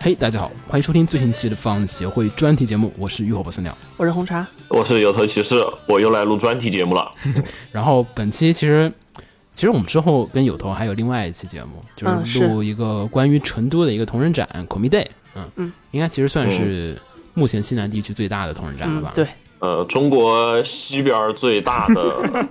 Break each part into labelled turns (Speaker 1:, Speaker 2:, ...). Speaker 1: 嘿、大家好，欢迎收听最新期的放映协会专题节目，我是浴火不死鸟。
Speaker 2: 我是红茶，
Speaker 3: 我是有头骑士，我又来录专题节目 了。
Speaker 1: 然后本期其实，其实我们之后跟有头还有另外一期节目，就
Speaker 2: 嗯
Speaker 1: 是
Speaker 2: 是
Speaker 1: 录一个关于成都的一个同人展 Komi Day，嗯
Speaker 2: 嗯，
Speaker 1: 应该其实算是目前西南地区最大的同人展了
Speaker 2: 嗯
Speaker 1: 吧？，
Speaker 2: 对，
Speaker 3: 呃，中国西边最大 的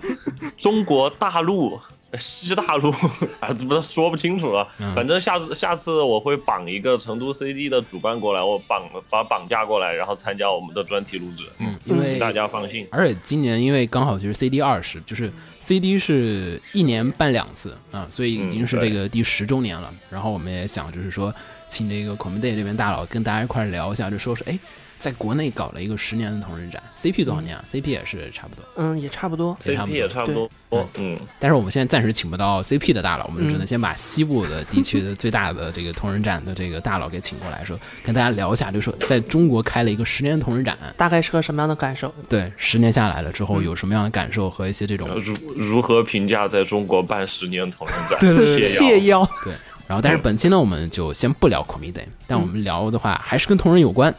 Speaker 3: 中国大陆。呃西大陆 啊，怎么说不清楚了
Speaker 1: 嗯。
Speaker 3: 反正下次下次我会绑一个成都 CD 的主办过来，我绑把他绑架过来，然后参加我们的专题录制。
Speaker 1: 嗯，因为
Speaker 3: 请大家放心。
Speaker 1: 而且今年因为刚好就是 CD 二十，就是 CD 是一年办两次啊，所以已经是这个第十周年了。然后我们也想就是说，请这个 c o m m d a y 这边大佬跟大家一块儿聊一下，就说说哎，在国内搞了一个十年的同人展，CP 多少年啊、c p 也是差不多。
Speaker 2: 嗯，也差不多。
Speaker 1: 对差
Speaker 3: CP
Speaker 1: 不多
Speaker 3: 也差不多，嗯，
Speaker 1: 但是我们现在暂时请不到 CP 的大佬，我们
Speaker 2: 嗯
Speaker 1: 只能先把西部的地区的最大的这个同人展的这个大佬给请过来说，跟大家聊一下，就说在中国开了一个十年同人展，
Speaker 2: 大概是个什么样的感受？
Speaker 1: 对，十年下来了之后有什么样的感受和一些这种
Speaker 3: 嗯如如何评价在中国办十年同人展？
Speaker 1: 对对对
Speaker 3: 谢
Speaker 2: 谢
Speaker 3: 邀。
Speaker 2: 邀，
Speaker 1: 对，然后但是本期呢，我们就先不聊 c o m i d
Speaker 2: 嗯
Speaker 1: a y 但我们聊的话还是跟同人有关。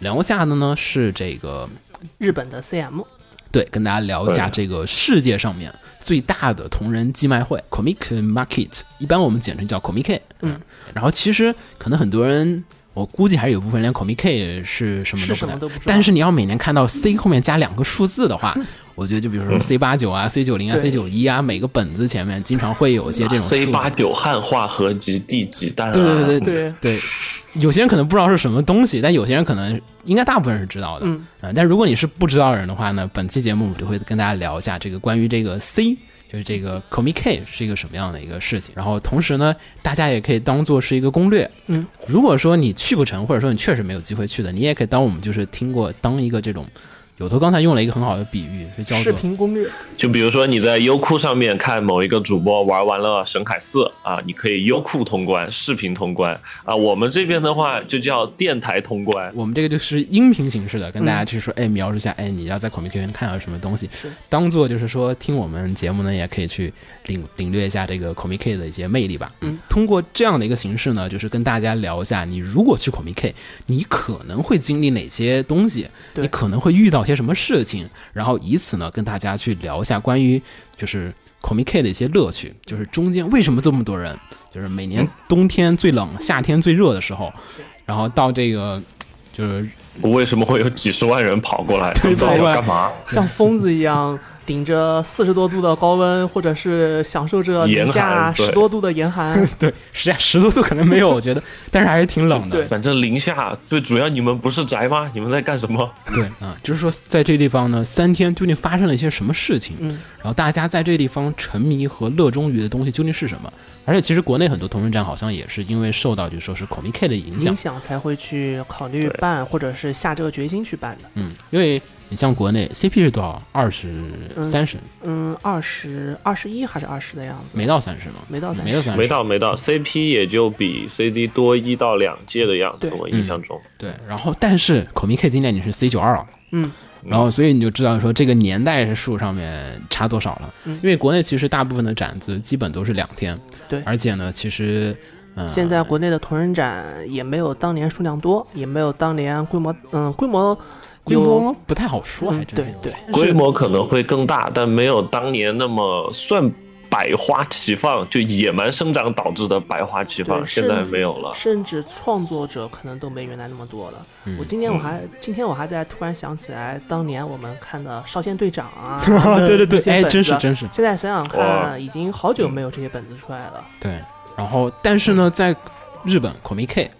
Speaker 1: 聊一下的呢是这个，
Speaker 2: 日本的
Speaker 1: 嗯
Speaker 2: CM，
Speaker 1: 对，跟大家聊一下这个世界上面最大的同人寄卖会 Comic Market，一般我们简称叫 Comic。嗯，然后其实可能很多人。我估计还是有部分人连 Comic 是什么都
Speaker 2: 是
Speaker 1: 不
Speaker 2: 什么
Speaker 1: 太
Speaker 2: 都不知道嗯
Speaker 1: 但是你要每年看到 C 后面加两个数字的话，我觉得就比如说 C 八九啊、C 九零啊、C
Speaker 2: 对
Speaker 1: 九一啊，每个本子前面经常会有一些这种数
Speaker 3: C
Speaker 1: 字。
Speaker 3: 八九汉化合集第几弹啊？
Speaker 1: 对对对
Speaker 2: 对
Speaker 1: 对，有些人可能不知道是什么东西，但有些人可能应该大部分人是知道的。
Speaker 2: 嗯
Speaker 1: 呃但如果你是不知道的人的话呢，本期节目我们就会跟大家聊一下这个关于这个 C。就是这个 Comic K 是一个什么样的一个事情，然后同时呢，大家也可以当做是一个攻略。
Speaker 2: 嗯，
Speaker 1: 如果说你去不成，或者说你确实没有机会去的，你也可以当我们就是听过当一个这种，有头刚才用了一个很好的比喻，就叫
Speaker 2: 视
Speaker 1: 做
Speaker 2: 频攻略，
Speaker 3: 就比如说你在优酷上面看某一个主播玩完了《神海四》啊，你可以优酷通关、视频通关啊。我们这边的话就叫电台通关。
Speaker 1: 我们这个就是音频形式的，跟大家去说，哎，描述一下，哎，你要在孔明 Q 圈看到什么东西，当做就是说听我们节目呢，也可以去领领略一下这个孔明 K 的一些魅力吧。嗯，通过这样的一个形式呢，就是跟大家聊一下，你如果去孔明 K，你可能会经历哪些东西，
Speaker 2: 对
Speaker 1: 你可能会遇到些什么事情，然后以此呢跟大家去聊一下关于就是孔明 K 的一些乐趣，就是中间为什么这么多人，就是每年冬天最冷、夏天最热的时候，然后到这个。就是
Speaker 3: 为什么会有几十万人跑过来？他们到底要干嘛？
Speaker 2: 像疯子一样。顶着四十多度的高温，或者是享受着零
Speaker 3: 严
Speaker 2: 下
Speaker 3: 寒对
Speaker 2: 十多度的严 寒，
Speaker 1: 对，实在十多度可能没有，我觉得，但是还是挺冷的
Speaker 2: 对。
Speaker 3: 反正零下，最主要你们不是宅吗？你们在干什么？
Speaker 1: 对啊、就是说在这地方呢，三天究竟发生了一些什么事情？
Speaker 2: 嗯
Speaker 1: 然后大家在这地方沉迷和热衷于的东西究竟是什么？而且其实国内很多同人展好像也是因为受到就说是 Comic K 的影响
Speaker 2: 影，响才会去考虑
Speaker 3: 对
Speaker 2: 办，或者是下这个决心去办的。
Speaker 1: 嗯，因为你像国内 CP 是多少？二十
Speaker 2: 嗯
Speaker 1: 三十，
Speaker 2: 嗯，二十二十一还是二十的样子，
Speaker 1: 没到三十吗？
Speaker 2: 没到30
Speaker 1: 没到三十，
Speaker 3: 没到没到，CP 也就比 CD 多一到两届的样子，
Speaker 2: 对
Speaker 3: 我印象中。
Speaker 1: 对，然后但是 Comic K 今年你是 C 九二啊，
Speaker 2: 嗯，
Speaker 1: 然后所以你就知道说这个年代数上面差多少了，
Speaker 2: 嗯
Speaker 1: 因为国内其实大部分的展子基本都是两天，
Speaker 2: 对
Speaker 1: 而且呢，其实，嗯、
Speaker 2: 现在国内的同人展也没有当年数量多，也没有当年规模，嗯，规模
Speaker 1: 规
Speaker 2: 有
Speaker 1: 模不太好说，还
Speaker 2: 嗯，
Speaker 1: 真，
Speaker 2: 对对，
Speaker 3: 规模可能会更大，但没有当年那么算百花齐放，就野蛮生长导致的百花齐放，
Speaker 2: 对
Speaker 3: 现
Speaker 2: 是
Speaker 3: 在没有了。
Speaker 2: 甚至创作者可能都没原来那么多了。我今天我还今天我还在突然想起来，当年我们看的《少先队长》啊
Speaker 1: 对对对
Speaker 2: 那些
Speaker 1: 哎
Speaker 2: 本子
Speaker 1: 真是真嗯是
Speaker 2: 现在想想
Speaker 3: 哇
Speaker 2: 看，已经好久没有这些本子出来了。
Speaker 1: 对，然后但是呢，在日本 Comic K，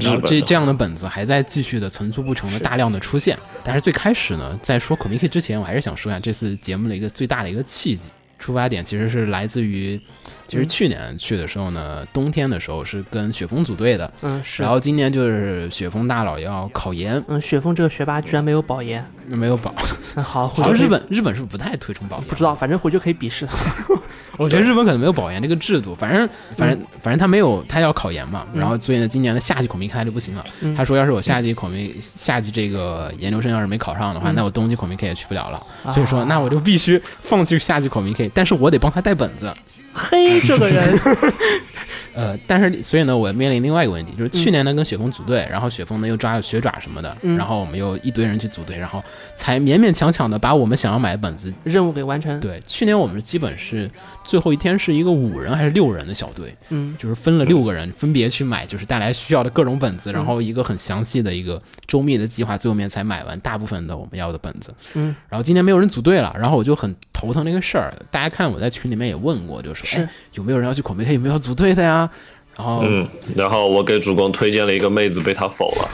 Speaker 1: 然后
Speaker 3: 日本
Speaker 1: 这
Speaker 3: 的
Speaker 1: 这样的本子还在继续的层出不穷的大量的出现。但是最开始呢，在说 Comic K 之前，我还是想说一下这次节目的一个最大的一个契机。出发点其实是来自于，其实去年去的时候呢，冬天的时候是跟雪峰组队的，
Speaker 2: 嗯，是
Speaker 1: 然。后今年就是雪峰大佬要考研，
Speaker 2: 嗯，雪峰这个学霸居然没有保研，
Speaker 1: 没有保。
Speaker 2: 嗯好，回
Speaker 1: 好像
Speaker 2: 头
Speaker 1: 日
Speaker 2: 可以
Speaker 1: 本日本是不是不太推崇保研，
Speaker 2: 不知道，反正回去可以鄙视他。
Speaker 1: 我觉得日本可能没有保研这个制度，反正反正反正他没有，他要考研嘛。然后所以呢，今年的夏季孔明开就不行了。他说，要是我夏季孔明夏季这个研究生要是没考上的话，那我冬季孔明 K 也去不了了。所以说，那我就必须放弃夏季孔明 K，但是我得帮他带本子。
Speaker 2: 嘿，这 个人
Speaker 1: 呃，但是所以呢，我面临另外一个问题，就是去年呢跟雪峰组队，然后雪峰呢又抓雪爪什么的，然后我们又一堆人去组队，然后才勉勉强强的把我们想要买的本子。
Speaker 2: 任务给完成。
Speaker 1: 对，去年我们基本是最后一天是一个五人还是六人的小队，
Speaker 2: 嗯，
Speaker 1: 就是分了六个人分别去买，就是带来需要的各种本子，然后一个很详细的一个周密的计划，最后面才买完大部分的我们要的本子。
Speaker 2: 嗯，
Speaker 1: 然后今年没有人组队了，然后我就很头疼这个事儿。大家看我在群里面也问过，就说
Speaker 2: 是
Speaker 1: 哎有没有人要去孔贝克，有没有要组队的呀？然后
Speaker 3: 嗯，然后我给主公推荐了一个妹子，被他 否了。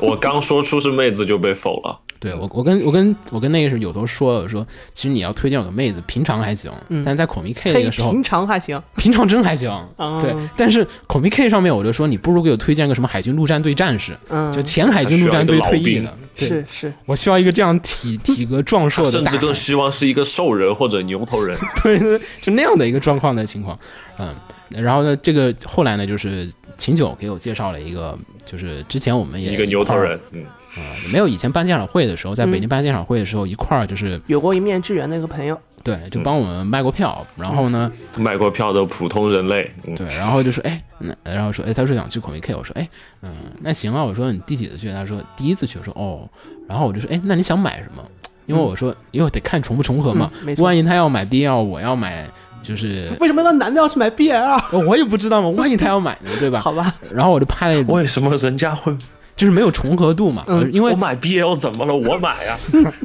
Speaker 3: 我刚说出是妹子就被否了。
Speaker 1: 对我，我跟我跟我跟那个是有头说，我说其实你要推荐我个妹子，平常还行，
Speaker 2: 嗯
Speaker 1: 但是在孔明 K 那
Speaker 2: 嘿，
Speaker 1: 个时候，
Speaker 2: 平常还行。
Speaker 1: 平常真还行。
Speaker 2: 嗯
Speaker 1: 对，但是孔明 K 上面我就说，你不如给我推荐个什么海军陆战队战士，
Speaker 2: 嗯，
Speaker 1: 就前海军陆战队退役的，对
Speaker 2: 是是，
Speaker 1: 我需要一个这样体体格壮硕
Speaker 3: 他
Speaker 1: 的
Speaker 3: 甚
Speaker 1: 大
Speaker 3: 至
Speaker 1: 汉，
Speaker 3: 更希望是一个兽人或者牛头人。
Speaker 1: 对 对，对就那样的一个状况的情况，嗯。然后呢，这个后来呢，就是秦九给我介绍了一个，就是之前我们 也
Speaker 3: 一个牛头
Speaker 1: 块儿
Speaker 3: 人，嗯，
Speaker 1: 啊、没有以前办鉴赏会的时候，在北
Speaker 2: 嗯
Speaker 1: 京办鉴赏会的时候，一块儿就是
Speaker 2: 有过一面之缘的一个朋友，
Speaker 1: 对，就
Speaker 3: 嗯
Speaker 1: 帮我们卖过票，然后呢，
Speaker 3: 卖过票的普通人类，嗯，
Speaker 1: 对，然后就说，哎，那然后说，哎，他说想去孔明 K，我说，哎，嗯，那行啊，我说你第几次去？他说第一次去，我说哦，然后我就说，哎，那你想买什么？因为我说，因为得看重不重合嘛，
Speaker 2: 嗯没错
Speaker 1: 万一他要买 BL，我要买 就是，
Speaker 2: 为什么那男的要去买 BL？
Speaker 1: 呃我也不知道嘛，万一他要买呢，对吧？
Speaker 2: 好吧，
Speaker 1: 然后我就拍了，
Speaker 3: 为什么人家会？
Speaker 1: 就是没有重合度嘛，
Speaker 2: 嗯
Speaker 1: 呃因为
Speaker 3: 我买 BL 怎么了？我买啊！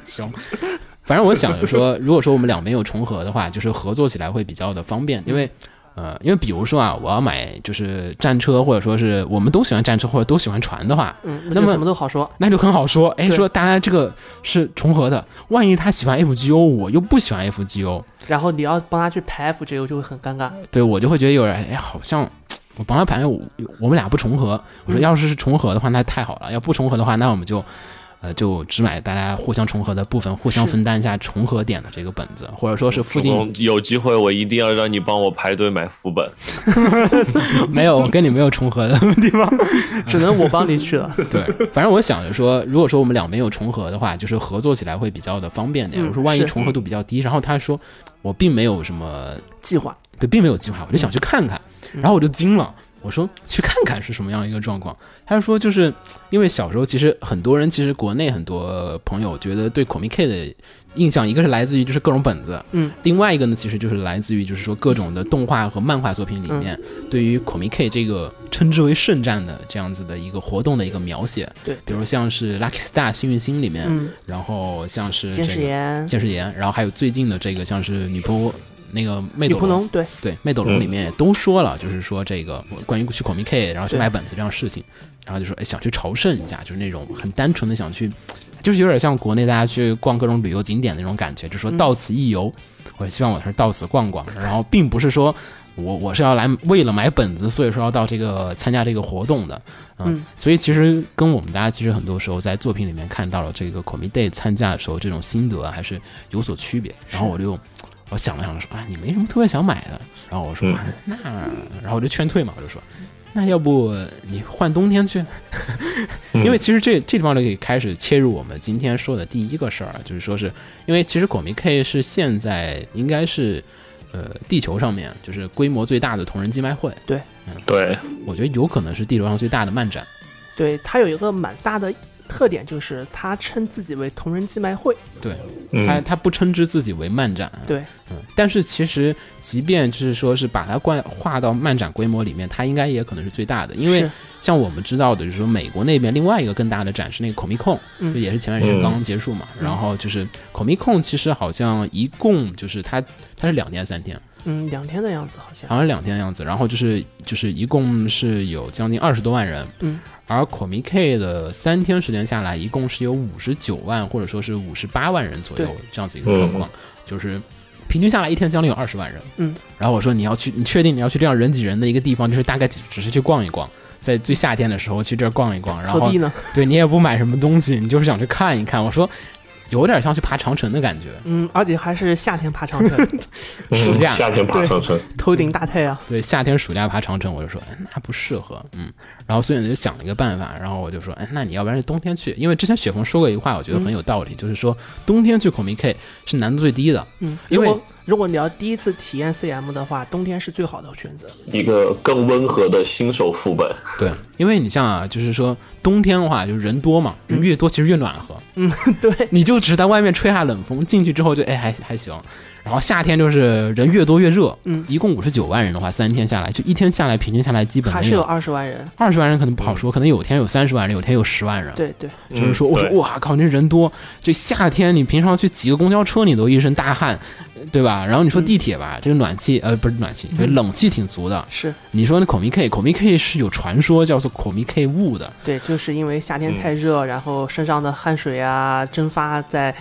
Speaker 1: 行。反正我想着说，如果说我们两边有重合的话，就是合作起来会比较的方便，因为。
Speaker 2: 嗯
Speaker 1: 呃，因为比如说啊，我要买就是战车，或者说是我们都喜欢战车，或者都喜欢船的话，
Speaker 2: 嗯，
Speaker 1: 那
Speaker 2: 就
Speaker 1: 么
Speaker 2: 什么都好说。
Speaker 1: 那就很好说。哎，
Speaker 2: 对
Speaker 1: 说大家这个是重合的，万一他喜欢 FGO，我又不喜欢 FGO，
Speaker 2: 然后你要帮他去排 F 这个就会很尴尬。
Speaker 1: 对我就会觉得有人哎，好像我帮他排，我我们俩不重合。我
Speaker 2: 嗯
Speaker 1: 说要是是重合的话，那太好了；要不重合的话，那我们就。呃，就只买大家互相重合的部分，互相
Speaker 2: 是
Speaker 1: 分担一下重合点的这个本子，或者说
Speaker 2: 嗯
Speaker 1: 是附
Speaker 3: 主
Speaker 1: 近
Speaker 3: 公有机会，我一定要让你帮我排队买副本。
Speaker 1: 没有，我跟你没有重合的 地方。
Speaker 2: 只能我帮你去了。
Speaker 1: 对，反正我想着说，如果说我们两边有重合的话，就是合作起来会比较的方便点。
Speaker 2: 嗯
Speaker 1: 我说万一
Speaker 2: 是
Speaker 1: 重合度比较低，然后他说我并没有什么，
Speaker 2: 计划
Speaker 1: 对，并没有计划，我
Speaker 2: 嗯
Speaker 1: 就想去看看，然后我就惊了。我说去看看是什么样一个状况，他就说就是因为小时候其实很多人，其实国内很多朋友觉得对 Comic K 的印象，一个是来自于就是各种本子，
Speaker 2: 嗯，
Speaker 1: 另外一个呢其实就是来自于就是说各种的动画和漫画作品里
Speaker 2: 嗯
Speaker 1: 面对于 Comic K 这个称之为圣战的这样子的一个活动的一个描写，
Speaker 2: 对
Speaker 1: 比如像是 Lucky Star 幸运星里面，
Speaker 2: 嗯
Speaker 1: 然后像是嗯这
Speaker 2: 监视
Speaker 1: 个
Speaker 2: 员、
Speaker 1: 监视岩，然后还有最近的这个像是女仆那个魅
Speaker 2: 女
Speaker 1: 斗
Speaker 2: 仆
Speaker 1: 龙。
Speaker 2: 农，对，
Speaker 1: 对，《魅斗龙》里面也都说了，就是说这个关于去孔明 K，然后去买本子这样的事情，然后就说哎想去朝圣一下，就是那种很单纯的想去，就是有点像国内大家去逛各种旅游景点的那种感觉，就说到此一游，我希望我是到此逛逛，然后并不是说。我我是要来为了买本子，所以说要到这个参加这个活动的，
Speaker 2: 嗯
Speaker 1: 啊所以其实跟我们大家其实很多时候在作品里面看到了这个 Comi Day 参加的时候这种心得啊，还是有所区别。然后我就我想了想说啊，你没什么特别想买的，然后我说、
Speaker 3: 嗯
Speaker 1: 啊那，然后我就劝退嘛，我就说。那要不你换冬天去，
Speaker 3: 嗯
Speaker 1: 嗯因为其实这这地方就可以开始切入我们今天说的第一个事儿啊，就是说是因为其实果迷 K 是现在应该是呃地球上面就是规模最大的同人寄卖会，
Speaker 3: 对，
Speaker 1: 我觉得有可能是地球上最大的漫展。
Speaker 2: 对他有一个蛮大的特点，就是他称自己为同人寄卖会。
Speaker 1: 对，他
Speaker 3: 嗯，
Speaker 1: 他不称之自己为漫展，
Speaker 2: 对，
Speaker 1: 嗯，但是其实即便就是说是把它挂划到漫展规模里面，它应该也可能是最大的，因为
Speaker 2: 是
Speaker 1: 像我们知道的，就是说美国那边另外一个更大的展是那个 Comic Con，
Speaker 2: 嗯
Speaker 1: 就也是前段时间
Speaker 3: 嗯
Speaker 1: 刚刚结束嘛，然后就是 Comic Con 其实好像一共就是它它是两天啊三天，
Speaker 2: 嗯，两天的样子好像。
Speaker 1: 好像两天的样子，然后就是就是一共是有将近二十多万人，
Speaker 2: 嗯，
Speaker 1: 而 Comic K 的三天时间下来，一共是有五十九万或者说是五十八万人左右
Speaker 2: 对
Speaker 1: 这样子一个状况，就是平均下来一天将近有二十万人，
Speaker 2: 嗯，
Speaker 1: 然后我说你要去，你确定你要去这样人挤人的一个地方，就是大概只只是去逛一逛。在最夏天的时候去这儿逛一逛，然
Speaker 2: 何
Speaker 1: 后
Speaker 2: 必呢？
Speaker 1: 对你也不买什么东西，你就是想去看一看。我说，有点像去爬长城的感觉。
Speaker 2: 嗯，而且还是夏天爬长 城，
Speaker 1: 暑假
Speaker 3: 嗯夏天爬长城，
Speaker 2: 头顶大太阳。
Speaker 1: 对，夏天暑假爬长城，我就说，哎，那不适合，嗯。然后所以我就想了一个办法，然后我就说，哎，那你要不然是冬天去，因为之前雪峰说过一句话，我觉得很有道理，就是说冬天去孔明 K 是难度最低的，
Speaker 2: 嗯，
Speaker 1: 因
Speaker 2: 如
Speaker 1: 为
Speaker 2: 果如果你要第一次体验 CM 的话，冬天是最好的选择。
Speaker 3: 一个更温和的新手副本。
Speaker 1: 对，因为你像啊，就是说冬天的话，就是人多嘛，人越多其实越暖和，
Speaker 2: 嗯，对，
Speaker 1: 你就只在外面吹下冷风，进去之后就哎还还行。然后夏天就是人越多越热，
Speaker 2: 嗯
Speaker 1: 一共五十九万人的话，三天下来就一天下来平均下来基本
Speaker 2: 还
Speaker 1: 没
Speaker 2: 是有二十万人。
Speaker 1: 二十万人可能不好说，可能有天有三十万人，有天有十万人。
Speaker 2: 对对，
Speaker 1: 就是说，
Speaker 3: 嗯
Speaker 1: 我说
Speaker 3: 对
Speaker 1: 哇靠，这人多，这夏天你平常去挤个公交车你都一身大汗，对吧？然后
Speaker 2: 嗯
Speaker 1: 你说地铁吧，这个暖气呃不是暖气，这冷气挺足的。
Speaker 2: 是
Speaker 1: 你说那孔明 K，孔明 K 是有传说叫做孔明 K 雾的，
Speaker 2: 对，就是因为夏天太热，然后身上的汗水啊蒸发在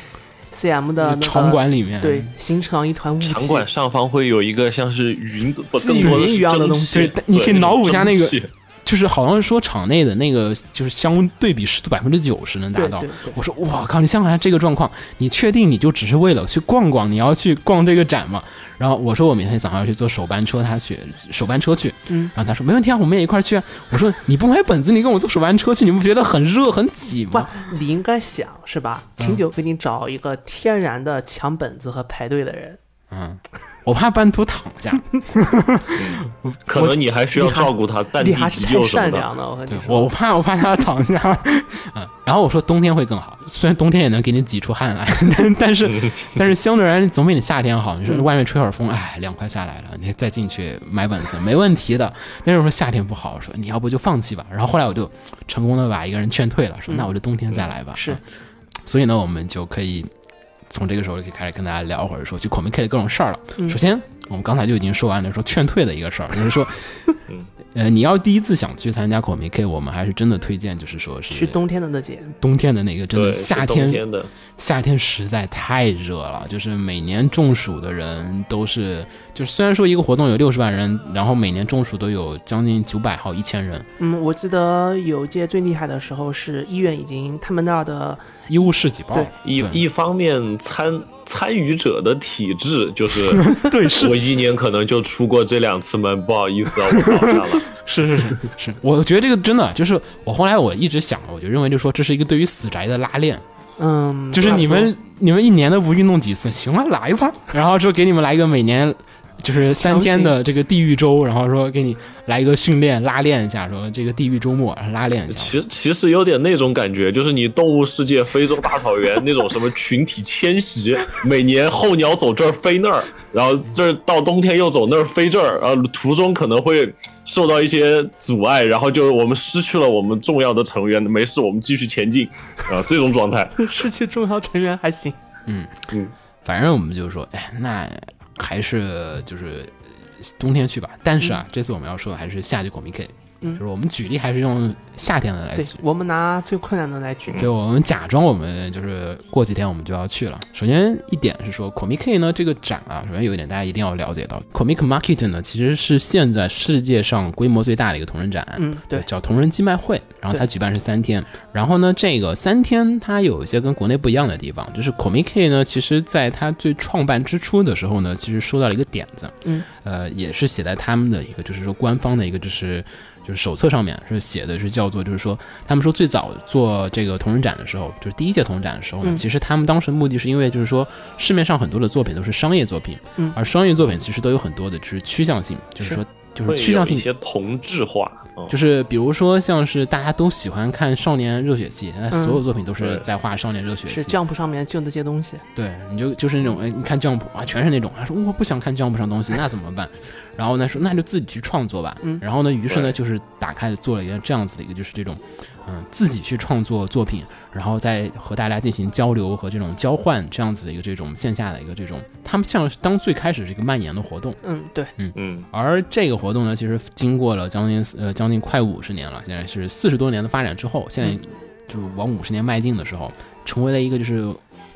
Speaker 2: CM 的那个
Speaker 1: 场馆里面
Speaker 2: 对，形成一团
Speaker 1: 嗯
Speaker 2: 雾气。
Speaker 3: 场馆上方会有一个像是云，不
Speaker 2: 自
Speaker 3: 更多的
Speaker 2: 云一
Speaker 3: 是
Speaker 2: 样的
Speaker 3: 蒸
Speaker 2: 东
Speaker 3: 汽
Speaker 1: 西
Speaker 3: 对
Speaker 1: 对你可以脑补一下那个
Speaker 3: 蒸汽
Speaker 1: 就是好像是说场内的那个就是相对比湿度百分之九十能达
Speaker 2: 对
Speaker 1: 到
Speaker 2: 对。对
Speaker 1: 我说哇靠，你想想看这个状况，你确定你就只是为了去逛逛，你要去逛这个展吗？然后我说我明天早上要去坐首班车，他去首班车去，
Speaker 2: 嗯，
Speaker 1: 然后他说没问题啊，我们也一块儿去啊。我说你不买本子，你跟我坐首班车去，你不觉得很热很挤
Speaker 2: 不
Speaker 1: 吗？，
Speaker 2: 你应该想是吧？秦九给你找一个天然的抢本子和排队的人，
Speaker 1: 嗯，我怕半途躺下，
Speaker 3: 可能你还需要照顾他，但
Speaker 2: 你
Speaker 3: 地
Speaker 2: 还
Speaker 3: 急
Speaker 2: 是太
Speaker 3: 救什么
Speaker 2: 善
Speaker 3: 的。
Speaker 2: 良了。我和
Speaker 1: 对
Speaker 2: 你说，
Speaker 1: 我怕我怕他躺下， 嗯，然后我说冬天会更好，虽然冬天也能给你挤出汗来， 但但是 但是相对而言总比你夏天好。你说外面吹会儿风，哎，凉快下来了，你再进去买本子没问题的。但是我说夏天不好，我说你要不就放弃吧。然后后来我就成功的把一个人劝退了，说那我就冬天再来吧。
Speaker 2: 是
Speaker 1: 嗯，所以呢，我们就可以从这个时候就可以开始跟大家聊会儿说去孔明 K 的各种事儿了。
Speaker 2: 嗯
Speaker 1: 嗯首先，我们刚才就已经说完了说劝退的一个 事儿，就是说
Speaker 3: 嗯。
Speaker 1: 呃，你要第一次想去参加孔明 K，我们还是真的推荐，就是说是
Speaker 2: 嗯去冬天的那节，
Speaker 1: 冬天的那个，真的
Speaker 3: 对，
Speaker 1: 夏
Speaker 3: 是冬
Speaker 1: 天
Speaker 3: 天的，
Speaker 1: 夏天实在太热了，就是每年中暑的人都是，就是虽然说一个活动有六十万人，然后每年中暑都有将近九百号一千人，
Speaker 2: 嗯，我记得有一届最厉害的时候是医院已经他们那儿的
Speaker 1: 医务室挤爆了。
Speaker 3: 一
Speaker 1: 对
Speaker 3: 一方面参参与者的体质就是，
Speaker 1: 对
Speaker 3: 我一年可能就出过这两次门，不好意思啊，我倒下了。
Speaker 1: 是是是是，我觉得这个真的就是我后来我一直想，我就认为就说这是一个对于死宅的拉练，
Speaker 2: 嗯，
Speaker 1: 就是你 们你们一年都不运动几次，行了来吧，然后说给你们来一个每年就是三天的这个地狱周，然后说给你来一个训练拉练一下，说这个地狱周末拉练一下。
Speaker 3: 其其实有点那种感觉，就是你动物世界非洲大草原那种什么群体迁徙，每年候鸟走这儿飞那儿，然后这儿到冬天又走那儿飞这儿，然后途中可能会受到一些阻碍，然后就我们失去了我们重要的成员，没事，我们继续前进，啊，这种状态，
Speaker 2: 们失去重要成员还行，
Speaker 3: 嗯，
Speaker 1: 反正我们就说，哎，那还是就是呃冬天去吧。但是啊，这次我们要说的还是夏季孔明 K，、
Speaker 2: 嗯
Speaker 1: 就是我们举例还是用夏天的来
Speaker 2: 对
Speaker 1: 举。
Speaker 2: 我们拿最困难的来举，
Speaker 1: 对，我们假装我们就是过几天我们就要去了。首先一点是说，Comic K 呢这个展啊，首先有一点大家一定要了解到，Comic Market 呢其实是现在世界上规模最大的一个同人展。
Speaker 2: 嗯，对，
Speaker 1: 叫同人寄卖会，然后它
Speaker 2: 对
Speaker 1: 举办是三天，然后呢，这个三天它有一些跟国内不一样的地方，就是 Comic K 呢，其实在它最创办之初的时候呢，其实说到了一个点子，
Speaker 2: 嗯，
Speaker 1: 呃，也是写在他们的一个就是说官方的一个就是就是手册上面是写的是叫做就是说他们说最早做这个同人展的时候，就是第一届同人展的时候呢，
Speaker 2: 嗯
Speaker 1: 其实他们当时目的是因为就是说市面上很多的作品都是商业作品，
Speaker 2: 嗯
Speaker 1: 而商业作品其实都有很多的就是趋向性，就是
Speaker 2: 是
Speaker 1: 说。就是
Speaker 3: 会
Speaker 1: 趋
Speaker 3: 有
Speaker 1: 向性
Speaker 3: 一些同质化，嗯
Speaker 1: 就是比如说，像是大家都喜欢看少年热血系，那
Speaker 2: 嗯
Speaker 1: 所有作品都是
Speaker 3: 对
Speaker 1: 在画少年热血
Speaker 2: 是
Speaker 1: 系。
Speaker 2: jump 上面就那些东西，
Speaker 1: 对，你就就是那种，哎，你看 Jump 啊，全是那种，他说我不想看 Jump 上东西，那怎么 办？然后呢，说那就自己去创作吧。
Speaker 2: 嗯
Speaker 1: 然后呢，于是呢，
Speaker 3: 对
Speaker 1: 就是打开了做了一个这样子的一个，就是这种，嗯，自己去创作作品，然后再和大家进行交流和这种交换，这样子的一个这种线下的一个这种，他们像是当最开始是一个蔓延的活动。
Speaker 2: 嗯，对，
Speaker 3: 嗯，
Speaker 1: 而这个活动呢，其实经过了将近呃将近快五十年了，现在是四十多年的发展之后，现在
Speaker 2: 嗯
Speaker 1: 就是往五十年迈进的时候，成为了一个就是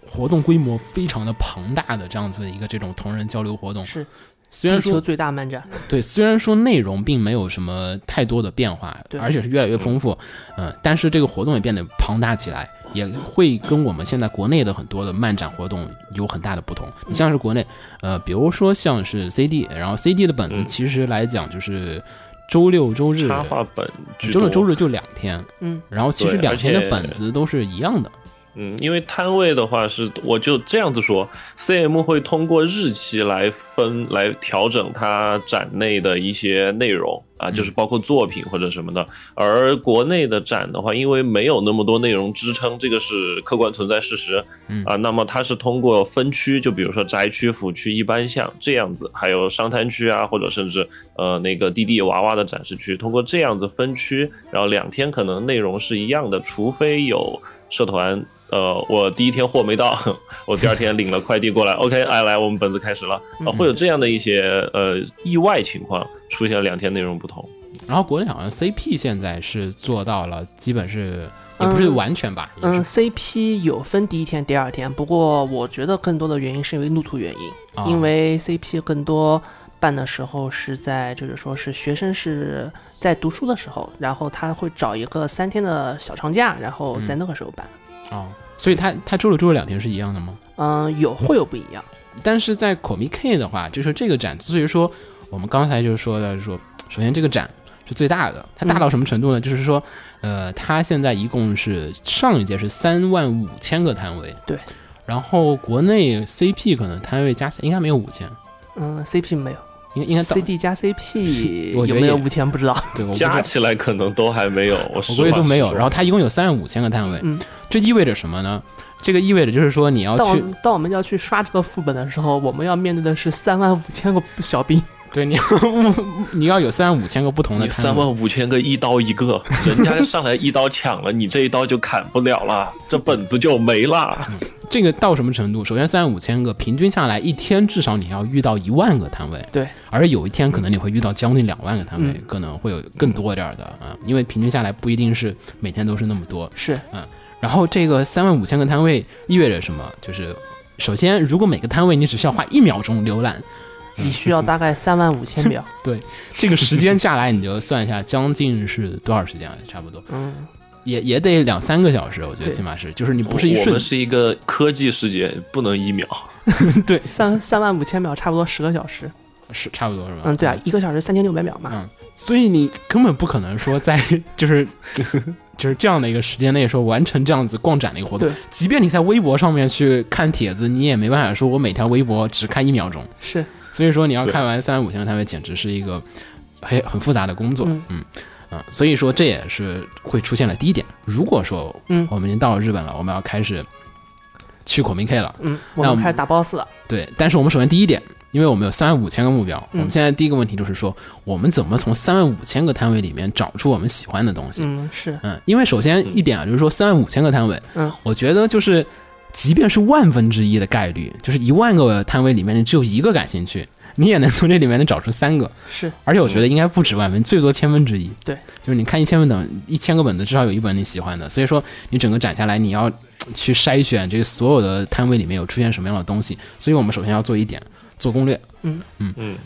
Speaker 1: 活动规模非常的庞大的这样子一个这种同人交流活动。
Speaker 2: 是
Speaker 1: 哦虽然
Speaker 2: 地球
Speaker 1: 说
Speaker 2: 最大漫展，
Speaker 1: 对，虽然说内容并没有什么太多的变化，
Speaker 2: 对
Speaker 1: 而且是越来越丰富，嗯、但是这个活动也变得庞大起来，也会跟我们现在国内的很多的漫展活动有很大的不同。你像是国内，呃，比如说像是 CD，然后 CD 的本子
Speaker 3: 嗯
Speaker 1: 其实来讲就是周六周日，呃
Speaker 3: 插画本居
Speaker 1: 周
Speaker 3: 多
Speaker 1: 六周日就两天，
Speaker 2: 嗯，
Speaker 1: 然后其实
Speaker 3: 对
Speaker 1: 两天
Speaker 3: 而
Speaker 1: 的
Speaker 3: 且
Speaker 1: 本子都是一样的，
Speaker 3: 嗯，因为摊位的话是，我就这样子说，CM 会通过日期来分来调整它展内的一些内容啊，就是包括作品或者什么的。而国内的展的话，因为没有那么多内容支撑，这个是客观存在事实
Speaker 1: 嗯
Speaker 3: 啊。那么它是通过分区，就比如说宅区、府区、一般项这样子，还有商摊区啊，或者甚至呃那个弟弟娃娃的展示区，通过这样子分区，然后两天可能内容是一样的，除非有社团。呃，我第一天货没到， 我第二天领了快递过来。OK，哎，来，我们本子开始了。啊、
Speaker 2: 嗯
Speaker 3: 会有这样的一些呃意外情况出现，两天内容不同。
Speaker 1: 然后国内好像 CP 现在是做到了，基本是也不是
Speaker 2: 嗯
Speaker 1: 完全吧，也
Speaker 2: 嗯
Speaker 1: 是
Speaker 2: ，CP 有分第一天、第二天，不过我觉得更多的原因是因为路途原因，
Speaker 1: 啊
Speaker 2: 因为 CP 更多办的时候是在就是说是学生是在读书的时候，然后他会找一个三天的小长假，然后在
Speaker 1: 嗯
Speaker 2: 那个时候办。
Speaker 1: 啊，所以它它周六周日两天是一样的吗？
Speaker 2: 嗯，有会有不一样，
Speaker 1: 但是在 Comic K 的话，就是这个展，所以说我们刚才就是说的，就是说首先这个展是最大的，它大
Speaker 2: 嗯
Speaker 1: 到什么程度呢？就是说，呃，它现在一共是上一届是三万五千个摊位，
Speaker 2: 对，
Speaker 1: 然后国内 CP 可能摊位加起来应该没有五千，
Speaker 2: 嗯，CP 没有，
Speaker 1: 应该应该到
Speaker 2: CD 加 CP
Speaker 1: 我觉得
Speaker 2: 有没有
Speaker 1: 也
Speaker 2: 五千不知道。
Speaker 1: 对，我不知道
Speaker 3: 加起来可能都还没有，我
Speaker 1: 我
Speaker 3: 实
Speaker 1: 估计
Speaker 3: 话
Speaker 1: 都没有。
Speaker 3: 实说
Speaker 1: 然后它一共有三万五千个摊位，
Speaker 2: 嗯
Speaker 1: 这意味着什么呢？这个意味着就是说你要
Speaker 2: 当我
Speaker 1: 去
Speaker 2: 们当我们要去刷这个副本的时候，我们要面对的是三万五千个小兵。
Speaker 1: 对你要你要有三万五千个不同的
Speaker 3: 你
Speaker 1: 摊位
Speaker 3: 三，万五千个一刀一 个，人家上来一刀抢了，你这一刀就砍不了了，这本子就没了。
Speaker 1: 这个到什么程度？首先三万五千个，平均下来一天至少你要遇到一万个摊位，
Speaker 2: 对，
Speaker 1: 而有一天可能你会遇到将近两万个摊位，
Speaker 2: 嗯
Speaker 1: 可能会有更多点儿的啊，因为平均下来不一定是每天都 是那么多。
Speaker 2: 是，
Speaker 1: 然后这个三万五千个摊位意味着什么？就是首先，如果每个摊位你只需要花一秒钟浏览，
Speaker 2: 你 需要大概三万五千秒。
Speaker 1: 这个时间下来你就算一下，将近是多少时间啊？差不多
Speaker 2: 嗯，
Speaker 1: 也也得两三个小时，我觉得
Speaker 2: 对
Speaker 1: 起码是，就是你不是一
Speaker 3: 我
Speaker 1: 瞬
Speaker 3: 们是一个科技世界，不能一秒。
Speaker 1: 对，
Speaker 2: 三三万五千秒差不多十个小时。
Speaker 1: 是差不多是吧？
Speaker 2: 嗯，对啊，一个小时三千六百秒嘛。
Speaker 1: 嗯，所以你根本不可能说 在就是就是这样的一个时间内说完成这样子逛展的一个活动
Speaker 2: 对。
Speaker 1: 即便你在微博上面去看帖子，你也没办法说我每条微博只看一秒钟。
Speaker 2: 是，
Speaker 1: 所以说你要
Speaker 3: 对
Speaker 1: 看完三万五千个摊位，简直是一个很很复杂的工作。
Speaker 2: 嗯
Speaker 1: 嗯啊，所以说这也是会出现了第一点。如果说
Speaker 2: 嗯
Speaker 1: 我们已经到了日本了，我们要开始去孔明 K 了，
Speaker 2: 嗯，我
Speaker 1: 那我
Speaker 2: 们
Speaker 1: 们
Speaker 2: 开始打 BOSS 了。
Speaker 1: 对，但是我们首先第一点，因为我们有三万五千个目标，
Speaker 2: 嗯
Speaker 1: 我们现在第一个问题就是说，我们怎么从三万五千个摊位里面找出我们喜欢的东西？嗯
Speaker 2: 嗯，是，
Speaker 1: 因为首先一点啊，就是说三万五千个摊位，
Speaker 2: 嗯，
Speaker 1: 我觉得就是，即便是万分之一的概率，就是一万个摊位里面你只有一个感兴趣，你也能从这里面能找出三个，
Speaker 2: 是，
Speaker 1: 而且我觉得应该不止万分，最多千分之一。
Speaker 2: 嗯对，
Speaker 1: 就是你看一千本等一千个本子，至少有一本你喜欢的，所以说你整个展下来，你要去筛选这个所有的摊位里面有出现什么样的东西，所以我们首先要做一点做攻略。
Speaker 3: 嗯，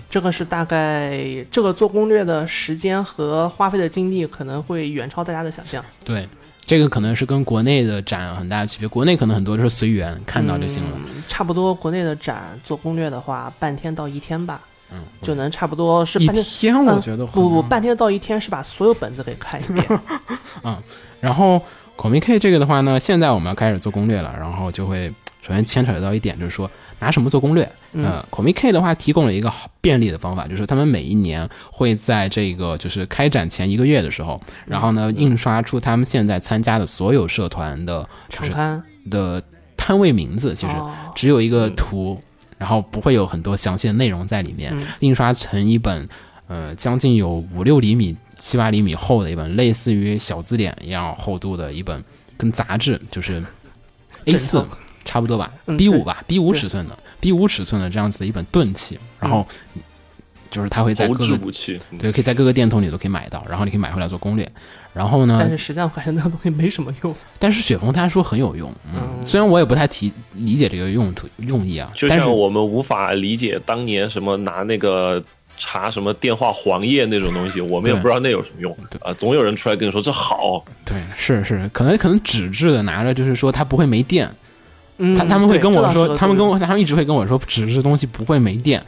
Speaker 2: 这个是大概这个做攻略的时间和花费的精力可能会远超大家的想象。
Speaker 1: 对，这个可能是跟国内的展有很大的区别，国内可能很多就是随缘看到就行了。
Speaker 2: 嗯差不多国内的展做攻略的话，半天到一天吧，
Speaker 1: 嗯，
Speaker 2: 就能差不多是
Speaker 1: 一
Speaker 2: 半天。嗯呃
Speaker 1: 天我觉得嗯
Speaker 2: 不不，
Speaker 1: 很
Speaker 2: 半天到一天是把所有本子给看一遍。
Speaker 1: 然后 Comic K 这个的话呢，现在我们要开始做攻略了，然后就会首先牵扯到一点，就是说拿什么做攻略。
Speaker 2: 嗯
Speaker 1: 呃，Comic K 的话提供了一个好便利的方法，就是他们每一年会在这个就是开展前一个月的时候，然后呢印刷出他们现在参加的所有社团的就
Speaker 2: 常
Speaker 1: 是
Speaker 2: 刊
Speaker 1: 的摊位名字，其实
Speaker 2: 哦
Speaker 1: 只有一个图，然后不会有很多详细的内容在里面，
Speaker 2: 嗯
Speaker 1: 印刷成一本呃将近有五六厘米、七八厘米厚的一本，类似于小字典一样厚度的一本，跟杂志就是
Speaker 2: 整
Speaker 1: A 四
Speaker 2: 套
Speaker 1: 差不多吧
Speaker 2: 嗯
Speaker 1: ，B
Speaker 2: 对
Speaker 1: 五吧，B 五
Speaker 2: 对嗯
Speaker 1: 尺寸的，B 五尺寸的这样子的一本钝器，然后就是它会在
Speaker 3: 投
Speaker 1: 各
Speaker 3: 掷
Speaker 1: 个
Speaker 3: 武器，嗯
Speaker 1: 对，可以在各个店头你都可以买到，然后你可以买回来做攻略。然后呢
Speaker 2: 但，是实际上感觉那个东西没什么用。
Speaker 1: 但是雪峰他说很有用，嗯，
Speaker 2: 嗯
Speaker 1: 虽然我也不太提理解这个用途用意啊，
Speaker 3: 就
Speaker 1: 但是
Speaker 3: 像我们无法理解当年什么拿那个查什么电话黄页那种东西，我们也
Speaker 1: 对
Speaker 3: 不知道那有什么用
Speaker 1: 对
Speaker 3: 啊。总有人出来跟你说这好，
Speaker 1: 对，是是，可能可能纸质的拿着就是说它不会没电，
Speaker 2: 嗯，
Speaker 1: 他他们会
Speaker 2: 对
Speaker 1: 跟
Speaker 2: 这
Speaker 1: 我
Speaker 2: 倒是
Speaker 1: 说，
Speaker 2: 个
Speaker 1: 他们跟
Speaker 2: 作用
Speaker 1: 我他们一直会跟我说，纸质东西不会没电，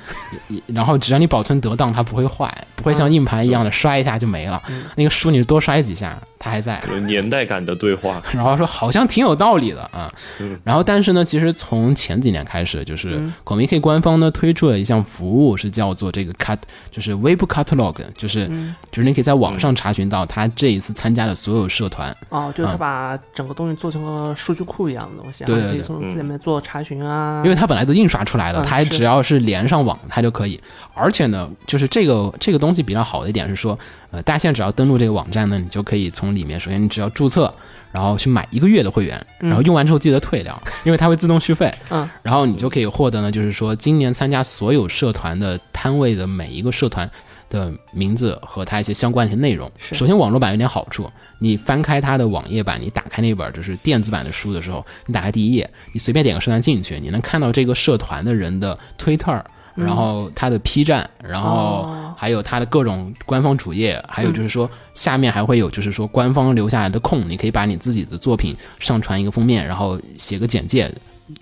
Speaker 1: 也也然后只要你保存得当，它不会坏，不会像
Speaker 2: 嗯
Speaker 1: 硬盘一样的摔一下就没了。那个书你多摔几下，它还在。
Speaker 3: 有年代感的 对话，
Speaker 1: 然后说好像挺有道理的啊
Speaker 3: 嗯，
Speaker 1: 然后但是呢，其实从前几年开始，就是
Speaker 2: 嗯
Speaker 1: Comic 官方呢推出了一项服务，是叫做这个 cat，就是微博 catalog，就是
Speaker 2: 嗯
Speaker 1: 就是你可以在网上查询到他这一次参加的所有社团，
Speaker 2: 哦，就是他
Speaker 1: 嗯
Speaker 2: 把整个东西做成个数据库一样的东西啊，
Speaker 1: 对对
Speaker 2: 可以
Speaker 1: 对
Speaker 2: 从
Speaker 3: 嗯
Speaker 2: 这里面做查询啊，
Speaker 1: 因为它本来都印刷出来了，
Speaker 2: 嗯
Speaker 1: 它
Speaker 2: 是
Speaker 1: 只要是连上网，它就可以。而且呢，就是这个这个东西比较好的一点是说，呃，大家现在只要登录这个网站呢，你就可以从里面，首先你只要注册，然后去买一个月的会员，
Speaker 2: 嗯
Speaker 1: 然后用完之后记得退掉，因为它会自动续费。
Speaker 2: 嗯，
Speaker 1: 然后你就可以获得呢，就是说今年参加所有社团的摊位的每一个社团。的名字和它一些相关的内容。
Speaker 2: 是
Speaker 1: 首先，网络版有点好处，你翻开它的网页版，你打开那本就是电子版的书的时候，你打开第一页，你随便点个社团进去，你能看到这个社团的人的推特，然后他的 P 站，然后
Speaker 2: 嗯哦
Speaker 1: 还有他的各种官方主页，还有就是说下面还会有就是说官方留下来的空，你可以把你自己的作品上传一个封面，然后写个简介，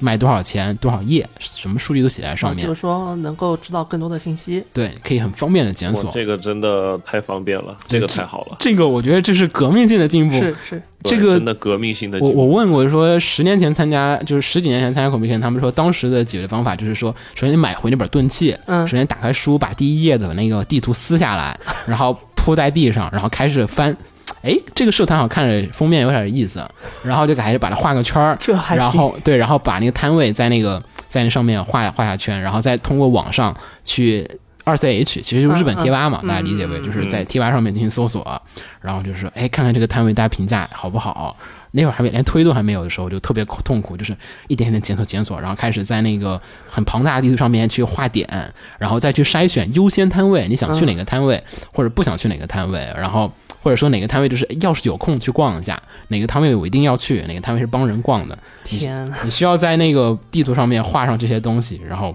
Speaker 1: 卖多少钱多少页，什么数据都写在上
Speaker 2: 啊
Speaker 1: 面
Speaker 3: 哦
Speaker 2: 就。是说能够知道更多的信息。
Speaker 1: 对，可以很方便的检
Speaker 3: 哇
Speaker 1: 索。
Speaker 3: 这个真的太方便了，这个太好了，
Speaker 1: 这个我觉得这是革命性的进步。
Speaker 2: 是是，
Speaker 1: 这
Speaker 3: 对
Speaker 1: 个
Speaker 3: 真的革命性的
Speaker 1: 我
Speaker 3: 进
Speaker 1: 我
Speaker 3: 步。
Speaker 1: 问过说，十年前参加就是十几年前参加孔明 K，他们说当时的解决方法就是说，首先你买回那本钝器，
Speaker 2: 嗯
Speaker 1: 首先打开书，把第一页的那个地图撕下来，然后铺在地上，然后开始翻。哎，这个社团好看着封面有点意思，然后就开始把它画个圈儿，
Speaker 2: 这还
Speaker 1: 然
Speaker 2: 行
Speaker 1: 后对，然后把那个摊位在那个在那上面画画下圈，然后再通过网上去二 CH，其实就是日本
Speaker 2: 嗯嗯
Speaker 1: 贴吧嘛，
Speaker 2: 嗯
Speaker 1: 大家理解为就是在贴吧上面进行搜索，然后就是哎看看这个摊位大家评价好不好。那会儿还没连推都还没有的时候，就特别痛苦，就是一点点检索检索，然后开始在那个很庞大的地图上面去画点，然后再去筛选优先摊位，你想去哪个摊位，或者不想去哪个摊位，然后或者说哪个摊位就是哎要是有空去逛一下，哪个摊位我一定要去，哪个摊位是帮人逛的，
Speaker 2: 天，啊
Speaker 1: 你需要在那个地图上面画上这些东西，然后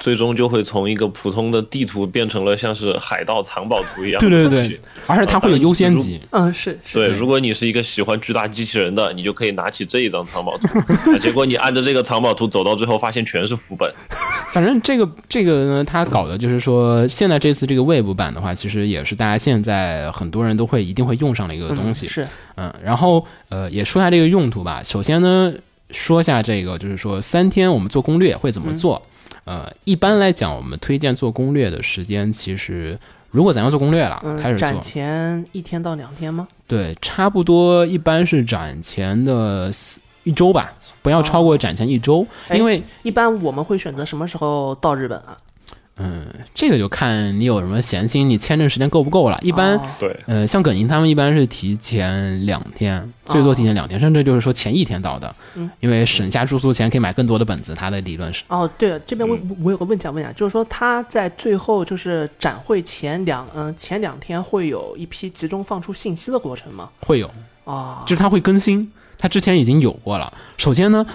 Speaker 3: 最终就会从一个普通的地图变成了像是海盗藏宝图一样。
Speaker 1: 对对对对。而且它会有优先级，
Speaker 2: 嗯，是是，
Speaker 3: 对，
Speaker 1: 对
Speaker 3: 如果你是一个喜欢巨大机器人的，你就可以拿起这一张藏宝图。 啊结果你按着这个藏宝图走到最后，发现全是副本。
Speaker 1: 反正这个这个呢，它搞的就是说，现在这次这个 Web 版的话，其实也是大家现在很多人都会一定会用上的一个
Speaker 2: 嗯
Speaker 1: 东西，
Speaker 2: 是
Speaker 1: 嗯，然后呃也说一下这个用途吧。首先呢，说一下这个就是说三天我们做攻略会怎么
Speaker 2: 嗯
Speaker 1: 做。呃，一般来讲，我们推荐做攻略的时间，其实如果咱要做攻略了，
Speaker 2: 嗯
Speaker 1: 开始做
Speaker 2: 展，前一天到两天吗？
Speaker 1: 对，差不多一般是展前的四一周吧，不要超过展前一周，
Speaker 2: 哎
Speaker 1: 因为
Speaker 2: 一般我们会选择什么时候到日本啊？
Speaker 1: 嗯，这个就看你有什么闲心，你签证时间够不够了。一般、
Speaker 2: 哦
Speaker 3: 对，
Speaker 1: 呃，像耿莹他们一般是提前两天，最多提前两天，甚至就是说前一天到的，
Speaker 2: 哦嗯
Speaker 1: 因为省下住宿钱可以买更多的本子。他的理论是，
Speaker 2: 哦，对了，这边我
Speaker 1: 嗯
Speaker 2: 我有个问题想问一下，就是说他在最后就是展会前两嗯前两天会有一批集中放出信息的过程吗？
Speaker 1: 会有，
Speaker 2: 啊，
Speaker 1: 就是他会更新，他之前已经有过了。首先呢，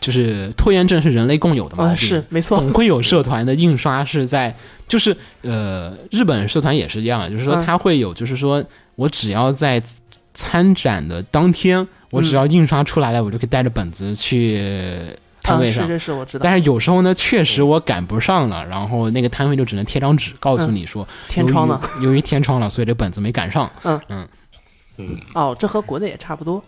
Speaker 1: 就是拖延症是人类共有的毛
Speaker 2: 啊
Speaker 1: 病，
Speaker 2: 是没错，
Speaker 1: 总会有社团的印刷是在，就是呃，日本社团也是一样的，就是说
Speaker 2: 嗯
Speaker 1: 它会有，就是说我只要在参展的当天，我
Speaker 2: 嗯
Speaker 1: 只要印刷出来了，我就可以带着本子去摊位
Speaker 2: 啊、
Speaker 1: 上
Speaker 2: 是。是是，我知道
Speaker 1: 但是有时候呢，确实我赶不上了，然后那个摊位就只能贴张纸，告诉你说
Speaker 2: 嗯天窗了。，
Speaker 1: 由于由于天窗了，所以这本子没赶上。
Speaker 3: 嗯，
Speaker 2: 哦，这和国内也差不多。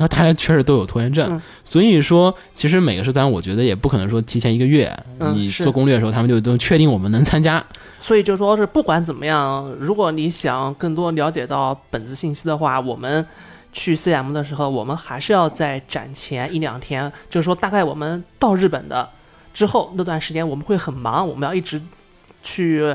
Speaker 1: 那大家确实都有拖延症，
Speaker 2: 嗯
Speaker 1: 所以说其实每个社团，我觉得也不可能说提前一个月，
Speaker 2: 嗯
Speaker 1: 你
Speaker 2: 是
Speaker 1: 做攻略的时候，他们就都确定我们能参加，
Speaker 2: 所以就说是不管怎么样，如果你想更多了解到本子信息的话，我们去 CM 的时候，我们还是要在展前一两天，就是说大概我们到日本的之后那段时间，我们会很忙，我们要一直去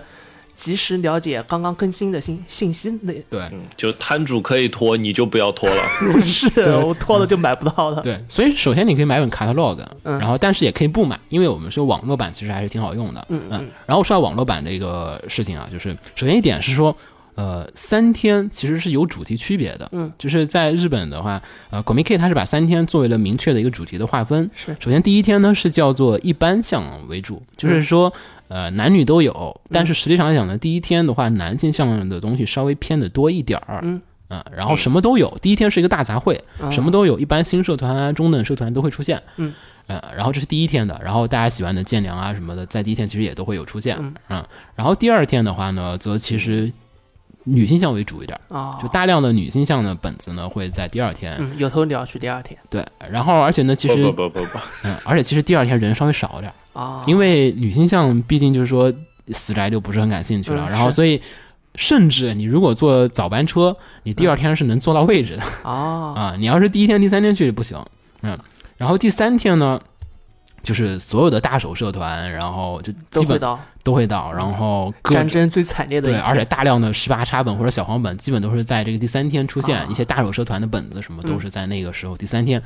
Speaker 2: 及时了解刚刚更新的信信息内。
Speaker 1: 对
Speaker 3: 嗯，就摊主可以拖，你就不要拖了。
Speaker 2: 是我拖了就买不到了。
Speaker 1: 对，所以首先你可以买本 catalog，
Speaker 2: 嗯
Speaker 1: 然后但是也可以不买，因为我们说网络版其实还是挺好用的。
Speaker 2: 嗯嗯，
Speaker 1: 然后说到网络版这个事情啊，就是首先一点是说，呃，三天其实是有主题区别的。
Speaker 2: 嗯，
Speaker 1: 就是在日本的话，呃 c o m i k 它是把三天作为了明确的一个主题的划分。
Speaker 2: 是
Speaker 1: 首先第一天呢是叫做一般项为主，就是
Speaker 2: 嗯
Speaker 1: 说。呃，男女都有，但是实际上来讲呢，第一天的话，男性项目的东西稍微偏的多一点儿，
Speaker 2: 嗯啊
Speaker 1: 嗯然后什么都有。第一天是一个大杂烩，什么都有，一般新社团啊、中等社团都会出现。
Speaker 2: 嗯
Speaker 1: 呃，然后这是第一天的，然后大家喜欢的建良啊什么的，在第一天其实也都会有出现。啊
Speaker 2: 嗯
Speaker 1: 然后第二天的话呢，则其实女性向为主一点儿，
Speaker 2: 啊，
Speaker 1: 就大量的女性向的本子呢会在第二天。
Speaker 2: 嗯，有头你要去第二天
Speaker 1: 对，然后而且呢，其
Speaker 3: 不
Speaker 1: 实
Speaker 3: 不不不不，
Speaker 1: 嗯，而且其实第二天人稍微少点儿，
Speaker 2: 啊，
Speaker 1: 因为女性向毕竟就是说死宅就不是很感兴趣了，
Speaker 2: 嗯
Speaker 1: 然后
Speaker 2: 是
Speaker 1: 所以。甚至你如果坐早班车，你第二天是能坐到位置的。
Speaker 2: 啊
Speaker 1: 啊，你要是第一天、第三天去不行，嗯，然后第三天呢，就是所有的大手社团，然后就
Speaker 2: 都
Speaker 1: 基
Speaker 2: 会
Speaker 1: 本
Speaker 2: 到
Speaker 1: 都会到，然后各
Speaker 2: 战
Speaker 1: 种
Speaker 2: 争最惨烈的
Speaker 1: 对，
Speaker 2: 一天
Speaker 1: 而且大量的十八插本或者小黄本，基本都是在这个第三天出现，
Speaker 2: 啊
Speaker 1: 一些大手社团的本子什么都
Speaker 2: 嗯
Speaker 1: 是在那个时候，第三天，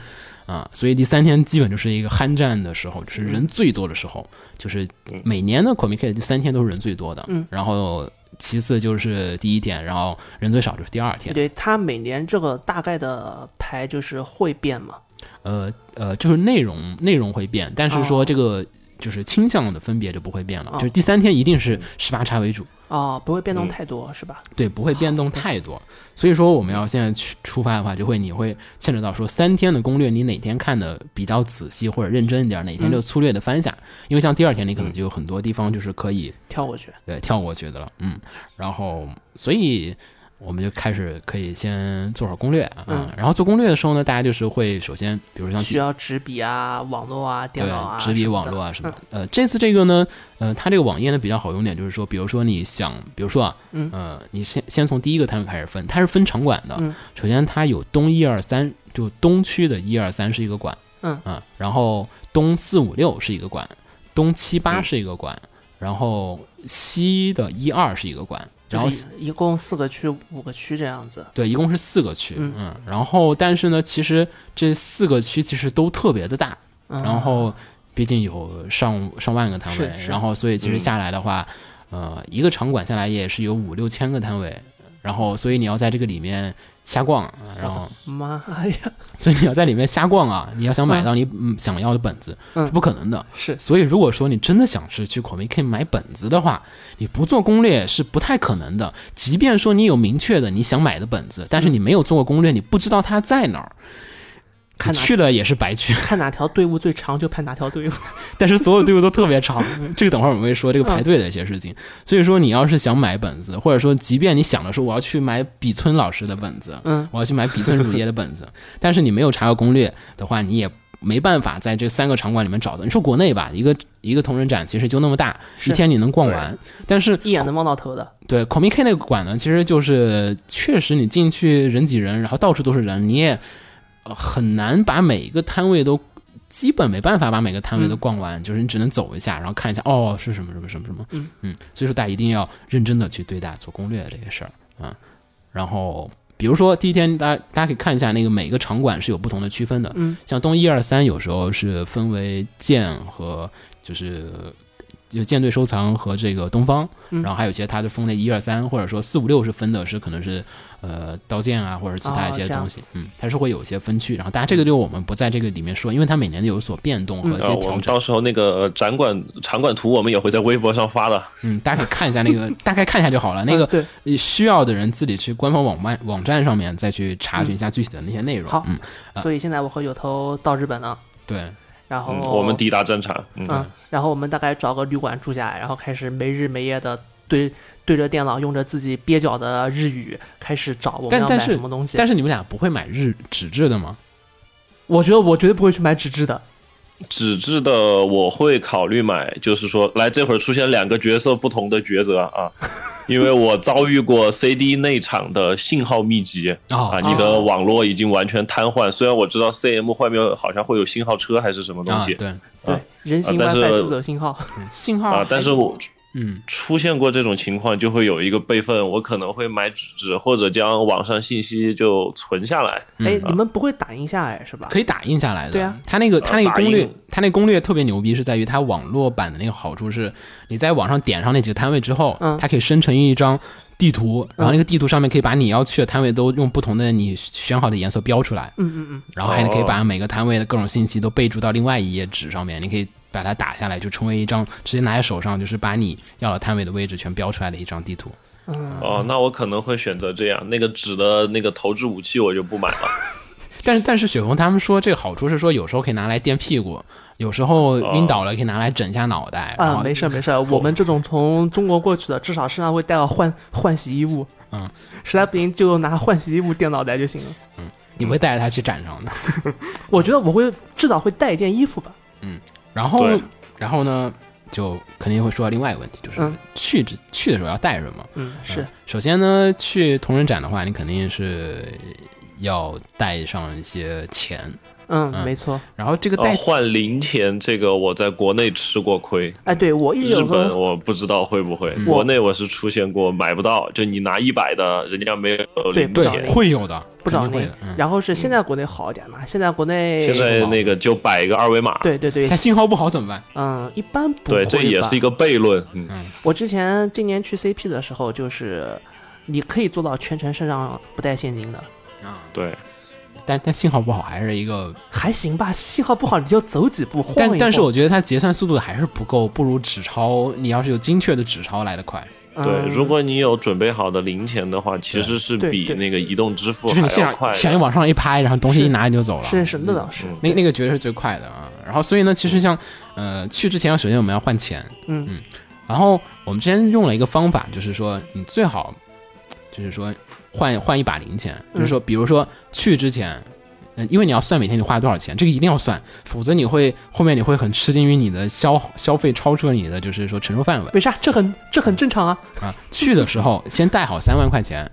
Speaker 1: 啊，所以第三天基本就是一个酣战的时候，就是
Speaker 2: 嗯
Speaker 1: 人最多的时候，就是每年的 Comic Con 第三天都是人最多的，
Speaker 2: 嗯
Speaker 1: 然后其次就是第一天，然后人最少就是第二天，
Speaker 2: 对他每年这个大概的牌就是会变嘛，
Speaker 1: 呃呃，就是内容内容会变，但是
Speaker 2: 哦
Speaker 1: 说这个就是倾向的分别就不会变了。
Speaker 2: 哦
Speaker 1: 就是第三天一定是十八叉为主，
Speaker 2: 哦，不会变
Speaker 1: 嗯
Speaker 2: 动太多、是吧？
Speaker 1: 对，不会变动太多。所以说我们要现在去出发的话，就会你会牵扯到说三天的攻略，你哪天看的比较仔细或者认真一点，哪天
Speaker 2: 嗯
Speaker 1: 就粗略的翻一下。因为像第二天你可能就有很多地方就是可以
Speaker 2: 跳过去，
Speaker 1: 呃跳过去的了，嗯，然后所以我们就开始可以先做会儿攻略啊，
Speaker 2: 嗯
Speaker 1: 然后做攻略的时候呢，大家就是会首先比如像
Speaker 2: 需要纸笔啊、网络啊、电
Speaker 1: 对，
Speaker 2: 脑啊、
Speaker 1: 纸笔网络
Speaker 2: 啊。
Speaker 1: 啊什么的。呃，这次这个呢，呃，它这个网页呢比较好用点，就是说，比如说你想，比如说啊，
Speaker 2: 嗯
Speaker 1: 呃，你先先从第一个摊位开始分，它是分场馆的。
Speaker 2: 嗯
Speaker 1: 首先它有东一二三，就东区的一二三是一个馆，
Speaker 2: 嗯
Speaker 1: 啊然后东四五六是一个馆，东七八
Speaker 3: 嗯
Speaker 1: 是一个馆，然后西的一二是一个馆，然后
Speaker 2: 就是一一共四个区、五个区这样子。
Speaker 1: 对，一共是四个区，
Speaker 2: 嗯
Speaker 1: 嗯，然后但是呢，其实这四个区其实都特别的大，
Speaker 2: 嗯、
Speaker 1: 然后毕竟有上上万个摊位
Speaker 2: 是，是嗯
Speaker 1: 然后所以其实
Speaker 3: 嗯
Speaker 1: 下来的话，呃，一个场馆下来也是有五六千个摊位，然后所以你要在这个里面瞎逛啊，然
Speaker 2: 嗯
Speaker 1: 后
Speaker 2: 妈呀，
Speaker 1: 所以你要在里面瞎逛啊，你要想买到你嗯想要的本子
Speaker 2: 嗯
Speaker 1: 是不可能的。
Speaker 2: 是
Speaker 1: 所以如果说你真的想是去 Comic 买本子的话，你不做攻略是不太可能的。即便说你有明确的你想买的本子，但是你没有做过攻略，你不知道它在哪儿，
Speaker 2: 看哪
Speaker 1: 去了也是白去。
Speaker 2: 看哪条队伍最长就排哪条队伍。
Speaker 1: 但是所有队伍都特别长，这个等会儿我们会说这个排队的一些事情。所以说，你要是想买本子，或者说即便你想着说我要去买比村老师的本子，
Speaker 2: 嗯，
Speaker 1: 我要去买比村乳业的本子，但是你没有查过攻略的话，你也没办法在这三个场馆里面找到。你说国内吧，一个一个同人展其实就那么大，
Speaker 2: 是
Speaker 1: 一天你能逛完，但是
Speaker 2: 一眼能望到头的。
Speaker 1: 对 Comic Con 那个馆呢，其实就是确实你进去人挤人，然后到处都是人，你也呃很难把每一个摊位都。基本没办法把每个摊位都
Speaker 2: 嗯
Speaker 1: 逛完，就是你只能走一下，然后看一下哦是什么什么什么什么，
Speaker 2: 嗯
Speaker 1: 所以说大家一定要认真的去对待做攻略这个事儿啊。然后比如说第一天，大家大家可以看一下那个每个场馆是有不同的区分的，
Speaker 2: 嗯，
Speaker 1: 像东一二三有时候是分为剑和就是就舰队收藏和这个东方，
Speaker 2: 嗯
Speaker 1: 然后还有一些它就分类一二三，或者说四五六是分的是可能是呃刀剑啊，或者其他
Speaker 2: 哦
Speaker 1: 一些
Speaker 2: 这样
Speaker 1: 东西，嗯，它是会有一些分区。然后大家这个就我们不在这个里面说，因为它每年有所变动
Speaker 2: 嗯
Speaker 1: 和一
Speaker 3: 呃，
Speaker 1: 些
Speaker 3: 我
Speaker 1: 调
Speaker 3: 们
Speaker 1: 整
Speaker 3: 到，时候那个展馆场馆图我们也会在微博上发的。
Speaker 1: 嗯，大家可以看一下那个，大概看一下就好了。那
Speaker 2: 嗯
Speaker 1: 个
Speaker 2: 对，
Speaker 1: 呃需要的人自己去官方网站网站上面再去查询一下具体的那些内容。
Speaker 2: 好
Speaker 1: 嗯，
Speaker 2: 所以现在我和有头到日本了，
Speaker 1: 对，
Speaker 2: 然后、
Speaker 3: 嗯，我们抵达战场。嗯，
Speaker 2: 哦嗯，然后我们大概找个旅馆住下来，然后开始没日没夜的对对着电脑，用着自己蹩脚的日语开始找我们
Speaker 1: 但
Speaker 2: 要
Speaker 1: 但
Speaker 2: 买
Speaker 1: 是
Speaker 2: 什么东西。
Speaker 1: 但
Speaker 2: 是
Speaker 1: 是你们俩不会买日纸质的吗？
Speaker 2: 我觉得我绝对不会去买纸质的，
Speaker 3: 纸质的我会考虑买，就是说，来这会儿出现两个角色不同的抉择啊， 因为我遭遇过 CD 内场的信号密集
Speaker 1: 哦
Speaker 3: 啊，你的网络已经完全瘫痪。虽然我知道 CM 画面好像会有信号车还是什么东
Speaker 1: 啊，
Speaker 3: 西
Speaker 1: 对，
Speaker 2: 对，人形
Speaker 3: 但是
Speaker 2: WiFi 自走信号，
Speaker 1: 信号
Speaker 3: 啊，但是我
Speaker 1: 嗯
Speaker 3: 出现过这种情况，就会有一个备份，我可能会买纸质或者将网上信息就存下来。
Speaker 2: 哎，你们不会打印下来是吧？
Speaker 1: 嗯啊可以打印下来的。
Speaker 2: 对啊，
Speaker 1: 它那个它那个
Speaker 3: 打
Speaker 1: 攻略
Speaker 3: 印，
Speaker 1: 它那攻略特别牛逼，是在于它网络版的那个好处是，你在网上点上那几个摊位之后，
Speaker 2: 嗯
Speaker 1: 它可以生成一张地图，然后那个地图上面可以把你要去的摊位都用不同的你选好的颜色标出来，
Speaker 2: 嗯嗯嗯，
Speaker 1: 然后还可以
Speaker 3: 哦
Speaker 1: 把每个摊位的各种信息都备注到另外一页纸上面，你可以。把它打下来，就成为一张直接拿在手上，就是把你要的摊位的位置全标出来的一张地图。嗯
Speaker 3: 哦，那我可能会选择这样，那个纸的那个投掷武器我就不买了。
Speaker 1: 但是但是雪峰他们说这个好处是说有时候可以拿来垫屁股，有时候
Speaker 3: 哦
Speaker 1: 晕倒了可以拿来枕一下脑袋。然
Speaker 2: 啊，
Speaker 1: 后
Speaker 2: 没事没事，我们这种从中国过去的，至少身上会带个换换洗衣物。
Speaker 1: 嗯，
Speaker 2: 实在不行就拿换洗衣物垫脑袋就行了。
Speaker 1: 你不会带着它去展上
Speaker 3: 嗯
Speaker 1: 的。
Speaker 2: 我觉得我会至少会带一件衣服吧。
Speaker 1: 然后
Speaker 3: 对
Speaker 1: 然后呢，就肯定会说到另外一个问题，就是
Speaker 2: 嗯
Speaker 1: 去之去的时候要带什么？
Speaker 2: 嗯，是
Speaker 1: 嗯，首先呢，去同人展的话，你肯定是要带上一些钱，
Speaker 2: 嗯，
Speaker 1: 嗯
Speaker 2: 没错。
Speaker 1: 然后这个
Speaker 3: 哦
Speaker 1: 带，
Speaker 3: 换零钱这个我在国内吃过亏，
Speaker 2: 哎，对我一直
Speaker 3: 日
Speaker 2: 有时
Speaker 3: 本
Speaker 2: 候
Speaker 3: 我不知道会不会，
Speaker 1: 嗯
Speaker 3: 国内我是出现过买不到，就你拿一百的，人家没有
Speaker 2: 对
Speaker 3: 零
Speaker 2: 不找
Speaker 1: 对
Speaker 2: 零
Speaker 3: 钱。
Speaker 1: 会有的，
Speaker 2: 不找
Speaker 1: 肯定会
Speaker 2: 您
Speaker 1: 的。，嗯，
Speaker 2: 然后是现在国内好一点嘛，现在国内
Speaker 3: 现在那个就摆一个二维码，
Speaker 2: 对对对
Speaker 1: 但，信号不好怎么办？
Speaker 2: 嗯，一般不
Speaker 3: 对，
Speaker 2: 会
Speaker 3: 这也
Speaker 2: 吧
Speaker 3: 是一个悖论。嗯，
Speaker 2: 我之前今年去 CP 的时候，就是你可以做到全程身上不带现金的，
Speaker 1: 啊，
Speaker 3: 对，
Speaker 1: 但 但信号不好还是一个，
Speaker 2: 还行吧。信号不好你就走几步，晃一
Speaker 1: 但
Speaker 2: 晃
Speaker 1: 但是我觉得它结算速度还是不够，不如纸钞，你要是有精确的纸钞来的快，
Speaker 3: 对，
Speaker 2: 嗯
Speaker 3: 如果你有准备好的零钱的话，其实是
Speaker 2: 对
Speaker 3: 比
Speaker 2: 对
Speaker 3: 那个移动支付
Speaker 1: 就是
Speaker 3: 还
Speaker 1: 你现
Speaker 3: 要快
Speaker 1: 场钱
Speaker 3: 的。
Speaker 1: 往上一拍，然后东西一
Speaker 2: 是
Speaker 1: 拿你就走了。
Speaker 2: 是是那倒是
Speaker 3: 嗯
Speaker 1: 那那个绝对是最快的啊。然后所以呢，其实像呃去之前，首先我们要换钱，
Speaker 2: 嗯
Speaker 1: 然后我们之前用了一个方法，就是说你最好就是说换换一把零钱，就是
Speaker 2: 嗯
Speaker 1: 说比如说去之前。嗯，因为你要算每天你花了多少钱，这个一定要算，否则你会后面你会很吃惊于你的消消费超出了你的就是说承受范围
Speaker 2: 没啥，这很这很正常啊。
Speaker 1: 啊。去的时候先带好三万块 钱，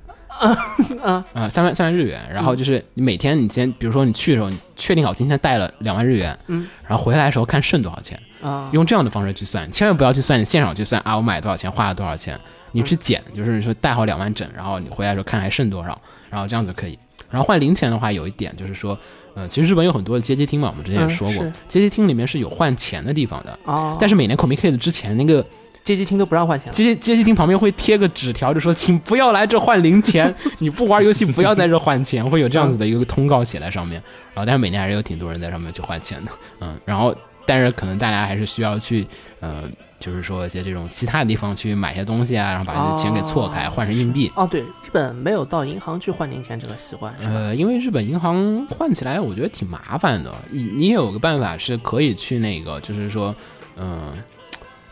Speaker 2: 啊
Speaker 1: 啊，三万三万日元，然后就是你每天你先，比如说你去的时候，你确定好今天带了两万日元，
Speaker 2: 嗯，
Speaker 1: 然后回来的时候看剩多少钱，
Speaker 2: 啊，
Speaker 1: 用这样的方式去算，千万不要去算你现场去算啊，我买多少钱，花了多少钱，你去减，
Speaker 2: 嗯
Speaker 1: 就是你说带好两万整，然后你回来的时候看还剩多少，然后这样子就可以。然后换零钱的话，有一点就是说，呃，其实日本有很多的街机厅嘛，我们之前也
Speaker 2: 嗯
Speaker 1: 说过，
Speaker 2: 是
Speaker 1: 街机厅里面是有换钱的地方的，
Speaker 2: 哦，
Speaker 1: 但是每年 Comic Con 之前那个
Speaker 2: 街机厅都不让换钱了。
Speaker 1: 街街机厅旁边会贴个纸条，就说请不要来这换零 钱，你不玩游戏不要在这换钱，会有这样子的一个通告写在上面。然后，但是每年还是有挺多人在上面去换钱的，嗯，然后但是可能大家还是需要去，呃，就是说一些这种其他地方去买一些东西啊，然后把这些钱给错开，
Speaker 2: 哦
Speaker 1: 换成硬币。
Speaker 2: 哦，对，日本没有到银行去换零钱这个习惯，是吧？
Speaker 1: 呃，因为日本银行换起来，我觉得挺麻烦的。你你也有个办法是可以去那个，就是说，嗯、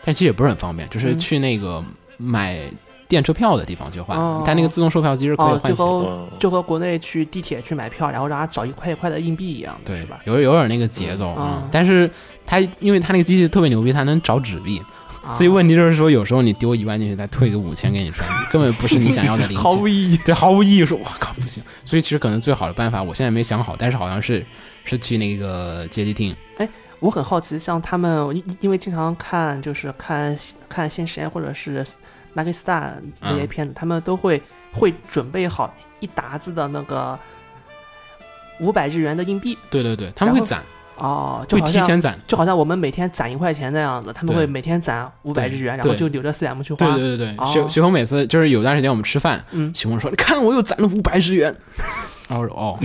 Speaker 1: 但其实也不是很方便，就是
Speaker 2: 嗯
Speaker 1: 去那个买电车票的地方去换，
Speaker 2: 哦
Speaker 1: 它那个自动售票机是可以
Speaker 2: 哦，
Speaker 1: 换
Speaker 2: 就
Speaker 1: 钱。
Speaker 2: 和
Speaker 3: 嗯
Speaker 2: 就和国内去地铁去买票，然后让他找一块一块的硬币一样的，
Speaker 1: 对
Speaker 2: 是吧，？
Speaker 1: 有有点那个节奏
Speaker 2: 嗯
Speaker 1: 啊、
Speaker 2: 哦
Speaker 1: 但是它因为它那个机器特别牛逼，它能找纸币，
Speaker 2: 啊
Speaker 1: 所以问题就是说，有时候你丢一万进去，它退个五千给你穿，根本不是你想要的零钱，
Speaker 2: 毫无意义。
Speaker 1: 对，毫无意义。说，我靠，不行。所以其实可能最好的办法，我现在没想好，但是好像是是去那个街机厅，
Speaker 2: 我很好奇，像他们，因因为经常看就是看看现实或者是 Lucky Star 那些片子，他们都会会准备好一沓子的那个五百日元的硬币
Speaker 1: 对对对，他们会
Speaker 2: 然后
Speaker 1: 攒，
Speaker 2: 哦，就
Speaker 1: 会
Speaker 2: 好
Speaker 1: 提
Speaker 2: 像
Speaker 1: 前攒。
Speaker 2: 就好像我们每天攒一块钱那样子，他们
Speaker 1: 对
Speaker 2: 会每天攒五百
Speaker 1: 对
Speaker 2: 日元，然后
Speaker 1: 对
Speaker 2: 就留着 4M 去花。
Speaker 1: 对对对对，
Speaker 2: 哦
Speaker 1: 雪雪红每次就是有段时间我们吃饭，
Speaker 2: 嗯
Speaker 1: 雪红说：“你看我又攒了五百十元。”然后我说：“ 哦，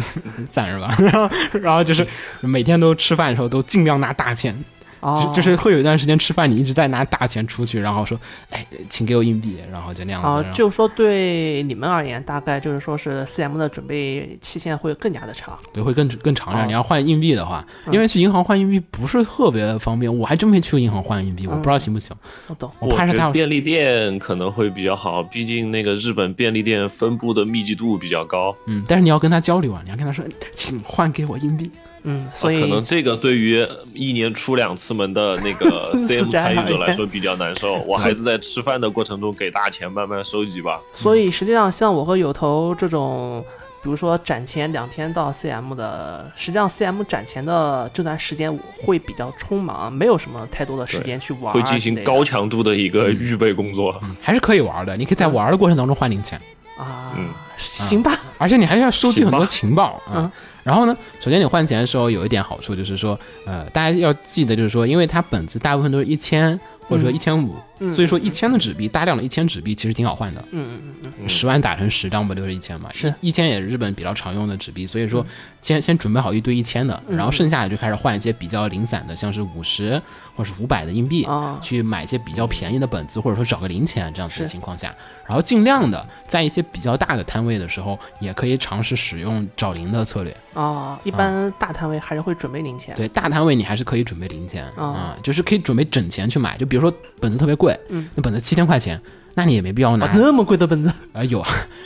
Speaker 1: 攒着吧。”然后然后就是每天都吃饭的时候都尽量拿大钱，
Speaker 2: 哦，
Speaker 1: 就就是会有一段时间吃饭你一直在拿大钱出去，然后说：“哎，请给我硬币。”然后就那样子。
Speaker 2: 哦
Speaker 1: 然，后
Speaker 2: 就是说对你们而言，大概就是说是 4M 的准备期限会更加的长。
Speaker 1: 对，会更更长点。
Speaker 2: 哦
Speaker 1: 你要换硬币的话，
Speaker 2: 嗯
Speaker 1: 因为去银行换硬币不是特别方便，我还真没去过银行换硬币，我不
Speaker 2: 嗯
Speaker 1: 知道行不行。
Speaker 2: 我懂。
Speaker 1: 我怕
Speaker 3: 觉
Speaker 1: 是
Speaker 3: 得
Speaker 1: 他
Speaker 3: 便利店可能会比较好，毕竟那个日本便利店分布的密集度比较高，
Speaker 1: 嗯，但是你要跟他交流啊，你要跟他说：“请换给我硬币。”
Speaker 2: 嗯，所以、
Speaker 3: 啊哦可能这个对于一年出两次门的那 个 CM 参与者来说比较难受。我还是在吃饭的过程中给大钱慢慢收集吧。
Speaker 2: 所以实际上，像我和有头这种，比比如说展前两天到 CM 的，实际上 CM 展前的这段时间会比较匆忙，没有什么太多的时间去玩，
Speaker 3: 会进行高强度的一个预备工作。
Speaker 1: 嗯，还是可以玩的，你可以
Speaker 2: 嗯
Speaker 1: 在玩的过程当中换零钱，
Speaker 2: 啊，
Speaker 3: 嗯
Speaker 2: 行吧，
Speaker 1: 而且你还要收集很多情报啊。
Speaker 2: 嗯
Speaker 1: 然后呢，首先你换钱的时候有一点好处就是说，呃，大家要记得就是说，因为它本子大部分都是一千或者说
Speaker 2: 嗯
Speaker 1: 一千五，
Speaker 2: 嗯
Speaker 1: 所以说一千的纸币，大量的一千纸币其实挺好换的。
Speaker 2: 嗯嗯嗯
Speaker 3: 嗯
Speaker 1: 十万打成十张不就是一千嘛？
Speaker 2: 是
Speaker 1: 一千也是日本比较常用的纸币，所以说先先准备好一堆一千的，
Speaker 2: 嗯
Speaker 1: 然后剩下的就开始换一些比较零散的，像是五十或是五百的硬币，
Speaker 2: 嗯啊，
Speaker 1: 去买一些比较便宜的本子，或者说找个零钱这样子的
Speaker 2: 是
Speaker 1: 情况下，然后尽量的在一些比较大的摊位的时候，也可以尝试使用找零的策略。
Speaker 2: 哦，一般大摊位还是会准备零钱。
Speaker 1: 对，大摊位你还是可以准备零钱啊、
Speaker 2: 哦
Speaker 1: 嗯就是可以准备整钱去买。就比如说本子特别贵，
Speaker 2: 嗯
Speaker 1: 那本子七千块钱，那你也没必要拿
Speaker 2: 啊，这么贵的本子，
Speaker 1: 啊有，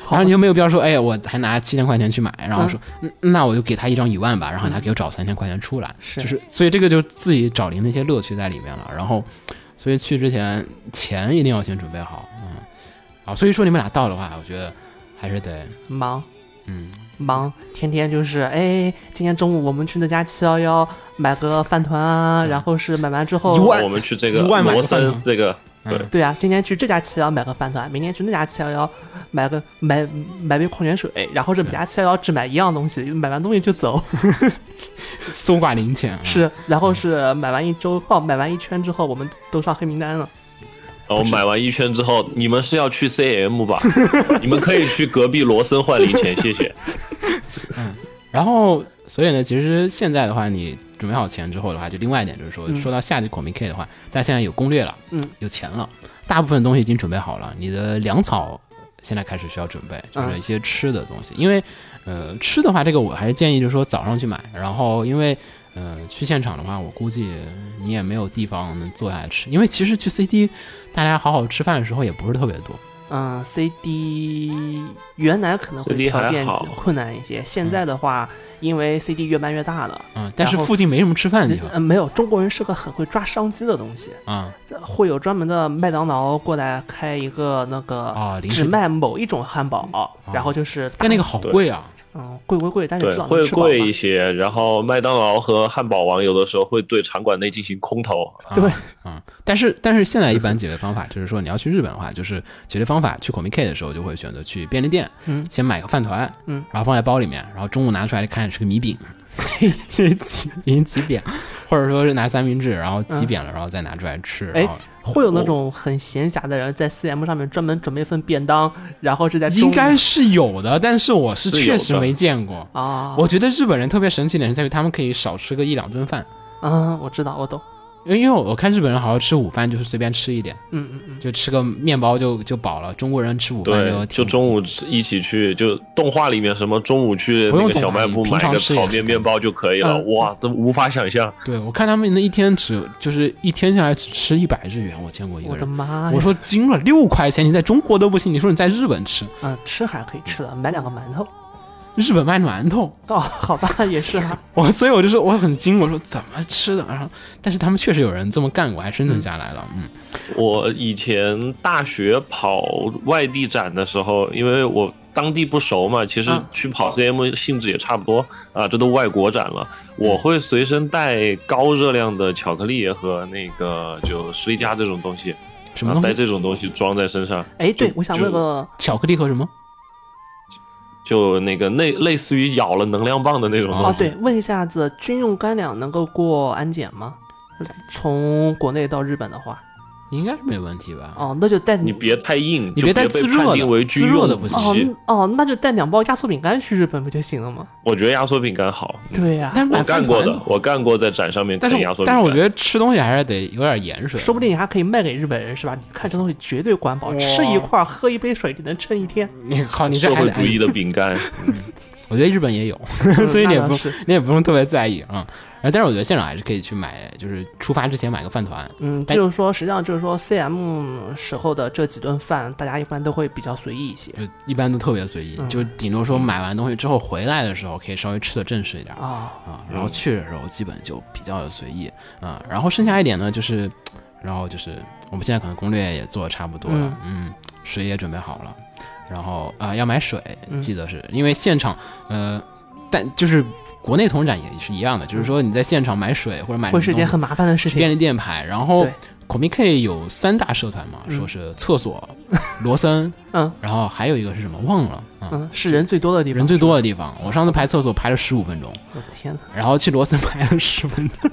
Speaker 1: 然后你就没有必要说，哎，我还拿七千块钱去买，然后说，嗯那我就给他一张一万吧，然后他给我找三千块钱出来，
Speaker 2: 是
Speaker 1: 就是，所以这个就自己找零的一些乐趣在里面了。然后，所以去之前钱一定要先准备好，嗯，啊，所以说你们俩到的话，我觉得还是得，
Speaker 2: 忙
Speaker 1: 嗯，
Speaker 2: 忙，天天就是哎，今天中午我们去那家七幺幺买个饭团啊，然后是买完之后
Speaker 1: 嗯一万
Speaker 3: 我们去这个
Speaker 1: 一万买
Speaker 3: 罗
Speaker 1: 个饭
Speaker 3: 森
Speaker 1: 团
Speaker 3: 这个
Speaker 1: 嗯
Speaker 3: 对
Speaker 2: 对啊，今天去这家七幺幺买个饭团，明天去那家七幺幺买个买买杯矿泉水，哎然后这每家七幺幺只买一样东西，买完东西就走。
Speaker 3: 嗯
Speaker 1: 搜刮零钱、嗯，
Speaker 2: 是，然后是买完一周哦，买完一圈之后，我们都上黑名单了。
Speaker 3: 然后买完一圈之后，你们是要去 CM 吧？ 你们可以去隔壁罗森换零钱，谢 谢。
Speaker 1: 然后，所以呢，其实现在的话，你准备好钱之后的话，就另外一点就是说，
Speaker 2: 嗯
Speaker 1: 说到夏季 Comic K 的话，但现在有攻略了，
Speaker 2: 嗯，
Speaker 1: 有钱了，大部分东西已经准备好了，你的粮草。现在开始需要准备，就是
Speaker 2: 嗯
Speaker 1: 一些吃的东西，因为，呃，吃的话，这个我还是建议就是说早上去买，然后因为，呃，去现场的话，我估计你也没有地方能坐下来吃，因为其实去 CD，大家好好吃饭的时候也不是特别多，
Speaker 2: 嗯，CD 原来可能会
Speaker 3: CD
Speaker 2: 条件
Speaker 3: 还好
Speaker 2: 困难一些，现在的话，因为 CD 越办越大了，
Speaker 1: 嗯，但是
Speaker 2: 然后
Speaker 1: 附近没什么吃饭的地方，
Speaker 2: 嗯，没有，中国人是个很会抓商机的东西， 呃
Speaker 1: 啊、
Speaker 2: 会有专门的麦当劳过来开一个那个
Speaker 1: 啊，零食，
Speaker 2: 只卖某一种汉堡，然后就是
Speaker 1: 但那个好
Speaker 3: 对
Speaker 1: 贵啊，
Speaker 2: 嗯贵贵贵，但
Speaker 1: 哎
Speaker 2: 是
Speaker 3: 对，
Speaker 2: 至少能
Speaker 3: 会
Speaker 2: 吃饱
Speaker 3: 贵
Speaker 2: 嘛
Speaker 3: 一些。然后麦当劳和汉堡王有的时候会对场馆内进行空投，
Speaker 2: 对
Speaker 1: 啊、嗯但是但是现在一般解决方法就是说，你要去日本的话，就是解决方法去 Comic K 的时候，就会选择去便利店，
Speaker 2: 嗯
Speaker 1: 先买个饭团，
Speaker 2: 嗯，
Speaker 1: 然后放在包里面，然后中午拿出来看是个米饼， 这是几已经几点，或者说是拿三明治，然后几点了，然后再拿出来吃，
Speaker 2: 嗯哎
Speaker 1: 然后
Speaker 2: 会有那种很闲暇的人在 CM 上面专门准备一份便当，然后是在哎中
Speaker 1: 应该是有的，但是我是
Speaker 3: 是有
Speaker 1: 确实
Speaker 3: 的
Speaker 1: 没见过。
Speaker 2: 啊，
Speaker 1: 我觉得日本人特别神奇的点是在于他们可以少吃个一两顿饭，
Speaker 2: 嗯，我知道，我懂，
Speaker 1: 因为因为我我看日本人好像吃午饭就是随便吃一点，
Speaker 2: 嗯嗯嗯，
Speaker 1: 就吃个面包就就饱了。中国人吃午饭
Speaker 3: 对，
Speaker 1: 挺
Speaker 3: 就中午吃一起去，就动画里面什么中午去
Speaker 1: 不
Speaker 3: 那
Speaker 1: 用
Speaker 3: 个
Speaker 1: 动
Speaker 3: 小
Speaker 1: 画
Speaker 3: 卖部
Speaker 1: 你平
Speaker 3: 买
Speaker 1: 常
Speaker 3: 个
Speaker 1: 吃也
Speaker 3: 炒
Speaker 1: 是
Speaker 3: 面面包就可以了。
Speaker 2: 嗯
Speaker 3: 哇，都无法想象。
Speaker 1: 对，我看他们那一天只就是一天下来只吃一百日元，我见过一个
Speaker 2: 我的
Speaker 1: 人。
Speaker 2: 妈呀！
Speaker 1: 我说惊了，六块钱你在中国都不行，你说你在日本吃，
Speaker 2: 嗯，吃还是可以吃的，买两个馒头。
Speaker 1: 日本卖馒头，
Speaker 2: 哦， 好吧，也是 啊。
Speaker 1: 我所以我就说我很惊，我说怎么吃的？然后，但是他们确实有人这么干过，还生存下来了。嗯
Speaker 3: 我以前大学跑外地展的时候，因为我当地不熟嘛，其实
Speaker 2: 嗯
Speaker 3: 去跑 CM 性质也差不多啊，这都外国展了。
Speaker 1: 嗯
Speaker 3: 我会随身带高热量的巧克力和那个就士力架这种东西，
Speaker 1: 什么
Speaker 3: 啊
Speaker 1: 东
Speaker 3: 带
Speaker 1: 西？
Speaker 3: 这种东西装在身上，
Speaker 2: 哎，对
Speaker 3: 就，
Speaker 2: 我想问个，
Speaker 1: 巧克力和什么？
Speaker 3: 就那个类类似于咬了能量棒的那种
Speaker 1: 哦
Speaker 3: 东
Speaker 2: 哦，
Speaker 3: 西。
Speaker 2: 对，问一下子，军用干粮能够过安检吗？从国内到日本的话，
Speaker 1: 应该是没问题吧？
Speaker 2: 哦，那就带
Speaker 3: 你别太硬，
Speaker 1: 你别
Speaker 3: 就别
Speaker 1: 带
Speaker 3: 被
Speaker 1: 自热的
Speaker 3: 判定为军
Speaker 1: 自热
Speaker 3: 用
Speaker 1: 的不
Speaker 2: 哦
Speaker 3: 武器
Speaker 2: 哦，那就带两包压缩饼干去日本不就行了吗？
Speaker 3: 我觉得压缩饼干好，
Speaker 2: 对呀、
Speaker 1: 但是买
Speaker 3: 我
Speaker 1: 饭
Speaker 3: 干过
Speaker 1: 团
Speaker 3: 的，我干过在展上面
Speaker 1: 但
Speaker 3: 啃
Speaker 1: 是
Speaker 3: 压
Speaker 1: 我
Speaker 3: 缩饼干。
Speaker 1: 但是我觉得吃东西还是得有点盐水。
Speaker 2: 说不定你还可以卖给日本人是吧？你看这东西绝对管饱，
Speaker 1: 哇
Speaker 2: 吃一块儿喝一杯水就能撑一 天。
Speaker 1: 你靠，你这
Speaker 3: 社
Speaker 1: 还
Speaker 3: 会
Speaker 1: 得
Speaker 3: 主义的饼干，
Speaker 1: 我觉得日本也有，
Speaker 2: 嗯
Speaker 1: 所以你也
Speaker 2: 那
Speaker 1: 不
Speaker 2: 倒是
Speaker 1: 你也不用特别在意啊。然后但是我觉得现场还是可以去买，就是出发之前买个饭团，
Speaker 2: 嗯，
Speaker 1: 哎
Speaker 2: 就是说，实际上就是说，CM 时候的这几顿饭，大家一般都会比较随意一些
Speaker 1: 就一般都特别随意，
Speaker 2: 嗯
Speaker 1: 就顶多说买完东西之后回来的时候可以稍微吃的正式一点
Speaker 2: 啊。
Speaker 1: 啊，然后去的时候基本就比较的随意啊，然后剩下一点呢就是，嗯然后就是我们现在可能攻略也做的差不多了，嗯，水也准备好了，然后啊、要买水，
Speaker 2: 嗯
Speaker 1: 记得是因为现场呃，但就是国内同展也是一样的，就是说你在现场买水或者买
Speaker 2: 嗯会是一件
Speaker 1: 东西
Speaker 2: 很麻烦的事
Speaker 1: 去便
Speaker 2: 情。
Speaker 1: 利店牌，然后
Speaker 2: 对
Speaker 1: Comic 有三大社团嘛，
Speaker 2: 嗯
Speaker 1: 说是厕所、罗森，
Speaker 2: 嗯
Speaker 1: 然后还有一个是什么忘了啊。
Speaker 2: 嗯，是人最多的地方，
Speaker 1: 人最多的地方，我上次排厕所排了十五分钟，
Speaker 2: 是吧。我的天哪，
Speaker 1: 然后去罗森排了十分钟。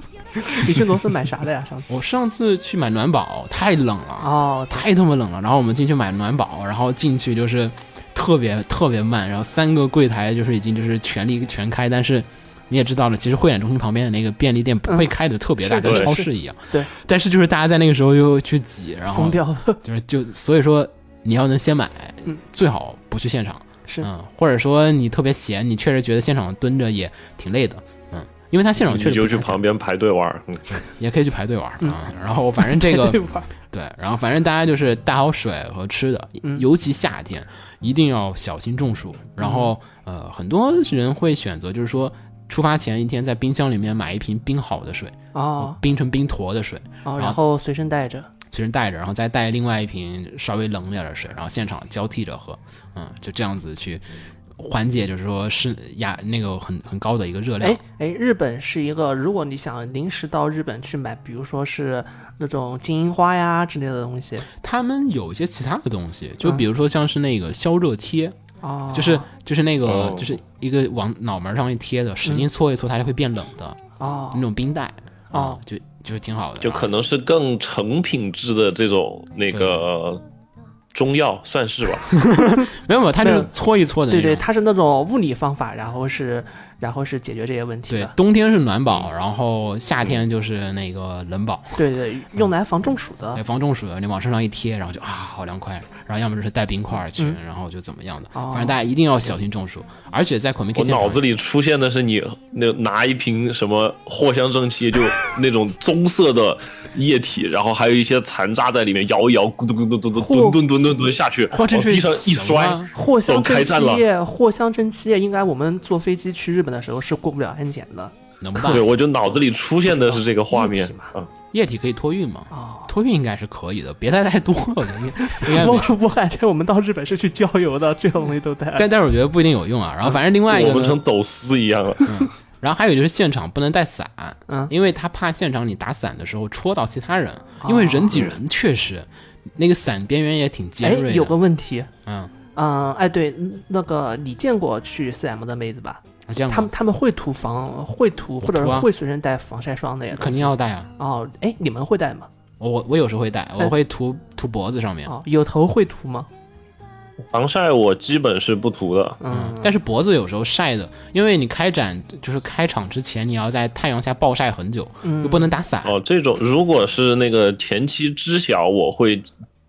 Speaker 2: 你去罗森买啥的呀？上次
Speaker 1: 我上次去买暖宝，太冷了啊
Speaker 2: 哦，他
Speaker 1: 太他妈冷了。然后我们进去买暖宝，然后进去就是特别特别慢，然后三个柜台就是已经就是全力全开，但是你也知道了，其实会展中心旁边的那个便利店不会开的特别大，
Speaker 2: 是的
Speaker 1: 跟
Speaker 3: 是
Speaker 1: 超市一样。
Speaker 2: 对，
Speaker 1: 但是就是大家在那个时候又去挤，然后嗯
Speaker 2: 疯掉了。
Speaker 1: 就是就所以说你要能先买，
Speaker 2: 嗯
Speaker 1: 最好不去现场，
Speaker 2: 是
Speaker 1: 嗯，或者说你特别闲，你确实觉得现场蹲着也挺累的，嗯，因为他现场确实
Speaker 3: 你就
Speaker 1: 不
Speaker 3: 去
Speaker 1: 像
Speaker 3: 旁边排队玩儿。嗯
Speaker 1: 也可以去排队玩
Speaker 2: 嗯
Speaker 1: 儿啊。然后反正这个
Speaker 2: 对吧？
Speaker 1: 对，然后反正大家就是带好水和吃的，
Speaker 2: 嗯
Speaker 1: 尤其夏天一定要小心中暑。然后
Speaker 2: 嗯
Speaker 1: 呃，很多人会选择就是说。出发前一天，在冰箱里面买一瓶冰好的水，
Speaker 2: 哦
Speaker 1: 冰成冰坨的水，
Speaker 2: 哦，然后随身带着，
Speaker 1: 随身带着，然后再带另外一瓶稍微冷点儿的水，然后现场交替着喝，嗯，就这样子去缓解，就是说是压那个很很高的一个热量
Speaker 2: 哎。哎，日本是一个，如果你想临时到日本去买，比如说是那种金银花呀之类的东西，
Speaker 1: 他们有一些其他的东西，就
Speaker 2: 嗯
Speaker 1: 比如说像是那个消热贴，
Speaker 2: 哦，
Speaker 1: 就是就是那个
Speaker 3: 哦
Speaker 1: 就是一个往脑门上面贴的，使劲搓一搓它就会变冷的
Speaker 2: 哦
Speaker 1: 那种冰袋啊
Speaker 2: 哦，
Speaker 1: 就就挺好的啊，
Speaker 3: 就可能是更成品质的这种那个中药，算是吧。
Speaker 1: 啊没有没有，它就
Speaker 2: 没
Speaker 1: 是
Speaker 2: 有
Speaker 1: 搓一搓的那
Speaker 2: 对对，
Speaker 1: 种。
Speaker 2: 它是那种物理方法，然后是然后是解决这些问题
Speaker 1: 对
Speaker 2: 的，，
Speaker 1: 冬天是暖宝，然后夏天就是那个冷宝，
Speaker 2: 对对，用来防中暑的
Speaker 1: 对，。防中暑的，你往身上一贴，然后就啊，好凉快。然后要么就是带冰块去，然后就怎么样的，
Speaker 2: 嗯哦
Speaker 1: 反正大家一定要小心中暑。而且在 c o m i
Speaker 3: 我
Speaker 1: c
Speaker 3: 脑子里出现的是你那拿一瓶什么藿香正 气，就那种棕色的液体，然后还有一些残渣在里面，摇一摇，咕嘟咕嘟嘟嘟，
Speaker 2: 嚯
Speaker 3: 蹲蹲蹲蹲蹲下去，
Speaker 1: 哇
Speaker 3: 往
Speaker 1: 这是
Speaker 3: 地上一
Speaker 1: 什么
Speaker 3: 摔，
Speaker 2: 藿香
Speaker 3: 走
Speaker 2: 正
Speaker 3: 开战
Speaker 2: 气
Speaker 3: 了
Speaker 2: 液，藿香正气液，应该我们坐飞机去日本的时候是过不了安检的。
Speaker 1: 能不大
Speaker 3: 对，我就脑子里出现的是这个画面
Speaker 2: 液体嘛
Speaker 3: 啊，
Speaker 1: 液体可以托运嘛？
Speaker 2: 哦，
Speaker 1: 托运应该是可以的，别带太多了，应该应该没
Speaker 2: 我我感觉我们到日本是去郊游的， 这种东西都带。
Speaker 1: 但但是我觉得不一定有用啊。然后反正另外一个
Speaker 3: 我们
Speaker 1: 呢
Speaker 3: 成走私一样了。
Speaker 1: 然后还有就是现场不能带伞，
Speaker 2: 嗯哦
Speaker 1: 因为他怕现场你打伞的时候戳到其他人，因为人挤人确实，那个伞边缘也挺
Speaker 2: 哎
Speaker 1: 尖锐的。，
Speaker 2: 有个问题，
Speaker 1: 嗯，
Speaker 2: 嗯，哎，对，嗯那个你见过去 4M 的妹子吧？
Speaker 1: 我见过
Speaker 2: 他们他们会涂防会涂，或者
Speaker 1: 嗯涂啊
Speaker 2: 是会随身带防晒霜的呀？
Speaker 1: 肯定要带啊，
Speaker 2: 哦，哎，你们会带吗？
Speaker 1: 我我我有时候会带，
Speaker 2: 哎
Speaker 1: 我会涂涂脖子上面，
Speaker 2: 哦，有头会涂吗？
Speaker 3: 防晒我基本是不涂的，
Speaker 1: 嗯
Speaker 2: 嗯，，
Speaker 1: 但是脖子有时候晒的，因为你开展就是开场之前你要在太阳下暴晒很久，
Speaker 2: 嗯
Speaker 1: 又不能打伞，
Speaker 3: 哦，这种如果是那个前期知晓我会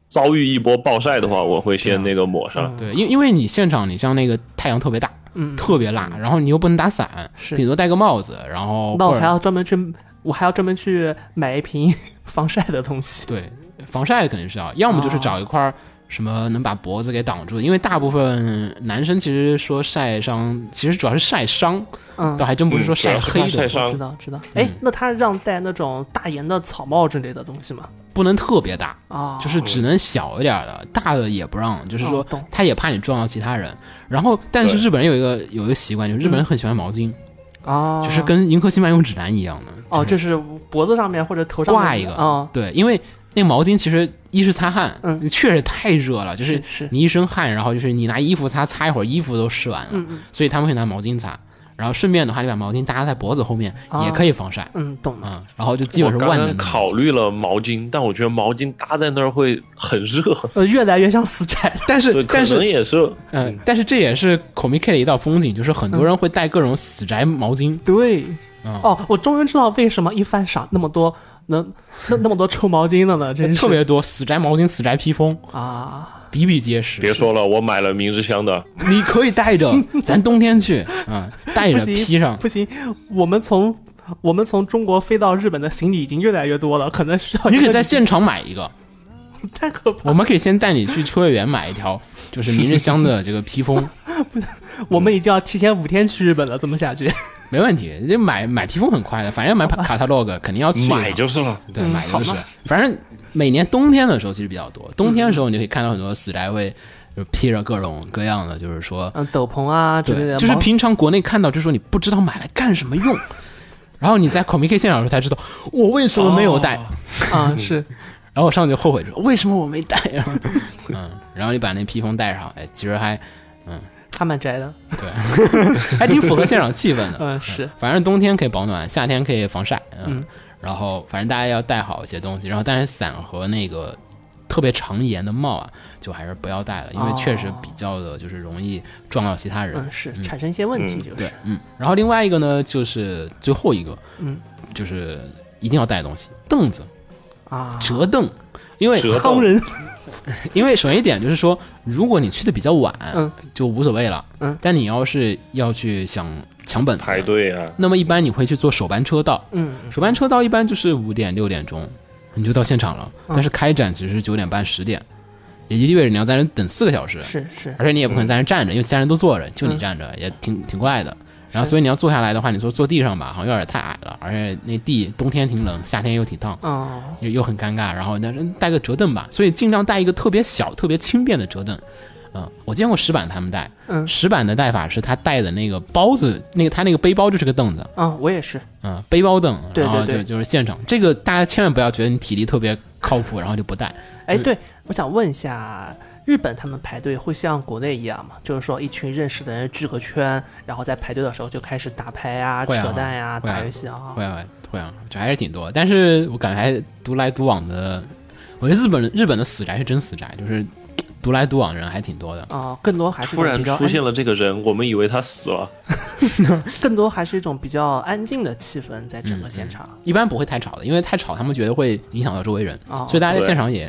Speaker 3: 遭遇一波暴晒的话，我会先那个抹上。
Speaker 1: 对，因因为你现场你像那个太阳特别大，
Speaker 2: 嗯
Speaker 1: 特别辣，然后你又不能打伞，
Speaker 2: 是
Speaker 1: 顶多戴个帽子，然后
Speaker 2: 那我
Speaker 1: 或者
Speaker 2: 还要专门去，我还要专门去买一瓶 防晒的 东西。
Speaker 1: 对，防晒肯定是要，要么
Speaker 2: 哦
Speaker 1: 就是找一块儿什么能把脖子给挡住，因为大部分男生其实说晒伤，其实主要是晒伤，
Speaker 2: 嗯
Speaker 1: 倒，还真不是
Speaker 3: 嗯
Speaker 1: 说
Speaker 3: 主要
Speaker 1: 晒
Speaker 3: 是
Speaker 1: 黑
Speaker 3: 怕晒
Speaker 1: 的，
Speaker 3: 伤
Speaker 2: 知道知道。
Speaker 1: 嗯
Speaker 2: 哎，那他让戴那种大檐的草帽之类的东西吗？
Speaker 1: 不能特别大，
Speaker 2: 啊，
Speaker 1: 就是只能小一点儿的，大的也不让，就是说
Speaker 2: 哦懂
Speaker 1: 他也怕你撞到其他人。然后，但是
Speaker 3: 对
Speaker 1: 日本人有一个有一个习
Speaker 2: 嗯
Speaker 1: 惯，就是日本人很喜欢毛巾，
Speaker 2: 啊，
Speaker 1: 就是跟《银河系漫游指南》一样的，
Speaker 2: 哦，就是脖子上面或者头上
Speaker 1: 挂
Speaker 2: 面
Speaker 1: 一个
Speaker 2: 啊，
Speaker 1: 对，因为那个毛巾其实一是擦汗，
Speaker 2: 嗯
Speaker 1: 确实太热了，就是
Speaker 2: 是是
Speaker 1: 你一身汗，然后就是你拿衣服擦，擦一会儿衣服都湿完了，
Speaker 2: 嗯嗯
Speaker 1: 所以他们会拿毛巾擦，然后顺便的话就把毛巾搭在脖子后面
Speaker 2: 啊
Speaker 1: 也可以防晒，
Speaker 2: 嗯，懂了。
Speaker 1: 嗯，然后就基本
Speaker 3: 我
Speaker 1: 是
Speaker 3: 刚
Speaker 1: 万能的
Speaker 3: 刚
Speaker 1: 毛巾
Speaker 3: 考，虑了毛巾，但我觉得毛巾搭在那儿会很热，
Speaker 2: 呃，越来越像死宅了。
Speaker 1: 但
Speaker 3: 对，
Speaker 1: 是
Speaker 3: 可
Speaker 1: 但
Speaker 3: 能
Speaker 1: 是
Speaker 3: 也是
Speaker 1: 嗯，但是这也是 Comic K 的一道风景，就是很多人会带各种死宅毛巾，
Speaker 2: 对，
Speaker 1: 嗯
Speaker 2: 哦，我终于知道为什么一番赏那么多能那那么多臭毛巾的了，真是
Speaker 1: 特别多死宅毛巾、死宅披风
Speaker 2: 啊！
Speaker 1: 比比皆是。
Speaker 3: 别说了，我买了明之香的，
Speaker 1: 你可以带着，咱冬天去，嗯，带
Speaker 2: 不
Speaker 1: 着披
Speaker 2: 行
Speaker 1: 上，
Speaker 2: 不行，我们从我们从中国飞到日本的行李已经越来越多了，可能需要
Speaker 1: 你
Speaker 2: 一
Speaker 1: 可以
Speaker 2: 个
Speaker 1: 在现场买一个。
Speaker 2: 太可怕。
Speaker 1: 我们可以先带你去秋叶原买一条，就是明日香的这个披风，
Speaker 2: 我们已经要提前五天去日本了，怎么下去？
Speaker 1: 没问题。这买买披风很快的，反正买 catalog 肯定要去一趟啊
Speaker 3: 买就是了。
Speaker 1: 对，
Speaker 2: 嗯
Speaker 1: 买
Speaker 2: 好
Speaker 1: 就
Speaker 2: 吗
Speaker 1: 是。反正每年冬天的时候其实比较多，冬天的时候你就可以看到很多死宅会就披着各种各样的，就是说，
Speaker 2: 嗯，斗篷啊之类
Speaker 1: 对，
Speaker 2: 的，
Speaker 1: 就是
Speaker 2: 毛
Speaker 1: 平常国内看到，就是说你不知道买来干什么用，然后你在 Comic 现场的时候才知道我为什么没有带，
Speaker 3: 哦
Speaker 1: 嗯
Speaker 2: 啊是，
Speaker 1: 然后我上去就后悔说为什么我没带呀、 嗯，然后你把那披风带上，哎，其实还
Speaker 2: 他蛮宅的，
Speaker 1: 还挺符合现场气氛的。
Speaker 2: 嗯是，
Speaker 1: 反正冬天可以保暖，夏天可以防晒，嗯，
Speaker 2: 嗯
Speaker 1: 然后反正大家要带好一些东西，然后但是伞和那个特别长檐的帽啊，就还是不要戴了，因为确实比较的就是容易撞到其他人。
Speaker 2: 哦嗯是，产生一些问题
Speaker 3: 嗯
Speaker 2: 就
Speaker 1: 对
Speaker 2: 是，，
Speaker 1: 嗯，然后另外一个呢，就是最后一个，
Speaker 2: 嗯
Speaker 1: 就是一定要带东西，凳子、
Speaker 2: 啊，
Speaker 1: 折凳，因为
Speaker 3: 折凳
Speaker 2: 坑人，
Speaker 1: 因为首先一点就是说，如果你去的比较晚，
Speaker 2: 嗯
Speaker 1: 就无所谓了，
Speaker 2: 嗯
Speaker 1: 但你要是要去想抢本子，
Speaker 3: 排队啊，
Speaker 1: 那么一般你会去坐首班车到，
Speaker 2: 嗯
Speaker 1: 首班车到一般就是五点六点钟，你就到现场了。
Speaker 2: 嗯
Speaker 1: 但是开展其实是九点半十点，也就意味着你要在那等四个小时，
Speaker 2: 是嗯是
Speaker 1: 而且你也不可能在那站着，因为其他人都坐着，就你站着，也挺挺怪的。然后所以你要坐下来的话，你说坐地上吧，好像有点太矮了，而且那地冬天挺冷，夏天又挺烫，
Speaker 2: 哦
Speaker 1: 又又很尴尬。然后那人带个折凳吧，所以尽量带一个特别小、特别轻便的折凳。嗯，我见过石板他们带，
Speaker 2: 嗯
Speaker 1: 石板的带法是他带的那个包子，那个他那个背包就是个凳子，
Speaker 2: 啊我也是，
Speaker 1: 嗯，背包凳，
Speaker 2: 对
Speaker 1: 然后
Speaker 2: 对
Speaker 1: 就
Speaker 2: 对
Speaker 1: 就是现场，这个大家千万不要觉得你体力特别靠谱，然后就不带。
Speaker 2: 哎对，我想问一下。日本他们排队会像国内一样吗？就是说一群认识的人聚个圈，然后在排队的时候就开始打牌啊、
Speaker 1: 会啊
Speaker 2: 扯淡呀、
Speaker 1: 会啊
Speaker 2: 打游戏啊。
Speaker 1: 会啊会啊，就还是挺多。但是我感觉还独来独往的，我觉得日本人日本的死宅是真死宅，就是独来独往的人还挺多的。
Speaker 2: 啊、更多还是
Speaker 3: 突
Speaker 2: 一种
Speaker 3: 然
Speaker 2: 比较
Speaker 3: 出
Speaker 2: 安
Speaker 3: 现了这个人，我们以为他死了。
Speaker 2: 更多还是一种比较安静的气氛在整个现场，
Speaker 1: 一般不会太吵的，因为太吵他们觉得会影响到周围人，
Speaker 2: 哦
Speaker 1: 所以大家在
Speaker 3: 对
Speaker 1: 现场也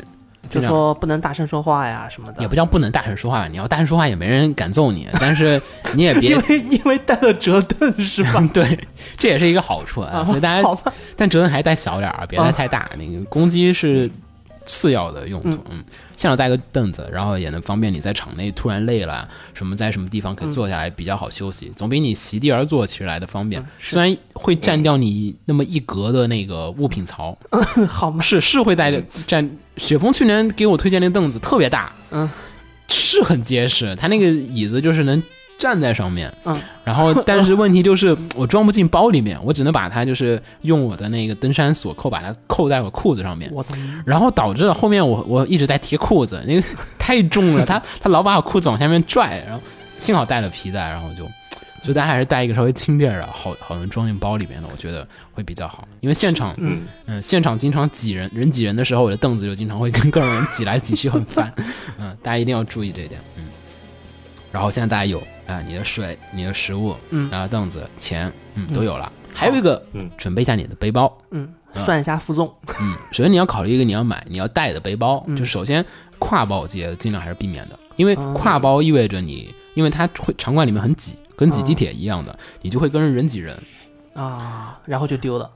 Speaker 2: 就
Speaker 1: 嗯尽量
Speaker 2: 说不能大声说话呀什么的。
Speaker 1: 也 不叫不能大声说话，你要大声说话也没人敢揍你，但是你也 别
Speaker 2: 因为因为带了折凳是吧？
Speaker 1: 对，这也是一个好处 啊。
Speaker 2: 啊，
Speaker 1: 所以大家
Speaker 2: 好吧，
Speaker 1: 但折凳还带小点儿，别带
Speaker 2: 啊
Speaker 1: 太大。那个公鸡是次要的用途，嗯，现场带个凳子，然后也能方便你在场内突然累了，什么在什么地
Speaker 2: 嗯
Speaker 1: 方可以坐下来比较好休息，总比你席地而坐其实来的方便。
Speaker 2: 嗯是
Speaker 1: 虽然会占掉你那么一格的那个物品槽，
Speaker 2: 好嘛，
Speaker 1: 是是会带占。雪峰去年给我推荐那凳子特别大，
Speaker 2: 嗯，
Speaker 1: 是很结实，他那个椅子就是能。站在上面，
Speaker 2: 嗯，
Speaker 1: 然后但是问题就是我装不进包里面，我只能把它就是用我的那个登山锁扣把它扣 在我裤子上面，
Speaker 2: 我的妈
Speaker 1: 然后导致了后面我我一直在提裤子， 那个太重了，他他老把我裤子往下面拽，然后幸好带了皮带，然后就就大家还是带一个稍微轻便的，好好能装进包里面的，我觉得会比较好，因为现场
Speaker 3: 嗯，
Speaker 1: 嗯，现场经常挤人，人挤人的时候，我的凳子就经常会跟各种人挤来挤去，很 烦。嗯，大家一定要注意这一点。嗯，然后现在大家有啊、你的水、你的食物，
Speaker 2: 嗯
Speaker 1: 然后凳子、钱，嗯，
Speaker 2: 嗯
Speaker 1: 都有了。还有一个，
Speaker 3: 嗯
Speaker 1: 准备一下你的背包。
Speaker 2: 嗯，
Speaker 1: 嗯
Speaker 2: 算一下负重，
Speaker 1: 嗯，首先你要考虑一个你要买、你要带的背包，
Speaker 2: 嗯
Speaker 1: 就首先挎包，我得尽量还是避免的，因为
Speaker 2: 哦
Speaker 1: 挎包意味着你，因为它会场馆里面很挤，跟挤地
Speaker 2: 哦
Speaker 1: 铁一样的，你就会跟人挤人。
Speaker 2: 啊，然后就丢了。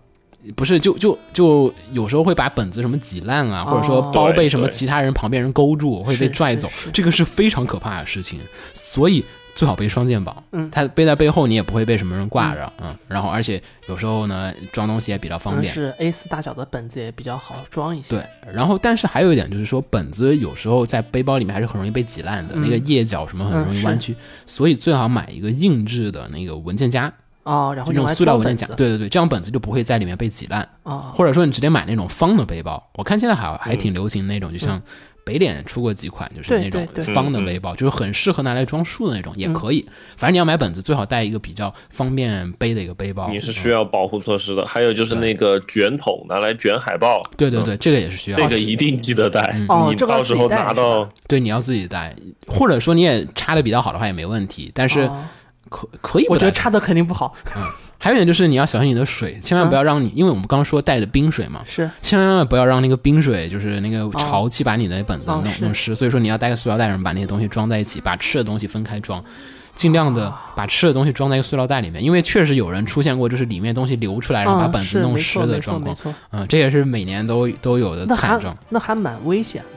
Speaker 1: 不是，就就就有时候会把本子什么挤烂啊，
Speaker 2: 哦
Speaker 1: 或者说包被什么
Speaker 3: 对对
Speaker 1: 其他人旁边人勾住，会被
Speaker 2: 是
Speaker 1: 拽走
Speaker 2: 是是，
Speaker 1: 这个是非常可怕的事情，所以最好背双肩包。
Speaker 2: 嗯
Speaker 1: 它背在背后，你也不会被什么人挂着，嗯。然后，而且有时候呢，装东西也比较方
Speaker 2: 嗯，
Speaker 1: 便。
Speaker 2: 是 A 4大小的本子也比较好装一些。
Speaker 1: 对，然后但是还有一点就是说，本子有时候在背包里面还是很容易被挤烂的，
Speaker 2: 嗯
Speaker 1: 那个页角什么很
Speaker 2: 嗯
Speaker 1: 容易
Speaker 2: 是
Speaker 1: 弯曲，所以最好买一个硬质的那个文件夹，
Speaker 2: 哦，然后
Speaker 1: 那种
Speaker 2: 用来
Speaker 1: 塑料
Speaker 2: 装
Speaker 1: 文件夹，
Speaker 2: 本子。
Speaker 1: 对对对，这样本子就不会在里面被挤烂。
Speaker 2: 啊，
Speaker 1: 或者说你直接买那种方的背包，我看现在还
Speaker 3: 嗯
Speaker 1: 还挺流行那种，就像北脸出过几款，就是
Speaker 2: 对
Speaker 1: 那种
Speaker 2: 对对
Speaker 1: 方的
Speaker 3: 嗯
Speaker 1: 背包，就是很适合拿来装书的那种，也可以。反正你要买本子，最好带一个比较方便背的一个背包。
Speaker 3: 你是需
Speaker 1: 嗯
Speaker 3: 要保护措施的。还有就是那个卷筒，拿来卷海报，
Speaker 1: 对对对，这个也是需要
Speaker 3: 嗯这
Speaker 1: 的。
Speaker 3: 个一定记得带。
Speaker 2: 哦
Speaker 3: 你
Speaker 2: 这个要
Speaker 3: 到时
Speaker 2: 自
Speaker 3: 候
Speaker 2: 己带
Speaker 3: 拿
Speaker 2: 是吧
Speaker 3: 到
Speaker 1: 对你要自己带，或者说你也插的比较好的话也没问题，但是
Speaker 2: 哦
Speaker 1: 可可以不
Speaker 2: 我觉得
Speaker 1: 带。
Speaker 2: 差的肯定不好。
Speaker 1: 还有一点就是你要小心你的水，千
Speaker 3: 嗯
Speaker 1: 万不要让你，因为我们刚刚说带的冰水嘛，
Speaker 2: 是
Speaker 1: 千万不要让那个冰水，就是那个潮气把你的本子
Speaker 2: 哦
Speaker 1: 弄、
Speaker 2: 是
Speaker 1: 弄湿。所以说你要带个塑料袋，然后把那些东西装在一起，把吃的东西分开装，尽量的
Speaker 2: 哦
Speaker 1: 把吃的东西装在一个塑料袋里面。因为确实有人出现过，就是里面东西流出来，然后把
Speaker 2: 嗯
Speaker 1: 本子
Speaker 2: 是
Speaker 1: 弄
Speaker 2: 没
Speaker 1: 湿
Speaker 2: 错
Speaker 1: 的
Speaker 2: 没错
Speaker 1: 状况
Speaker 2: 没。错
Speaker 1: 嗯，这也是每年都都有的
Speaker 2: 那
Speaker 1: 惨状
Speaker 2: 还。那还蛮危险的。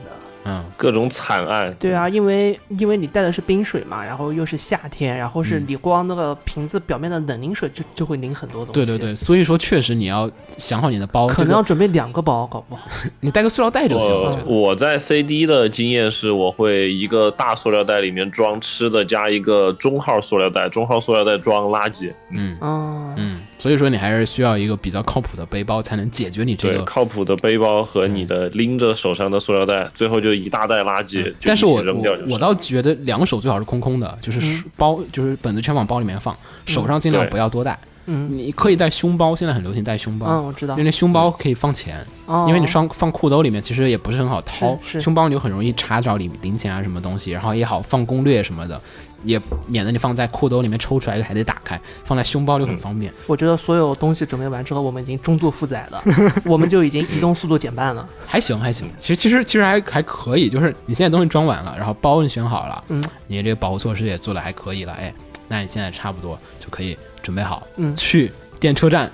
Speaker 1: 嗯
Speaker 3: 各种惨案。
Speaker 2: 对啊，因为因为你带的是冰水嘛，然后又是夏天，然后是
Speaker 1: 嗯
Speaker 2: 你光那个瓶子表面的冷凝水就就会凝很多东西。
Speaker 1: 对对，对，所以说确实你要想好你的包，
Speaker 2: 可
Speaker 1: 这
Speaker 2: 能
Speaker 1: 个
Speaker 2: 要准备两个包，搞不好。
Speaker 1: 你带个塑料袋就行，我觉
Speaker 3: 我
Speaker 1: 得。
Speaker 3: 我在 CD 的经验是，我会一个大塑料袋里面装吃的，加一个中号塑料袋，中号塑料袋装垃圾。
Speaker 1: 嗯
Speaker 2: 嗯，
Speaker 1: 嗯，所以说你还是需要一个比较靠谱的背包，才能解决你这
Speaker 3: 对，
Speaker 1: 个。嗯
Speaker 3: 靠谱的背包和你的拎着手上的塑料袋，最后就一大袋垃圾，就
Speaker 1: 但
Speaker 3: 一
Speaker 1: 是
Speaker 3: 起
Speaker 1: 我
Speaker 3: 扔掉
Speaker 1: 我
Speaker 3: 就
Speaker 1: 我
Speaker 3: 是。
Speaker 1: 倒觉得两手最好是空空的，
Speaker 2: 嗯
Speaker 1: 就是书包就是本子全往包里面放，手上尽量
Speaker 3: 对
Speaker 1: 不要多带。
Speaker 2: 嗯
Speaker 1: 你可以带胸包，现在很流行带胸包
Speaker 2: 嗯，，我知道
Speaker 1: 因为，那胸包可以放钱，
Speaker 2: 哦
Speaker 1: 因为你双放裤兜里面其实也不是很好掏，
Speaker 2: 是是
Speaker 1: 胸包你就很容易查找零零钱啊什么东西，然后也好放攻略什么的，也免得你放在裤兜里面抽出来还得打开，放在胸包就很
Speaker 3: 嗯
Speaker 1: 方便。
Speaker 2: 我觉得所有东西准备完之后，我们已经中度负载了，我们就已经移动速度减半了。
Speaker 1: 还行还行，其实其实其实还还可以，就是你现在东西装完了，然后包你选好了，
Speaker 2: 嗯，
Speaker 1: 你这个保护措施也做的还可以了，哎，那你现在差不多就可以准备好，
Speaker 2: 嗯
Speaker 1: 去电车站。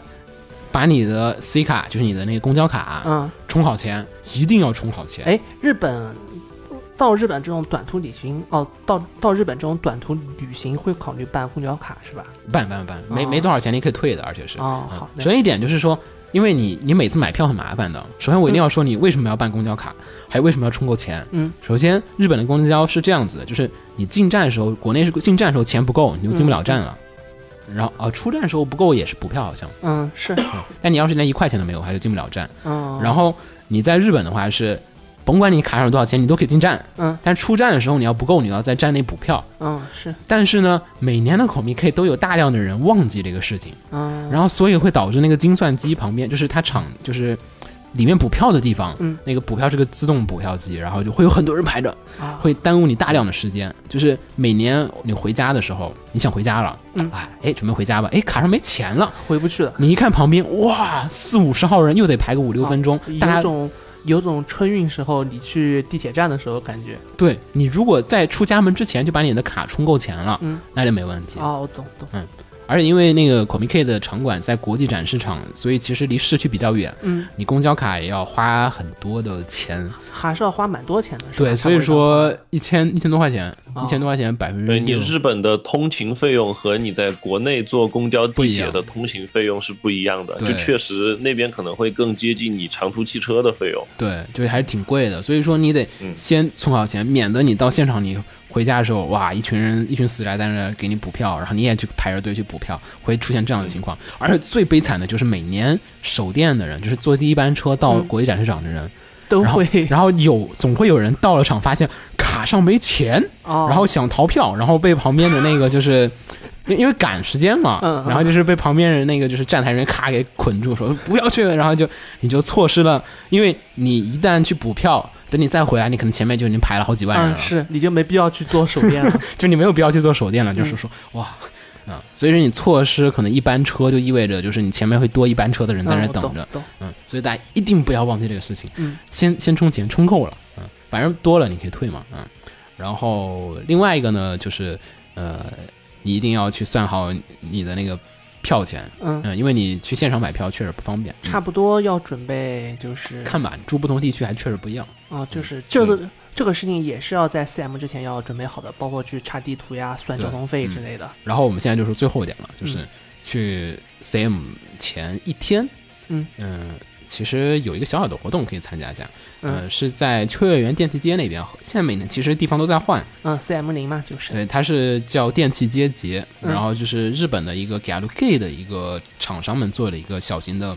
Speaker 1: 把你的 C 卡，就是你的那个公交卡，
Speaker 2: 嗯，
Speaker 1: 充好钱，一定要充好钱。
Speaker 2: 哎，日本到日本这种短途旅行，哦，到到日本这种短途旅行会考虑办公交卡是吧？
Speaker 1: 办办办，没
Speaker 2: 哦
Speaker 1: 没多少钱，你可以退的，而且是。
Speaker 2: 哦，好
Speaker 1: 首啊
Speaker 2: 的，
Speaker 1: 先一点就是说，因为你你每次买票很麻烦的。首先我一定要说你为什么要办公交卡，还有为什么要充够钱。
Speaker 2: 嗯，
Speaker 1: 首先日本的公交是这样子的，就是你进站的时候，国内是进站的时候钱不够，你就进不了站了。然后啊，出站的时候不够也是补票好像，
Speaker 2: 嗯，是，
Speaker 1: 但你要是连一块钱都没有，还是进不了站。
Speaker 2: 嗯，
Speaker 1: 然后你在日本的话是，甭管你卡上有多少钱，你都可以进站。
Speaker 2: 嗯，
Speaker 1: 但出站的时候你要不够，你要在站内补票。
Speaker 2: 嗯是，
Speaker 1: 但是呢，每年的 Comic 都有大量的人忘记这个事情，
Speaker 2: 嗯
Speaker 1: 然后所以会导致那个精算机旁边，就是它厂就是里面补票的地方，
Speaker 2: 嗯
Speaker 1: 那个补票是个自动补票机，然后就会有很多人排着，
Speaker 2: 啊，
Speaker 1: 会耽误你大量的时间。就是每年你回家的时候，你想回家了，
Speaker 2: 嗯
Speaker 1: 哎哎，准备回家吧，哎，卡上没钱了，
Speaker 2: 回不去了，啊
Speaker 1: 你一看旁边，哇，四五十号人又得排个五六分钟，大
Speaker 2: 有
Speaker 1: 家
Speaker 2: 种有种春运时候你去地铁站的时候感觉。
Speaker 1: 对你如果在出家门之前就把你的卡充够钱了，
Speaker 2: 嗯
Speaker 1: 那就没问题。
Speaker 2: 哦，我懂懂，
Speaker 1: 而且因为那个 Comic K 的场馆在国际展示场，所以其实离市区比较远，
Speaker 2: 嗯，
Speaker 1: 你公交卡也要花很多的钱。
Speaker 2: 还是要花蛮多钱的，是吧
Speaker 1: 对，所以，说一千一千多块钱，
Speaker 2: 哦
Speaker 1: 一千多块钱百分之
Speaker 3: 对你日本的通勤费用和你在国内坐公交、
Speaker 1: 不
Speaker 3: 地
Speaker 1: 一样
Speaker 3: 铁的通勤费用是不一样的，
Speaker 1: 对
Speaker 3: 就确实那边可能会更接近你长途汽车的费用。
Speaker 1: 对，就是还是挺贵的。所以说你得
Speaker 3: 嗯
Speaker 1: 先充好钱，免得你到现场你回家的时候，哇，一群人一群死宅在那给你补票，然后你也去排着队去补票，会出现这样的情况。
Speaker 2: 嗯
Speaker 1: 而且最悲惨的就是每年守店的人，就是坐第一班车到
Speaker 2: 嗯
Speaker 1: 国际展示场的人，
Speaker 2: 都
Speaker 1: 然后
Speaker 2: 会，
Speaker 1: 然后有总会有人到了场发现卡上没钱。
Speaker 2: 哦，
Speaker 1: 然后想逃票，然后被旁边的那个 就是。因因为赶时间嘛
Speaker 2: 嗯，嗯
Speaker 1: 然后就是被旁边人那个就是站台人咔给捆住，说不要去，然后就你就错失了，因为你一旦去补票，等你再回来，你可能前面就已经排了好几万人
Speaker 2: 嗯，
Speaker 1: 了，
Speaker 2: 是，你就没必要去 做手电了，
Speaker 1: 就你没有必要去做手电了，
Speaker 2: 嗯
Speaker 1: 就是说哇，啊，所以说你错失可能一班车，就意味着就是你前面会多一班车的人在
Speaker 2: 嗯
Speaker 1: 那
Speaker 2: 我
Speaker 1: 等着，
Speaker 2: 懂懂
Speaker 1: 嗯，所以大家一定不要忘记这个事情，
Speaker 2: 嗯，
Speaker 1: 先先充钱，充够了，嗯，反正多了你可以退嘛，嗯，然后另外一个呢就是，呃，你一定要去算好你的那个票钱，
Speaker 2: 嗯，
Speaker 1: 嗯，因为你去现场买票确实不方便，
Speaker 2: 差不多要准备就是
Speaker 1: 看吧，住不同地区还确实不一样，
Speaker 2: 啊，就是这
Speaker 1: 嗯
Speaker 2: 个这个事情也是要在 CM 之前要准备好的，包括去查地图呀、算交通费之
Speaker 1: 嗯
Speaker 2: 类的。
Speaker 1: 然后我们现在就是最后一点了，就是
Speaker 2: 嗯
Speaker 1: 去 CM 前一天，
Speaker 2: 嗯
Speaker 1: 嗯其实有一个小小的活动可以参加一下，
Speaker 2: 嗯
Speaker 1: 呃，是在秋叶原电器街那边，现在每年其实地方都在换，
Speaker 2: 嗯，CM 零嘛，就是
Speaker 1: 对，它是叫电器街节，
Speaker 2: 嗯
Speaker 1: 然后就是日本的一个 g a l u g a 的一个厂商们做了一个小型的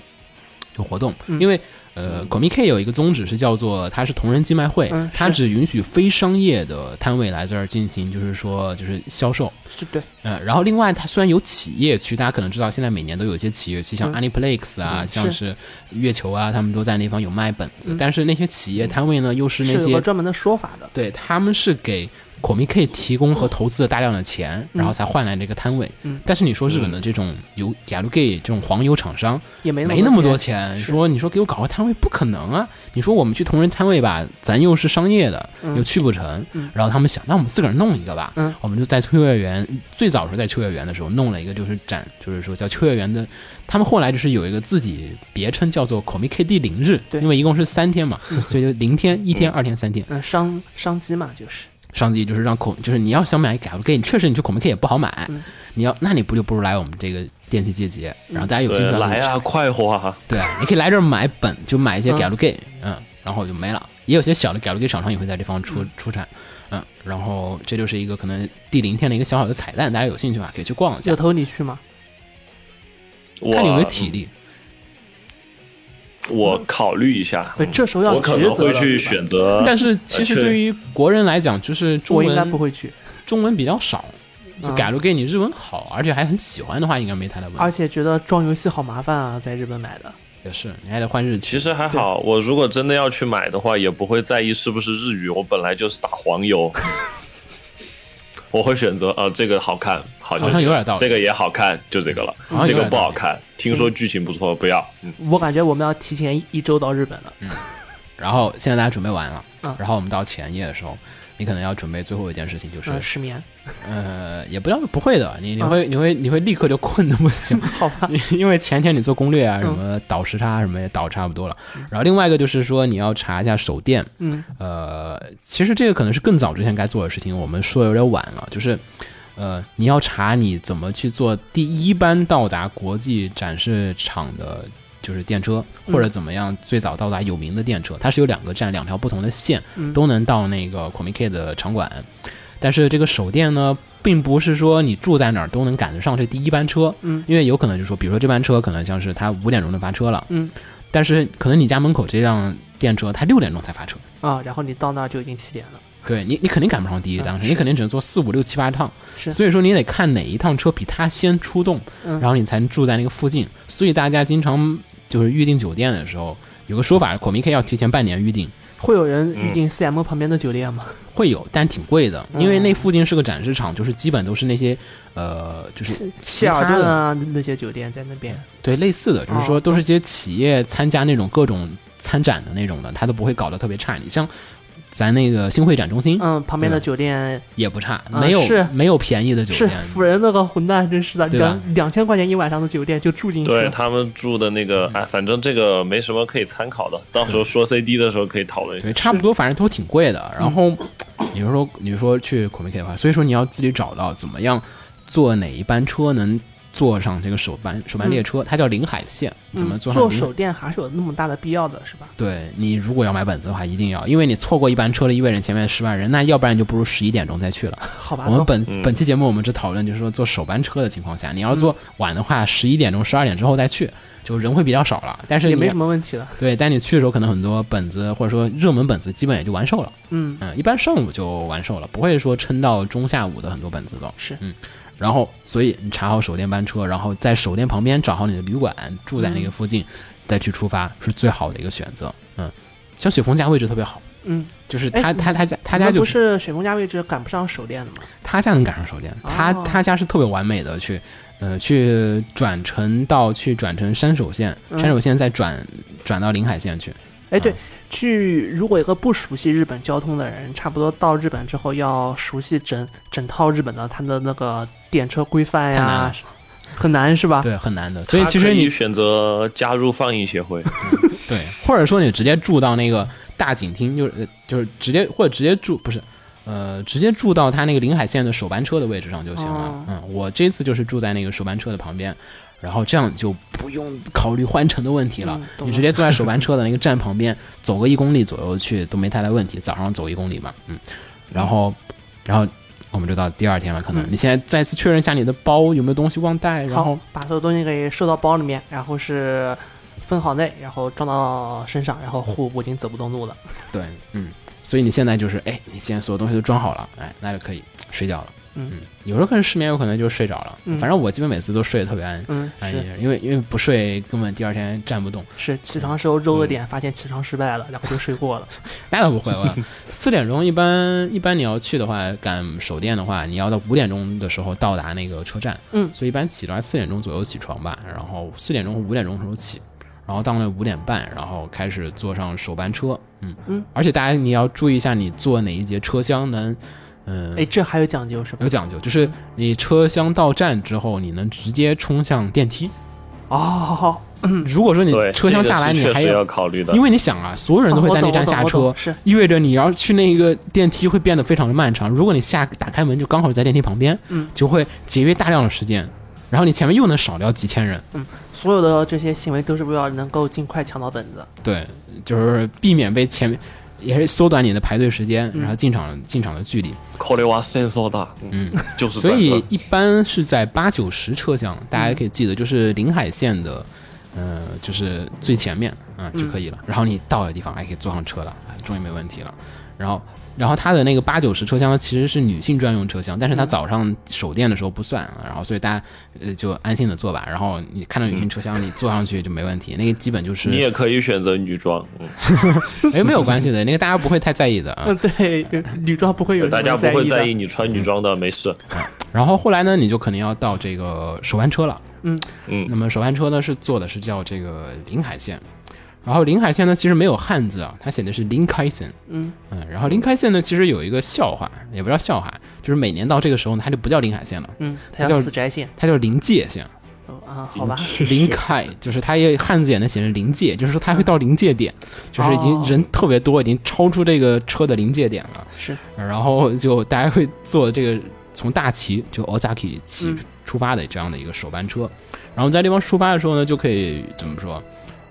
Speaker 1: 就活动，
Speaker 2: 嗯
Speaker 1: 因为呃 c o m i K 有一个宗旨是叫做它是同人寄卖会，
Speaker 2: 嗯
Speaker 1: 它
Speaker 2: 是
Speaker 1: 只允许非商业的摊位来这儿进行，就是说就是销售。
Speaker 2: 是对，
Speaker 1: 嗯，然后另外它虽然有企业区，大家可能知道现在每年都有一些企业区，像
Speaker 2: 嗯
Speaker 1: Aniplex 啊，
Speaker 2: 嗯
Speaker 1: 像是月球啊，他们都在那地方有卖本子，
Speaker 2: 嗯
Speaker 1: 但是那些企业摊位呢，又是那
Speaker 2: 是有
Speaker 1: 些
Speaker 2: 个专门的说法的。
Speaker 1: 对，他们是给孔明可以提供和投资了大量的钱，然后才换来这个摊位。
Speaker 2: 嗯
Speaker 1: 但是你说日本的这种油雅鲁 gay 这种黄油厂商
Speaker 2: 也没
Speaker 1: 没
Speaker 2: 那
Speaker 1: 那么多
Speaker 2: 钱。
Speaker 1: 钱，
Speaker 2: 是
Speaker 1: 说你说给我搞个摊位不可能啊！你说我们去同人摊位吧，咱又是商业的，
Speaker 2: 嗯
Speaker 1: 又去不成。
Speaker 2: 嗯
Speaker 1: 然后他们想，那我们自个儿弄一个吧。
Speaker 2: 嗯
Speaker 1: 我们就在秋叶原，最早是在秋叶原的时候弄了一个，就是展，就是说叫秋叶原的。他们后来就是有一个自己别称叫做 “Comic KD 零日”，
Speaker 2: 对
Speaker 1: 因为一共是三天嘛，所以就零天、一天、二天、三天。
Speaker 2: 嗯，商商机嘛，就是
Speaker 1: 上级就是让孔，就是你要想买 g a g 你确实你去孔明 K 也不好买，
Speaker 2: 嗯
Speaker 1: 你要那你不就不如来我们这个电器季节，然后大家有兴趣
Speaker 3: 对，
Speaker 1: 的话
Speaker 3: 来啊，快活啊！
Speaker 1: 对，你可以来这儿买本，就买一些
Speaker 2: 嗯
Speaker 1: g a l g a 嗯，然后就没了。也有些小的 g a l g a 厂商也会在这方出出产，嗯，然后这就是一个可能第零天的一个小小的彩蛋，大家有兴趣的话可以去逛一下
Speaker 2: 有，头你去吗？
Speaker 3: 我
Speaker 1: 看你有没有体力。
Speaker 3: 我考虑一下，嗯
Speaker 2: 不嗯是，这时候要
Speaker 3: 我可
Speaker 2: 抉
Speaker 3: 能
Speaker 2: 择了对
Speaker 3: 会去
Speaker 2: 吧
Speaker 3: 选择。
Speaker 1: 但是其实
Speaker 3: 呃确
Speaker 1: 对于国人来讲，就是中
Speaker 2: 我应该不
Speaker 1: 文
Speaker 2: 会去，
Speaker 1: 中文比较少，就
Speaker 2: 嗯
Speaker 1: g a l g a 你日文好，而且还很喜欢的话，应该没太大问题。
Speaker 2: 而且觉得装游戏好麻烦啊，在日本买的。
Speaker 1: 也是，你还得换日期。
Speaker 3: 其实还好，我如果真的要去买的话，也不会在意是不是日语，我本来就是打黄 油。我会选择啊，这个好看，好
Speaker 1: 好像有点道理
Speaker 3: 这个也好看，就这个了
Speaker 1: 好像。有
Speaker 3: 这
Speaker 1: 点道理
Speaker 3: 个不好看，听说剧情不错，不要。嗯，
Speaker 2: 我感觉我们要提前一周到日本了。
Speaker 1: 嗯然后现在大家准备完了，
Speaker 2: 嗯
Speaker 1: 然后我们到前夜的时候，你可能要准备最后一件事情，就是、
Speaker 2: 嗯，失眠，
Speaker 1: 呃，也不要不会的，你你会、你会你会立刻就困的不 行，
Speaker 2: 好 吧。
Speaker 1: 因为前天你做攻略啊，什
Speaker 2: 嗯
Speaker 1: 么倒时差什么也倒差不多了。然后另外一个就是说你要查一下手电，
Speaker 2: 嗯
Speaker 1: 呃，其实这个可能是更早之前该做的事情，我们说的有点晚了，就是。呃，你要查你怎么去做第一班到达国际展示场的，就是电车，或者
Speaker 2: 嗯
Speaker 1: 怎么样最早到达有名的电车，它是有两个站，两条不同的线，
Speaker 2: 嗯
Speaker 1: 都能到那个 c o m i K 的场馆。但是这个手电呢，并不是说你住在哪儿都能赶得上这第一班车，
Speaker 2: 嗯
Speaker 1: 因为有可能就是说，比如说这班车可能像是它五点钟就发车了，
Speaker 2: 嗯
Speaker 1: 但是可能你家门口这辆电车它六点钟才发车，
Speaker 2: 啊，然后你到那儿就已经七点了。
Speaker 1: 对你，你肯定赶不上第一趟，
Speaker 2: 嗯
Speaker 1: 你
Speaker 2: 是
Speaker 1: 肯定只能坐四五六七八趟，
Speaker 2: 是
Speaker 1: 所以说你得看哪一趟车比它先出动，
Speaker 2: 嗯
Speaker 1: 然后你才能住在那个附近。所以大家经常就是预定酒店的时候，有个说法，孔明 K 要提前半年预定，
Speaker 2: 会有人
Speaker 1: 嗯
Speaker 2: 预定 CM 旁边的酒店吗？
Speaker 1: 会有，但挺贵的，因
Speaker 2: 嗯
Speaker 1: 为那附近是个展示场，就是基本都是那些呃，就是其
Speaker 2: 希尔
Speaker 1: 他
Speaker 2: 顿
Speaker 1: 的
Speaker 2: 啊那些酒店在那边。
Speaker 1: 对类似的，就是说
Speaker 2: 哦
Speaker 1: 都是一些企业参加那种各种参展的那种的，它都不会搞得特别差。你像咱那个新会展中心
Speaker 2: 嗯，旁边的
Speaker 1: 对
Speaker 2: 酒店
Speaker 1: 也不差，
Speaker 2: 嗯
Speaker 1: 没有、
Speaker 2: 是
Speaker 1: 没有便宜的酒
Speaker 2: 是
Speaker 1: 店。
Speaker 2: 辅仁那个混蛋，真是的，
Speaker 1: 对啊吧
Speaker 2: 两两千块钱一晚上的酒店就住进去
Speaker 3: 对
Speaker 2: 了。
Speaker 3: 他们住的那
Speaker 1: 嗯
Speaker 3: 个，哎，反正这个没什么可以参考的，到时候说 CD 的时候可以讨论一下。
Speaker 1: 对，差不多，反正都挺贵的。
Speaker 2: 嗯
Speaker 1: 然后你是说你是说去孔明 K 的话，所以说你要自己找到怎么样坐哪一班车能坐上这个首班首班列车，它叫临海线，
Speaker 2: 嗯
Speaker 1: 怎么坐上
Speaker 2: 做
Speaker 1: 临海
Speaker 2: 手电还是有那么大的必要的，是吧？
Speaker 1: 对你如果要买本子的话，一定要，因为你错过一班车了，意味着前面十万人，那要不然你就不如十一点钟再去了。
Speaker 2: 好吧，
Speaker 1: 我们
Speaker 2: 都
Speaker 1: 本、
Speaker 3: 嗯
Speaker 1: 本期节目我们只讨论就是说坐首班车的情况下，你要坐晚的话，十一点钟、十二点之后再去，就人会比较少了。但是
Speaker 2: 也
Speaker 1: 你
Speaker 2: 没什么问题了。
Speaker 1: 对，但你去的时候可能很多本子或者说热门本子基本也就完售了，
Speaker 2: 嗯，
Speaker 1: 嗯，一般上午就完售了，不会说撑到中下午的很多本子都。嗯
Speaker 2: 是，
Speaker 1: 然后，所以你查好手电班车，然后在手电旁边找好你的旅馆，住在那
Speaker 2: 嗯
Speaker 1: 个附近，再去出发是最好的一个选择。嗯，像雪峰家位置特别好，
Speaker 2: 嗯，
Speaker 1: 就是
Speaker 2: 哎
Speaker 1: 他他他家他
Speaker 2: 你
Speaker 1: 家
Speaker 2: 们
Speaker 1: 就
Speaker 2: 不是雪峰家位置赶不上手电的吗？
Speaker 1: 他家能赶上手电，他
Speaker 2: 哦
Speaker 1: 他家是特别完美的去，呃，去转乘到去转乘山手线，
Speaker 2: 嗯
Speaker 1: 山手线再转转到临海线去。
Speaker 2: 哎，对
Speaker 1: 嗯，
Speaker 2: 去如果有个不熟悉日本交通的人，差不多到日本之后要熟悉整整套日本的它的那个电车规范
Speaker 1: 太难
Speaker 2: 呀
Speaker 1: 了，
Speaker 2: 很难是吧？
Speaker 1: 对，很难的。所以其
Speaker 3: 他
Speaker 1: 实
Speaker 3: 可以
Speaker 1: 你
Speaker 3: 选择加入放映协会，
Speaker 1: 对，或者说你直接住到那个大景厅，就是呃就是直接或者直接住不是，呃，直接住到他那个临海线的首班车的位置上就行了。
Speaker 2: 哦
Speaker 1: 嗯，我这次就是住在那个首班车的旁边，然后这样就不用考虑换乘的问题了
Speaker 2: 嗯，懂
Speaker 1: 你
Speaker 2: 了
Speaker 1: 直接坐在首班车的那个站旁边，走个一公里左右去都没太大问题。早上走一公里嘛，嗯，然后，然后。我们就到第二天了，可能
Speaker 2: 嗯
Speaker 1: 你现在再次确认一下你的包有没有东西忘带，然后
Speaker 2: 好，把所有东西给收到包里面，然后是分好类，然后装到身上，然后户我已经走不动路了。
Speaker 1: 对，嗯，所以你现在就是，哎，你现在所有东西都装好了，哎，那就可以睡觉了。
Speaker 2: 嗯，
Speaker 1: 有时候可能失眠，有可能就睡着了。
Speaker 2: 嗯
Speaker 1: 反正我基本每次都睡得特别安
Speaker 2: 嗯，
Speaker 3: 哎
Speaker 1: 安
Speaker 2: 是
Speaker 1: 逸，因为因为不睡根本第二天站不动。
Speaker 2: 是，起床时候揉
Speaker 3: 嗯
Speaker 2: 了点，发现起床失败了，然后就睡过了。
Speaker 1: 那倒不会，我四点钟一般一般你要去的话，赶首电的话，你要到五点钟的时候到达那个车站。
Speaker 2: 嗯
Speaker 1: 所以一般起的话四点钟左右起床吧，然后四点钟和五点钟的时候起，然后到那五点半，然后开始坐上首班车。嗯
Speaker 2: 嗯，
Speaker 1: 而且大家你要注意一下，你坐哪一节车厢能，嗯、
Speaker 2: 哎，这还有讲究是吧
Speaker 1: 有？讲究，就是你车厢到站之后，你能直接冲向电梯。
Speaker 2: 哦，
Speaker 1: 如果说你
Speaker 3: 对，
Speaker 1: 车厢下来，
Speaker 3: 这
Speaker 1: 你
Speaker 3: 个是
Speaker 1: 还
Speaker 3: 确实
Speaker 1: 有
Speaker 3: 要考虑的
Speaker 1: 因。为你想啊，所有人都会在那站下
Speaker 2: 哦我懂我懂
Speaker 1: 车，
Speaker 2: 我懂是
Speaker 1: 意味着你要去那个电梯会变得非常的漫长。如果你下打开门就刚好在电梯旁边，
Speaker 2: 嗯，
Speaker 1: 就会节约大量的时间，然后你前面又能少掉几千人。
Speaker 2: 所有的这些行为都是为了能够尽快抢到本子。
Speaker 3: 啊
Speaker 1: 对，
Speaker 2: 嗯
Speaker 1: 就是避免被前面，也是缩短你的排队时间，
Speaker 2: 嗯
Speaker 1: 然后进场进场的距离。
Speaker 3: 考虑哇线索大，
Speaker 1: 嗯，
Speaker 3: 就是
Speaker 1: 所
Speaker 3: 这
Speaker 1: 以
Speaker 3: 个
Speaker 1: 一般是在八九十车厢，大家可以记得，就是临海线的，呃，就是最前面啊、
Speaker 3: 嗯
Speaker 1: 就可以了。然后你到了地方，哎，可以坐上车了，哎终于没问题了。然后，然后它的那个八九十车厢其实是女性专用车厢，但是
Speaker 3: 嗯
Speaker 1: 它早上首电的时候不算，啊，然后所以大家呃就安心的坐吧。然后你看到女性车厢，你坐上去就没 问题，那个基本就是
Speaker 3: 你也可以选择女装，嗯，
Speaker 1: 哎没有关系的，那个大家不会太在意的啊。
Speaker 2: 嗯， 对，女装不会有人
Speaker 3: 大家不会在
Speaker 2: 在
Speaker 3: 意
Speaker 2: 意
Speaker 3: 你穿女装的，没事。
Speaker 1: 然后后来呢，你就肯定要到这个首班车了。
Speaker 2: 嗯
Speaker 3: 嗯
Speaker 1: 那么首班车呢是坐的是叫这个临海线，然后临海线呢其实没有汉字啊，它写的是临开线。
Speaker 2: 嗯
Speaker 1: 嗯，然后临开线呢其实有一个笑话，也不叫笑话，就是每年到这个时候呢，它就不叫临海线了，
Speaker 2: 的嗯，它
Speaker 1: 叫
Speaker 2: 叫死宅线。
Speaker 1: 它叫临界线。
Speaker 2: 哦啊，好吧，
Speaker 1: 临开就是它也汉字也能写成临界，就是说它会到临界点，就是已经
Speaker 2: 哦
Speaker 1: 人特别多，已经超出这个车的临界点了。呃
Speaker 2: 是，
Speaker 1: 然后就大家会坐这个从大崎就 Osaki 起
Speaker 2: 嗯
Speaker 1: 出发的这样的一个首班车，然后在地方出发的时候呢，就可以怎么说？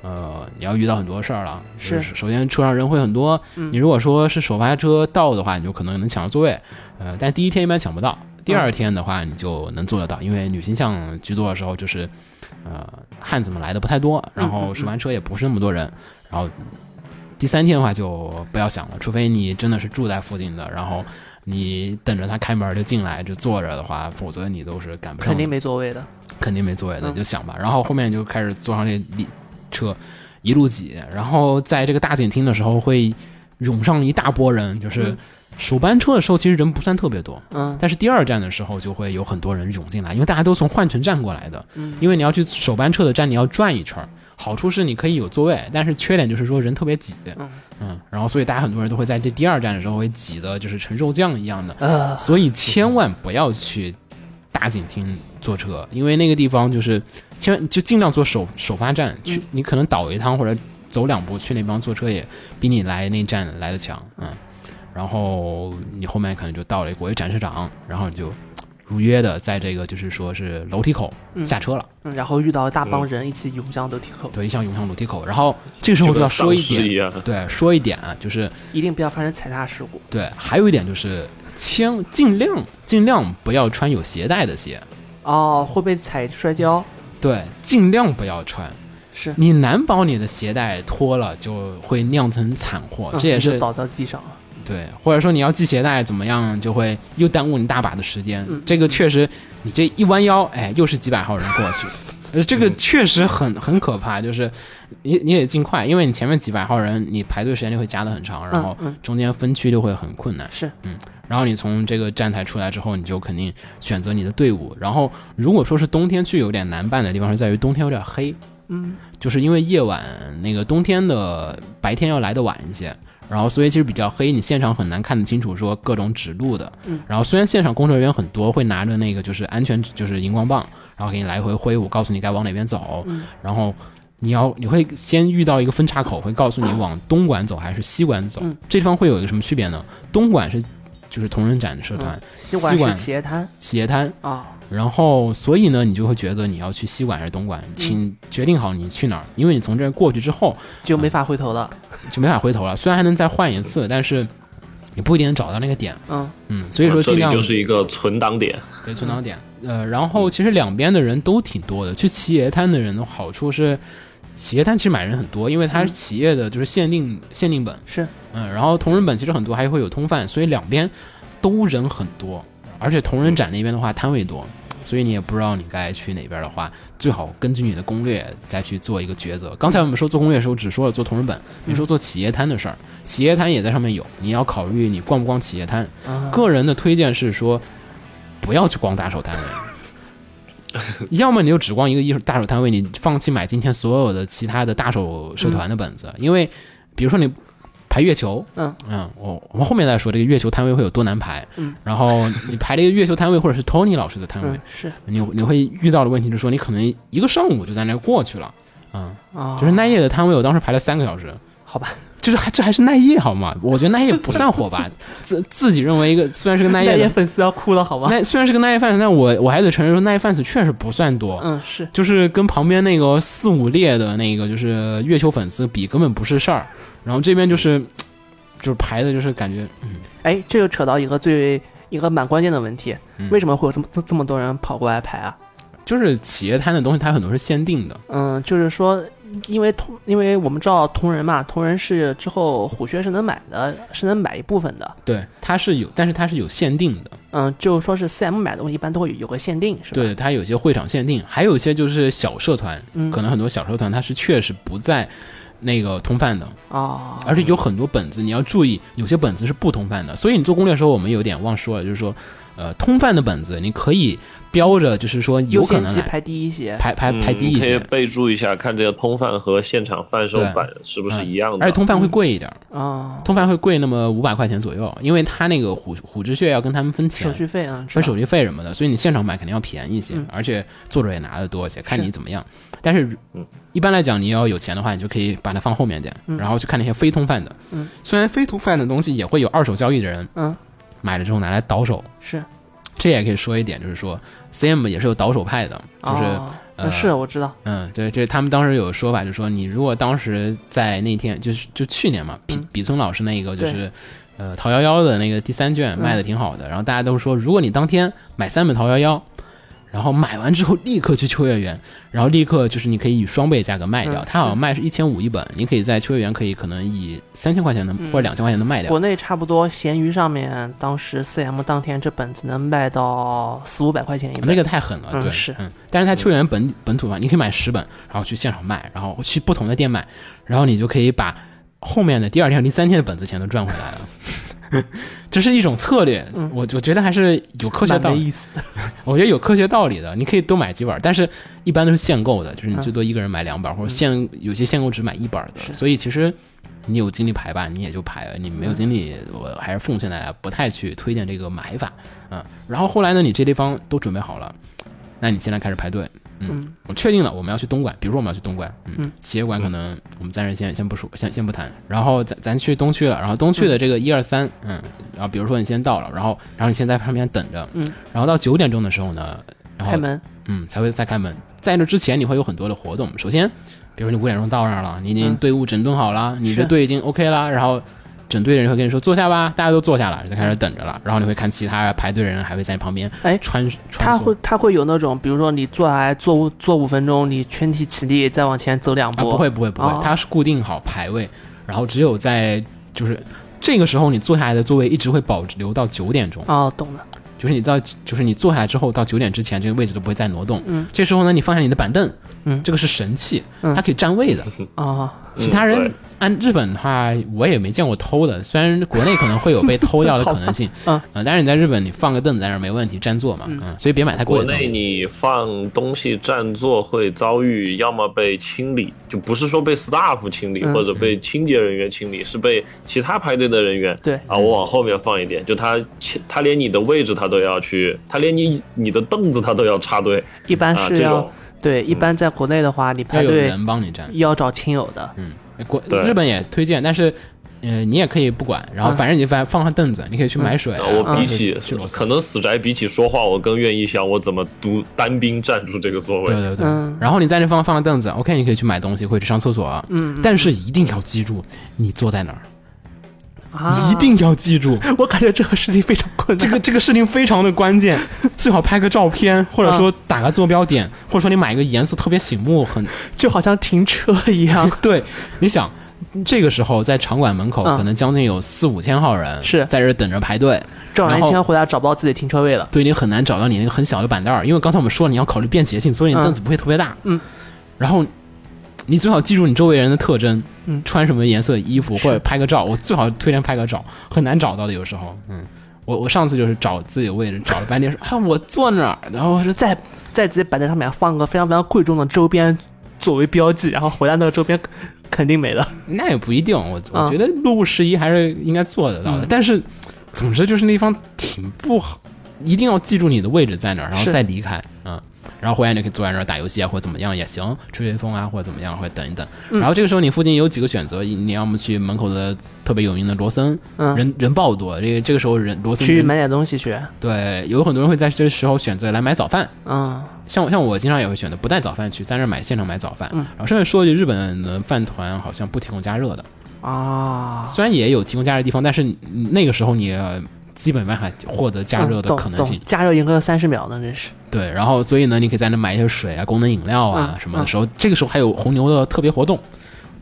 Speaker 1: 呃，你要遇到很多事儿了，就是首先车上人会很多，
Speaker 2: 嗯
Speaker 1: 你如果说是首发车到的话，你就可能能抢到座位，呃，但第一天一般抢不到，第
Speaker 2: 嗯
Speaker 1: 二天的话你就能做得到，因为女性向居多的时候就是，呃，汉子们来的不太多，然
Speaker 2: 嗯
Speaker 1: 后首班车也不是那么多人，然后第三天的话就不要想了，除非你真的是住在附近的，然后你等着他开门就进来就坐着的话，否则你都是赶不上，
Speaker 2: 肯定没座位的。
Speaker 1: 肯定没座位的，
Speaker 2: 嗯
Speaker 1: 就想吧。然后后面就开始坐上这里车，一路挤。然后在这个大景厅的时候，会涌上一大波人，就是
Speaker 2: 嗯
Speaker 1: 首班车的时候其实人不算特别多，
Speaker 2: 嗯
Speaker 1: 但是第二站的时候就会有很多人涌进来，因为大家都从换乘站过来的。
Speaker 2: 嗯
Speaker 1: 因为你要去首班车的站，你要转一圈儿。好处是你可以有座位，但是缺点就是说人特别挤，
Speaker 2: 嗯
Speaker 1: 嗯，然后所以大家很多人都会在这第二站的时候会挤得就是成肉酱一样的，
Speaker 2: 呃，
Speaker 1: 所以千万不要去大景厅坐车，因为那个地方就是千万就尽量坐首首发站去，你可能倒一趟或者走两步去那地方坐车也比你来那站来的强，嗯，然后你后面可能就到了国际展示场，然后你就如约的在这个就是说是楼梯口
Speaker 2: 嗯
Speaker 1: 下车了，
Speaker 2: 嗯然后遇到一大帮人一起涌向楼梯口，
Speaker 1: 对，一向涌向楼梯口，然后这时候就要说一
Speaker 3: 就跟丧尸一
Speaker 1: 点，
Speaker 3: 样，
Speaker 1: 对，说一点啊，就是
Speaker 2: 一定不要发生踩踏事故。
Speaker 1: 对，还有一点就是千尽量尽量不要穿有鞋带的鞋。
Speaker 2: 哦，会被踩摔跤。嗯
Speaker 1: 对，尽量不要穿。
Speaker 2: 是，
Speaker 1: 你难保你的鞋带脱了就会酿成惨祸，
Speaker 2: 嗯
Speaker 1: 这也
Speaker 2: 你就是倒到地上了。
Speaker 1: 对，或者说你要系鞋带怎么样，就会又耽误你大把的时间。
Speaker 2: 嗯
Speaker 1: 这个确实，你这一弯腰，哎，又是几百号人过去，呃，这
Speaker 2: 嗯
Speaker 1: 个确实很很可怕。就是你你得尽快，因为你前面几百号人，你排队时间就会加的很长，然后
Speaker 2: 嗯嗯
Speaker 1: 中间分区就会很困难。
Speaker 2: 是，
Speaker 1: 嗯，然后你从这个站台出来之后，你就肯定选择你的队伍。然后如果说是冬天去有点难办的地方，是在于冬天有点黑，
Speaker 2: 嗯
Speaker 1: 就是因为夜晚那个冬天的白天要来的晚一些，然后所以其实比较黑，你现场很难看得清楚说各种指路的。
Speaker 2: 嗯
Speaker 1: 然后虽然现场工作人员很多，会拿着那个就是安全就是荧光棒，然后给你来回挥舞，告诉你该往哪边走。
Speaker 2: 嗯
Speaker 1: 然后你要你会先遇到一个分叉口，会告诉你往东莞走还是西莞走。
Speaker 2: 嗯
Speaker 1: 这地方会有一个什么区别呢？东莞是就是同人展社团、
Speaker 2: 嗯，西莞
Speaker 1: 西莞
Speaker 2: 是企业滩
Speaker 1: 企业滩，
Speaker 2: 啊，
Speaker 1: 然后，所以呢，你就会觉得你要去西莞还是东
Speaker 2: 嗯
Speaker 1: 莞，请决定好你去哪儿，因为你从这儿过去之后
Speaker 2: 就没法回头了。
Speaker 1: 就没法回头了。虽然还能再换一次，但是你不一定能找到那个点。
Speaker 2: 嗯
Speaker 1: 嗯，所以说
Speaker 3: 啊这
Speaker 1: 尽
Speaker 3: 里
Speaker 1: 量
Speaker 3: 就是一个存档点，
Speaker 1: 对存档点。呃，然后其实两边的人都挺多的。去企业摊的人的好处是，企业摊其实买人很多，因为它是企业的就是限定限定本，
Speaker 2: 是，
Speaker 1: 嗯，然后同人本其实很多，还会有通贩，所以两边都人很多。而且同人展那边的话摊位多，所以你也不知道你该去哪边的话，最好根据你的攻略再去做一个抉择。刚才我们说做攻略的时候，只说了做同人本，没说做企业摊的事儿。企业摊也在上面有，你要考虑你逛不逛企业摊。
Speaker 2: 啊
Speaker 1: 个人的推荐是说，不要去逛大手摊位。 要么你就只逛一个艺术大手摊位，你放弃买今天所有的其他的大手社团的本子，因为比如说你排月球，
Speaker 2: 嗯
Speaker 1: 嗯，我我们后面再说这个月球摊位会有多难排，
Speaker 2: 嗯，
Speaker 1: 然后你排这个月球摊位或者是 Tony 老师的摊位，
Speaker 2: 嗯是
Speaker 1: 你你会遇到的问题是说你可能一个上午就在那过去了，嗯，
Speaker 2: 啊，
Speaker 1: 就是奈叶的摊位，我当时排了三个小时，
Speaker 2: 好吧，
Speaker 1: 就是还这还是奈叶好吗？我觉得奈叶不算火吧， 自自己认为一个虽然是个奈
Speaker 2: 那
Speaker 1: 叶
Speaker 2: 也
Speaker 1: 的
Speaker 2: 粉丝要哭了，好吧？
Speaker 1: 那虽然是个 Nine fans，但我我还得承认说 Nine fans 确实不算多，
Speaker 2: 嗯是
Speaker 1: 就是跟旁边那个四五列的那个就是月球粉丝比，根本不是事儿。然后这边就是就是排的，就是感觉嗯
Speaker 2: 哎，这就扯到一个最一个蛮关键的问题，
Speaker 1: 嗯
Speaker 2: 为什么会有这么这么多人跑过来排啊？
Speaker 1: 就是企业摊的东西，它很多是限定的，
Speaker 2: 嗯，就是说，因为同，因为我们知道同人嘛，同人是之后虎穴是能买的，是能买一部分的。
Speaker 1: 对，它是有，但是它是有限定的，
Speaker 2: 嗯，就说是 CM 买的东西，一般都会有有个限定，是吧？
Speaker 1: 对，它有些会场限定，还有一些就是小社团，
Speaker 2: 嗯
Speaker 1: 可能很多小社团它是确实不在。那个通贩的，
Speaker 2: 哦，
Speaker 1: 而且有很多本子，你要注意，有些本子是不通贩的。所以你做攻略的时候，我们有点忘说了，就是说，呃，通贩的本子你可以标着，就是说有
Speaker 2: 优
Speaker 1: 可
Speaker 2: 先
Speaker 1: 能
Speaker 2: 级
Speaker 1: 来
Speaker 2: 排第一些。
Speaker 1: 排排
Speaker 3: 嗯
Speaker 1: 排低一
Speaker 3: 你可以
Speaker 1: 些，
Speaker 3: 备注一下，看这个通贩和现场贩售
Speaker 1: 对
Speaker 3: 版是不是
Speaker 1: 嗯
Speaker 3: 一样的。
Speaker 1: 而且通贩会贵一点，
Speaker 2: 哦，
Speaker 1: 通贩会贵那么五百块钱左右，因为他那个虎虎之穴要跟他们分钱
Speaker 2: 手。续费啊，知
Speaker 1: 分
Speaker 2: 道
Speaker 1: 手续费什么的，所以你现场买肯定要便宜一些，
Speaker 2: 嗯
Speaker 1: 而且作者也拿的多一些，看
Speaker 2: 是
Speaker 1: 你怎么样。但是
Speaker 3: 嗯，
Speaker 1: 一般来讲，你要有钱的话，你就可以把它放后面点，
Speaker 2: 嗯
Speaker 1: 然后去看那些非通贩的。
Speaker 2: 嗯
Speaker 1: 虽然非通贩的东西也会有二手交易的人
Speaker 2: 嗯，
Speaker 1: 买了之后拿来倒手，
Speaker 2: 是，
Speaker 1: 这也可以说一点，就是说 CM 也是有倒手派的，就是、
Speaker 2: 哦
Speaker 1: 呃
Speaker 2: 是我知道，
Speaker 1: 嗯，对，这他们当时有说法，就说你如果当时在那天就是就去年嘛，比
Speaker 2: 嗯
Speaker 1: 比村老师那个就
Speaker 2: 对
Speaker 1: 是。呃，桃夭夭的那个第三卷
Speaker 2: 嗯
Speaker 1: 卖的挺好的，然后大家都说，如果你当天买三本桃夭夭，然后买完之后立刻去秋叶原，然后立刻就是你可以以双倍价格卖掉，
Speaker 2: 嗯
Speaker 1: 它好像卖是一千五一本，你可以在秋叶原可以可能以三千块钱的、
Speaker 2: 嗯
Speaker 1: 或者两千块钱的卖掉
Speaker 2: 国，内差不多闲鱼上面当时 CM 当天这本子能卖到四五百块钱一本。
Speaker 1: 啊那个太狠了，
Speaker 2: 嗯
Speaker 1: 对，
Speaker 2: 是
Speaker 1: 嗯，但是它秋园本本土嘛，你可以买十本，然后去现场卖，然后去不同的店卖，然后你就可以把后面的第二天、第三天的本子钱都赚回来了。 这是一种策略，
Speaker 2: 嗯
Speaker 1: 我我觉得还是有科学
Speaker 2: 蛮
Speaker 1: 道
Speaker 2: 没
Speaker 1: 理，
Speaker 2: 意思的，
Speaker 1: 我觉得有科学道理的。你可以多买几本，但是一般都是限购的，就是你
Speaker 2: 嗯
Speaker 1: 最多一个人买两本，或者限有些限购只买一本的。
Speaker 2: 是
Speaker 1: 所以其实你有精力排吧，你也就排了；你没
Speaker 2: 嗯
Speaker 1: 有精力，我还是奉劝大家不太去推荐这个买法。嗯，然后后来呢，你这地方都准备好了，那你现在开始排队。
Speaker 2: 嗯，
Speaker 1: 我确定了，我们要去东莞，比如说我们要去东莞，嗯，
Speaker 2: 嗯
Speaker 1: 企业馆可能我们暂时先先不说，先先不谈，然后咱咱去东区了，然后东区的这个一二三，嗯，然后比如说你先到了，然后然后你先在旁边等着，
Speaker 2: 嗯，
Speaker 1: 然后到九点钟的时候呢，然
Speaker 2: 开
Speaker 1: 后
Speaker 2: 门，
Speaker 1: 嗯才会再开门，在那之前你会有很多的活动，首先，比如你五点钟到那儿了，你已经
Speaker 2: 嗯
Speaker 1: 队伍整顿好了，你
Speaker 2: 是
Speaker 1: 的队已经 OK 了，然后。整队的人会跟你说坐下吧，大家都坐下了，你就开始等着了。然后你会看其他排队的人还会在你旁边
Speaker 2: 哎
Speaker 1: 穿穿梭
Speaker 2: 他会他会有那种，比如说你坐下来坐五坐五分钟，你全体起立再往前走两
Speaker 1: 啊，
Speaker 2: 步，
Speaker 1: 不会不会不会
Speaker 2: 哦，
Speaker 1: 它是固定好排位，然后只有在就是这个时候你坐下来的座位一直会保留到九点钟，
Speaker 2: 哦，懂了，
Speaker 1: 就是你到就是你坐下来之后到九点之前这个位置都不会再挪动。
Speaker 2: 嗯，
Speaker 1: 这时候呢，你放下你的板凳，
Speaker 2: 嗯
Speaker 1: 这个是神器，
Speaker 2: 嗯
Speaker 1: 它可以占位的。
Speaker 2: 哦，，
Speaker 1: 其他
Speaker 3: 嗯
Speaker 1: 人
Speaker 3: 对
Speaker 1: 按日本的话，我也没见过偷的，虽然国内可能会有被偷掉的可能性
Speaker 2: 好吧
Speaker 1: 呃但是你在日本你放个凳子在那儿没问题，占座嘛，
Speaker 2: 嗯
Speaker 1: 嗯，所以别买太贵
Speaker 3: 国
Speaker 1: 的东西。
Speaker 3: 内你放东西占座会遭遇，要么被清理，就不是说被 staff 清理，
Speaker 2: 嗯
Speaker 3: 或者被清洁人员清理，是被其他排队的人员。
Speaker 2: 对，
Speaker 3: 啊，我往后面放一点，就他他连你的位置他都要去，他连你你的凳子他都要插队
Speaker 2: 一般
Speaker 3: 啊，
Speaker 2: 是
Speaker 3: 这
Speaker 2: 要、
Speaker 3: 种
Speaker 2: 对，一般在国内的话，你
Speaker 1: 嗯要
Speaker 2: 排
Speaker 1: 有
Speaker 2: 队
Speaker 1: 人帮你占。
Speaker 2: 要找亲友的，
Speaker 1: 嗯，国
Speaker 3: 对
Speaker 1: 日本也推荐，但是，呃，你也可以不管，然后
Speaker 2: 嗯
Speaker 1: 反正你就放放上凳子，你可以去买水啊、
Speaker 3: 啊，我
Speaker 1: 可以
Speaker 3: 比
Speaker 1: 去
Speaker 3: 起
Speaker 1: 去裸
Speaker 3: 可
Speaker 1: 辞。
Speaker 3: 能死宅比起说话，我更愿意想我怎么独单兵站住这个座
Speaker 1: 对
Speaker 3: 位。
Speaker 1: 对对，
Speaker 2: 嗯
Speaker 1: 然后你在那放放上凳子，OK，你可以去买东西，可以去上厕所啊。
Speaker 2: 嗯，
Speaker 1: 但是一定要记住，你坐在哪儿，
Speaker 2: 啊
Speaker 1: 一，定要记住。
Speaker 2: 我感觉这个事情非常困难，
Speaker 1: 这个这个事情非常的关键，最好拍个照片，或
Speaker 2: 啊
Speaker 1: 者说打个坐标点，或者说你买一个颜色特别醒目，很
Speaker 2: 就好像停车一样，
Speaker 1: 对。你想，这个时候在场馆门口
Speaker 2: 嗯
Speaker 1: 可能将近有四五千号人
Speaker 2: 是
Speaker 1: 在这儿等着排队，
Speaker 2: 转完一
Speaker 1: 然后
Speaker 2: 圈回来找不到自己停车位了。
Speaker 1: 都已经很难找到你那个很小的板凳儿，因为刚才我们说了你要考虑便携性，所以你
Speaker 2: 嗯
Speaker 1: 凳子不会特别大。
Speaker 2: 嗯，
Speaker 1: 然后你最好记住你周围人的特征，
Speaker 2: 嗯
Speaker 1: 穿什么颜色的衣服
Speaker 2: 是
Speaker 1: 或者拍个照，我最好推荐拍个照，很难找到的有时候，嗯。我我上次就是找自己的位置找了半天，说啊我坐哪儿？然后我说
Speaker 2: 在在自己摆在上面放个非常非常贵重的周边作为标记，然后回来那个周边肯定没了。
Speaker 1: 那也不一定，我我
Speaker 2: 啊
Speaker 1: 觉得路不拾遗还是应该做得到的。
Speaker 2: 嗯
Speaker 1: 但是，总之就是那地方挺不好，一定要记住你的位置在哪儿，然后
Speaker 2: 是
Speaker 1: 再离开。嗯，然后回来你可以坐在那儿打游戏啊，或者怎么样也行，吹吹风啊，或者怎么样，或者等一等。
Speaker 2: 嗯
Speaker 1: 然后这个时候你附近有几个选择，你要么去门口的特别有名的罗森，
Speaker 2: 嗯，
Speaker 1: 人人爆多，这个这个时候人罗森
Speaker 2: 去
Speaker 1: 人
Speaker 2: 买点东西去。
Speaker 1: 对，有很多人会在这时候选择来买早饭。
Speaker 2: 嗯
Speaker 1: 像像我经常也会选择不带早饭去，在那儿买现场买早饭。
Speaker 2: 嗯
Speaker 1: 然后顺便说一句，日本的饭团好像不提供加热的。
Speaker 2: 啊，
Speaker 1: 虽然也有提供加热的地方，但是你那个时候你呃基本没办法获得加热的可能性
Speaker 2: 嗯懂。懂加热一个三十秒呢，真是。
Speaker 1: 对，然后所以呢，你可以在那买一些水啊、功能饮料啊、
Speaker 2: 嗯
Speaker 1: 什么的时候，这个时候还有红牛的特别活动。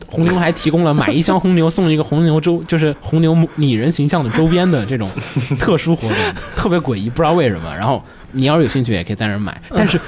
Speaker 1: 红牛还提供了买一箱红牛送一个红牛周， 就是红牛拟人形象的周边的 这种特殊活动，特别诡异，不知道为什么。然后你要是有兴趣，也可以在那儿买。
Speaker 2: 嗯
Speaker 1: 但是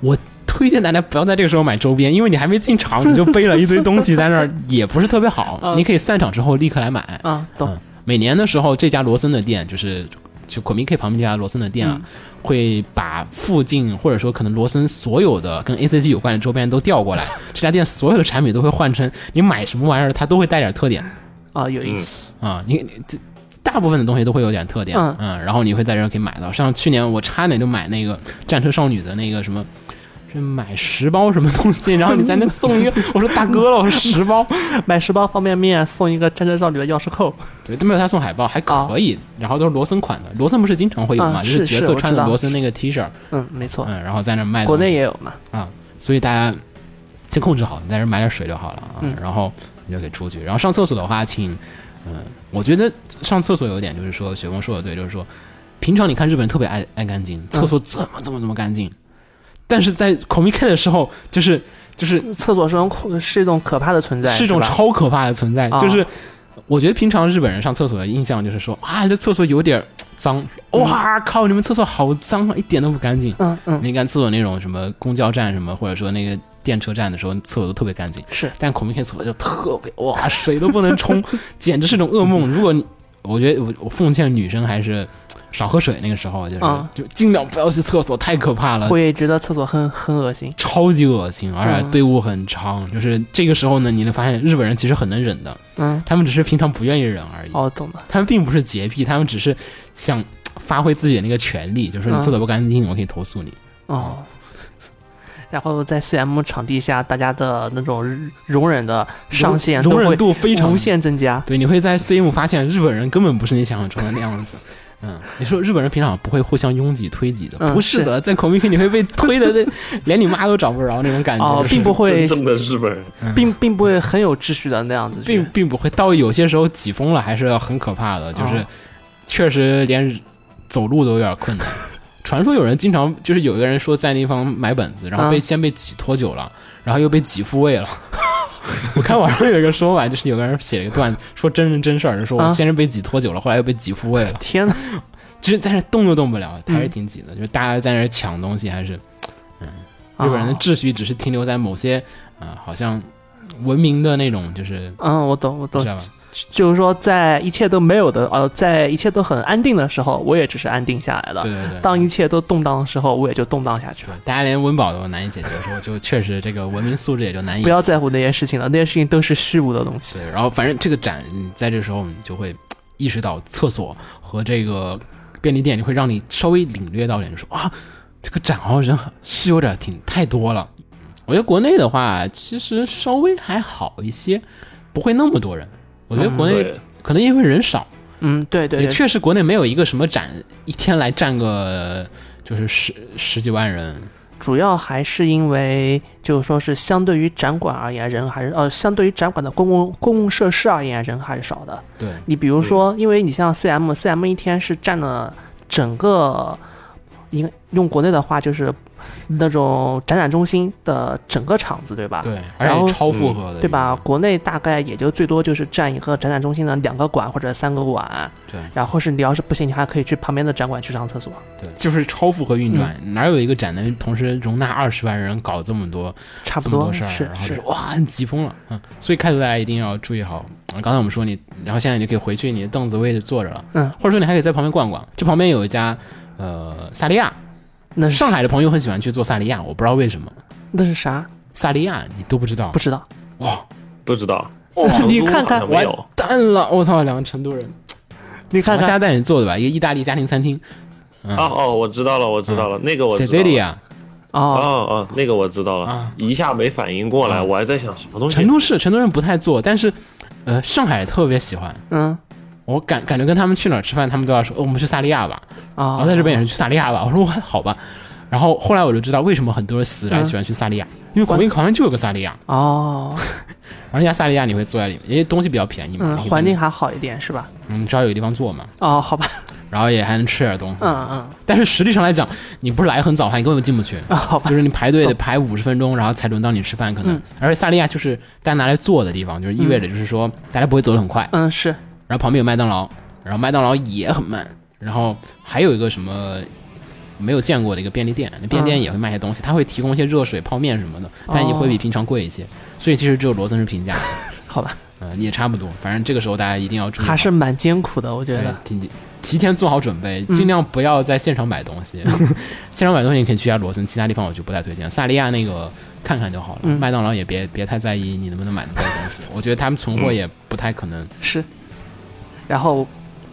Speaker 1: 我推荐大家不要在这个时候买周边，因为你还没进场，你就背了一堆东西在那 儿，也不是特别好。
Speaker 2: 嗯
Speaker 1: 你可以散场之后立刻来买。
Speaker 2: 啊，懂。
Speaker 1: 嗯每年的时候，这家罗森的店就是就 k o m i k 旁边这家罗森的店啊，会把附近或者说可能罗森所有的跟 ACG 有关的周边都调过来。这家店所有的产品都会换成你买什么玩意儿，它都会带点特点
Speaker 2: 啊，有意思。
Speaker 1: 啊、你你这大部分的东西都会有点特点，啊
Speaker 2: 嗯
Speaker 1: 然后你会在这儿可以买到。像去年我差点就买那个战车少女的那个什么。是买十包什么东西，然后你在那送一个， 我说大哥了，我说十包，
Speaker 2: 买十包方便面送一个战车少女的钥匙扣。
Speaker 1: 对，都没有他送海报，还可以。然后都是罗森款的，罗森不是经常会有嘛，
Speaker 2: 哦啊
Speaker 1: 就是角
Speaker 2: 是
Speaker 1: 色
Speaker 2: 我
Speaker 1: 穿
Speaker 2: 知
Speaker 1: 着
Speaker 2: 道
Speaker 1: 罗森那个 T 恤，
Speaker 2: 嗯，没错，
Speaker 1: 嗯，然后在那卖东
Speaker 2: 国
Speaker 1: 西。
Speaker 2: 内也有嘛。
Speaker 1: 啊，所以大家先控制好，你在这买点水就好了啊，
Speaker 2: 嗯
Speaker 1: 然后你就可以出去。然后上厕所的话，请，嗯、我觉得上厕所有一点就是说，雪峰说的对，就是说，平常你看日本人特别爱爱干净，
Speaker 2: 嗯
Speaker 1: 厕所怎么怎么怎么干净，但是在 Comic 的时候，就是就是
Speaker 2: 厕所是种恐是一种可怕的存在，
Speaker 1: 是一种
Speaker 2: 吧
Speaker 1: 超可怕的存在。
Speaker 2: 啊
Speaker 1: 就是我觉得平常日本人上厕所的印象就是说啊，这厕所有点脏，哇靠，你们厕所好脏啊，一点都不干净。
Speaker 2: 嗯嗯，
Speaker 1: 你看厕所那种什么公交站什么，或者说那个电车站的时候，厕所都特别干净。
Speaker 2: 是
Speaker 1: 但孔明 K 厕所就特别哇，水都不能 冲，简直是种噩梦。如果你，我觉得我我奉劝女生还是少喝水，那个时候就是、
Speaker 2: 啊
Speaker 1: 就尽量不要去厕所，太可怕了。
Speaker 2: 会嗯觉得厕所很很恶心。
Speaker 1: 超级恶心，而且队伍很长。就是这个时候呢，你能发现日本人其实很能忍的，
Speaker 2: 嗯，
Speaker 1: 他们只是平常不愿意忍而已。
Speaker 2: 哦，懂了。
Speaker 1: 他们并不是洁癖，他们只是想发挥自己的那个权利，就是说你
Speaker 2: 嗯
Speaker 1: 厕所不干净，我可以投诉你。
Speaker 2: 哦。 然后在 CM 场地下，大家的那种容忍的上限都
Speaker 1: 容
Speaker 2: 会
Speaker 1: 忍度非常
Speaker 2: 无限增加。
Speaker 1: 对，你会在 CM 发现日本人根本不是你想象中的那 样子。嗯，你说日本人平常不会互相拥挤推挤的，
Speaker 2: 嗯
Speaker 1: 不是的，在 Comic 你会被推的，那 连你妈都找不着那种感觉，
Speaker 2: 哦，并不会
Speaker 3: 真，正的日本人，
Speaker 2: 并并不会很有秩序的那样子去。
Speaker 1: 并并不会到有些时候挤疯了还是很可怕的，就是
Speaker 2: 嗯哦
Speaker 1: 确实连走路都有点困难。 传说有人经常就是有一个人说在那地方买本子，然后被
Speaker 2: 啊
Speaker 1: 先被挤脱臼了，然后又被挤复位 了。我看网上有一个说法，就是有个人写了一个段子，说真人真事儿，就说我
Speaker 2: 啊
Speaker 1: 先是被挤脱臼了，后来又被挤复位 了，
Speaker 2: 天呐，
Speaker 1: 就是在那动都动不
Speaker 2: 嗯
Speaker 1: 了，还是挺挤的。就是大家在那抢东西，还是日本人的
Speaker 2: 哦
Speaker 1: 秩序只是停留在某些啊、呃好像文明的那种，就是啊
Speaker 2: 嗯，我懂，我懂
Speaker 1: 知，道吧？
Speaker 2: 就是说在一切都没有的，呃，在一切都很安定的时候，我也只是安定下来了。
Speaker 1: 对对对。
Speaker 2: 啊当一切都动荡的时候，我也就动荡下去
Speaker 1: 对
Speaker 2: 了。，
Speaker 1: 大家连温饱都难以解决的时候， 就确实这个文明素质也就难以
Speaker 2: 不。要在乎那些事情了，那些事情都是虚无的东西。
Speaker 1: 对，然后反正这个展嗯在这时候你就会意识到厕所和这个便利店，就会让你稍微领略到一点，就说啊，这个展好像人是有点挺太多了。我觉得国内的话，其实稍微还好一些，不会那么多人。我觉得国内
Speaker 3: 嗯对，
Speaker 1: 可能因为人少，
Speaker 2: 嗯，对对
Speaker 1: 也
Speaker 2: 对，
Speaker 1: 确实国内没有一个什么展一天来站个就是十十几万人。
Speaker 2: 主要还是因为就是说是相对于展馆而言，人还是呃，相对于展馆的公共公共设施而言，人还是少的。
Speaker 1: 对，嗯
Speaker 2: 你比如说，因为你像 CM，CM 一天是占了整个应该用国内的话就是那种展览中心的整个场子，对吧？
Speaker 1: 对，而
Speaker 2: 啊然后嗯
Speaker 1: 且超负荷的，
Speaker 2: 对吧？？国内大概也就最多就是占一个展览中心的两个馆或者三个馆，
Speaker 1: 对，
Speaker 2: 然后是你要是不行，你还可以去旁边的展馆去上厕所，
Speaker 1: 对，就是超负荷运转，哪有一个展能同时容纳二十万人搞这么多
Speaker 2: 差不
Speaker 1: 这么
Speaker 2: 多
Speaker 1: 多事儿？
Speaker 2: 是，
Speaker 1: 然后就是哇，你急疯了，嗯，所以开头大家一定要注意好。嗯刚才我们说你，然后现在你就可以回去你的凳子位置坐着了，
Speaker 2: 嗯
Speaker 1: 或者说你还可以在旁边逛逛。这旁边有一家，呃，萨利亚，
Speaker 2: 那是
Speaker 1: 上海的朋友很喜欢去做萨利亚，我不知道为什么。
Speaker 2: 那是啥？
Speaker 1: 萨利亚你都不知道
Speaker 2: 不，知道，
Speaker 1: 哇，
Speaker 3: 不知道。
Speaker 2: 你
Speaker 3: 成都
Speaker 2: 看
Speaker 3: 好
Speaker 2: 看
Speaker 3: 像没
Speaker 1: 完
Speaker 3: 有，
Speaker 1: 蛋了，我操，两个成都人，
Speaker 2: 你看
Speaker 1: 我
Speaker 2: 看
Speaker 1: 下带你做的吧，一个意大利家庭餐厅，嗯
Speaker 3: 哦哦，我知道了，我知道了，那个我知道了。
Speaker 1: ，Caesarea，
Speaker 3: 哦
Speaker 2: 哦，
Speaker 3: 哦，那个我知道了
Speaker 1: 啊，
Speaker 3: 一下没反应过来，
Speaker 1: 啊
Speaker 3: 我还在想什么东西
Speaker 1: 成。都市成都人不太做，但是，呃，上海特别喜欢。
Speaker 2: 嗯
Speaker 1: 我感感觉跟他们去哪儿吃饭，他们都要说、哦我们去萨利亚吧，
Speaker 2: 啊，
Speaker 1: 然后在这边也是去萨利亚吧。我说我好吧，然后后来我就知道为什么很多人死然喜欢去萨利亚，因为旁边好像就有个萨利亚，
Speaker 2: 哦，
Speaker 1: 然后人家萨利亚你会坐在里面，因为东西比较便宜嘛，
Speaker 2: 嗯，
Speaker 1: 你会
Speaker 2: 环境还好一点是吧？
Speaker 1: 嗯只要有地方坐嘛，
Speaker 2: 哦，好吧，
Speaker 1: 然后也还能吃点东西。
Speaker 2: 嗯嗯，
Speaker 1: 但是实际上来讲，你不是来很早的话，你根本就进不去。
Speaker 2: 啊，好吧
Speaker 1: 就，是你排队得排五十分钟，然后才轮到你吃饭，可能。
Speaker 2: 嗯
Speaker 1: 而且萨利亚就是大家拿来坐的地方，就是意味着就是说大家不会走得很快，
Speaker 2: 嗯是，
Speaker 1: 然后旁边有麦当劳，然后麦当劳也很慢，然后还有一个什么没有见过的一个便利店，那便利店也会卖一些东西，它会提供一些热水、泡面什么的，
Speaker 2: 哦
Speaker 1: 但也会比平常贵一些，所以其实只有罗森是平价的，
Speaker 2: 好吧，
Speaker 1: 嗯、也差不多，反正这个时候大家一定要注意好，
Speaker 2: 还是蛮艰苦的，我觉
Speaker 1: 对
Speaker 2: 得，
Speaker 1: 提提前做好准备，
Speaker 2: 嗯
Speaker 1: 尽量不要在现场买东西， 现场买东西你可以去一下罗森，其他地方我就不太推荐，萨利亚那个看看就好了，
Speaker 2: 嗯
Speaker 1: 麦当劳也别别太在意你能不能买得到东西，我觉得他们存
Speaker 2: 嗯
Speaker 1: 货也不太可能，
Speaker 2: 是，然后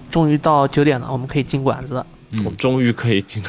Speaker 2: 终于到九点了，我们可以进馆子了。
Speaker 1: 嗯
Speaker 3: 我终于可以进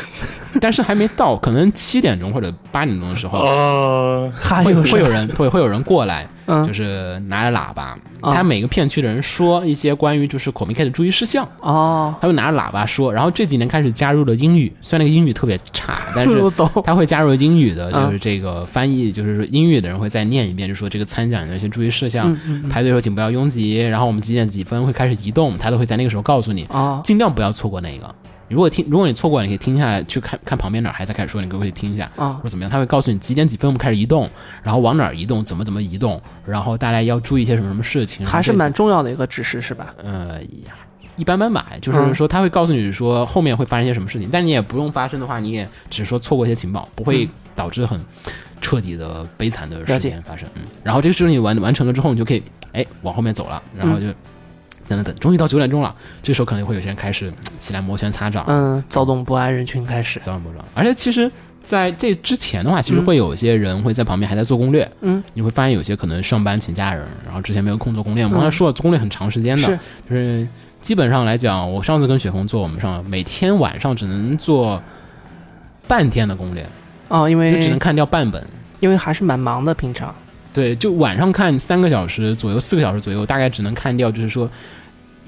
Speaker 1: 但是还没到，可能七点钟或者八点钟的时
Speaker 2: 哦
Speaker 1: 候，
Speaker 3: 啊！
Speaker 2: 还
Speaker 1: 会
Speaker 2: 有
Speaker 1: 会有
Speaker 2: 人，
Speaker 1: 人会会有人过来，就
Speaker 2: 嗯，
Speaker 1: 是拿着喇叭，
Speaker 2: 啊
Speaker 1: 他每个片区的人说一些关于就是 c o m i c 的注意事项，
Speaker 2: 哦，
Speaker 1: 他会拿着喇叭说。然后这几年开始加入了英语，虽然那个英语特别差，但
Speaker 2: 是
Speaker 1: 是
Speaker 2: 不懂，
Speaker 1: 他会加入英语的，
Speaker 2: 啊
Speaker 1: 就是这个翻译，就是说英语的人会再念一遍，就说这个参展的一些注意事项，
Speaker 2: 嗯嗯，
Speaker 1: 排队的时候请不要拥挤，然后我们几点几分会开始移动，他都会在那个时候告诉你。
Speaker 2: 哦，
Speaker 1: 尽量不要错过那个。如果听，如果你错过，你可以听下来，去看看旁边哪儿还在开始说，你可不可以听一下，
Speaker 2: 啊
Speaker 1: 或者怎么样？他会告诉你几点几分我们开始移动，然后往哪儿移动，怎么怎么移动，然后大家要注意一些什么什么事情。
Speaker 2: 还是
Speaker 1: 然后
Speaker 2: 蛮重要的一个指示是吧？
Speaker 1: 这呃一般般吧，就
Speaker 2: 嗯
Speaker 1: 是说他会告诉你说后面会发生一些什么事情，但你也不用发生的话，你也只是说错过一些情报，不会
Speaker 2: 嗯
Speaker 1: 导致很彻底的悲惨的
Speaker 2: 了
Speaker 1: 事
Speaker 2: 解
Speaker 1: 件发生。嗯，然后这个事情完完成了之后，你就可以哎往后面走了，然
Speaker 2: 嗯
Speaker 1: 后就。等等等，终于到九点钟了，这时候可能会有些人开始起来摩拳擦掌，啊
Speaker 2: 嗯，躁动不安人群开始，
Speaker 1: 早晚不知道。而且其实在这之前的话，其实会有一些人会在旁边还在做攻略。
Speaker 2: 嗯，
Speaker 1: 你会发现有些可能上班请假人，然后之前没有空做攻略。我们刚才说了，做攻略很长时间的，
Speaker 2: 嗯是
Speaker 1: 就是基本上来讲，我上次跟雪峰做，我们上每天晚上只能做半天的攻略，
Speaker 2: 哦，因
Speaker 1: 就只能
Speaker 2: 为
Speaker 1: 看掉半本。
Speaker 2: 因为还是蛮忙的，平常，
Speaker 1: 对，就晚上看三个小时左右，四个小时左右，大概只能看掉，就是说。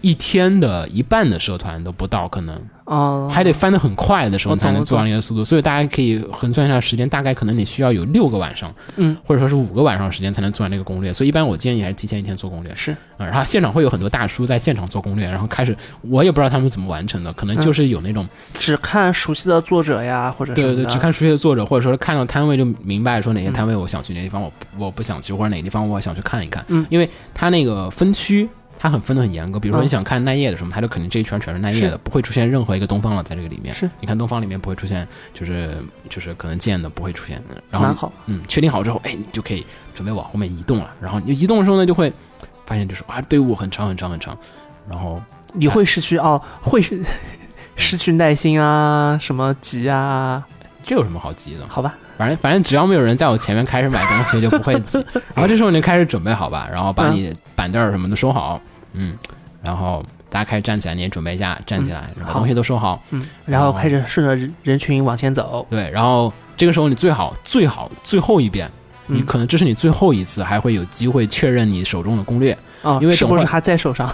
Speaker 1: 一天的一半的社团都不到，可能
Speaker 2: 哦，
Speaker 1: 还得翻得很快的时候
Speaker 2: 我
Speaker 1: 才
Speaker 2: 懂
Speaker 1: 能
Speaker 2: 我
Speaker 1: 做
Speaker 2: 懂
Speaker 1: 完一个速度，所以大家可以横算一下时间，大概可能你需要有六个晚上，
Speaker 2: 嗯，
Speaker 1: 或者说是五个晚上时间才能做完这个攻略，所以一般我建议还是提前一天做攻略。
Speaker 2: 是
Speaker 1: 啊，然后现场会有很多大叔在现场做攻略，然后开始我也不知道他们怎么完成的，可能就是有那种、
Speaker 2: 只看熟悉的作者呀，或者什
Speaker 1: 对
Speaker 2: 么
Speaker 1: 对，
Speaker 2: 的
Speaker 1: 只看熟悉的作者，或者说是看到摊位就明白说哪些摊位我想去，哪些地方我不我不想去，或者哪个地方我想去看一看。
Speaker 2: 嗯
Speaker 1: 因为他那个分区。他很分得很严格，比如说
Speaker 2: 嗯
Speaker 1: 你想看奈叶的什么，他就肯定这一圈全是奈叶的，不会出现任何一个东方了在这个里面。
Speaker 2: 是，
Speaker 1: 你看东方里面不会出现，就是就是可能剑的不会出现。然
Speaker 2: 蛮
Speaker 1: 后
Speaker 2: 好，
Speaker 1: 嗯，确定好之后，哎，你就可以准备往后面移动了。然后你移动的时候呢，就会发现就是啊，队伍很长很长很长，然后
Speaker 2: 你会失去哦，会 失失去耐心啊，什么急啊，
Speaker 1: 这有什么好急的？
Speaker 2: 好吧，
Speaker 1: 反正反正只要没有人在我前面开始买东西，就不会 挤。然后这时候你就开始准备好吧，然后把
Speaker 2: 嗯
Speaker 1: 你板凳儿什么的收好，嗯，然后大家开始站起来，你也准备一下站起来，然后把
Speaker 2: 好
Speaker 1: 东西都收好，
Speaker 2: 嗯，然后开始顺着人人群往前走，
Speaker 1: 对，然后这个时候你最好最好最后一遍。你
Speaker 2: 嗯
Speaker 1: 可能这是你最后一次还会有机会确认你手中的攻略，
Speaker 2: 啊，
Speaker 1: 因为
Speaker 2: 是
Speaker 1: 等
Speaker 2: 不
Speaker 1: 会
Speaker 2: 是
Speaker 1: 儿
Speaker 2: 还在手上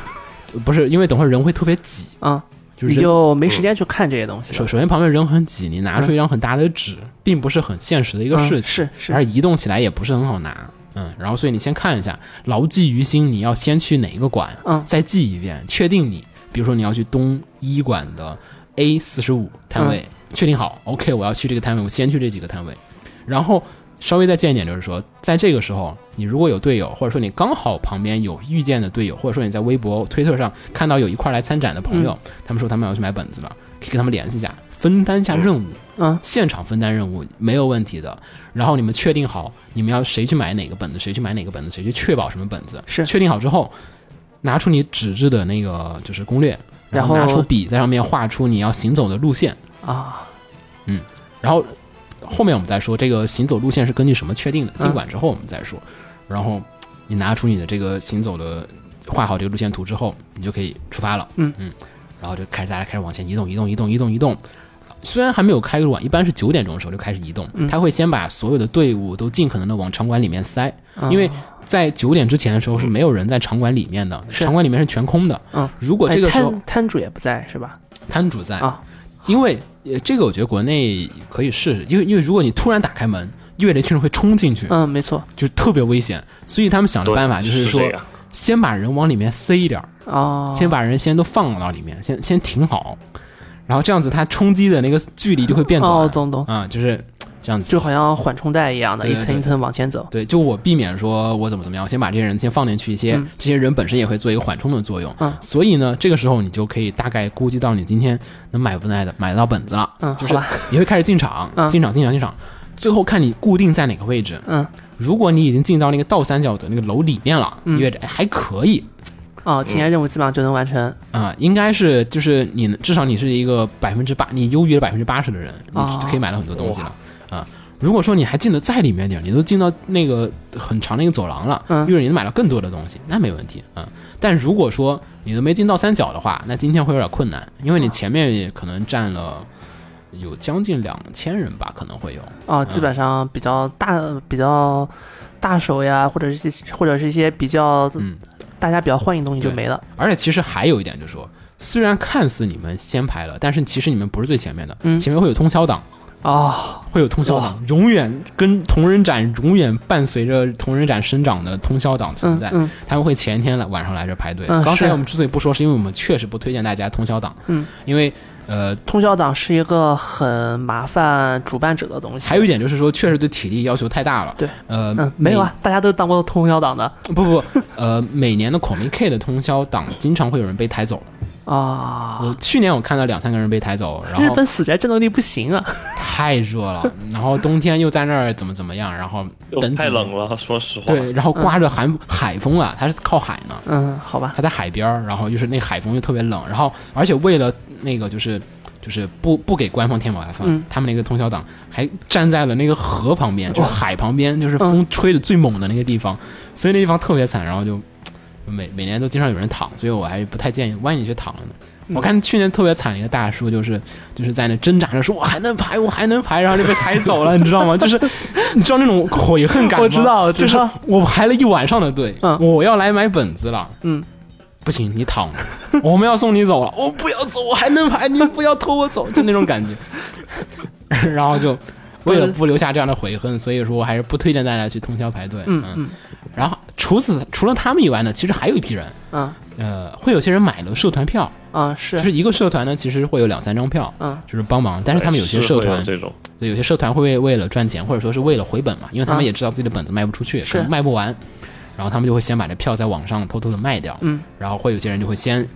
Speaker 1: 不是因为等会儿人会特别挤，
Speaker 2: 啊？
Speaker 1: 就
Speaker 2: 嗯你
Speaker 1: 是人
Speaker 2: 就没时间去看这些东西
Speaker 1: 首
Speaker 2: 了。
Speaker 1: 首先旁边人很挤，你拿出一张很大的纸，并不是很现实的一个
Speaker 2: 嗯
Speaker 1: 事情，
Speaker 2: 是是
Speaker 1: 而移动起来也不是很好拿，嗯，然后所以你先看一下，牢记于心，你要先去哪一个馆，
Speaker 2: 嗯
Speaker 1: 再
Speaker 2: 嗯
Speaker 1: 记一遍，确定你，比如说你要去东一馆的 A 四十五摊位，确定好，OK，我要去这个摊位，我先去这几个摊位，然后稍微再见一点，就是说，在这个时候，你如果有队友，或者说你刚好旁边有遇见的队友，或者说你在微博、推特上看到有一块来参展的朋友，
Speaker 2: 嗯
Speaker 1: 他们说他们要去买本子嘛，可以跟他们联系一下，分担一下任务，
Speaker 2: 嗯，
Speaker 1: 现场分担任务没有问题的。然后你们确定好你们要谁去买哪个本子，谁去买哪个本子，谁去确保什么本子，
Speaker 2: 是
Speaker 1: 确定好之后，拿出你纸质的那个就是攻略，然后
Speaker 2: 然
Speaker 1: 拿
Speaker 2: 后
Speaker 1: 出笔在上面画出你要行走的路线。
Speaker 2: 啊，
Speaker 1: 然后后面我们再说这个行走路线是根据什么确定的，
Speaker 2: 嗯
Speaker 1: 尽管之后我们再说。然后你拿出你的这个行走的画好这个路线图之后，你就可以出发了。
Speaker 2: 嗯
Speaker 1: 嗯，然后就开始大家开始往前移动，移动，移动，移动，移动。虽然还没有开馆，一般是九点钟的时候就开始移动，
Speaker 2: 嗯
Speaker 1: 他会先把所有的队伍都尽可能的往场馆里面塞，
Speaker 2: 嗯
Speaker 1: 因为在九点之前的时候是没有人在场馆里面的，
Speaker 2: 是
Speaker 1: 场馆里面是全空的。
Speaker 2: 嗯，
Speaker 1: 如果
Speaker 2: 哎
Speaker 1: 这个时候
Speaker 2: 摊摊主也不在是吧？
Speaker 1: 摊主在
Speaker 2: 啊，
Speaker 1: 因为呃，这个我觉得国内可以试试，因为因为如果你突然打开门，越雷群众会冲进去，
Speaker 2: 嗯，没错
Speaker 1: 就是特别危险，所以他们想的
Speaker 3: 对
Speaker 1: 办法就是说
Speaker 3: 这，样
Speaker 1: 先把人往里面塞一点儿，
Speaker 2: 哦，
Speaker 1: 先把人先都放到里面，先先停好，然后这样子他冲击的那个距离就会变短，
Speaker 2: 哦，懂懂，
Speaker 1: 啊，就是这样子，
Speaker 2: 就好像缓冲带一样的，
Speaker 1: 对
Speaker 2: 一
Speaker 1: 对
Speaker 2: 层一层往前走。
Speaker 1: 对，就我避免说我怎么怎么样，我先把这些人先放进去一些，
Speaker 2: 嗯
Speaker 1: 这些人本身也会做一个缓冲的作用。
Speaker 2: 嗯
Speaker 1: 所以呢，这个时候你就可以大概估计到你今天能买不买的买得到本子了。
Speaker 2: 嗯
Speaker 1: 就是
Speaker 2: 好吧
Speaker 1: 你会开始进场，
Speaker 2: 嗯
Speaker 1: 进场，进场，进场，最后看你固定在哪个位置。
Speaker 2: 嗯，
Speaker 1: 如果你已经进到那个倒三角的那个楼里面了，
Speaker 2: 嗯
Speaker 1: 意味着哎还可以
Speaker 2: 哦，
Speaker 1: 嗯
Speaker 2: 今天任务基本上就能完成。
Speaker 1: 啊、应该是就是你至少你是一个百分之八，你优于了百分之八十的人，你
Speaker 2: 哦
Speaker 1: 可以买到很多东西了啊、如果说你还进得再里面点儿，你都进到那个很长的一个走廊了，
Speaker 2: 嗯
Speaker 1: 意味着你能买到更多的东西，那没问题啊、但如果说你都没进到三角的话，那今天会有点困难，因
Speaker 2: 哦
Speaker 1: 为你前面也可能占了有将近两千人吧，可能会有。
Speaker 2: 哦，基本上比较大、比较大手呀，或者是一些或者是一些比较、
Speaker 1: 嗯
Speaker 2: 大家比较欢迎的东西就
Speaker 1: 对
Speaker 2: 没了。
Speaker 1: 而且其实还有一点，就是说，虽然看似你们先排了，但是其实你们不是最前面的，
Speaker 2: 嗯
Speaker 1: 前面会有通宵党，
Speaker 2: 哦，
Speaker 1: 会有通宵党，永远跟同人展永远伴随着同人展生长的通宵党存
Speaker 2: 嗯
Speaker 1: 在。
Speaker 2: 嗯
Speaker 1: 他们会前一天来晚上来这排队。
Speaker 2: 嗯
Speaker 1: 刚才
Speaker 2: 是
Speaker 1: 我们之所以不说，是因为我们确实不推荐大家通宵党，
Speaker 2: 嗯，
Speaker 1: 因为呃。
Speaker 2: 通宵党是一个很麻烦主办者的东西。
Speaker 1: 还有一点就是说，确实对体力要求太大了。
Speaker 2: 对，
Speaker 1: 呃，
Speaker 2: 嗯，没有啊，大家都当过通宵党的
Speaker 1: 每， 不不，不呃，每年的孔明 K 的通宵党，经常会有人被抬走。
Speaker 2: 啊。
Speaker 1: 我去年我看到两三个人被抬走，然
Speaker 2: 日
Speaker 1: 后
Speaker 2: 本死宅战斗力不行啊！
Speaker 1: 太热了，然后冬天又在那儿怎么怎么样，然后
Speaker 3: 又
Speaker 1: 等
Speaker 3: 太
Speaker 1: 几
Speaker 3: 冷了，说实话。
Speaker 1: 对，然后刮着寒、海风啊，它是靠海呢，
Speaker 2: 嗯，好吧，
Speaker 1: 它在海边儿，然后就是那海风又特别冷，然后而且为了那个就是就是不不给官方添麻烦，
Speaker 2: 嗯
Speaker 1: 他们那个通宵党还站在了那个河旁边，就是
Speaker 2: 哇
Speaker 1: 海旁边，就是
Speaker 2: 嗯
Speaker 1: 风吹的最猛的那个地方，所以那地方特别惨，然后就。每每年都经常有人躺，所以我还不太建议。万一你去躺了呢？
Speaker 2: 嗯
Speaker 1: 我看去年特别惨的一个大叔，就是就是在那挣扎着说：“我还能排，我还能排。”然后就被抬走了，你知道吗？就是你知道那种悔恨感吗？
Speaker 2: 我知道，我
Speaker 1: 就
Speaker 2: 知
Speaker 1: 是
Speaker 2: 道，
Speaker 1: 我排了一晚上的队，
Speaker 2: 呃嗯
Speaker 1: 我要来买本子了，
Speaker 2: 嗯，
Speaker 1: 不行，你躺着， 我们要送你走了，我不要走，我还能排，你不要拖我走，就那种感觉。 然后就为了不留下这样的悔恨，所以说我还是不推荐大家去通宵排队，
Speaker 2: 嗯嗯
Speaker 1: 然后除此除了他们以外呢，其实还有一批人，
Speaker 2: 嗯
Speaker 1: 呃，会有些人买了社团票，
Speaker 2: 啊，
Speaker 1: 就是是一个社团呢，其实会有两三张票。
Speaker 2: 嗯
Speaker 1: 就是帮忙，但是他们有些
Speaker 3: 是
Speaker 1: 社
Speaker 3: 会有
Speaker 1: 团，
Speaker 3: 这种，
Speaker 1: 对，有些社团会为为了赚钱，或者说是为了回本嘛，因为他们
Speaker 2: 啊
Speaker 1: 也知道自己的本子卖不出去，
Speaker 2: 是
Speaker 1: 可能卖不完，然后他们就会先把这票在网上偷偷的卖掉，
Speaker 2: 嗯，
Speaker 1: 然后会有些人就会先，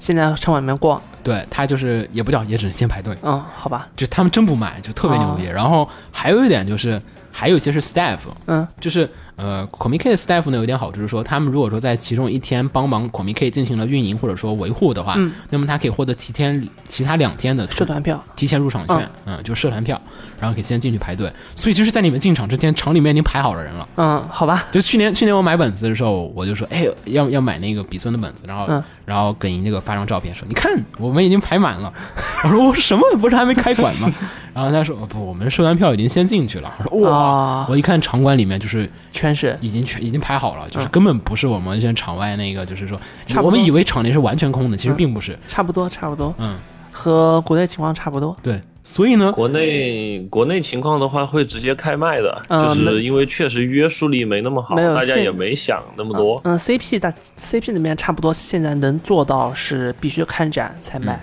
Speaker 2: 现在场馆里面逛，
Speaker 1: 对他就是也不叫，也只能先排队，
Speaker 2: 嗯，好吧，
Speaker 1: 就他们真不卖，就特别牛逼。
Speaker 2: 哦
Speaker 1: 然后还有一点就是，还有一些是 staff，
Speaker 2: 嗯，
Speaker 1: 就是呃 c o m i K 的 staff 呢有一点好处是说，他们如果说在其中一天帮忙 c o m i K 进行了运营或者说维护的话，
Speaker 2: 嗯
Speaker 1: 那么他可以获得提前其他两天的
Speaker 2: 社团票，
Speaker 1: 提前入场券，嗯就社团票，然后可以先进去排队。所以其实，在你们进场之前，场里面已经排好了人了。
Speaker 2: 嗯，好吧，
Speaker 1: 就去年去年我买本子的时候，我就说，哎，要要买那个比孙的本子，然后、
Speaker 2: 嗯
Speaker 1: 然后给那个发张照片说，你看我们已经排满了。 我说我什么不是还没开馆吗？ 然后他说哦不，我们售完票已经先进去了。我说哇。
Speaker 2: 哇，
Speaker 1: 我一看场馆里面就是
Speaker 2: 啊全是
Speaker 1: 已经全已经排好了，就是
Speaker 2: 嗯
Speaker 1: 根本不是我们现在场外那个，就是说
Speaker 2: 差不多
Speaker 1: 我们以为场内是完全空的，其实并不是。
Speaker 2: 差不多，差不多，
Speaker 1: 嗯，
Speaker 2: 和国内情况差不多。
Speaker 1: 对，所以呢，
Speaker 3: 国内国内情况的话，会直接开麦的，
Speaker 2: 嗯
Speaker 3: 就是因为确实约束力没那么好，
Speaker 2: 没有
Speaker 3: 大家
Speaker 2: 现
Speaker 3: 也没想那么多。
Speaker 2: 嗯，CP 大 CP 那边差不多，现在能做到是必须看展才卖。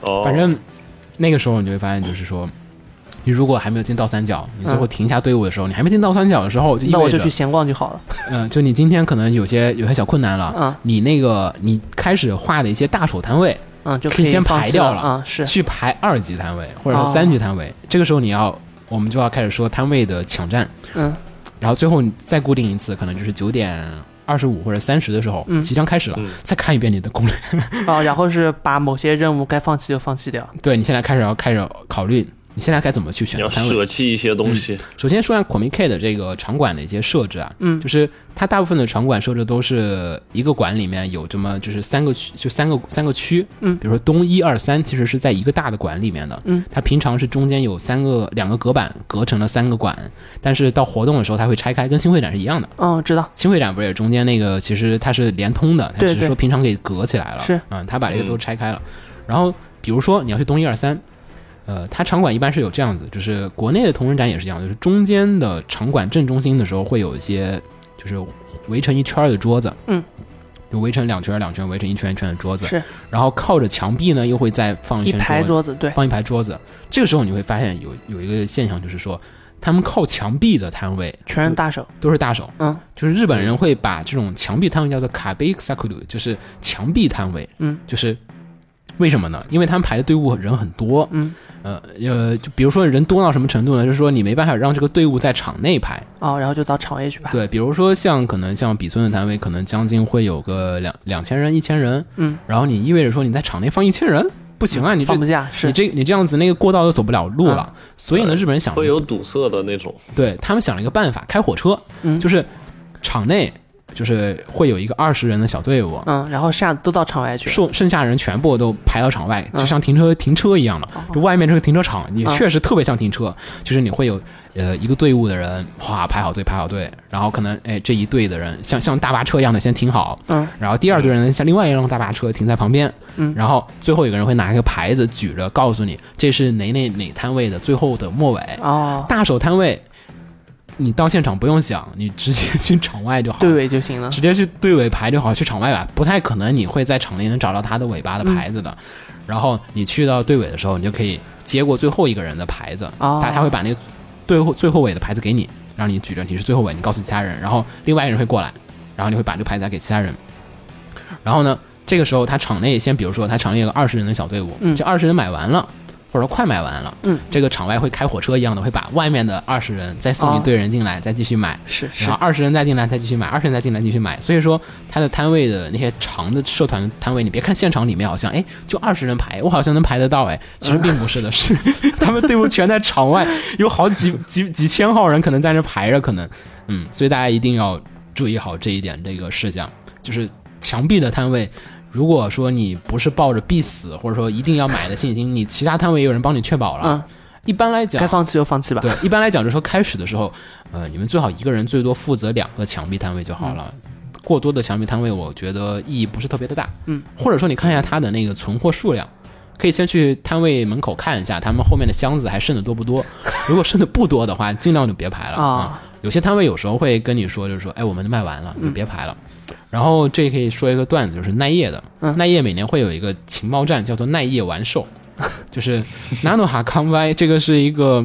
Speaker 3: 哦，
Speaker 1: 啊反正那个时候你就会发现，就是说，你如果还没有进倒三角，你最后停下队伍的时候，你还没进倒三角的时候，嗯就意味着
Speaker 2: 那我就去闲逛就好了。
Speaker 1: 嗯，就你今天可能有些有些小困难了，
Speaker 2: 嗯
Speaker 1: 你那个你开始画的一些大手摊位，
Speaker 2: 嗯，就
Speaker 1: 可以先
Speaker 2: 放
Speaker 1: 排
Speaker 2: 弃
Speaker 1: 掉
Speaker 2: 了。
Speaker 1: 了
Speaker 2: 嗯，是
Speaker 1: 去排二级摊位或者是
Speaker 2: 哦
Speaker 1: 三级摊位，这个时候你要我们就要开始说摊位的抢占，
Speaker 2: 嗯
Speaker 1: 然后最后你再固定一次，可能就是九点二十五或者三十的时候，
Speaker 2: 嗯
Speaker 1: 即将开始了，
Speaker 3: 嗯
Speaker 1: 再看一遍你的攻略。
Speaker 2: 啊，然后是把某些任务该放弃就放弃掉。
Speaker 1: 对你现在开始要开始考虑，你现在该怎么去选
Speaker 3: 你要
Speaker 1: 摊位？
Speaker 3: 舍弃一些东西，
Speaker 1: 首先说下 c o m i K 的这个场馆的一些设置啊，
Speaker 2: 嗯
Speaker 1: 就是它大部分的场馆设置都是一个馆里面有这么就是三个区，就三个三个区，
Speaker 2: 嗯
Speaker 1: 比如说东一二三其实是在一个大的馆里面的，
Speaker 2: 嗯，
Speaker 1: 它平常是中间有三个两个隔板隔成了三个馆，但是到活动的时候它会拆开，跟新会展是一样的。
Speaker 2: 嗯，知道。
Speaker 1: 新会展不是也中间那个其实它是连通的，它只
Speaker 2: 对
Speaker 1: 是
Speaker 2: 对
Speaker 1: 说平常给隔起来了，
Speaker 2: 是，
Speaker 1: 嗯，它把这个都拆开了。然后比如说你要去东一二三，呃，它场馆一般是有这样子，就是国内的同人展也是一样，就是中间的场馆正中心的时候会有一些就是围成一圈儿的桌子，
Speaker 2: 嗯。
Speaker 1: 就围成两圈儿两圈儿，围成一圈一圈的桌子，
Speaker 2: 是
Speaker 1: 然后靠着墙壁呢，又会再放
Speaker 2: 一
Speaker 1: 圈
Speaker 2: 排桌子，对，
Speaker 1: 放一排桌子。这个时候你会发现有有一个现象，就是说他们靠墙壁的摊位
Speaker 2: 全是大手。
Speaker 1: 都是大手，
Speaker 2: 嗯，
Speaker 1: 就是日本人会把这种墙壁摊位叫做卡贝萨库鲁，就是墙壁摊位，
Speaker 2: 嗯，
Speaker 1: 就是为什么呢？因为他们排的队伍人很多，
Speaker 2: 嗯，
Speaker 1: 呃呃，就比如说人多到什么程度呢？就是说你没办法让这个队伍在场内排，
Speaker 2: 哦，然后就到场 A 去吧。
Speaker 1: 对，比如说像可能像比村的摊位，可能将近会有个两两千人、一千人，
Speaker 2: 嗯，
Speaker 1: 然后你意味着说你在场内放一千人不行啊，你这
Speaker 2: 放不下啊是
Speaker 1: 你这你这样子那个过道又走不了路了，所以呢，日本人想
Speaker 3: 会有堵塞的那种。
Speaker 1: 对他们想了一个办法，开火车，
Speaker 2: 嗯
Speaker 1: 就是场内就是会有一个二十人的小队伍，
Speaker 2: 嗯，然后下都到场外去了。
Speaker 1: 剩剩下人全部都排到场外，
Speaker 2: 嗯哦
Speaker 1: 就像停车停车一样了。就外面这个停车场，你
Speaker 2: 嗯
Speaker 1: 确实特别像停车，就是你会有呃一个队伍的人，哗排好队排好队，然后可能哎这一队的人像像大巴车一样的先停好，
Speaker 2: 嗯，
Speaker 1: 然后第二队人像另外一辆大巴车停在旁边，
Speaker 2: 嗯
Speaker 1: 然后最后一个人会拿一个牌子举着，告诉你这是哪哪哪摊位的最后的末尾，
Speaker 2: 哦，
Speaker 1: 大手摊位，你到现场不用想，你直接 去场外就好。
Speaker 2: 对尾就行了。
Speaker 1: 直接去队尾排就好，去场外吧，不太可能你会在场内能找到他的尾巴的牌子的。
Speaker 2: 嗯
Speaker 1: 然后你去到队尾的时候，你就可以接过最后一个人的牌子，
Speaker 2: 哦
Speaker 1: 他他会把那个最后最后尾的牌子给你，让你举着你是最后尾，你告诉其他人，然后另外一个人会过来，然后你会把这个牌子再给其他人。然后呢，这个时候他场内先，比如说他场内有个二十人的小队伍，
Speaker 2: 嗯
Speaker 1: 这二十人买完了。或者快买完了，
Speaker 2: 嗯，
Speaker 1: 这个场外会开火车一样的，会把外面的二十人再送一
Speaker 2: 哦
Speaker 1: 队人进来，再继续买，
Speaker 2: 是是
Speaker 1: 然后，二十人再进来，再继续买；二十人再进来，继续买。所以说，他的摊位的那些长的社团摊位，你别看现场里面好像，哎，就二十人排，我好像能排得到，哎，其实并不是的，是他们队伍全在场外，有好几几几千号人可能在那排着，可能，嗯，所以大家一定要注意好这一点，这个事项就是墙壁的摊位。如果说你不是抱着必死或者说一定要买的信心，你其他摊位也有人帮你确保了。
Speaker 2: 嗯，
Speaker 1: 一般来讲
Speaker 2: 该，放弃就放弃吧。
Speaker 1: 对，一般来讲，就是说开始的时候，呃，你们最好一个人最多负责两个墙壁摊位就好了。过多的墙壁摊位，我觉得意义不是特别的大。
Speaker 2: 嗯，
Speaker 1: 或者说你看一下它的那个存货数量，可以先去摊位门口看一下，他们后面的箱子还剩的多不 多。如果剩的不多的话，尽量就别排了啊。
Speaker 2: 啊，
Speaker 1: 有些摊位有时候会跟你说，就是说，哎，我们卖完了，
Speaker 2: 嗯
Speaker 1: 你别排了。然后这可以说一个段子，就是奈叶的，
Speaker 2: 嗯
Speaker 1: 奈叶每年会有一个情报站，叫做奈叶完 售，就是 Nanoha k a m a i 这个是一个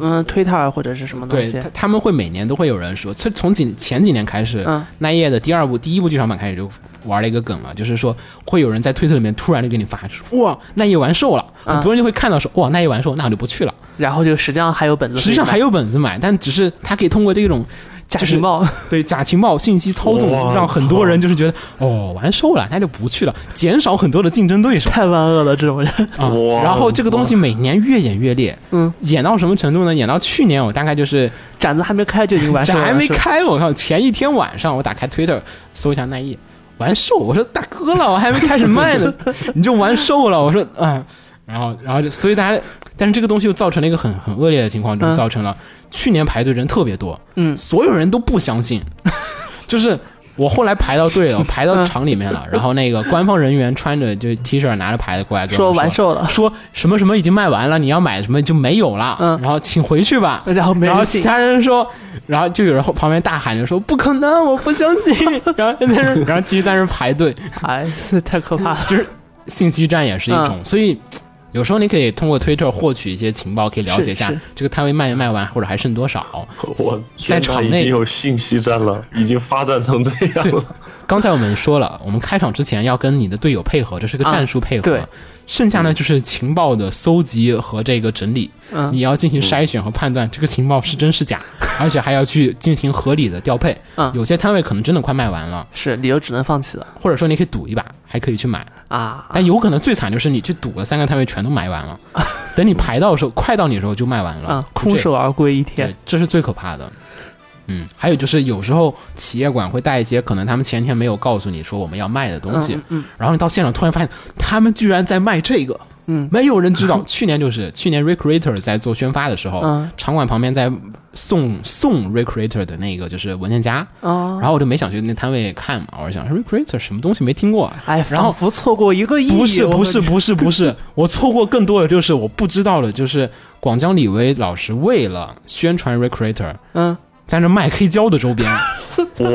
Speaker 2: 嗯，Twitter 或者是什么东
Speaker 1: 对
Speaker 2: 西
Speaker 1: 他，他们会每年都会有人说，从从几前几年开始，
Speaker 2: 嗯
Speaker 1: 奈叶的第二部第一部剧场版开始就玩了一个梗了，就是说会有人在推特里面突然就给你发说，哇，奈叶完售了，
Speaker 2: 嗯
Speaker 1: 很多人就会看到说，哇，奈叶完售，那我就不去了。
Speaker 2: 然后就实际上还有本子可以买，
Speaker 1: 实际上还有本子买，但只是他可以通过这种
Speaker 2: 假
Speaker 1: 就是
Speaker 2: 情报，
Speaker 1: 对假情报信息操纵，
Speaker 3: 哇
Speaker 1: 让很多人就是觉得，哦，完售了，那就不去了，减少很多的竞争对 手。
Speaker 2: 太万恶了，这种人。
Speaker 1: 啊
Speaker 3: 哇，
Speaker 1: 然后这个东西每年越演越烈，
Speaker 2: 嗯，
Speaker 1: 演到什么程度呢？演到去年我大概就是
Speaker 2: 展子还没开就已经完事
Speaker 1: 这
Speaker 2: 了，
Speaker 1: 还没
Speaker 2: 是吧，
Speaker 1: 开，我靠！前一天晚上我打开 Twitter 搜一下耐易，完售。我说大哥了，我还没开始卖呢，你就完售了。我说啊，然后然后就所以大家，但是这个东西又造成了一个很很恶劣的情况，就是
Speaker 2: 嗯
Speaker 1: 造成了去年排队人特别多，
Speaker 2: 嗯
Speaker 1: 所有人都不相 信，就是。我后来排到队了，我排
Speaker 2: 嗯
Speaker 1: 到厂里面了，然后那个官方人员穿着就 T 恤拿着牌子过来跟
Speaker 2: 说
Speaker 1: 我们
Speaker 2: 嗯完售了，
Speaker 1: 说什么什么已经卖完了，你要买什么就没有了，
Speaker 2: 嗯
Speaker 1: 然后请回去吧。
Speaker 2: 然后没
Speaker 1: 然后
Speaker 2: 人
Speaker 1: 其
Speaker 2: 信，
Speaker 1: 他人说，然后就有人后旁边大喊着说不可能，我不相 信。然后在那儿，然后继续在那儿排队，
Speaker 2: 哎，是太可怕了。嗯
Speaker 1: 就是信息战也是一种，所以有时候你可以通过推特获取一些情报，可以了解一下
Speaker 2: 是是
Speaker 1: 这个摊位卖没卖完，或者还剩多少。
Speaker 3: 我
Speaker 1: 嗯在场
Speaker 3: 天哪已
Speaker 1: 内
Speaker 3: 经有信息战 了，已经发展成这样了。
Speaker 1: 刚才我们说了，我们开场之前要跟你的队友配合，这是个战术配合。
Speaker 2: 啊对，
Speaker 1: 剩下呢就是情报的搜集和这个整理，
Speaker 2: 嗯
Speaker 1: 你要进行筛选和判断这个情报是真是假，而且还要去进行合理的调配。
Speaker 2: 嗯
Speaker 1: 有些摊位可能真的快卖完了，
Speaker 2: 是理由只能放弃了
Speaker 1: 或者说你可以赌一把，还可以去买。
Speaker 2: 啊。
Speaker 1: 但有可能最惨就是你去赌了三个摊位全都买完 了，等你排到的时候，快到你的时候就卖完了
Speaker 2: 啊，，空
Speaker 1: 这
Speaker 2: 手而归一
Speaker 1: 对
Speaker 2: 天，，
Speaker 1: 这是最可怕的。嗯，还有就是有时候企业馆会带一些可能他们前天没有告诉你说我们要卖的东西，
Speaker 2: 嗯嗯
Speaker 1: 然后你到现场突然发现他们居然在卖这个，
Speaker 2: 嗯
Speaker 1: 没有人知 道。去年就是去年 Recreator 在做宣发的时候，
Speaker 2: 嗯
Speaker 1: 场馆旁边在送送 Recreator 的那个就是文件夹，
Speaker 2: 哦，
Speaker 1: 然后我就没想去那摊位看嘛，我就想 Recreator 什么东西没听过啊，
Speaker 2: 哎，
Speaker 1: 然后
Speaker 2: 仿佛错过一个亿，
Speaker 1: 不是
Speaker 2: 我
Speaker 1: 不是 不是不是，我错过更多的就是我不知道的，就是广江李维老师为了宣传 Recreator，
Speaker 2: 嗯，
Speaker 1: 在那卖黑胶的周 边，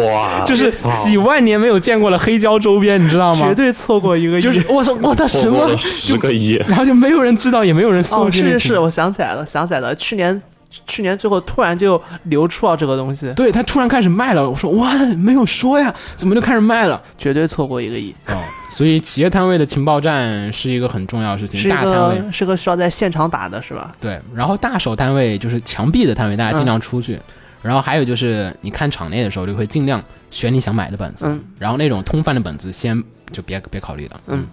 Speaker 3: 哇，
Speaker 1: 就是
Speaker 3: 哇
Speaker 1: 几万年没有见过了黑胶周边，你知道吗？
Speaker 2: 绝对错过一个亿， 哦
Speaker 1: 就是我说我的
Speaker 3: 错
Speaker 1: 什
Speaker 3: 过
Speaker 1: 么
Speaker 3: 了，十个亿，
Speaker 1: 然后就没有人知道，也没有人搜
Speaker 2: 哦，
Speaker 1: 进
Speaker 2: 是是
Speaker 1: 去。
Speaker 2: 是，我想起来了，想起来了，去年去年最后突然就流出了这个东西，
Speaker 1: 对他突然开始卖了，我说哇，没有说呀，怎么就开始卖 了？
Speaker 2: 绝对错过一个亿，
Speaker 1: 哦，所以企业摊位的情报战是一个很重要的事
Speaker 2: 是
Speaker 1: 情，
Speaker 2: 一
Speaker 1: 大摊位
Speaker 2: 个是个需要在现场打的是吧？
Speaker 1: 对，然后大手摊位就是墙壁的摊位，大
Speaker 2: 嗯
Speaker 1: 家尽量出去。然后还有就是，你看场内的时候，就会尽量选你想买的本子，
Speaker 2: 嗯
Speaker 1: 然后那种通贩的本子先就别别考虑了，
Speaker 2: 嗯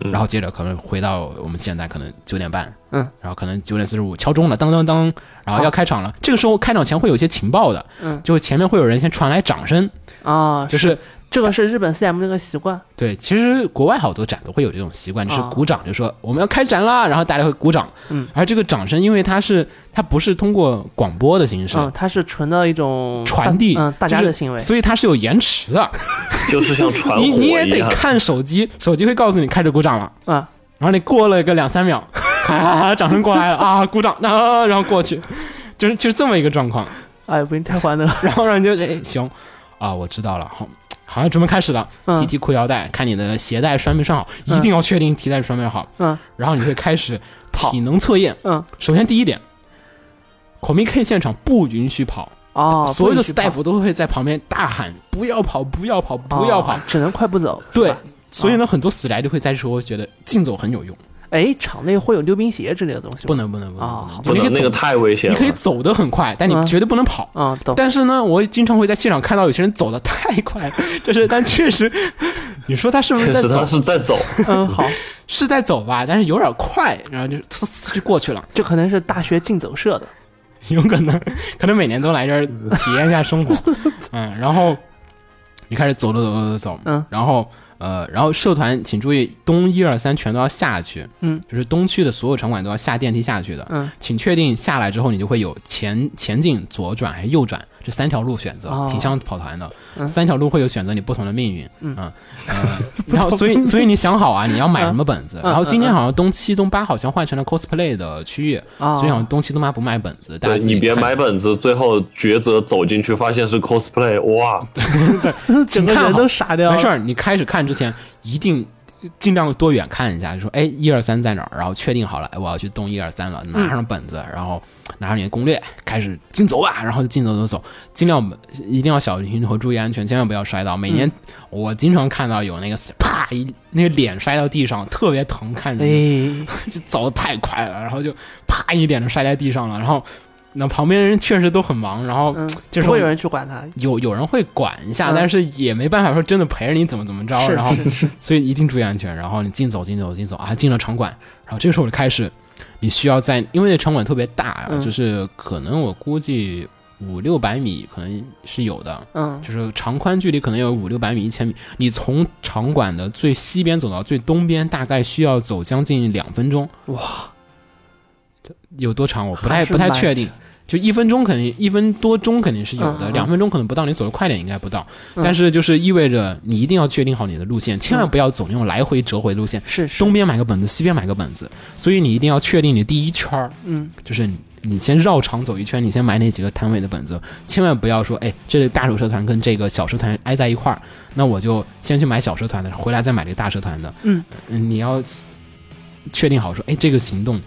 Speaker 3: 嗯
Speaker 1: 然后接着可能回到我们现在可能九点半，
Speaker 2: 嗯，
Speaker 1: 然后可能九点四十五敲钟了，当当当，然后要开场了。这个时候开场前会有一些情报的，
Speaker 2: 嗯
Speaker 1: 就前面会有人先传来掌声，
Speaker 2: 啊，
Speaker 1: 就是是
Speaker 2: 这个是日本 CM 的一个习惯，
Speaker 1: 对，其实国外好多展都会有这种习惯，就是
Speaker 2: 啊
Speaker 1: 鼓掌，就说我们要开展啦，然后大家会鼓掌。
Speaker 2: 嗯，
Speaker 1: 而这个掌声，因为它是它不是通过广播的形式
Speaker 2: 嗯，它是纯的一种
Speaker 1: 传递，
Speaker 2: 大嗯，大家
Speaker 1: 就是
Speaker 2: 的行为，
Speaker 1: 所以它是有延迟 的。
Speaker 3: 就是像传火
Speaker 1: 你你也
Speaker 3: 一
Speaker 1: 得
Speaker 3: 样。
Speaker 1: 看手机，手机会告诉你开始鼓掌了，
Speaker 2: 啊，
Speaker 1: 然后你过了个两三秒， 啊，掌声过来了啊，鼓掌，啊，然后过去，就是就是这么一个状况。
Speaker 2: 哎，不行，太欢乐了，
Speaker 1: 然后让人就哎行啊，我知道了，好，好像准备开始了。
Speaker 2: 嗯
Speaker 1: 提提裤腰带，看你的鞋带拴没拴好，
Speaker 2: 嗯
Speaker 1: 一定要确定鞋带拴没好。
Speaker 2: 嗯，
Speaker 1: 然后你会开始
Speaker 2: 跑
Speaker 1: 体能测验。
Speaker 2: 嗯，
Speaker 1: 首先第一点。孔明 K 现场不允许跑，
Speaker 2: 哦，
Speaker 1: 所有的
Speaker 2: 不允许跑
Speaker 1: staff 都会在旁边大喊“不要跑，不要跑，不要跑
Speaker 2: 哦啊只能快步走，”是
Speaker 1: 对
Speaker 2: 吧，
Speaker 1: 所以呢，很多死宅就会在这时候觉得竞走很有用，
Speaker 2: 哎，场内会有溜冰鞋之类的东西
Speaker 1: 不
Speaker 2: 吗？
Speaker 1: 能不能不能
Speaker 2: 哦好
Speaker 1: 不
Speaker 3: 不
Speaker 1: 能，就
Speaker 3: 能
Speaker 1: 你可
Speaker 3: 那
Speaker 1: 以
Speaker 3: 个
Speaker 1: 走，
Speaker 3: 太危险
Speaker 1: 你
Speaker 3: 了
Speaker 1: 可。以走得很快，但你
Speaker 2: 嗯
Speaker 1: 绝对不能跑。
Speaker 2: 嗯，懂。
Speaker 1: 但是呢，我经常会在现场看到有些人走的太快了，就是但确实， 你说他是不是在
Speaker 3: 确实他
Speaker 1: 走？
Speaker 3: 是在走，
Speaker 2: 嗯，好，
Speaker 1: 是在走吧，但是有点快，然后就呲呲就过去了。
Speaker 2: 这可能是大学竞走社的。
Speaker 1: 有可能，可能每年都来这儿体验一下 生活。嗯，然后你开始走走走走走，
Speaker 2: 嗯，
Speaker 1: 然后呃，然后社团请注意，东一二三全都要下去，
Speaker 2: 嗯，
Speaker 1: 就是东区的所有场馆都要下电梯下去的，
Speaker 2: 嗯，
Speaker 1: 请确定下来之后，你就会有前前进、左转还是右转这三条路选择，
Speaker 2: 哦
Speaker 1: 挺像跑团的，
Speaker 2: 嗯
Speaker 1: 三条路会有选择你不同的命运，
Speaker 2: 嗯
Speaker 1: 啊呃然后所以所以你想好啊，你要买什么本子，
Speaker 2: 嗯
Speaker 1: 然后今年
Speaker 2: 嗯嗯
Speaker 1: 好像东七东八好像换成了 cosplay 的区域，
Speaker 2: 啊，
Speaker 1: 所以好像东西东妈不卖本子，大家
Speaker 3: 对
Speaker 1: 自己
Speaker 3: 你别
Speaker 1: 看
Speaker 3: 买，本子，最后抉择走进去发现是 cosplay，哇，
Speaker 2: 整
Speaker 1: 请
Speaker 2: 个
Speaker 1: 看
Speaker 2: 人
Speaker 1: 好
Speaker 2: 都傻掉了。
Speaker 1: 没事儿，你开始看之前一定尽量多远看一下，就说哎一二三在哪儿，然后确定好了，哎我要去动一二三
Speaker 2: 嗯
Speaker 1: 了，拿上本子，然后拿上你的攻略，开始竞走吧，然后就竞走走走，尽量一定要小心和注意安全，千万不要摔倒。每
Speaker 2: 嗯
Speaker 1: 年我经常看到有那个啪一那个脸摔到地上，特别疼，看着就
Speaker 2: 哎，
Speaker 1: 就 走的太快了，然后就啪一脸就摔在地上了，然后。那旁边人确实都很忙，然后
Speaker 2: 嗯，
Speaker 1: 这时候
Speaker 2: 不会有人去管他。
Speaker 1: 有有人会管一下，
Speaker 2: 嗯
Speaker 1: 但是也没办法说真的陪着你怎么怎么着，
Speaker 2: 是
Speaker 1: 然后
Speaker 2: 是 是，
Speaker 1: 所以一定注意安全。然后你进走进走进走啊，进了场馆，然后这个时候我就开始，你需要在因为那场馆特别大啊，
Speaker 2: 嗯
Speaker 1: 就是可能我估计五六百米可能是有的，
Speaker 2: 嗯
Speaker 1: 就是长宽距离可能有五六百米、一千米。你从场馆的最西边走到最东边，大概需要走将近两分钟。
Speaker 2: 哇，
Speaker 1: 有多长我不太
Speaker 2: 还是
Speaker 1: 不太
Speaker 2: 蛮
Speaker 1: 确定，就一分钟肯定一分多钟肯定是有
Speaker 2: 嗯
Speaker 1: 的，
Speaker 2: 嗯
Speaker 1: 两分钟可能不到，你走的快点应该不到，
Speaker 2: 嗯
Speaker 1: 但是就是意味着你一定要确定好你的路线，千万
Speaker 2: 嗯
Speaker 1: 不要走那种来回折回路线，
Speaker 2: 是是，
Speaker 1: 东边买个本子，西边买个本子，所以你一定要确定你第一圈儿
Speaker 2: 嗯
Speaker 1: 就是你你先绕场走一圈，你先买哪几个摊位的本子，千万不要说，哎，这个大手社团跟这个小社团挨在一块儿，那我就先去买小社团的，回来再买这个大社团的。
Speaker 2: 嗯
Speaker 1: 嗯，你要呃确定好说，哎，这个行动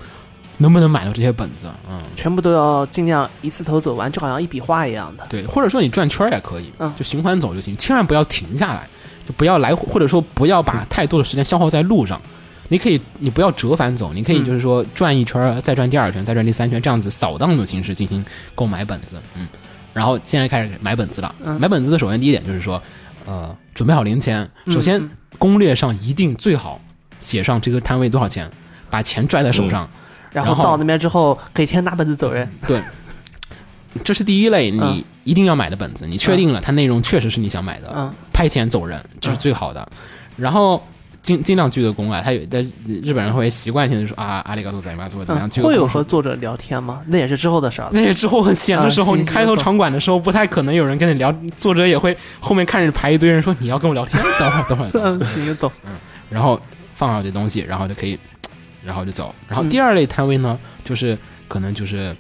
Speaker 1: 能不能买到这些本子？嗯，
Speaker 2: 全部都要尽量一次头走完，就好像一笔画一样的。
Speaker 1: 对，或者说你转圈儿也可以
Speaker 2: 嗯，
Speaker 1: 就循环走就行，千万不要停下来，就不要来回，或者说不要
Speaker 2: 嗯
Speaker 1: 把太多的时间消耗在路上。你可以，你不要折返走，你可以
Speaker 2: 嗯
Speaker 1: 就是说转一圈儿，再转第二圈，再转第三圈，这样子扫荡的形式进行购买本子。嗯，然后现在开始买本子了。
Speaker 2: 嗯
Speaker 1: 买本子的首先第一点就是说，呃，准备好零钱。首先
Speaker 2: 嗯嗯
Speaker 1: 攻略上一定最好写上这个摊位多少钱，把钱拽在手上。然
Speaker 2: 然后
Speaker 1: 后
Speaker 2: 到那边之后，给钱拿本子走人。
Speaker 1: 对，这是第一类你
Speaker 2: 嗯
Speaker 1: 一定要买的本子，你确定了它内容确实是你想买的，
Speaker 2: 嗯
Speaker 1: 拍钱走人这是最好的。然后尽尽量鞠个躬啊，他有的日本人会习惯性的说啊阿里嘎多塞马怎么怎么样，
Speaker 2: 嗯
Speaker 1: 鞠个
Speaker 2: 会有
Speaker 1: 躬
Speaker 2: 和
Speaker 1: 说。
Speaker 2: 作者聊天吗？那也是之后的事儿了。
Speaker 1: 那些之后很闲的时候，
Speaker 2: 啊
Speaker 1: 你
Speaker 2: 行
Speaker 1: 开头
Speaker 2: 行
Speaker 1: 场馆的时候，不太可能有人跟你聊，作者也会后面看着排一堆人说你要跟我聊天，等会儿等会儿，等会儿
Speaker 2: 嗯，行，走。
Speaker 1: 然后放好这东西，然后就可以，然后就走。然后
Speaker 2: 嗯
Speaker 1: 第二类摊位呢，就是可能就是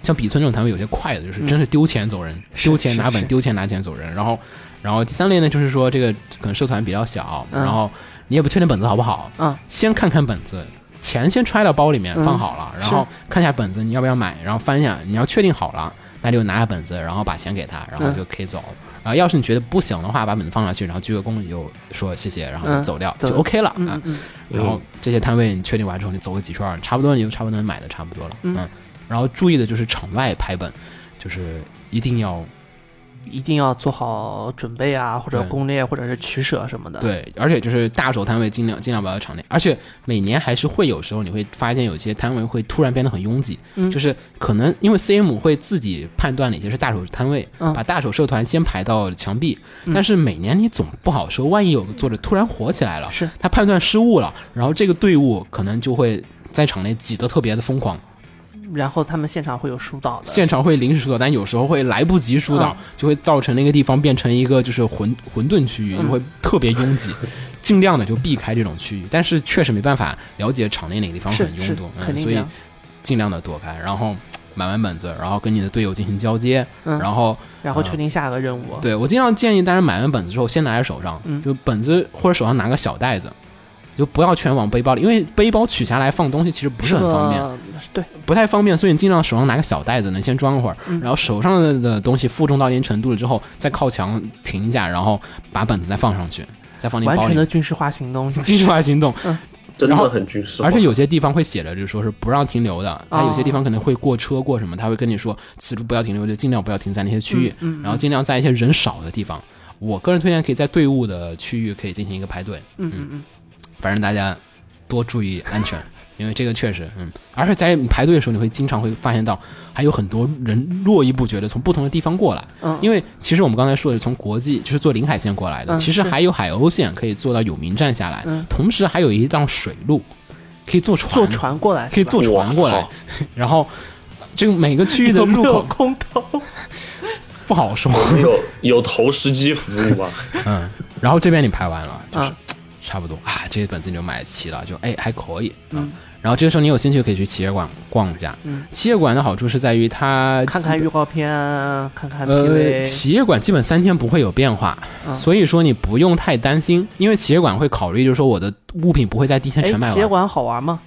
Speaker 1: 像比村这种摊位有些快的，就是真是丢钱走人，
Speaker 2: 嗯是
Speaker 1: 丢钱拿
Speaker 2: 是
Speaker 1: 本，
Speaker 2: 是
Speaker 1: 丢钱拿钱走人。然后，然后第三类呢，就是说这个可能社团比较小，
Speaker 2: 嗯
Speaker 1: 然后你也不确定本子好不好，
Speaker 2: 嗯，
Speaker 1: 先看看本子。钱先揣到包里面
Speaker 2: 嗯
Speaker 1: 放好了，然后看一下本子你要不要买，然后翻一下，你要确定好了，那就拿下本子，然后把钱给他，然后
Speaker 2: 嗯
Speaker 1: 就可以走。啊，要是你觉得不行的话，把本子放下去，然后鞠个躬，你就说谢谢，然后就
Speaker 2: 嗯
Speaker 1: 走掉，
Speaker 2: 走
Speaker 1: 就 OK 了。
Speaker 2: 嗯
Speaker 1: 啊
Speaker 2: 嗯嗯，
Speaker 1: 然后这些摊位你确定完之后，你走个几圈儿，差不多你就差不多能买的差不多了。
Speaker 2: 嗯
Speaker 1: 嗯，然后注意的就是场外拍本，就是一定要
Speaker 2: 嗯一定要做好准备啊，或者
Speaker 1: 对
Speaker 2: 攻略，或者是取舍什么的。，
Speaker 1: 对，而且就是大手摊位尽量尽量不要在场内，而且每年还是会有时候你会发现有些摊位会突然变得很拥挤，
Speaker 2: 嗯
Speaker 1: 就是可能因为 CM 会自己判断哪些是大手摊位，
Speaker 2: 嗯
Speaker 1: 把大手社团先排到墙壁，
Speaker 2: 嗯
Speaker 1: 但是每年你总不好说，万一有个作者突然火起来了，
Speaker 2: 是
Speaker 1: 他判断失误了，然后这个队伍可能就会在场内挤得特别的疯狂。
Speaker 2: 然后他们现场会有疏导的。
Speaker 1: 现场会临时疏导，但有时候会来不及疏导，
Speaker 2: 嗯
Speaker 1: 就会造成那个地方变成一个就是混混沌区域，
Speaker 2: 嗯
Speaker 1: 就会特别拥挤。尽量的就避开这种区域，但是确实没办法了解场内哪个地方
Speaker 2: 是
Speaker 1: 很
Speaker 2: 是
Speaker 1: 拥堵，，
Speaker 2: 肯
Speaker 1: 嗯，
Speaker 2: 定
Speaker 1: 所
Speaker 2: 这
Speaker 1: 以
Speaker 2: 样。
Speaker 1: 尽量的躲开，然后买完本子，然后跟你的队友进行交接，
Speaker 2: 嗯，
Speaker 1: 然后
Speaker 2: 然后
Speaker 1: 嗯
Speaker 2: 确定下个任务。
Speaker 1: 对我尽量建议大家买完本子之后，先拿在手上，
Speaker 2: 嗯
Speaker 1: 就本子或者手上拿个小袋子，就不要全往背包里，因为背包取下来放东西其实不是很方便，
Speaker 2: 便。是对，
Speaker 1: 不太方便，所以你尽量手上拿个小袋子，能先装一会儿，
Speaker 2: 嗯
Speaker 1: 然后手上的的东西负重到一定程度了之后，再靠墙停一下，然后把本子再放上去，再放进
Speaker 2: 完
Speaker 1: 包
Speaker 2: 全
Speaker 1: 里。
Speaker 2: 的军事化行动。
Speaker 1: 军事化行动，
Speaker 3: 真
Speaker 1: 然后
Speaker 3: 的很军事化，
Speaker 1: 而且有些地方会写着，就是说是不让停留的。它有些地
Speaker 2: 哦
Speaker 1: 方可能会过车过什么，他会跟你说此处不要停留，就尽量不要停在那些区域，
Speaker 2: 嗯嗯嗯
Speaker 1: 然后尽量在一些人少的地方。我个人推荐可以在队伍的区域可以进行一个排队，
Speaker 2: 嗯嗯嗯，
Speaker 1: 反正大家多注意安 全，因为这个确实，嗯，而且在你排队的时候，你会经常会发现到还有很多人络绎不绝的从不同的地方过来，
Speaker 2: 嗯
Speaker 1: 因为其实我们刚才说的是从国际就是坐临海线过来的，
Speaker 2: 嗯
Speaker 1: 其实
Speaker 2: 是
Speaker 1: 还有海鸥线可以坐到有名站下来，
Speaker 2: 嗯
Speaker 1: 同时还有一道水路可以坐船，
Speaker 2: 坐船过来是吧，
Speaker 1: 可以坐船过来
Speaker 3: 哇，
Speaker 1: 然后呃这个每个区域的
Speaker 2: 有没
Speaker 1: 入
Speaker 2: 有
Speaker 1: 口
Speaker 2: 空投？
Speaker 1: 不好说，
Speaker 3: 有有投石机服务 吗？
Speaker 1: 嗯，然后这边你排完了，就是
Speaker 2: 嗯
Speaker 1: 差不多啊，这些本子你就买齐了，就哎还可以，
Speaker 2: 嗯，
Speaker 1: 然后这个时候你有兴趣可以去企业馆逛一下。
Speaker 2: 嗯
Speaker 1: 企业馆的好处是在于它
Speaker 2: 看看预告片，啊看看
Speaker 1: 呃，
Speaker 2: PV，
Speaker 1: 企业馆基本三天不会有变化，
Speaker 2: 嗯
Speaker 1: 所以说你不用太担心，因为企业馆会考虑就是说我的物品不会在第一天全
Speaker 2: 哎，
Speaker 1: 卖
Speaker 2: 企业
Speaker 1: 完，
Speaker 2: 馆好玩吗？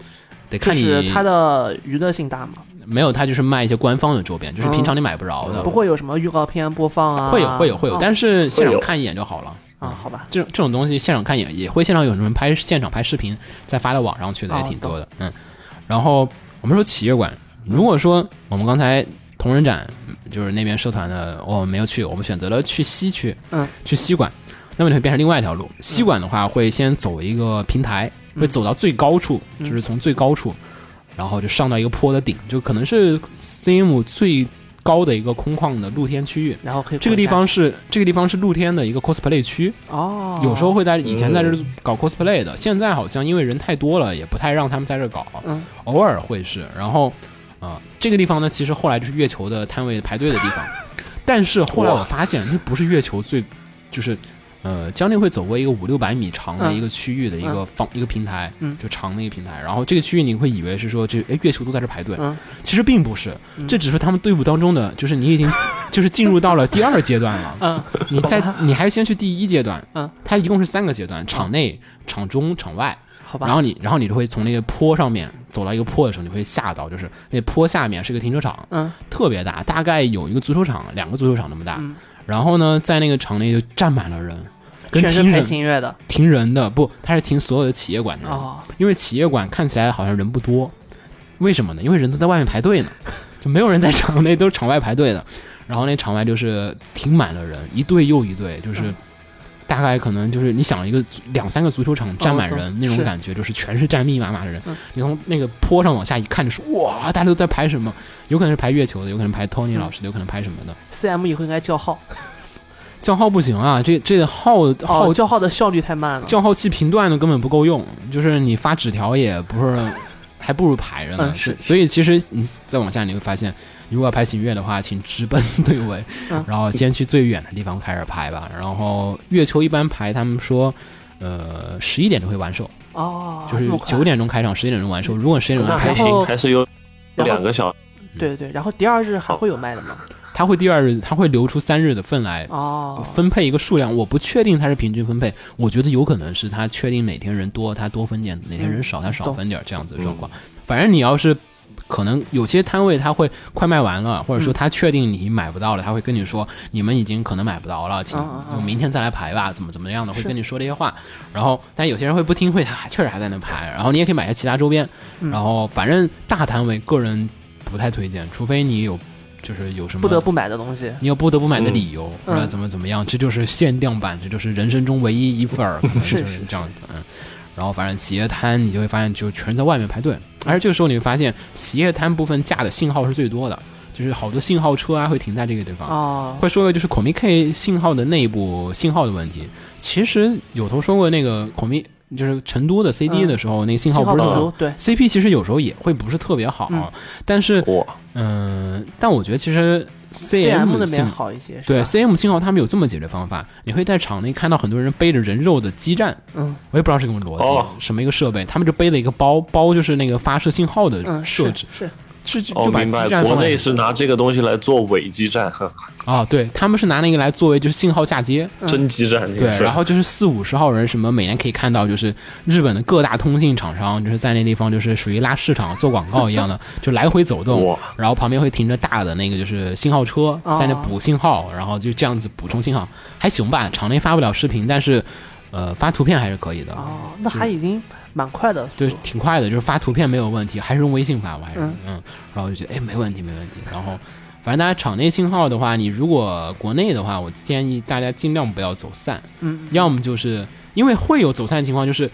Speaker 1: 得
Speaker 2: 就
Speaker 1: 看
Speaker 2: 是
Speaker 1: 你
Speaker 2: 它的娱乐性大吗？
Speaker 1: 没有它就是卖一些官方的周边，就是平常你买不着的，
Speaker 2: 嗯不会有什么预告片播放啊？
Speaker 1: 呃会有会有会有，
Speaker 2: 哦
Speaker 1: 但是现
Speaker 3: 会
Speaker 1: 场
Speaker 3: 有
Speaker 1: 看一眼就好了。嗯
Speaker 2: 啊，好吧，
Speaker 1: 这种这种东西现场看也也会现场有人拍现场拍视频，再发到网上去的也
Speaker 2: 哦
Speaker 1: 挺多的。嗯，然后我们说企业馆，如果说我们刚才同人展嗯就是那边社团的，哦我们没有去，我们选择了去西区，
Speaker 2: 嗯，
Speaker 1: 去西馆，那么你会变成另外一条路。西馆的话会先走一个平台，
Speaker 2: 嗯
Speaker 1: 会走到最高处，
Speaker 2: 嗯
Speaker 1: 就是从最高处，然后就上到一个坡的顶，就可能是 CM 最高的一个空旷的露天区域。
Speaker 2: 然后可以
Speaker 1: 这个
Speaker 2: 滚
Speaker 1: 地
Speaker 2: 下
Speaker 1: 方是这个地方是露天的一个 cosplay 区，
Speaker 2: 去哦，
Speaker 1: 有时候会在以前在这儿搞 cosplay 的，现在好像因为人太多了，也不太让他们在这儿搞，
Speaker 2: 嗯
Speaker 1: 偶尔会是。然后，啊、这个地方呢，其实后来就是月球的摊位排队的地 方，但是后来我发现那不是月球最，就是。呃，将近会走过一个五六百米长的
Speaker 2: 嗯
Speaker 1: 一个区域的一个方、一个平台，
Speaker 2: 嗯
Speaker 1: 就长的一个平台。然后这个区域你会以为是说这哎月球都在这排队，
Speaker 2: 嗯
Speaker 1: 其实并不是，
Speaker 2: 嗯
Speaker 1: 这只是他们队伍当中的，就是你已经就是进入到了第二阶段了。
Speaker 2: 嗯
Speaker 1: 你在你还先去第一阶段，
Speaker 2: 嗯，
Speaker 1: 它一共是三个阶段：场内、场中、场外。
Speaker 2: 好吧，
Speaker 1: 然后你，然后你就会从那个坡上面走到一个坡的时候，你会吓到，就是那坡下面是个停车场，
Speaker 2: 嗯
Speaker 1: 特别大，大概有一个足球场，两个足球场那么大。
Speaker 2: 嗯，
Speaker 1: 然后呢，在那个场内就站满了人，跟
Speaker 2: 全是
Speaker 1: 停
Speaker 2: 配
Speaker 1: 人
Speaker 2: 信乐的
Speaker 1: 停人的不，他是停所有的企业馆的人，
Speaker 2: 哦，
Speaker 1: 因为企业馆看起来好像人不多，为什么呢？因为人都在外面排 队呢，就没有人在场内，都是场外排队的。然后那场外就是停满了人，一队又一队，就是
Speaker 2: 嗯
Speaker 1: 大概可能就是你想一个足两三个足球场站满
Speaker 2: 我
Speaker 1: 人
Speaker 2: 懂
Speaker 1: 那种
Speaker 2: 哦是
Speaker 1: 感觉，就是全是站密密麻麻的人
Speaker 2: 嗯。
Speaker 1: 你从那个坡上往下一看，就是哇，大家都在排什么？有可能是排月球的，有可能排 Tony
Speaker 2: 嗯
Speaker 1: 老师的，有可能排什么的。
Speaker 2: CM 以后应该叫号，
Speaker 1: 叫号不行啊，这这号号
Speaker 2: 哦，叫号的效率太慢了。
Speaker 1: 叫号器频段的根本不够用，就是你发纸条也不是， 还不如排着呢。
Speaker 2: 嗯是
Speaker 1: 所以其实你再往下你会发现，如果要排行月的话，请直奔队尾，
Speaker 2: 嗯
Speaker 1: 然后先去最远的地方开始排吧。然后月球一般排，他们说。呃，十一点就会完售，
Speaker 2: 哦，
Speaker 1: 就是
Speaker 2: 这么快嗯
Speaker 1: 九。点钟开场，十一点钟完售。如果十一点钟
Speaker 3: 那
Speaker 1: 开
Speaker 3: 还
Speaker 2: 然后
Speaker 1: 场，
Speaker 3: 行，还是有
Speaker 2: 然后
Speaker 3: 两个小时。
Speaker 2: 对对，然后第二日还会有卖的吗？
Speaker 1: 他会第二日，他会留出三日的份来
Speaker 2: 哦，
Speaker 1: 分配一个数量。我不确定它是平均分配，我觉得有可能是他确定哪天人多，他多分点；哪天
Speaker 2: 嗯
Speaker 1: 人少，他少分点这样子的状况。反正你要是可能有些摊位他会快卖完了，或者说他确定你买不到了，他会跟你说你们已经可能买不着了，请
Speaker 2: 嗯嗯
Speaker 1: 就明天再来排吧，怎么怎么样的，会
Speaker 2: 是
Speaker 1: 跟你说这哎些话。啊然后，但有些人会不听，会他确实还在那排。然后你也可以买一些其他周边。
Speaker 2: 嗯
Speaker 1: 然后，反正大摊位个人不太推荐，除非你有就是有什么
Speaker 2: 不得不买的东西。
Speaker 1: 你有不得不买的理由，
Speaker 2: 嗯
Speaker 1: 或者怎么怎么样，这就是限量版，这就是人生中唯一一份儿，可能就是是
Speaker 2: 是
Speaker 1: 这样子。嗯，然后反正企业摊你就会发现，就全在外面排
Speaker 2: 嗯
Speaker 1: 队，而且这个时候你会发现，企业摊部分架的信号是最多的，就是好多信号车啊会停在这个地方。
Speaker 2: 哦，
Speaker 1: 会说的就是 Comic K 信号的内部信号的问题。其实有头说过那个 Comic 就是成都的 CD
Speaker 2: 嗯
Speaker 1: 的时候，那个信
Speaker 2: 信
Speaker 1: 号不是
Speaker 2: 不
Speaker 1: 很好
Speaker 2: 足，对，
Speaker 1: CP 其实有时候也会不是特别好，
Speaker 2: 嗯
Speaker 1: 但是
Speaker 3: 哇，
Speaker 1: 嗯、但我觉得其实
Speaker 2: CM 那
Speaker 1: 信
Speaker 2: 边好一些，是
Speaker 1: 对
Speaker 2: 吧
Speaker 1: CM 信号，他们有这么解决方法，你会在场内看到很多人背着人肉的基站，
Speaker 2: 嗯，
Speaker 1: 我也不知道是什么逻辑，
Speaker 3: 哦
Speaker 1: 什么一个设备，他们就背了一个包，包就是那个发射信号的
Speaker 2: 嗯，
Speaker 1: 设
Speaker 2: 是
Speaker 1: 置，
Speaker 2: 是，
Speaker 1: 是就
Speaker 3: 哦，
Speaker 1: 就把基
Speaker 3: 明白，
Speaker 1: 站
Speaker 3: 国
Speaker 1: 放
Speaker 3: 内
Speaker 1: 在
Speaker 3: 是拿这个东西来做伪基站，呵
Speaker 1: 啊、对他们是拿那个来作为就是信号嫁接，
Speaker 2: 嗯
Speaker 3: 真基站。
Speaker 1: 对，然
Speaker 3: 后
Speaker 1: 后就是四五十号人，什么每年可以看到，就是日本的各大通信厂商，就是在那地方就是属于拉市场做广告一样的，就来回走动
Speaker 3: 哇，
Speaker 1: 然后旁边会停着大的那个就是信号车
Speaker 2: 哦
Speaker 1: 在那补信号，然后就这样子补充信号，还行吧，场内发不了视频，但是呃发图片还是可以的，
Speaker 2: 哦，那还已经蛮快的速
Speaker 1: 就
Speaker 2: 度，
Speaker 1: 是挺快的，就是发图片没有问题，还是用微信发，我还是
Speaker 2: 嗯
Speaker 1: 嗯然后就觉得哎没问题没问题，然后。反正大家场内信号的话，你如果国内的话，我建议大家尽量不要走散，
Speaker 2: 嗯，
Speaker 1: 要么就是因为会有走散的情况，就是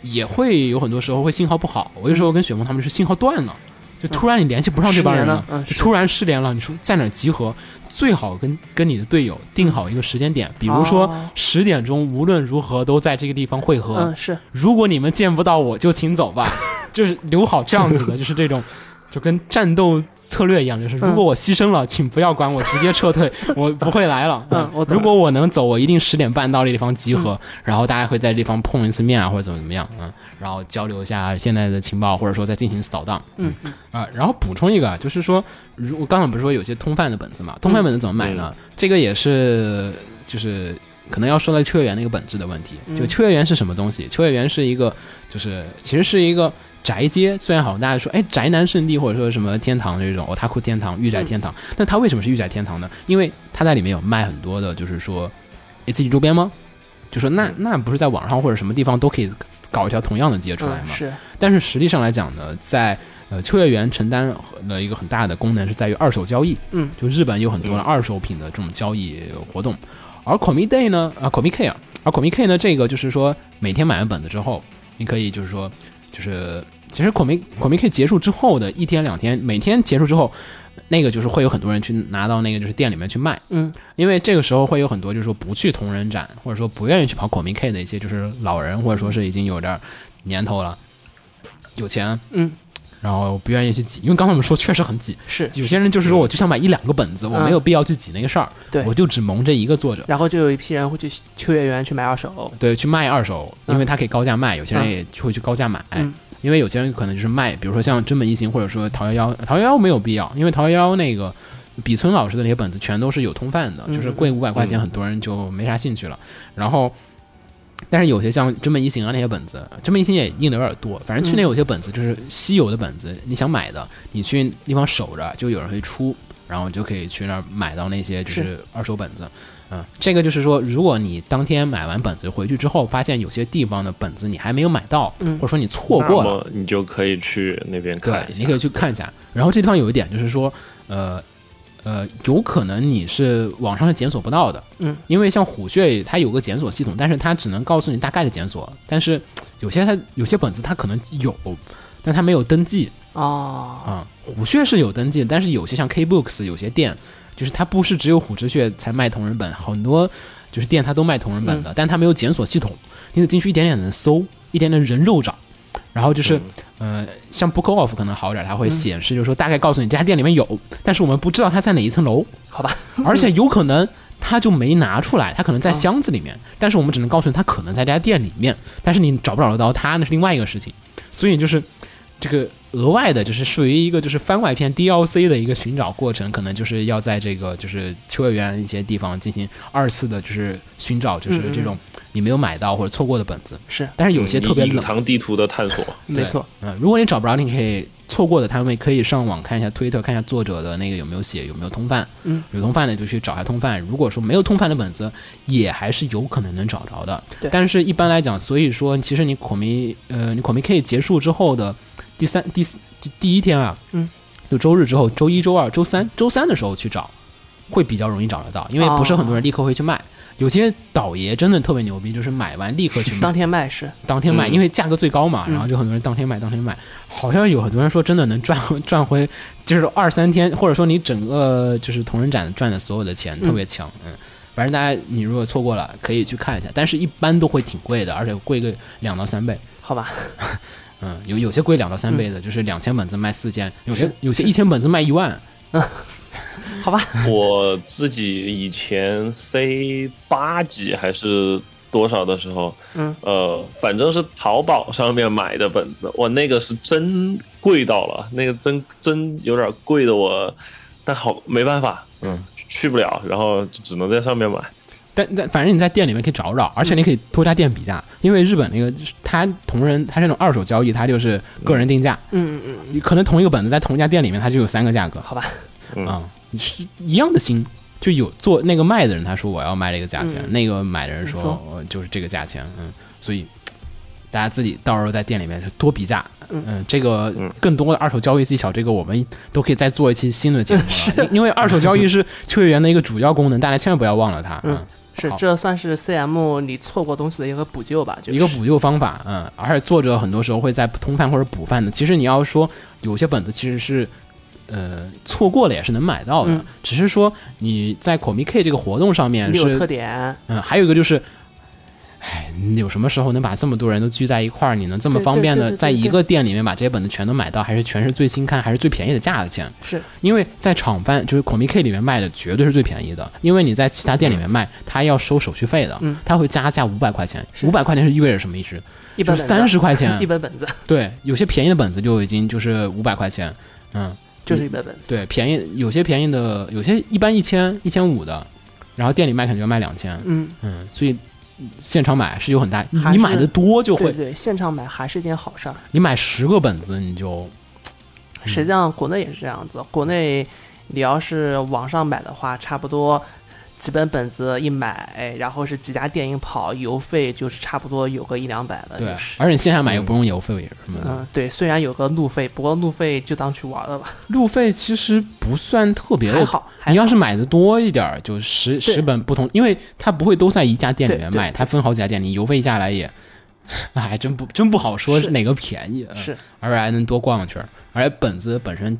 Speaker 1: 也会有很多时候会信号不好。我有时候跟雪峰他们是信号断了，就突然你联系不上这帮人
Speaker 2: 失联了嗯
Speaker 1: 就是突然失联了。你说在哪儿集合？最好跟跟你的队友定好一个时间点，比如说
Speaker 2: 哦
Speaker 1: 十点钟，无论如何都在这个地方汇合。
Speaker 2: 嗯是，
Speaker 1: 如果你们见不到我，就请走 吧。就是留好这样子的，就是这种，就跟战斗策略一样，
Speaker 2: 嗯
Speaker 1: 就是如果我牺牲了，请不要管我，直接撤退， 我不会来了。
Speaker 2: 嗯我懂
Speaker 1: 如果我能走，我一定十点半到这地方集合，然后大家会在这地方碰一次面啊，或者怎么怎么样，嗯，然后交流一下现在的情报，或者说再进行扫荡，
Speaker 2: 嗯
Speaker 1: 啊、然后补充一个，就是说，如我刚才不是说有些通贩的本子嘛，通贩本子怎么买呢？
Speaker 2: 嗯
Speaker 1: 这个也是就是可能要说到秋叶原那个本质的问题。
Speaker 2: 嗯
Speaker 1: 就秋叶原是什么东西？秋叶原是一个就是其实是一个宅街，虽然好像大家说哎宅男圣地或者说什么天堂这种，哦他酷天堂、御
Speaker 2: 嗯
Speaker 1: 宅天堂，那它为什么是御宅天堂呢？因为它在里面有卖很多的，就是说哎自己周边吗？就说
Speaker 2: 嗯
Speaker 1: 那那不是在网上或者什么地方都可以搞一条同样的街出来
Speaker 2: 嗯
Speaker 1: 吗？
Speaker 2: 是，
Speaker 1: 但是实际上来讲呢，在呃秋叶原承担了一个很大的功能是在于二手交易，
Speaker 2: 嗯，
Speaker 1: 就日本有很多的
Speaker 3: 嗯
Speaker 1: 二手品的这种交易活动，而 Comi Day 呢，啊 Comi K 啊，而 Comi K 呢，这个就是说每天买完本子之后，你可以就是说就是其实 Comi Comi K 结束之后的一天两天，每天结束之后。那个就是会有很多人去拿到那个就是店里面去卖，
Speaker 2: 嗯
Speaker 1: 因为这个时候会有很多就是说不去同人展，或者说不愿意去跑 Comi K 的一些就是老人，或者说是已经有点儿年头了，有钱，
Speaker 2: 嗯
Speaker 1: 然后不愿意去挤，因为刚才我们说确实很挤，
Speaker 2: 是，
Speaker 1: 有些人就是说我就想买一两个本子，我没有必要去挤那个事儿，
Speaker 2: 对
Speaker 1: 我就只蒙这一个作者，
Speaker 2: 然后就有一批人会去秋叶原去买二手，
Speaker 1: 对，去卖二手，
Speaker 2: 嗯
Speaker 1: 因为它可以高价卖，有些人
Speaker 2: 嗯
Speaker 1: 也会去高价买，
Speaker 2: 嗯
Speaker 1: 因为有些人可能就是卖，比如说像真本一行或者说桃幺幺，桃幺幺没有必要，因为桃幺幺那个。比村老师的那些本子全都是有通贩的，
Speaker 2: 嗯
Speaker 1: 就是贵五百块钱，很多人就没啥兴趣了。然后但是有些像《真本一行》啊那些本子，《真本一行》也印的有点多。反正
Speaker 2: 嗯
Speaker 1: 去年有些本子就是稀有的本子，你想买的，你去地方守着，就有人会出，然后你就可以去那儿买到那些就是
Speaker 2: 是
Speaker 1: 二手本子。嗯，这个就是说，如果你当天买完本子回去之后，发现有些地方的本子你还没有买到，
Speaker 2: 嗯
Speaker 1: 或者说你错过
Speaker 3: 那
Speaker 1: 了，
Speaker 3: 么你就可以去那边看
Speaker 1: 对，
Speaker 3: 一
Speaker 1: 你可以
Speaker 3: 下。
Speaker 1: 去看一下。然后这地方有一点就是说，呃呃，有可能你是网上是检索不到的，
Speaker 2: 嗯，
Speaker 1: 因为像虎穴它有个检索系统，但是它只能告诉你大概的检索，但是有些它有些本子它可能有，但它没有登记
Speaker 2: 哦，
Speaker 1: 啊、虎穴是有登记，但是有些像 KBooks 有些店，就是它不是只有虎之穴才卖同人本，很多就是店它都卖同人本的，但它没有检索系统，你得进去一点点的搜，一点点人肉找。然后就是，呃，像 Book Off 可能好点儿，它会显示，就是说大概告诉你这家店里面有，但是我们不知道它在哪一层楼，
Speaker 2: 好吧，
Speaker 1: 而且有可能他就没拿出来，他可能在箱子里面，但是我们只能告诉你他可能在这家店里面，但是你找不找得到他那是另外一个事情，所以就是这个额外的，就是属于一个就是番外篇 DLC 的一个寻找过程，可能就是要在这个就是秋叶原一些地方进行二次的，就是寻找就是这种你没有买到或者错过的本子，
Speaker 2: 是
Speaker 1: 但是有些
Speaker 3: 你
Speaker 1: 特别
Speaker 3: 嗯隐
Speaker 1: 冷，
Speaker 3: 藏地图的探索，
Speaker 2: 没错，
Speaker 1: 嗯，如果你找不着，你可以错过的，他们可以上网看一下推特，看一下作者的那个有没有写，有没有通贩。
Speaker 2: 嗯，
Speaker 1: 有通贩的就去找一下通贩。如果说没有通贩的本子，也还是有可能能找着的。
Speaker 2: 对
Speaker 1: 但是一般来讲，所以说其实你孔明，呃，你孔明 K 结束之后的第三、第四就第一天啊，
Speaker 2: 嗯，
Speaker 1: 就周日之后，周一周二、周三、周三的时候去找，会比较容易找得到，因为不
Speaker 2: 哦
Speaker 1: 是很多人立刻会去卖。有些倒爷真的特别牛逼，就是买完立刻去卖，
Speaker 2: 当天卖是
Speaker 1: 当天卖，
Speaker 3: 嗯
Speaker 1: 因为价格最高嘛，
Speaker 2: 嗯
Speaker 1: 然后就很多人当天卖，当天卖。好像有很多人说真的能赚赚回，就是二三天，或者说你整个就是同人展赚的所有的钱，
Speaker 2: 嗯
Speaker 1: 特别强。嗯，反正大家你如果错过了，可以去看一下，但是一般都会挺贵的，而且贵个两到三倍。
Speaker 2: 好吧，
Speaker 1: 嗯，有有些贵两到三倍的，就是两千本子卖四千，有些
Speaker 2: 嗯是
Speaker 1: 有些一千本子卖一万。
Speaker 2: 好吧，
Speaker 3: 我自己以前 C 八级还是多少的时候，
Speaker 2: 嗯，
Speaker 3: 呃，反正是淘宝上面买的本子，我那个是真贵到了，那个真真有点贵的我，但好没办法，嗯，去不了，然后就只能在上面买。
Speaker 1: 但但反正你在店里面可以找找，而
Speaker 2: 嗯
Speaker 1: 且你可以多加店比价，因为日本那个它同人它这种二手交易，它就是个人定价，
Speaker 2: 嗯嗯嗯，
Speaker 1: 你可能同一个本子在同一家店里面，它就有三个价格。
Speaker 2: 好吧，
Speaker 3: 嗯
Speaker 1: 啊、是一样的心，就有做那个卖的人他说我要卖这个价钱，
Speaker 2: 嗯
Speaker 1: 那个买的人说
Speaker 2: 你说
Speaker 1: 我就是这个价钱，嗯，所以大家自己到时候在店里面就多比价，
Speaker 2: 嗯
Speaker 1: 这个
Speaker 3: 嗯
Speaker 1: 更多的二手交易技巧，这个我们都可以再做一期新的节 目了，因因为二手交易是秋叶原的一个主要功能，大家千万不要忘了它，
Speaker 2: 嗯
Speaker 1: 嗯
Speaker 2: 是
Speaker 1: 好
Speaker 2: 这算是 CM 你错过东西的一个补救吧，就是
Speaker 1: 一个补救方法，嗯，而且作者很多时候会在通贩或者补贩的。其实你要说有些本子其实是，呃，错过了也是能买到的，
Speaker 2: 嗯
Speaker 1: 只是说你在 Comic K 这个活动上面
Speaker 2: 你有特
Speaker 1: 是，
Speaker 2: 点，
Speaker 1: 嗯，还有一个就是，哎，你有什么时候能把这么多人都聚在一块儿，你能这么
Speaker 2: 对
Speaker 1: 方便
Speaker 2: 对对
Speaker 1: 的
Speaker 2: 对
Speaker 1: 在
Speaker 2: 对
Speaker 1: 一
Speaker 2: 对
Speaker 1: 个店里面把这些本子全都买到，还是全是最新刊，还是最便宜的价钱？
Speaker 2: 是
Speaker 1: 因为在厂贩就是 Comic K 里面卖的绝对是最便宜的，因为你在其他店里面卖，他要收手续费的，
Speaker 2: 嗯
Speaker 1: 他会加价五百块钱，
Speaker 2: 是
Speaker 1: 五百块钱是意味着什么意思？
Speaker 2: 一
Speaker 1: 就是
Speaker 2: 本本子
Speaker 1: 三十块钱
Speaker 2: 一，本本子
Speaker 1: 对，有些便宜的本子就已经就是五百块钱，嗯，
Speaker 2: 就是一本本子，
Speaker 1: 对，便宜有些便宜的，有些一般一千一千五的，然后店里卖可能就要卖两千，
Speaker 2: 嗯，
Speaker 1: 嗯，所以现场买是有很大，你
Speaker 2: 还
Speaker 1: 你
Speaker 2: 是
Speaker 1: 买的多就
Speaker 2: 对
Speaker 1: 会，
Speaker 2: 对，现场买还是一件好事儿。
Speaker 1: 你买十个本子你就嗯
Speaker 2: 实际上国内也是这样子，国内你要是网上买的话，差不多几本本子一买，然后是几家店一跑，邮费就是差不多有个一两百了，
Speaker 1: 对
Speaker 2: 呃就是，。
Speaker 1: 而且你线下买又不用邮费什么的，
Speaker 2: 嗯，对，虽然有个路费，不过路费就当去玩了吧，
Speaker 1: 路费其实不算特别
Speaker 2: 还
Speaker 1: 的
Speaker 2: 好。还
Speaker 1: 你要
Speaker 2: 好
Speaker 1: 是买的多一点，儿，就十十本不同，因为它不会都在一家店里
Speaker 2: 对
Speaker 1: 面
Speaker 2: 对
Speaker 1: 卖，它分好几家店，你邮费下来也， 哎还真不真不好说
Speaker 2: 是
Speaker 1: 哪个便宜，嗯
Speaker 2: 是
Speaker 1: 而且还能多逛一圈儿，而且本子本身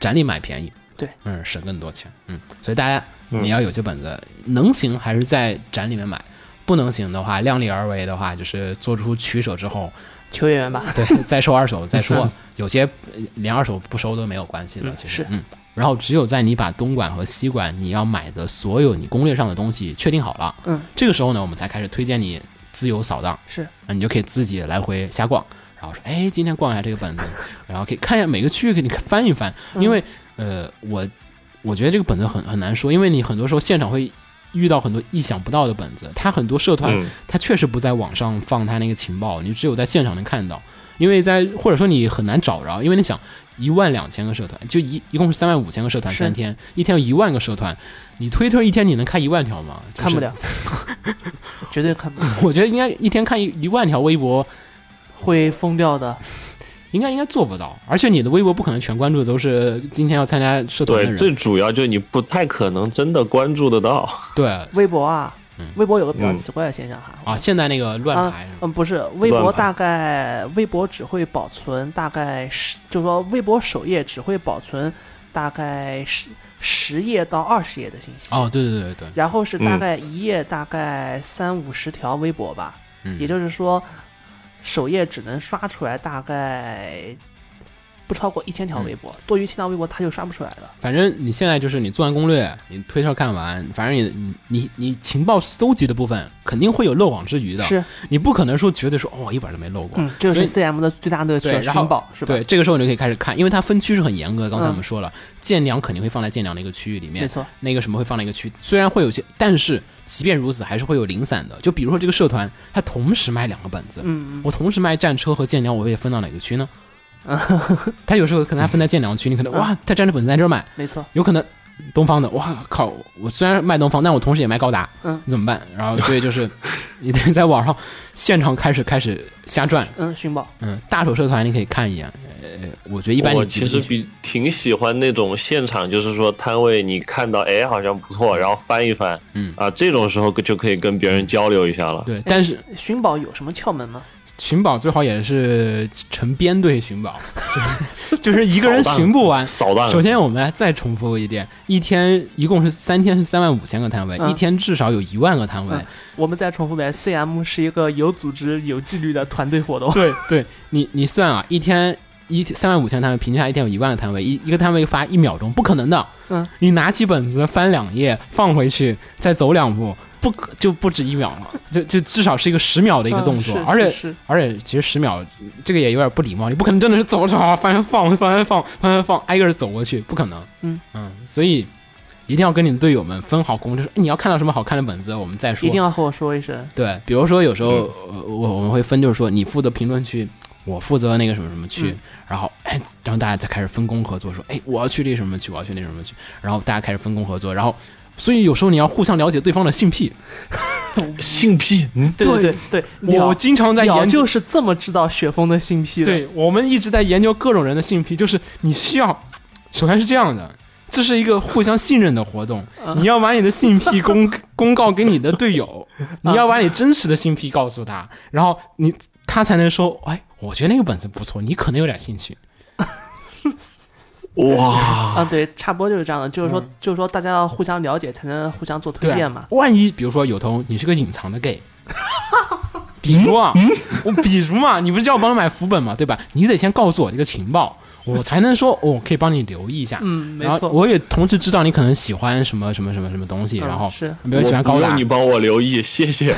Speaker 1: 展里买便宜，
Speaker 2: 对，
Speaker 1: 嗯，省更多钱，嗯，所以大家
Speaker 3: 嗯
Speaker 1: 你要有些本子、能行还是在展里面买，不能行的话，量力而为的话，就是做出取舍之后，
Speaker 2: 球 员吧，
Speaker 1: 对，再收二手再说，有些呃连二手不收都没有关系的，
Speaker 2: 嗯
Speaker 1: 其实
Speaker 2: 是
Speaker 1: 嗯。然后只有在你把东莞和西莞你要买的所有你攻略上的东西确定好了，
Speaker 2: 嗯，
Speaker 1: 这个时候呢，我们才开始推荐你自由扫荡，
Speaker 2: 是
Speaker 1: 啊，你就可以自己来回瞎逛，然后说，哎，今天逛一下这个 本子，然后可以看一下每个区域，给你翻一翻，因为、呃，我我觉得这个本子很很难说，因为你很多时候现场会。遇到很多意想不到的本子。他很多社团，
Speaker 3: 嗯
Speaker 1: 他确实不在网上放他那个情报，你只有在现场能看到，因为在或者说你很难找着，因为你想一万两千个社团，就一一共是三万五千个社团，
Speaker 2: 是
Speaker 1: 三天一天有一万个社团，你推特一天你能看一万条吗？就是
Speaker 2: 看不了，绝对看不了，
Speaker 1: 我觉得应该一天看一一万条微博，
Speaker 2: 会疯掉的。
Speaker 1: 应该应该做不到。而且你的微博不可能全关注的都是今天要参加社团的
Speaker 3: 对，
Speaker 1: 人
Speaker 3: 最，主要就是你不太可能真的关注得到。
Speaker 1: 对
Speaker 2: 微博啊，微博有个比较
Speaker 3: 嗯
Speaker 2: 奇怪的现象哈。
Speaker 1: 啊，现在那个乱
Speaker 2: 啊
Speaker 1: 排是吗，
Speaker 2: 嗯，不是，微博
Speaker 3: 乱排
Speaker 2: 大概微博只会保存大概十，就说微博首页只会保存大概十十页到二十页的信息。
Speaker 1: 哦，对对对对，
Speaker 2: 然后是大
Speaker 3: 嗯
Speaker 2: 概一页大概三五十条微博吧，
Speaker 1: 嗯，
Speaker 2: 也就是说，首页只能刷出来大概不超过一
Speaker 1: 嗯
Speaker 2: 千条微博，多于一千条微博它就刷不出来了。
Speaker 1: 反正你现在就是你做完攻略，你推特看完，反正你你你你情报搜集的部分肯定会有漏网之鱼的，
Speaker 2: 是，
Speaker 1: 你不可能说绝对说哦一本都没漏过。
Speaker 2: 嗯，这个
Speaker 1: 所以
Speaker 2: 是 CM 的最大乐趣
Speaker 1: 对，
Speaker 2: 了，
Speaker 1: 然后
Speaker 2: 寻宝是吧？
Speaker 1: 对，这个时候你就可以开始看，因为它分区是很严格的。刚才我
Speaker 2: 嗯
Speaker 1: 们说了，建粮肯定会放在建粮的一个区域里面，
Speaker 2: 没错，
Speaker 1: 那个什么会放在一个区，虽然会有些，但是即便如此，还是会有零散的。就比如说这个社团，它同时卖两个本子，
Speaker 2: 嗯，
Speaker 1: 我同时卖战车和建粮，我会分到哪个区呢？ 它有时候可能它分在建粮区，你可能
Speaker 2: 啊嗯
Speaker 1: 哇，它战车本子在这儿买，
Speaker 2: 没错，
Speaker 1: 有可能东方的，哇靠！我虽然卖东方，但我同时也卖高达，
Speaker 2: 嗯，
Speaker 1: 怎么办？然后所以就是你得在网上现场开始开始瞎转，
Speaker 2: 嗯，寻宝，
Speaker 1: 嗯，大手社团你可以看一眼，呃，我觉得一般
Speaker 3: 我
Speaker 1: 你记
Speaker 3: 其
Speaker 1: 不
Speaker 3: 实
Speaker 1: 进去。
Speaker 3: 比挺喜欢那种现场，就是说摊位你看到哎好像不错，然后翻一翻，
Speaker 1: 嗯
Speaker 3: 啊这种时候就可以跟别人交流一下了。
Speaker 1: 对，但是
Speaker 2: 寻宝有什么窍门吗？
Speaker 1: 寻宝最好也是成编队寻宝， 就就是一个人寻不完。
Speaker 3: 扫荡，
Speaker 1: 首先，我们再重复一遍，一天一共是三天是三万五千个摊位，
Speaker 2: 嗯
Speaker 1: 一天至少有一万个摊位。
Speaker 2: 嗯我们再重复一遍，CM 是一个有组织、有纪律的团队活动。
Speaker 1: 对对，你你算啊，一天一三万五千摊位，平均下一天有一万个摊位，一一个摊位发一秒钟，不可能的。
Speaker 2: 嗯，
Speaker 1: 你拿起本子翻两页，放回去，再走两步，不可就不止一秒了，就就至少是一个十秒的一个动作，
Speaker 2: 嗯是
Speaker 1: 而且
Speaker 2: 是是
Speaker 1: 而且其实十秒这个也有点不礼貌，你不可能真的是走着啊，翻翻放翻翻放翻翻放，挨个儿走过去，不可能。
Speaker 2: 嗯
Speaker 1: 嗯，所以一定要跟你的队友们分好工，就是你要看到什么好看的本子，我们再说。
Speaker 2: 一定要嗯和我说一声。
Speaker 1: 对，比如说有时候、呃我我们会分，就是说你负责评论区，我负责那个什么什么区，
Speaker 2: 嗯
Speaker 1: 然后哎，然后大家再开始分工合作，说哎，我要去那什么区，我要去那什么区，然后大家开始分工合作，然后所以有时候你要互相了解对方的性癖。
Speaker 3: 性癖， 嗯，
Speaker 2: 对对对，对
Speaker 1: 我
Speaker 2: 鸟
Speaker 1: 经常在
Speaker 2: 鸟
Speaker 1: 研究
Speaker 2: 就是这么知道雪峰的性癖的。
Speaker 1: 对，我们一直在研究各种人的性癖，就是你需要，首先是这样的，这是一个互相信任的活动，你要把你的性癖公公告给你的队友，你要把你真实的性癖告诉他，然后你他才能说，哎，我觉得那个本子不错，你可能有点兴趣。
Speaker 3: 哇，
Speaker 2: 啊，对，差不多就是这样的，就
Speaker 1: 嗯
Speaker 2: 是说，就是说，大家要互相了解，才能互相做推
Speaker 1: 对啊、
Speaker 2: 荐嘛。
Speaker 1: 万一比如说有头，你是个隐藏的 gay。比如啊，我比如嘛，你不是叫我帮他买副本嘛，对吧？你得先告诉我这个情报，我才能说，哦我可以帮你留意一下。
Speaker 2: 嗯，没
Speaker 1: 然后
Speaker 2: 错。
Speaker 1: 我也同时知道你可能喜欢什么什么什么什么东西，
Speaker 2: 嗯
Speaker 1: 然后
Speaker 2: 是
Speaker 1: 比如喜欢
Speaker 3: 我
Speaker 1: 高
Speaker 3: 不用
Speaker 1: 达
Speaker 3: 你，帮我留意，谢谢。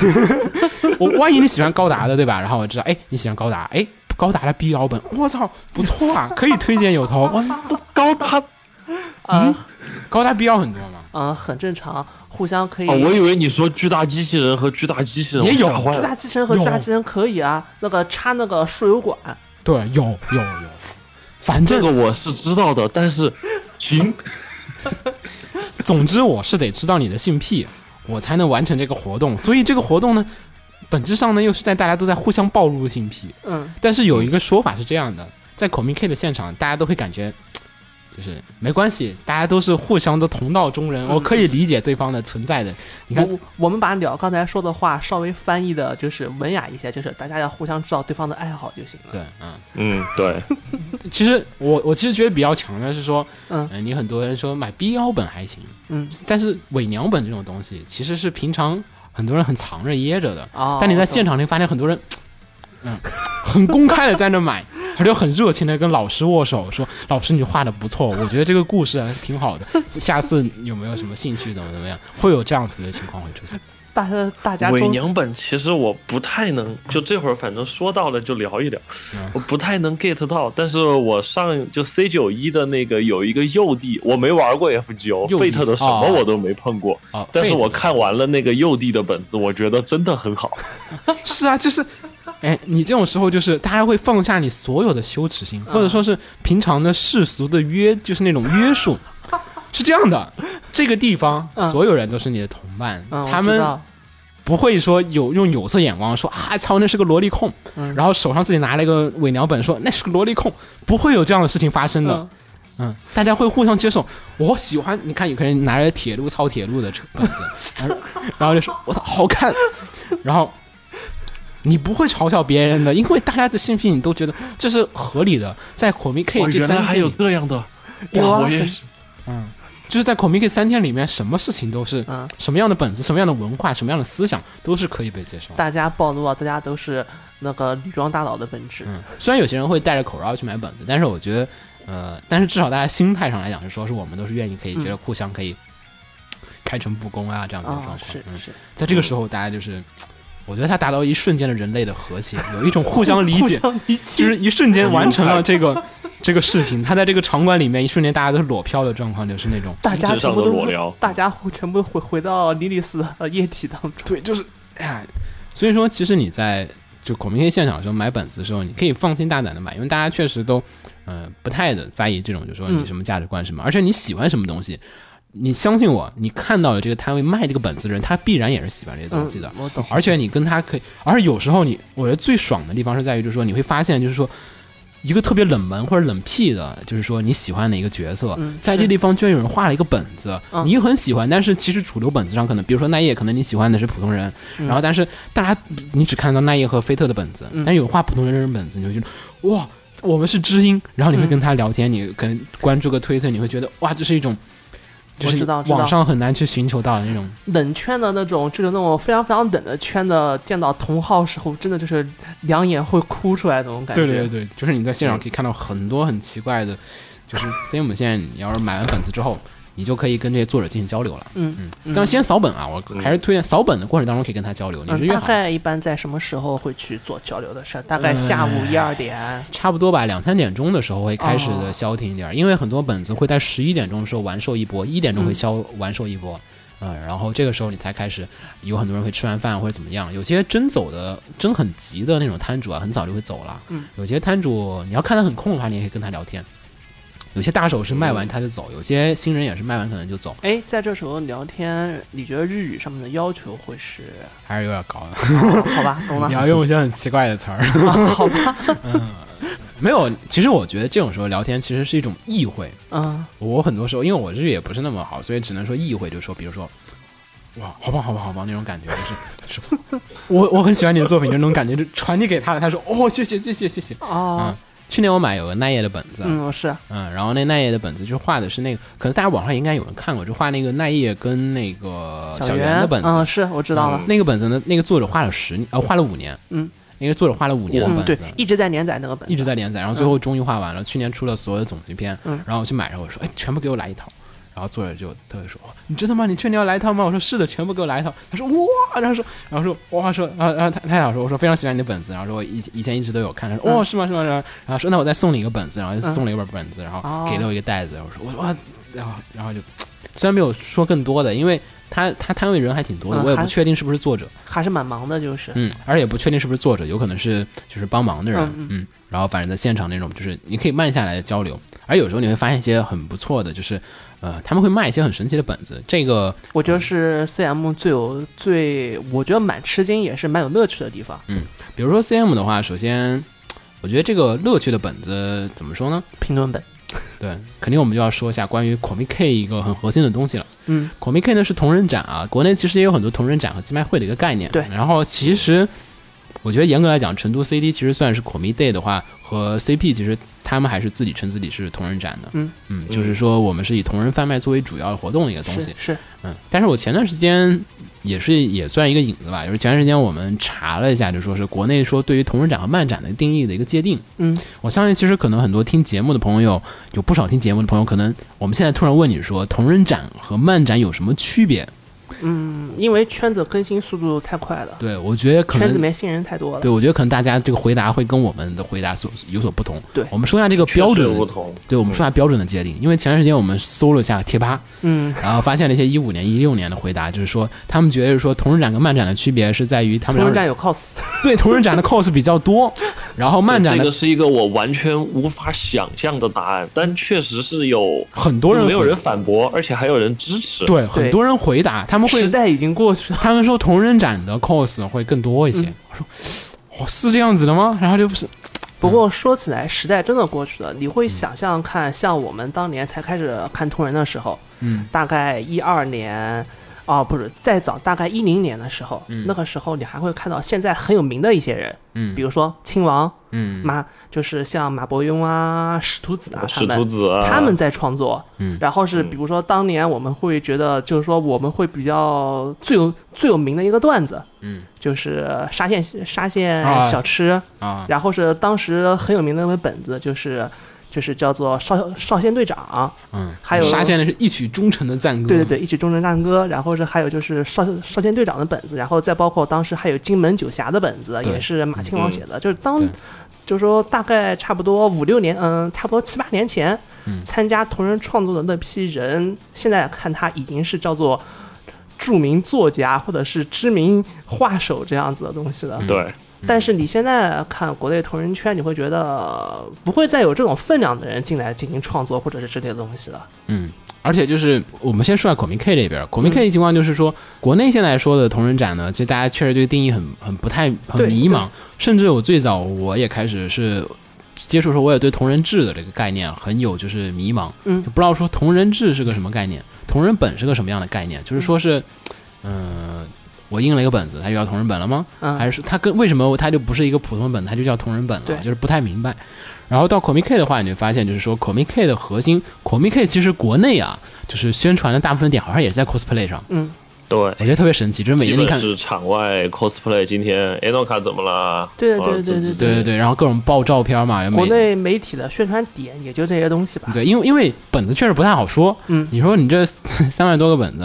Speaker 1: 我万一你喜欢高达的对吧？然后我知道，哎，你喜欢高达，哎，高达的 BL 本，我操，不错啊，可以推荐有头。 哇
Speaker 3: 高达，
Speaker 1: 嗯
Speaker 2: 啊
Speaker 1: 高达 BL 很多嘛，
Speaker 2: 啊，很正常，互相可以。
Speaker 1: 啊
Speaker 3: 哦我以为你说巨大机器人和巨大机器人，
Speaker 1: 也有
Speaker 3: 我吓坏
Speaker 2: 巨
Speaker 3: 了。
Speaker 2: 大机器人和巨大机器人可以啊，那个插那个输油管，
Speaker 1: 对，有有有，反
Speaker 3: 这
Speaker 1: 正
Speaker 3: 个我是知道的，但是行，
Speaker 1: 总之我是得知道你的性癖，我才能完成这个活动。所以这个活动呢，本质上呢又是在大家都在互相暴露性癖。
Speaker 2: 嗯，
Speaker 1: 但是有一个说法是这样的，在 Comic K 的现场，大家都会感觉，就是没关系，大家都是互相的同道中人，我可以理解对方的存在的。你看，
Speaker 2: 嗯我我们把鸟刚才说的话稍微翻译的，就是文雅一些，就是大家要互相知道对方的爱好就行了。
Speaker 1: 对，嗯，
Speaker 3: 嗯，对，
Speaker 1: 其实我我其实觉得比较强的是说，
Speaker 2: 嗯
Speaker 1: 呃你很多人说买 BL 本还行，
Speaker 2: 嗯，
Speaker 1: 但是伪娘本这种东西其实是平常很多人很藏着掖着的，
Speaker 2: 哦
Speaker 1: 但你在现场你发现很多人，嗯，很公开的在那买，而且很热情的跟老师握手，说：“老师，你画的不错，我觉得这个故事挺 好的，下次有没有什么兴趣？怎么怎么样？”会有这样子的情况会出现。
Speaker 2: 大家大家
Speaker 3: 伪
Speaker 2: 都
Speaker 3: 娘本其实我不太能，就这会儿反正说到了就聊一聊，
Speaker 2: 嗯
Speaker 3: 我不太能 get 到。但是我上就 C 九一的那个有一个幼帝，我没玩过 F G O，
Speaker 1: 幼帝
Speaker 3: 费特的什么
Speaker 2: 啊
Speaker 1: 哦
Speaker 3: 我都没碰过。
Speaker 1: 哦，
Speaker 3: 但是
Speaker 1: 被子
Speaker 3: 我看完了那个幼帝的本子，我觉得真的很好。
Speaker 1: 是啊，就是，哎，你这种时候就是大家会放下你所有的羞耻
Speaker 2: 嗯
Speaker 1: 心，或者说是平常的世俗的约，就是那种约束。是这样的，这个地方
Speaker 2: 嗯
Speaker 1: 所有人都是你的同伴，
Speaker 2: 嗯，我
Speaker 1: 他
Speaker 2: 知
Speaker 1: 们
Speaker 2: 道
Speaker 1: 不会说有用有色眼光说啊，操，那是个萝莉控，
Speaker 2: 嗯
Speaker 1: 然后手上自己拿了一个伪娘本说那是个萝莉控，不会有这样的事情发生的。
Speaker 2: 嗯
Speaker 1: 嗯，大家会互相接受。我喜欢，你看有个人拿着铁路操铁路 的车本子，然后然后就说：“我操，好看。”然后你不会嘲笑别人的，因为大家的性癖你都觉得这是合理的。在 Comic
Speaker 3: 哇
Speaker 1: K 这
Speaker 3: 哦原来
Speaker 1: 三
Speaker 3: 还
Speaker 1: 天
Speaker 3: 有
Speaker 1: 里，
Speaker 3: 这样的，
Speaker 2: 有
Speaker 3: 哇，
Speaker 2: 啊
Speaker 3: 我也是。
Speaker 1: 嗯，就是在 Comic K 三天里面，什么事情都是
Speaker 2: 嗯，
Speaker 1: 什么样的本子、什么样的文化、什么样的思想都是可以被接受的。
Speaker 2: 大家暴露啊，大家都是那个女装大佬的本质。
Speaker 1: 嗯，虽然有些人会带着口罩去买本子，但是我觉得，呃，但是至少大家心态上来讲，是说是我们都是愿意可以觉得
Speaker 2: 嗯
Speaker 1: 互相可以开诚布公啊这样的状
Speaker 2: 啊、
Speaker 1: 况。
Speaker 2: 是
Speaker 1: 嗯
Speaker 2: 是，
Speaker 1: 在这个时候，大家就是，我觉得他达到一瞬间的人类的和谐，有一种互相理
Speaker 2: 互
Speaker 1: 解，
Speaker 2: 相理
Speaker 1: 就
Speaker 2: 解。
Speaker 1: 是一瞬间完成了这个这个事情。他在这个场馆里面，一瞬间大家都是裸飘的状况，就是那种
Speaker 2: 大家
Speaker 3: 精神
Speaker 2: 全
Speaker 3: 上
Speaker 2: 部
Speaker 3: 的
Speaker 2: 都
Speaker 3: 裸聊
Speaker 2: 大家回全部回回到莉莉丝呃液体当中。
Speaker 1: 对，就是哎呀，所以说其实你在就孔明黑现场的时候买本子的时候，你可以放心大胆的买，因为大家确实都呃不太的在意这种，就说你
Speaker 2: 嗯
Speaker 1: 什么价值观什么，而且你喜欢什么东西，你相信我，你看到了这个摊位卖这个本子的人，他必然也是喜欢这些东西的。
Speaker 2: 嗯，我懂。
Speaker 1: 而且你跟他可以，而且有时候你，我觉得最爽的地方是在于，就是说你会发现，就是说一个特别冷门或者冷僻的，就是说你喜欢的一个角色，
Speaker 2: 嗯
Speaker 1: 在这
Speaker 2: 是
Speaker 1: 地方居然有人画了一个本子，
Speaker 2: 嗯
Speaker 1: 你很喜欢，但是其实主流本子上可能，比如说奈叶，可能你喜欢的是普通人，
Speaker 2: 嗯
Speaker 1: 然后但是大家你只看到奈叶和菲特的本子，
Speaker 2: 嗯
Speaker 1: 但有画普通人的本子，你会觉得哇。我们是知音，然后
Speaker 2: 嗯
Speaker 1: 你会跟他聊天，你可能关注个推特，你会觉得哇，这是一种，就
Speaker 2: 我
Speaker 1: 是
Speaker 2: 知道知道
Speaker 1: 网上很难去寻求到的那种
Speaker 2: 冷圈的那种，就是那种非常非常冷的圈的，见到同号时候，真的就是两眼会哭出来那种感觉。
Speaker 1: 对对对，就是你在现场可以看到很多很奇怪的， 就是 Sim 现在你要是买完本子之后，你就可以跟这些作者进行交流了。
Speaker 2: 嗯
Speaker 1: 这样先扫本啊，我还是推荐扫本的过程当中可以跟他交流，你是
Speaker 2: 嗯，
Speaker 1: 约
Speaker 2: 大
Speaker 1: 好。
Speaker 2: 概一般在什么时候会去做交流的事儿？大概呃下午一二点。
Speaker 1: 差不多吧，两三点钟的时候会开始
Speaker 2: 哦
Speaker 1: 的消停一点儿，因为很多本子会在十一点钟的时候完售一波，一点钟会
Speaker 2: 嗯
Speaker 1: 消完售一波，嗯，然后这个时候你才开始，有很多人会吃完饭或者怎么样，有些真走的真很急的那种摊主啊，很早就会走了，
Speaker 2: 嗯，
Speaker 1: 有些摊主你要看他很空的话，你也可以跟他聊天，有些大手是卖完
Speaker 2: 嗯
Speaker 1: 他就走，有些新人也是卖完可能就走，
Speaker 2: 哎，在这时候聊天，你觉得日语上面的要求会是？
Speaker 1: 还是有点高的，
Speaker 2: 好吧，懂了。
Speaker 1: 要用一些很奇怪的 词儿，
Speaker 2: 好吧，
Speaker 1: 没有，其实我觉得这种时候聊天其实是一种意会，
Speaker 2: 嗯
Speaker 1: 我很多时候，因为我日语也不是那么好，所以只能说意会，就说比如说，哇，好棒，好棒，好棒那种感觉，就是 说，我我很喜欢你的作品，就那种感觉就 传递给他了。他说哦，谢谢，谢谢，谢谢。
Speaker 2: 哦
Speaker 1: 嗯，去年我买有个奈叶的本子，嗯
Speaker 2: 嗯是，
Speaker 1: 然后那奈叶的本子就画的是那个，可能大家网上应该有人看过，就画那个奈叶跟那个呃小
Speaker 2: 圆
Speaker 1: 圆的本子，
Speaker 2: 嗯是我知道了，
Speaker 1: 那个本子呢，那个作者画了十年，呃，画了五年，
Speaker 2: 嗯，
Speaker 1: 那个作者画了五年的
Speaker 2: 嗯
Speaker 1: 本子
Speaker 2: 对，，一直在连载那个本子，
Speaker 1: 一直在连载，然后最后终于画完了。去年出了所有的总集篇，
Speaker 2: 嗯
Speaker 1: 然后我去买的时候我说，哎，全部给我来一套。然后作者就特别说，哇你真的吗？你确定要来一套吗？我说是的，全部给我来一套。他说哇，然后说，然后说哇，说，然后然后他他想说，我说非常喜欢你的本子，然后说我以以前一直都有看，他说
Speaker 2: 嗯
Speaker 1: 哦是吗是吗是吗？然后说那我再送你一个本子，然后就送了一本本子，然
Speaker 2: 哦
Speaker 1: 后给了我一个袋子，我说我说哇，然后然后就虽然没有说更多的，因为他他摊位人还挺多的，
Speaker 2: 嗯
Speaker 1: 我也
Speaker 2: 还
Speaker 1: 不确定是不是作者，
Speaker 2: 还是蛮忙的，就是
Speaker 1: 嗯，而且也不确定是不是作者，有可能是就是帮忙的人，
Speaker 2: 嗯
Speaker 1: 嗯然后反正在现场那种，就是你可以慢下来交流，而有时候你会发现一些很不错的，就是呃，他们会卖一些很神奇的本子，这个
Speaker 2: 我觉得是 C M 最有最，我觉得蛮吃惊，也是蛮有乐趣的地方。
Speaker 1: 比如说 CM 的话，首先我觉得这个乐趣的本子怎么说呢？
Speaker 2: 评论本，
Speaker 1: 对，肯定我们就要说一下关于 Comic K 一个很核心的东西了。
Speaker 2: 嗯
Speaker 1: ，Comic K 呢是同人展啊，国内其实也有很多同人展和寄卖会的一个概念。
Speaker 2: 对
Speaker 1: 然后其实我觉得严格来讲，成都 CD 其实算是 Comi Day 的话，和 CP 其实他们还是自己称自己是同人展的。
Speaker 2: 嗯
Speaker 1: 嗯，就是说我们是以同人贩卖作为主要的活动的一个东西
Speaker 2: 是。是，
Speaker 1: 嗯，但是我前段时间也是也算一个引子吧，就是前段时间我们查了一下，就说是国内说对于同人展和漫展的定义的一个界定。
Speaker 2: 嗯
Speaker 1: 我相信其实可能很多听节目的朋友，有不少听节目的朋友，可能我们现在突然问你说同人展和漫展有什么区别？
Speaker 2: 嗯，因为圈子更新速度太快了，
Speaker 1: 对我觉得可
Speaker 2: 圈子里
Speaker 1: 能。
Speaker 2: 面新人太多了。
Speaker 1: 对，我觉得可能大家这个回答会跟我们的回答所有所不同。
Speaker 2: 对
Speaker 1: 我们说一下这个标
Speaker 3: 确
Speaker 1: 准
Speaker 3: 实不
Speaker 1: 的，
Speaker 3: 同，
Speaker 1: 对我们说一下标准的界定。因为前段时间我们搜了一下贴吧，
Speaker 2: 嗯
Speaker 1: 然后发现了一些一五年、一六年的回答，就是说他们觉得说同人展跟漫展的区别是在于他们
Speaker 2: 同
Speaker 1: 两种
Speaker 2: 人展有 cos，
Speaker 1: 对同人展的 cos 比较 多，然后漫展
Speaker 3: 这
Speaker 1: 的
Speaker 3: 个是一个我完全无法想象的答案，但确实是有
Speaker 1: 很多人
Speaker 3: 没有
Speaker 1: 回
Speaker 3: 人反驳，而且还有人支持。
Speaker 1: 对很多人回答，他们
Speaker 2: 时
Speaker 1: 会
Speaker 2: 代已经过去了。
Speaker 1: 他们说同人展的 cos 会更多一
Speaker 2: 嗯
Speaker 1: 些。我说哦是这样子的吗？然后就不是
Speaker 2: 不
Speaker 1: 嗯
Speaker 2: 过说起来，时代真的过去了。你会想象看，像我们当年才开始看同人的时候，
Speaker 1: 嗯，
Speaker 2: 大概一二年，哦，不是，再早，大概一零年的时候，那个时候你还会看到现在很有名的一些人，
Speaker 1: 嗯
Speaker 2: 比如说亲王
Speaker 1: 嗯
Speaker 2: 马，就是像马伯庸啊、史徒子啊他
Speaker 3: 使徒
Speaker 2: 们。
Speaker 3: 子啊，
Speaker 2: 他们在创作，
Speaker 1: 嗯
Speaker 2: 然后是比如说当年我们会觉得，就是说我们会比较最有最有名的一个段子，
Speaker 1: 嗯
Speaker 2: 就是沙县沙县
Speaker 1: 啊
Speaker 2: 小吃，
Speaker 1: 啊
Speaker 2: 然后是当时很有名的那本本子，就是就是叫做少少先队长，
Speaker 1: 嗯，
Speaker 2: 还有
Speaker 1: 沙县的是一曲忠诚的赞歌，
Speaker 2: 对对对，一曲忠诚战歌，然后是还有就是少少先队长的本子，然后再包括当时还有金门九侠的本子，
Speaker 1: 对嗯
Speaker 2: 也是马亲王写的，就是当
Speaker 1: 对。
Speaker 2: 就是说，大概差不多五六年，嗯，差不多七八年前，
Speaker 1: 嗯
Speaker 2: 参加同人创作的那批人，现在看他已经是叫做著名作家或者是知名画手这样子的东西了。
Speaker 1: 嗯
Speaker 3: 对，
Speaker 2: 但是你现在看国内同人圈，你会觉得呃不会再有这种分量的人进来进行创作或者是之类的东西了。
Speaker 1: 嗯，而且就是我们先说下 c o m i K 这边 c o m i
Speaker 2: 嗯
Speaker 1: K 的情况就是说，国内现在说的同人展呢，其实大家确实对定义很很不太很
Speaker 2: 对
Speaker 1: 迷茫，甚至我最早我也开始是。接触的时候，我也对同人志的这个概念很有就是迷茫，
Speaker 2: 嗯
Speaker 1: 就不知道说同人志是个什么概念，同人本是个什么样的概念，就是说是，嗯、我印了一个本子，它就叫同人本了吗？
Speaker 2: 嗯，
Speaker 1: 还是它跟为什么它就不是一个普通本，它就叫同人本
Speaker 2: 对
Speaker 1: 了，就是不太明白。然后到 Comic K 的话，你就发现就是说 Comic K 的核心，Comic K 其实国内啊，就是宣传的大部分点好像也是在 cosplay 上，
Speaker 2: 嗯，
Speaker 3: 对。
Speaker 1: 我觉得特别神奇，就是每
Speaker 3: 基
Speaker 1: 年你看
Speaker 3: 本，是场外 cosplay。今天 a n o k a 怎么了？
Speaker 2: 对
Speaker 3: 啊
Speaker 2: 对对
Speaker 3: 这
Speaker 2: 对
Speaker 1: 对对对，然后各种爆照片嘛，
Speaker 2: 国
Speaker 1: 每
Speaker 2: 内媒体的宣传点也就这些东西吧。
Speaker 1: 对，因为因为本子确实不太好说，
Speaker 2: 嗯，
Speaker 1: 你说你这三万多个本子，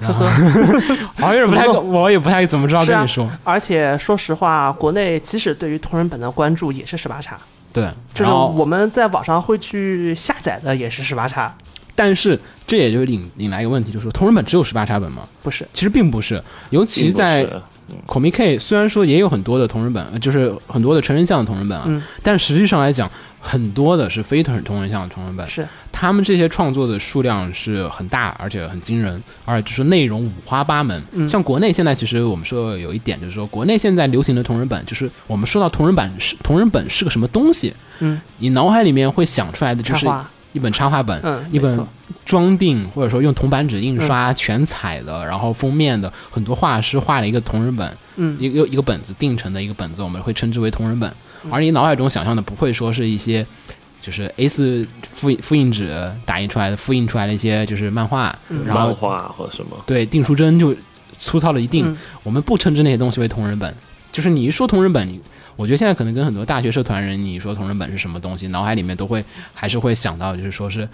Speaker 1: 嗯
Speaker 2: 呵呵。
Speaker 1: 好像有点不太，
Speaker 2: 怎么
Speaker 1: 我也不太怎么知道
Speaker 2: 是
Speaker 1: 跟
Speaker 2: 啊
Speaker 1: 你说，
Speaker 2: 而且说实话，国内即使对于同人本的关注也是十八叉，
Speaker 1: 对，
Speaker 2: 就是
Speaker 1: 然后
Speaker 2: 我们在网上会去下载的也是十八叉，
Speaker 1: 但是这也就引引来一个问题，就是说同人本只有十八插本吗？
Speaker 2: 不是。
Speaker 1: 其实并不是，尤其
Speaker 3: 并不
Speaker 1: 在
Speaker 3: 是
Speaker 1: Comic K 虽然说也有很多的同人本，呃就是很多的成人向的同人本啊，
Speaker 2: 嗯
Speaker 1: 但实际上来讲，很多的是非同同人向的同人本，
Speaker 2: 是
Speaker 1: 他们这些创作的数量是很大，而且很惊人，而且就是内容五花八门。
Speaker 2: 嗯
Speaker 1: 像国内现在其实我们说有一点就是说，国内现在流行的同人本，就是我们说到同人本是同人本是个什么东西，
Speaker 2: 嗯，
Speaker 1: 你脑海里面会想出来的就
Speaker 2: 插
Speaker 1: 是
Speaker 2: 画，
Speaker 1: 一本插画本，
Speaker 2: 嗯，
Speaker 1: 一
Speaker 2: 没
Speaker 1: 本
Speaker 2: 错嗯
Speaker 1: 装订或者说用铜版纸印刷全彩的，然后封面的很多画师画了一个同人本，
Speaker 2: 嗯
Speaker 1: 一个一个本子定成的一个本子，我们会称之为同人本。
Speaker 2: 嗯
Speaker 1: 而你脑海中想象的不会说是一些就是 A 4复印复印纸打印出来的复印出来的一些就是漫画，
Speaker 2: 嗯
Speaker 1: 然
Speaker 3: 漫
Speaker 1: 后
Speaker 3: 画或者什么，
Speaker 1: 对订书针就粗糙了一定，
Speaker 2: 嗯
Speaker 1: 我们不称之那些东西为同人本。就是你一说同人本，你我觉得现在可能跟很多大学社团人，你说同人本是什么东西，脑海里面都会还是会想到，就是说是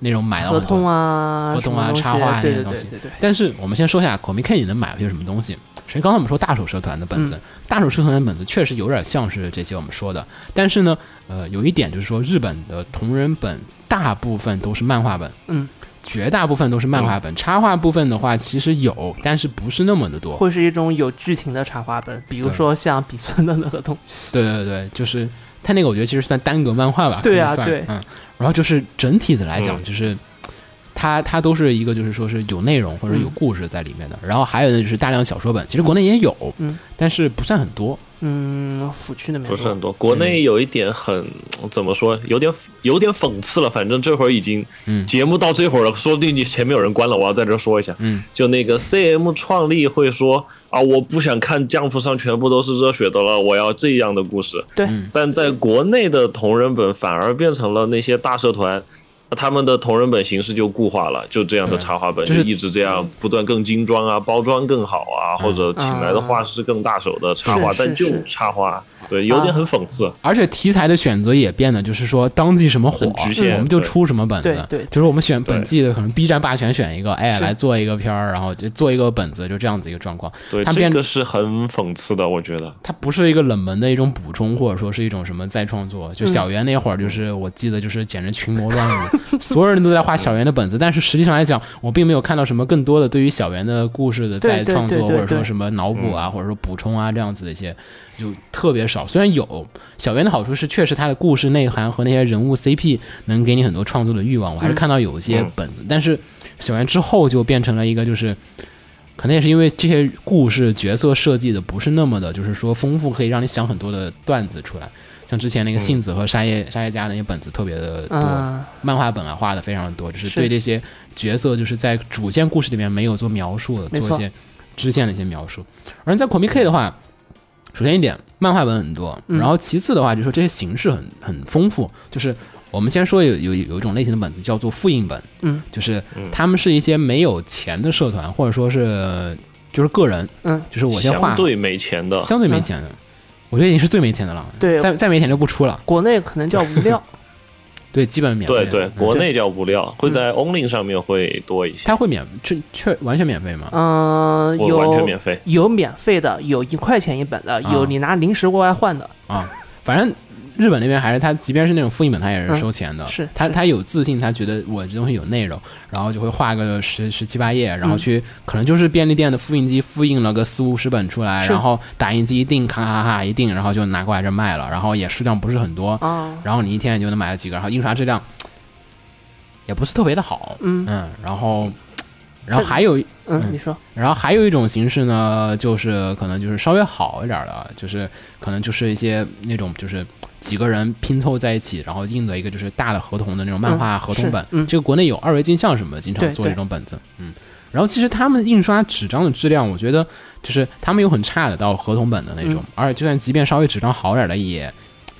Speaker 1: 那种买到
Speaker 2: 合
Speaker 1: 很多
Speaker 2: 同啊，
Speaker 1: 合同啊
Speaker 2: 什么东西
Speaker 1: 插画啊
Speaker 2: 对
Speaker 1: 那些
Speaker 2: 对
Speaker 1: 东
Speaker 2: 对
Speaker 1: 西
Speaker 2: 对对，
Speaker 1: 但是我们先说一下 Comic K 你能买回去什么东西。首先，刚才我们说大手社团的本子，
Speaker 2: 嗯
Speaker 1: 大手社团的本子确实有点像是这些我们说的，但是呢，呃，有一点就是说，日本的同人本大部分都是漫画本，
Speaker 2: 嗯，
Speaker 1: 绝大部分都是漫画本，插画部分的话其实有，但是不是那么的多。
Speaker 2: 会是一种有剧情的插画本，比如
Speaker 1: 对
Speaker 2: 说像比村的那个东西。
Speaker 1: 对对对，就是它那个，我觉得其实算单格漫画吧，
Speaker 2: 对啊
Speaker 1: 可以算
Speaker 2: 对
Speaker 1: 嗯，然后就是整体的来讲，
Speaker 3: 嗯
Speaker 1: 就是。它它都是一个，就是说是有内容或者有
Speaker 2: 嗯
Speaker 1: 故事在里面的，然后还有呢就是大量小说本，其实国内也有，
Speaker 2: 嗯
Speaker 1: 但是不算很多。
Speaker 2: 嗯，腐区那边
Speaker 3: 不是很多。国内有一点很怎么说，有点有点讽刺了。反正这会儿已经
Speaker 1: 嗯
Speaker 3: 节目到这会儿了，说不定你前面有人关了，我要在这儿说一下。
Speaker 1: 嗯，
Speaker 3: 就那个 CM 创立会说啊，我不想看 Jump 上全部都是热血的了，我要这样的故事。
Speaker 2: 对
Speaker 1: 嗯
Speaker 3: 但在国内的同人本反而变成了那些大社团。那他们的同人本形式就固化了，就这样的
Speaker 1: 对
Speaker 3: 插画本
Speaker 1: 就是
Speaker 3: 一直这样不断更精装啊，包装更好啊，
Speaker 1: 嗯
Speaker 3: 或者请来的画师更大手的插画，
Speaker 2: 是
Speaker 3: 但就是插画，对，有点很讽刺。
Speaker 1: 而且题材的选择也变得就是说当季什么火，
Speaker 3: 很局限
Speaker 1: 我们就
Speaker 3: 对
Speaker 1: 出什么本子。
Speaker 2: 对对
Speaker 1: 就是我们选本
Speaker 3: 对
Speaker 1: 季的，可能 B 站霸权选一个，哎，
Speaker 2: 是
Speaker 1: 来做一个片儿，然后就做一个本子，就这样子一个状况。
Speaker 3: 对，
Speaker 1: 他
Speaker 3: 这
Speaker 1: 变
Speaker 3: 个是很讽刺的，我觉得。
Speaker 1: 它不是一个冷门的一种补充，或者说是一种什么再创作。就小圆那会儿，就是我记得就是简直群魔乱舞， 所有人都在画小圆的本子，但是实际上来讲，我并没有看到什么更多的对于小圆的故事的
Speaker 2: 对
Speaker 1: 再
Speaker 2: 对
Speaker 1: 创作，
Speaker 2: 对
Speaker 1: 或
Speaker 2: 对
Speaker 1: 者说
Speaker 2: 对
Speaker 1: 什么脑补啊，或者说补充啊这样子的一些，就特别少。虽然有小圆的好处是，确实它的故事内涵和那些人物 CP 能给你很多创作的欲望，我还是看到有一些
Speaker 3: 嗯
Speaker 1: 本子，但是小圆之后就变成了一个就是。可能也是因为这些故事角色设计的不是那么的，就是说丰富，可以让你想很多的段子出来。像之前那个杏子和沙耶、沙耶家那些本子特别的多，
Speaker 2: 嗯，
Speaker 1: 漫画本啊画的非常多，就是
Speaker 2: 是
Speaker 1: 对这些角色就是在主线故事里面没有做描述的，
Speaker 2: 没错
Speaker 1: 做一些支线的一些描述。而在 Comic K 的话，首先一点，漫画本很多，
Speaker 2: 嗯
Speaker 1: 然后其次的话，就是说这些形式很很丰富。就是我们先说有有有一种类型的本子叫做复印本，
Speaker 2: 嗯，
Speaker 1: 就是他们是一些没有钱的社团，或者说是就是个人，
Speaker 2: 嗯，
Speaker 1: 就是我先画
Speaker 3: 相，对没钱的，
Speaker 1: 相对没钱的，我觉得已经是最没钱的了，
Speaker 2: 对
Speaker 1: 再再没钱就不出了，
Speaker 2: 国内可能叫无 料，
Speaker 1: 对，基本免费
Speaker 3: 对
Speaker 1: 了，
Speaker 3: 对，
Speaker 1: 嗯
Speaker 3: 国内叫无料，会在 Only 上面会多一些，
Speaker 1: 它会免，这确完全免费吗？
Speaker 2: 嗯，
Speaker 3: 我完全
Speaker 2: 有
Speaker 3: 免费。
Speaker 2: 有免费的，有一块钱一本的，
Speaker 1: 啊
Speaker 2: 有你拿零食过来换的，
Speaker 1: 啊，反正日本那边还是他，即便是那种复印本，他也是收钱的。
Speaker 2: 嗯是
Speaker 1: 他
Speaker 2: 是
Speaker 1: 他有自信，他觉得我这东西有内容，然后就会画个十十七八页，然后
Speaker 2: 嗯
Speaker 1: 去、可能就是便利店的复印机复印了个四五十本出来，
Speaker 2: 是
Speaker 1: 然后打印机一定，咔咔咔一定，然后就拿过来这卖了，然后也数量不是很多，
Speaker 2: 啊，
Speaker 1: 然后你一天也就能买到几个，然后印刷质量也不是特别的好，
Speaker 2: 嗯
Speaker 3: 哎
Speaker 1: 然后然后还有
Speaker 2: 嗯，
Speaker 1: 嗯
Speaker 2: 你说，
Speaker 1: 然后还有一种形式呢，就是可能就是稍微好一点儿的，啊就是可能就是一些那种就是几个人拼凑在一起，然后印的一个就是大的合同的那种漫画
Speaker 2: 嗯
Speaker 1: 合同本。
Speaker 2: 是嗯
Speaker 1: 这个国内有二维镜像什么的，经常
Speaker 2: 对
Speaker 1: 做
Speaker 2: 对
Speaker 1: 这种本子。嗯，然后其实他们印刷纸张的质量，我觉得就是他们有很差的到合同本的那
Speaker 2: 嗯
Speaker 1: 种，而且就算即便稍微纸张好点儿的，也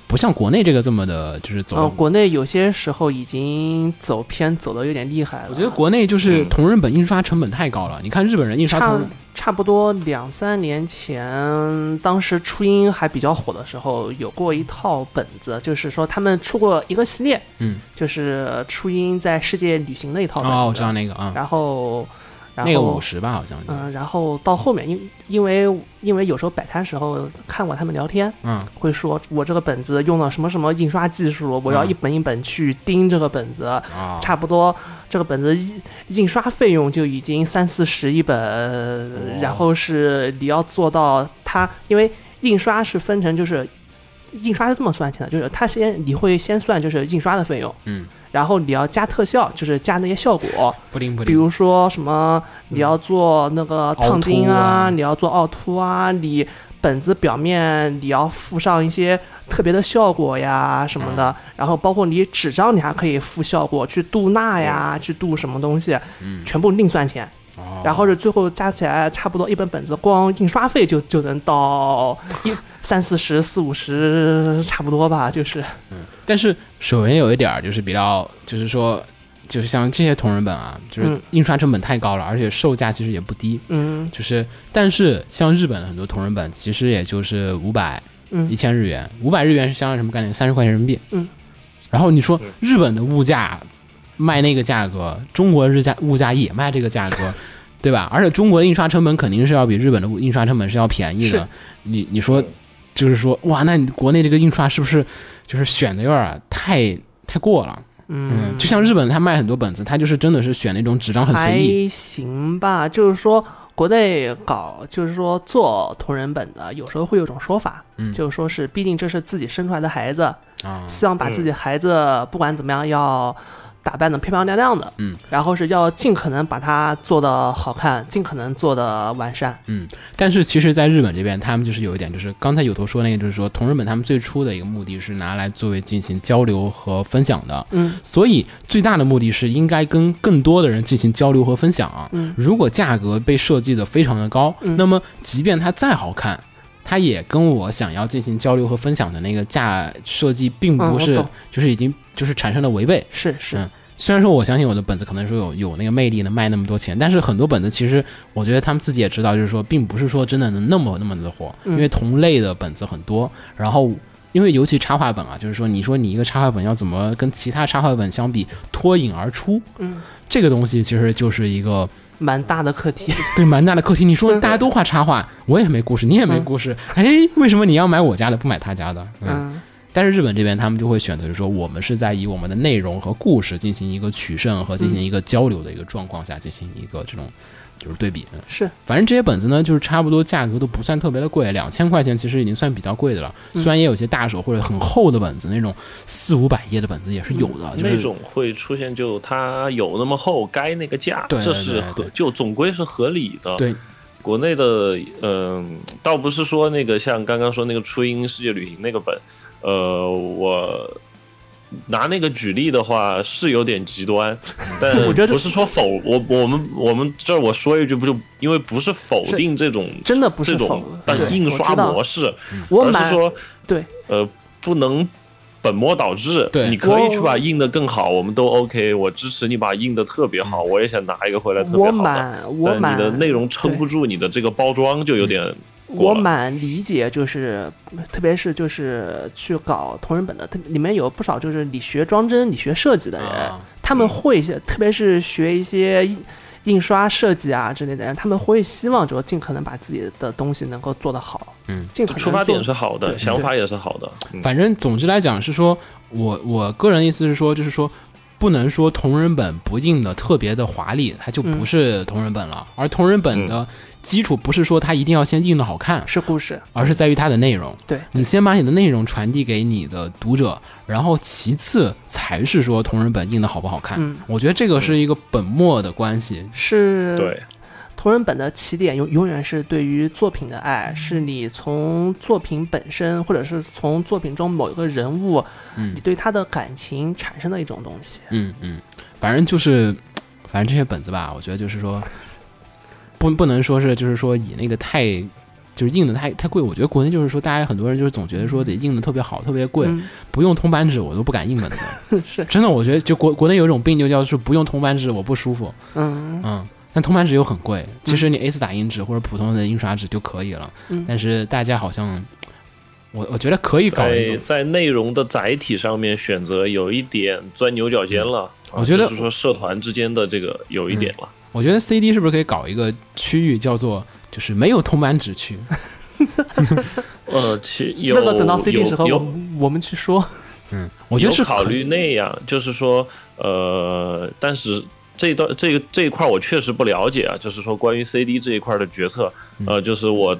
Speaker 1: 不像国内这个这么的，就是走
Speaker 2: 呃，
Speaker 1: 得
Speaker 2: 国内有些时候已经走偏，走的有点厉害了。
Speaker 1: 我觉得国内就是
Speaker 2: 嗯
Speaker 1: 同人本印刷成本太高了，你看日本人印刷同
Speaker 2: 差
Speaker 1: 人
Speaker 2: 差不多两三年前，当时初音还比较火的时候，有过一套本子，就是说他们出过一个系列，
Speaker 1: 嗯，
Speaker 2: 就是初音在世界旅行那一套本子。
Speaker 1: 哦，我知道那个啊，
Speaker 2: 然后，然后
Speaker 1: 那个五十吧，好像是，
Speaker 2: 嗯，然后到后面，因因为因为有时候摆摊时候看过他们聊天，
Speaker 1: 嗯。
Speaker 2: 会说我这个本子用了什么什么印刷技术，我要
Speaker 1: 嗯
Speaker 2: 一本一本去盯这个本子，
Speaker 1: 啊，
Speaker 2: 差不多这个本子印印刷费用就已经三四十一本，然后是你要做到它，因为印刷是分成就是。印刷是这么算钱的，就是它先你会先算就是印刷的费用，
Speaker 1: 嗯，
Speaker 2: 然后你要加特效，就是加那些效果，
Speaker 1: 不灵不灵。
Speaker 2: 比如说什么你要做那个烫金
Speaker 1: 凹凸啊
Speaker 2: 啊，你要做凹凸啊，你本子表面你要附上一些特别的效果呀什么的，
Speaker 1: 嗯
Speaker 2: 然后包括你纸张你还可以附效果去镀钠呀，去镀什么东西，全部另算钱。
Speaker 1: 嗯哦，
Speaker 2: 然后是最后加起来差不多一本本子光印刷费就就能到一三四十四五十差不多吧，就是
Speaker 1: 但是首先有一点儿就是比较，就是说，就是像这些同人本啊，就是
Speaker 2: 嗯
Speaker 1: 印刷成本太高了，而且售价其实也不低。
Speaker 2: 嗯
Speaker 1: 就是，但是像日本的很多同人本，其实也就是五百、一
Speaker 2: 嗯
Speaker 1: 千日元，五百日元是相当于什么概念？三十块钱人民币。
Speaker 2: 嗯。
Speaker 1: 然后你说
Speaker 3: 嗯
Speaker 1: 日本的物价卖那个价格，中国日价物价也卖这个价格，对吧？而且中国的印刷成本肯定是要比日本的印刷成本是要便宜的
Speaker 2: 是。
Speaker 1: 你你说就是说，哇，那你国内这个印刷是不是就是选的有点儿太太过了？嗯，
Speaker 2: 嗯，
Speaker 1: 就像日本他卖很多本子，他就是真的是选那种纸啊张很随意。
Speaker 2: 还行吧，就是说国内搞，就是说做同人本的，有时候会有种说法，
Speaker 1: 嗯
Speaker 2: 就是说是毕竟这是自己生出来的孩子，
Speaker 1: 啊，
Speaker 2: 希望把自己孩子不管怎么样要打扮的漂漂亮亮的，
Speaker 1: 嗯，
Speaker 2: 然后是要尽可能把它做的好看，尽可能做的完善，
Speaker 1: 但是其实，在日本这边，他们就是有一点，就是刚才有头说那个，就是说同人本他们最初的一个目的是拿来作为进行交流和分享的，
Speaker 2: 嗯，
Speaker 1: 所以最大的目的是应该跟更多的人进行交流和分享。啊
Speaker 2: 嗯，
Speaker 1: 如果价格被设计的非常的高，
Speaker 2: 嗯
Speaker 1: 那么即便它再好看。它也跟我想要进行交流和分享的那个价设计，并
Speaker 2: 嗯
Speaker 1: 不
Speaker 2: 我
Speaker 1: 是、
Speaker 2: 懂
Speaker 1: 就是已经就是产生了违背。
Speaker 2: 是是，
Speaker 1: 嗯虽然说我相信我的本子可能说有有那个魅力能卖那么多钱，但是很多本子其实我觉得他们自己也知道，就是说并不是说真的能那么那么的火，
Speaker 2: 嗯
Speaker 1: 因为同类的本子很多，然后。因为尤其插画本啊，就是说，你说你一个插画本要怎么跟其他插画本相比脱颖而出，
Speaker 2: 嗯，
Speaker 1: 这个东西其实就是一个
Speaker 2: 蛮大的课题，
Speaker 1: 对蛮大的课题。你说
Speaker 2: 嗯
Speaker 1: 大家都画插画，我也没故事，你也没故事，哎，为什么你要买我家的不买他家的？
Speaker 2: 嗯
Speaker 1: 但是日本这边他们就会选择就是说，我们是在以我们的内容和故事进行一个取胜和进行一个交流的一个状况下进行一个这种就是对比。嗯
Speaker 2: 是，
Speaker 1: 反正这些本子呢，就是差不多价格都不算特别的贵，两千块钱其实已经算比较贵的了。
Speaker 2: 嗯
Speaker 1: 虽然也有些大手或者很厚的本子，那种四五百页的本子也是有的，就
Speaker 3: 那
Speaker 1: 是
Speaker 3: 种会出现，就它有那么厚，该那个价，
Speaker 1: 对
Speaker 3: 这
Speaker 1: 对
Speaker 3: 是
Speaker 1: 对
Speaker 3: 合
Speaker 1: 对，
Speaker 3: 就总归是合理的。
Speaker 1: 对，
Speaker 3: 国内的，嗯、倒不是说那个像刚刚说那个初音世界旅行那个本，呃，我拿那个举例的话是有点极端， 但
Speaker 2: 我觉得
Speaker 3: 不是说否，我我们我们这儿我说一句不就，因为不是否
Speaker 2: 是
Speaker 3: 定这种
Speaker 2: 真的不
Speaker 3: 这
Speaker 2: 是
Speaker 3: 种
Speaker 2: 否，
Speaker 3: 但
Speaker 2: 对
Speaker 3: 印
Speaker 2: 我
Speaker 3: 刷
Speaker 2: 知道
Speaker 3: 模式，
Speaker 2: 我
Speaker 3: 而是
Speaker 2: 买
Speaker 3: 说
Speaker 2: 对
Speaker 3: 呃不能本末倒置。
Speaker 1: 对
Speaker 3: 你可以
Speaker 2: 我
Speaker 3: 去把它印的更好，我们都 OK，我支持你把它印的特别
Speaker 1: 嗯
Speaker 3: 好，我也想拿一个回来特别
Speaker 2: 我
Speaker 3: 好的。
Speaker 2: 蛮我
Speaker 3: 但你
Speaker 2: 蛮
Speaker 3: 的内容撑不住你的这个包装，就有点过
Speaker 1: 嗯
Speaker 2: 我
Speaker 3: 了
Speaker 2: 蛮理解，就是特别是就是去搞同人本的，特里面有不少就是你学装帧、你学设计的人，
Speaker 1: 啊，
Speaker 2: 他们会一些，特别是学一些印印刷设计啊之类的人，他们会希望就尽可能把自己的东西能够做得好，
Speaker 1: 嗯，
Speaker 2: 尽可能
Speaker 3: 出发点是
Speaker 2: 做
Speaker 3: 好
Speaker 2: 对
Speaker 3: 的，想法也是好的。嗯
Speaker 1: 反正总之来讲是说，我我个人意思是说，就是说。不能说同人本不印的特别的华丽，它就不
Speaker 2: 嗯
Speaker 1: 是同人本了。而同人本的基础不是说它一定要先印的好看，
Speaker 2: 是故事，
Speaker 1: 而是在于它的内容。
Speaker 2: 对，
Speaker 1: 你先把你的内容传递给你的读者，然后其次才是说同人本印的好不好看。
Speaker 2: 嗯
Speaker 1: 我觉得这个是一个本末的关系。
Speaker 2: 是
Speaker 3: 对，
Speaker 2: 同人本的起点永永远是对于作品的
Speaker 3: 嗯
Speaker 2: 爱，是你从作品本身，或者是从作品中某一个人物，
Speaker 1: 嗯
Speaker 2: 你对他的感情产生的一种东西。
Speaker 1: 嗯嗯，反正就是，反正这些本子吧，我觉得就是说，不不能说是就是说以那个太就是印的太太贵，我觉得国内就是说大家很多人就是总觉得说得印的特别好，特别贵，
Speaker 2: 嗯、
Speaker 1: 不用铜版纸我都不敢印本子。
Speaker 2: 是，
Speaker 1: 真的，我觉得就国国内有一种病，就叫是不用铜版纸我不舒服。
Speaker 2: 嗯
Speaker 1: 嗯，但铜版纸又很贵，其实你 A 4打印纸或者普通的印刷纸就可以了。
Speaker 2: 嗯
Speaker 1: 但是大家好像，我我觉得可以搞一个，
Speaker 3: 在在内容的载体上面选择有一点钻牛角尖了。啊
Speaker 1: 嗯我觉得
Speaker 3: 就是说社团之间的这个有一点了，
Speaker 1: 我觉得 CD 是不是可以搞一个区域叫做就是没有铜版纸区？
Speaker 3: 呃，其有
Speaker 2: 嗯那个等到 CD
Speaker 3: 有
Speaker 2: 时候，
Speaker 3: 有
Speaker 2: 我们我们去说。
Speaker 1: 嗯，我觉得是
Speaker 3: 有考
Speaker 1: 可
Speaker 3: 虑那样，就是说，呃，但是这一段这个这一块我确实不了解啊，就是说关于 CD 这一块的决策，
Speaker 1: 嗯
Speaker 3: 呃，就是我，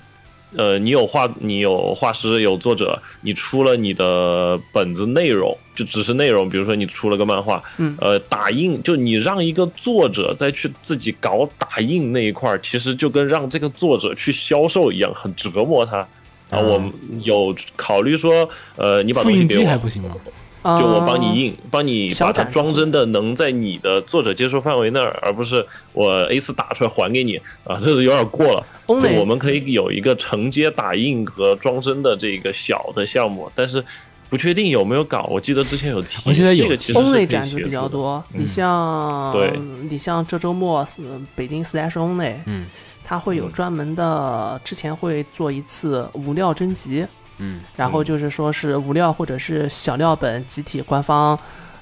Speaker 3: 呃，你有画，你有画师，有作者，你出了你的本子内容，就只是内容，比如说你出了个漫画，
Speaker 2: 嗯
Speaker 3: 呃，打印就你让一个作者再去自己搞打印那一块儿，其实就跟让这个作者去销售一样，很折磨他。啊，
Speaker 1: 嗯
Speaker 3: 我们有考虑说，呃，你把
Speaker 1: 复
Speaker 3: 东西
Speaker 1: 印
Speaker 3: 给
Speaker 1: 机还
Speaker 3: 我，
Speaker 1: 不行吗？
Speaker 2: 就
Speaker 3: 就我帮
Speaker 2: 啊
Speaker 3: 你印，帮你
Speaker 2: 哦小
Speaker 3: 把它
Speaker 2: 展示
Speaker 3: 装帧的能在你的作者接受范围那儿，而不是我 A 4打出来还给你啊，这是有点过了。
Speaker 2: 欧
Speaker 3: 就
Speaker 2: 美
Speaker 3: 我们可以有一个承接打印和装帧的这个小的项目，但是不确定有没有搞。我记得之前有提，
Speaker 1: 我记得有
Speaker 3: 这个其实
Speaker 2: 欧
Speaker 3: 是可
Speaker 2: 内
Speaker 3: 以
Speaker 2: 展就
Speaker 3: 协
Speaker 2: 比较
Speaker 3: 助的。
Speaker 2: 多，
Speaker 1: 嗯
Speaker 2: 你像
Speaker 3: 对
Speaker 2: 你像这周末呃北京 Slash 欧内，
Speaker 1: 嗯
Speaker 2: 它会有
Speaker 3: 嗯
Speaker 2: 专门的，之前会做一次无料征集，
Speaker 1: 嗯
Speaker 2: 然后就是说是无料或者是小料本集体官方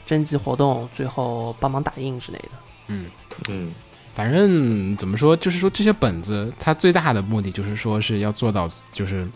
Speaker 2: 征集活动，最后帮忙打印之类的。
Speaker 1: 嗯，
Speaker 3: 嗯，
Speaker 1: 反正怎么说，就是说这些本子它最大的目的就是说是要做到就是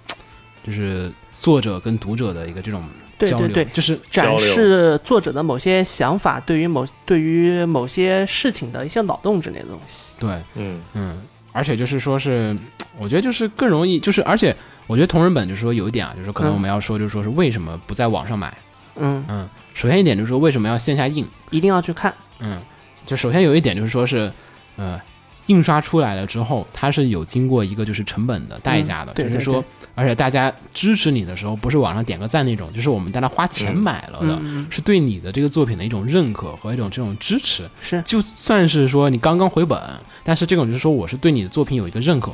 Speaker 1: 就是作者跟读者的一个这种
Speaker 2: 对
Speaker 1: 交流，
Speaker 2: 对对
Speaker 1: 就是
Speaker 2: 展
Speaker 3: 流
Speaker 2: 示作者的某些想法，对于某对于某些事情的一些脑洞之类的东西。
Speaker 1: 对。
Speaker 3: 嗯，
Speaker 1: 嗯，而且就是说是，我觉得就是更容易，就是而且我觉得同人本就是说有一点啊，就是说可能
Speaker 2: 嗯
Speaker 1: 我们要说就是说是为什么不在网上买，
Speaker 2: 嗯，
Speaker 1: 嗯，首先一点就是说为什么要线下印？
Speaker 2: 一定要去看，
Speaker 1: 嗯，就首先有一点就是说是，呃，印刷出来了之后，它是有经过一个就是成本的代价的，
Speaker 2: 嗯对
Speaker 1: 就是
Speaker 2: 对
Speaker 1: 说
Speaker 2: 对，
Speaker 1: 而且大家支持你的时候，不是网上点个赞那种，就是我们大家花钱买了的，
Speaker 2: 嗯嗯嗯
Speaker 1: 是对你的这个作品的一种认可和一种这种支持。
Speaker 2: 是
Speaker 1: 就算是说你刚刚回本，但是这种就是说我是对你的作品有一个认可，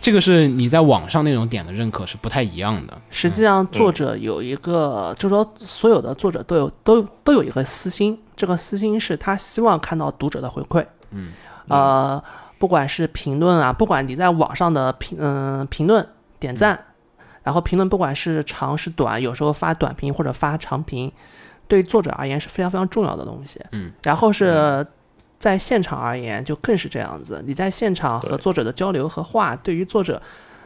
Speaker 1: 这个是你在网上那种点的认可是不太一样的。
Speaker 2: 实际上，作者有一个，就是说所有的作者都有都都有一个私心，这个私心是他希望看到读者的回馈。
Speaker 1: 嗯，
Speaker 2: 呃，不管是评论啊，不管你在网上的评嗯、评论点赞，
Speaker 1: 嗯
Speaker 2: 然后评论不管是长是短，有时候发短评或者发长评，对作者而言是非常非常重要的东西。
Speaker 1: 嗯，
Speaker 2: 然后是在现场而言就更是这样子，你在现场和
Speaker 3: 对
Speaker 2: 作者的交流和话，对于作者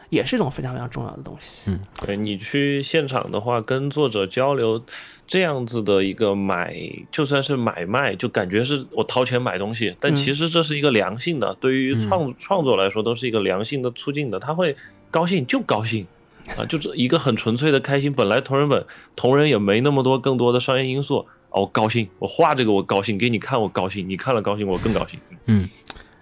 Speaker 2: 也是一种非常非常重要的东西。
Speaker 3: 对你去现场的话，跟作者交流，这样子的一个买，就算是买卖，就感觉是我掏钱买东西，但
Speaker 2: 嗯
Speaker 3: 其实这是一个良性的，对于
Speaker 1: 嗯
Speaker 3: 创创作来说都是一个良性的促进的，他会高兴就高兴。啊，就是一个很纯粹的开心。本来同人本同人也没那么多更多的商业因素啊，我高兴，我画这个我高兴，给你看我高兴，你看了高兴，我更高兴。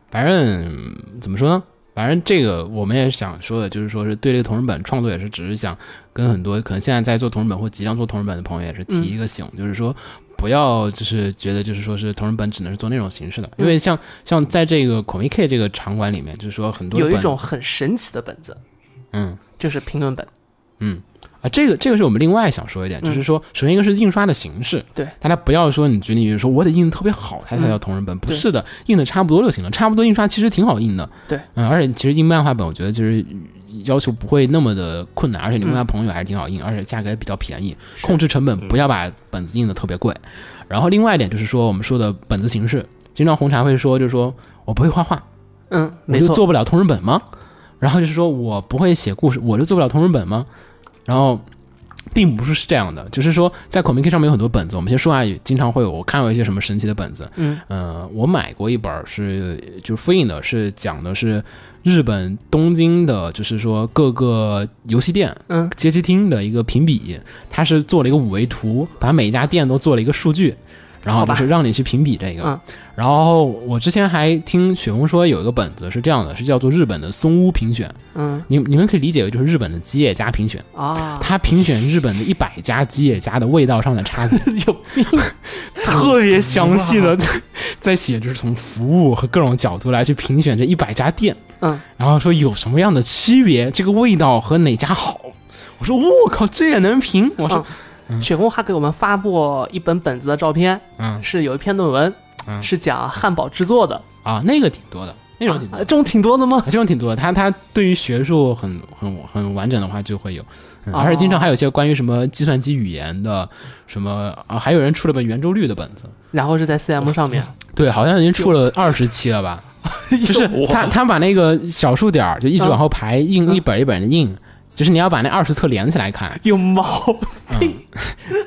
Speaker 1: 反正怎么说呢？反正这个我们也想说的，就是说是对这个同人本创作也是，只是想跟很多可能现在在做同人本或即将做同人本的朋友也是提一个醒，就是说不要就是觉得就是说是同人本只能是做那种形式的，因为像像在这个 Comic K 这个场馆里面，就是说很多
Speaker 2: 有一
Speaker 1: 本
Speaker 2: 种很神奇的本子，
Speaker 1: 嗯
Speaker 2: 就是评论本。
Speaker 1: 啊，这个这个是我们另外想说一点，
Speaker 2: 嗯
Speaker 1: 就是说首先一个是印刷的形式，
Speaker 2: 对，嗯
Speaker 1: 大家不要说你举例就是说我得印的特别好，它才叫同人本，不
Speaker 2: 对
Speaker 1: 是的，印的差不多就行了，差不多印刷其实挺好印的，
Speaker 2: 对，
Speaker 1: 嗯，而且其实印漫画本我觉得就是要求不会那么的困难，而且你问他朋友还是挺好印，而且价格也比较便宜，
Speaker 2: 嗯是
Speaker 1: 控制成本，
Speaker 3: 嗯
Speaker 1: 不要把本子印的特别贵。然后另外一点就是说我们说的本子形式，经常红茶会说就是说我不会画画，
Speaker 2: 嗯，
Speaker 1: 我
Speaker 2: 没
Speaker 1: 就
Speaker 2: 错，
Speaker 1: 做不了同人本吗？然后就是说我不会写故事，我就做不了同人本吗？然后并不是是这样的，就是说在 Comic 上面有很多本子，我们先说下，经常会有我看过一些什么神奇的本子，
Speaker 2: 嗯，
Speaker 1: 呃，我买过一本儿是就是复印的，是讲的是日本东京的，就是说各个游戏店
Speaker 2: 嗯
Speaker 1: 街机厅的一个评比，它是做了一个五维图，把每一家店都做了一个数据，然后
Speaker 2: 好
Speaker 1: 就
Speaker 2: 吧
Speaker 1: 是让你去评比这个
Speaker 2: 嗯。
Speaker 1: 然后我之前还听雪峰说有一个本子是这样的，是叫做日本的松屋评选，
Speaker 2: 嗯
Speaker 1: 你你们可以理解为就是日本的吉野家评选，
Speaker 2: 啊，
Speaker 1: 它评选日本的一百家吉野家的味道上的差别，
Speaker 2: 有病，
Speaker 1: 特别详细的在在写，就是从服务和各种角度来去评选这一百家店，
Speaker 2: 嗯，
Speaker 1: 然后说有什么样的区别，这个味道和哪家好。我说我靠，这也能评？我说
Speaker 2: 啊雪红还给我们发过一本本子的照片，
Speaker 1: 嗯
Speaker 2: 是有一篇论文，
Speaker 1: 嗯
Speaker 2: 是讲汉堡制作的，
Speaker 1: 啊，那个挺多的，那种挺
Speaker 2: 啊
Speaker 1: 多
Speaker 2: 这
Speaker 1: 的，
Speaker 2: 种挺多的吗？
Speaker 1: 这种挺多的。他他对于学术很很很完整的话就会有，嗯
Speaker 2: 哦
Speaker 1: 而且经常还有一些关于什么计算机语言的，什么啊，还有人出了本圆周率的本子，
Speaker 2: 然后是
Speaker 1: 嗯
Speaker 2: 在 CM 上面，
Speaker 1: 对，好像已经出了二十期了 吧。就是
Speaker 3: 哇
Speaker 1: 他他把那个小数点儿就一直
Speaker 2: 啊嗯
Speaker 1: 往后排，印
Speaker 2: 嗯
Speaker 1: 一本一本的印，就是你要把那二十册连起来看，
Speaker 2: 有毛病，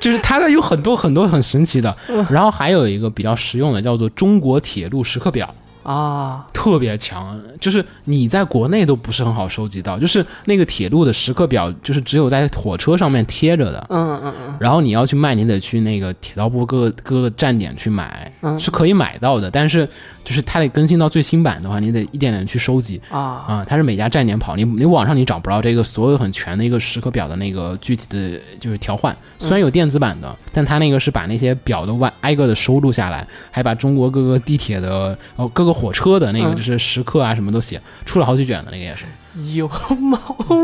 Speaker 1: 就是它的有很多很多很神奇的。
Speaker 2: 嗯
Speaker 1: 然后还有一个比较实用的叫做中国铁路时刻表。
Speaker 2: 啊，
Speaker 1: 特别强，就是你在国内都不是很好收集到，就是那个铁路的时刻表，就是只有在火车上面贴着的，
Speaker 2: 嗯嗯嗯，
Speaker 1: 然后你要去卖，你得去那个铁道部各个各个站点去买，
Speaker 2: 嗯
Speaker 1: 是可以买到的，但是就是它得更新到最新版的话，你得一点点去收集。
Speaker 2: 啊，
Speaker 1: 啊、它是每家站点跑，你你网上你找不着这个所有很全的一个时刻表的那个具体的就是调换，
Speaker 2: 嗯
Speaker 1: 虽然有电子版的，但它那个是把那些表都外挨个的收录下来，还把中国各个地铁的哦各个火车的那个
Speaker 2: 嗯
Speaker 1: 就是时刻啊什么都写，出了好几卷的那个也是。
Speaker 2: 有毛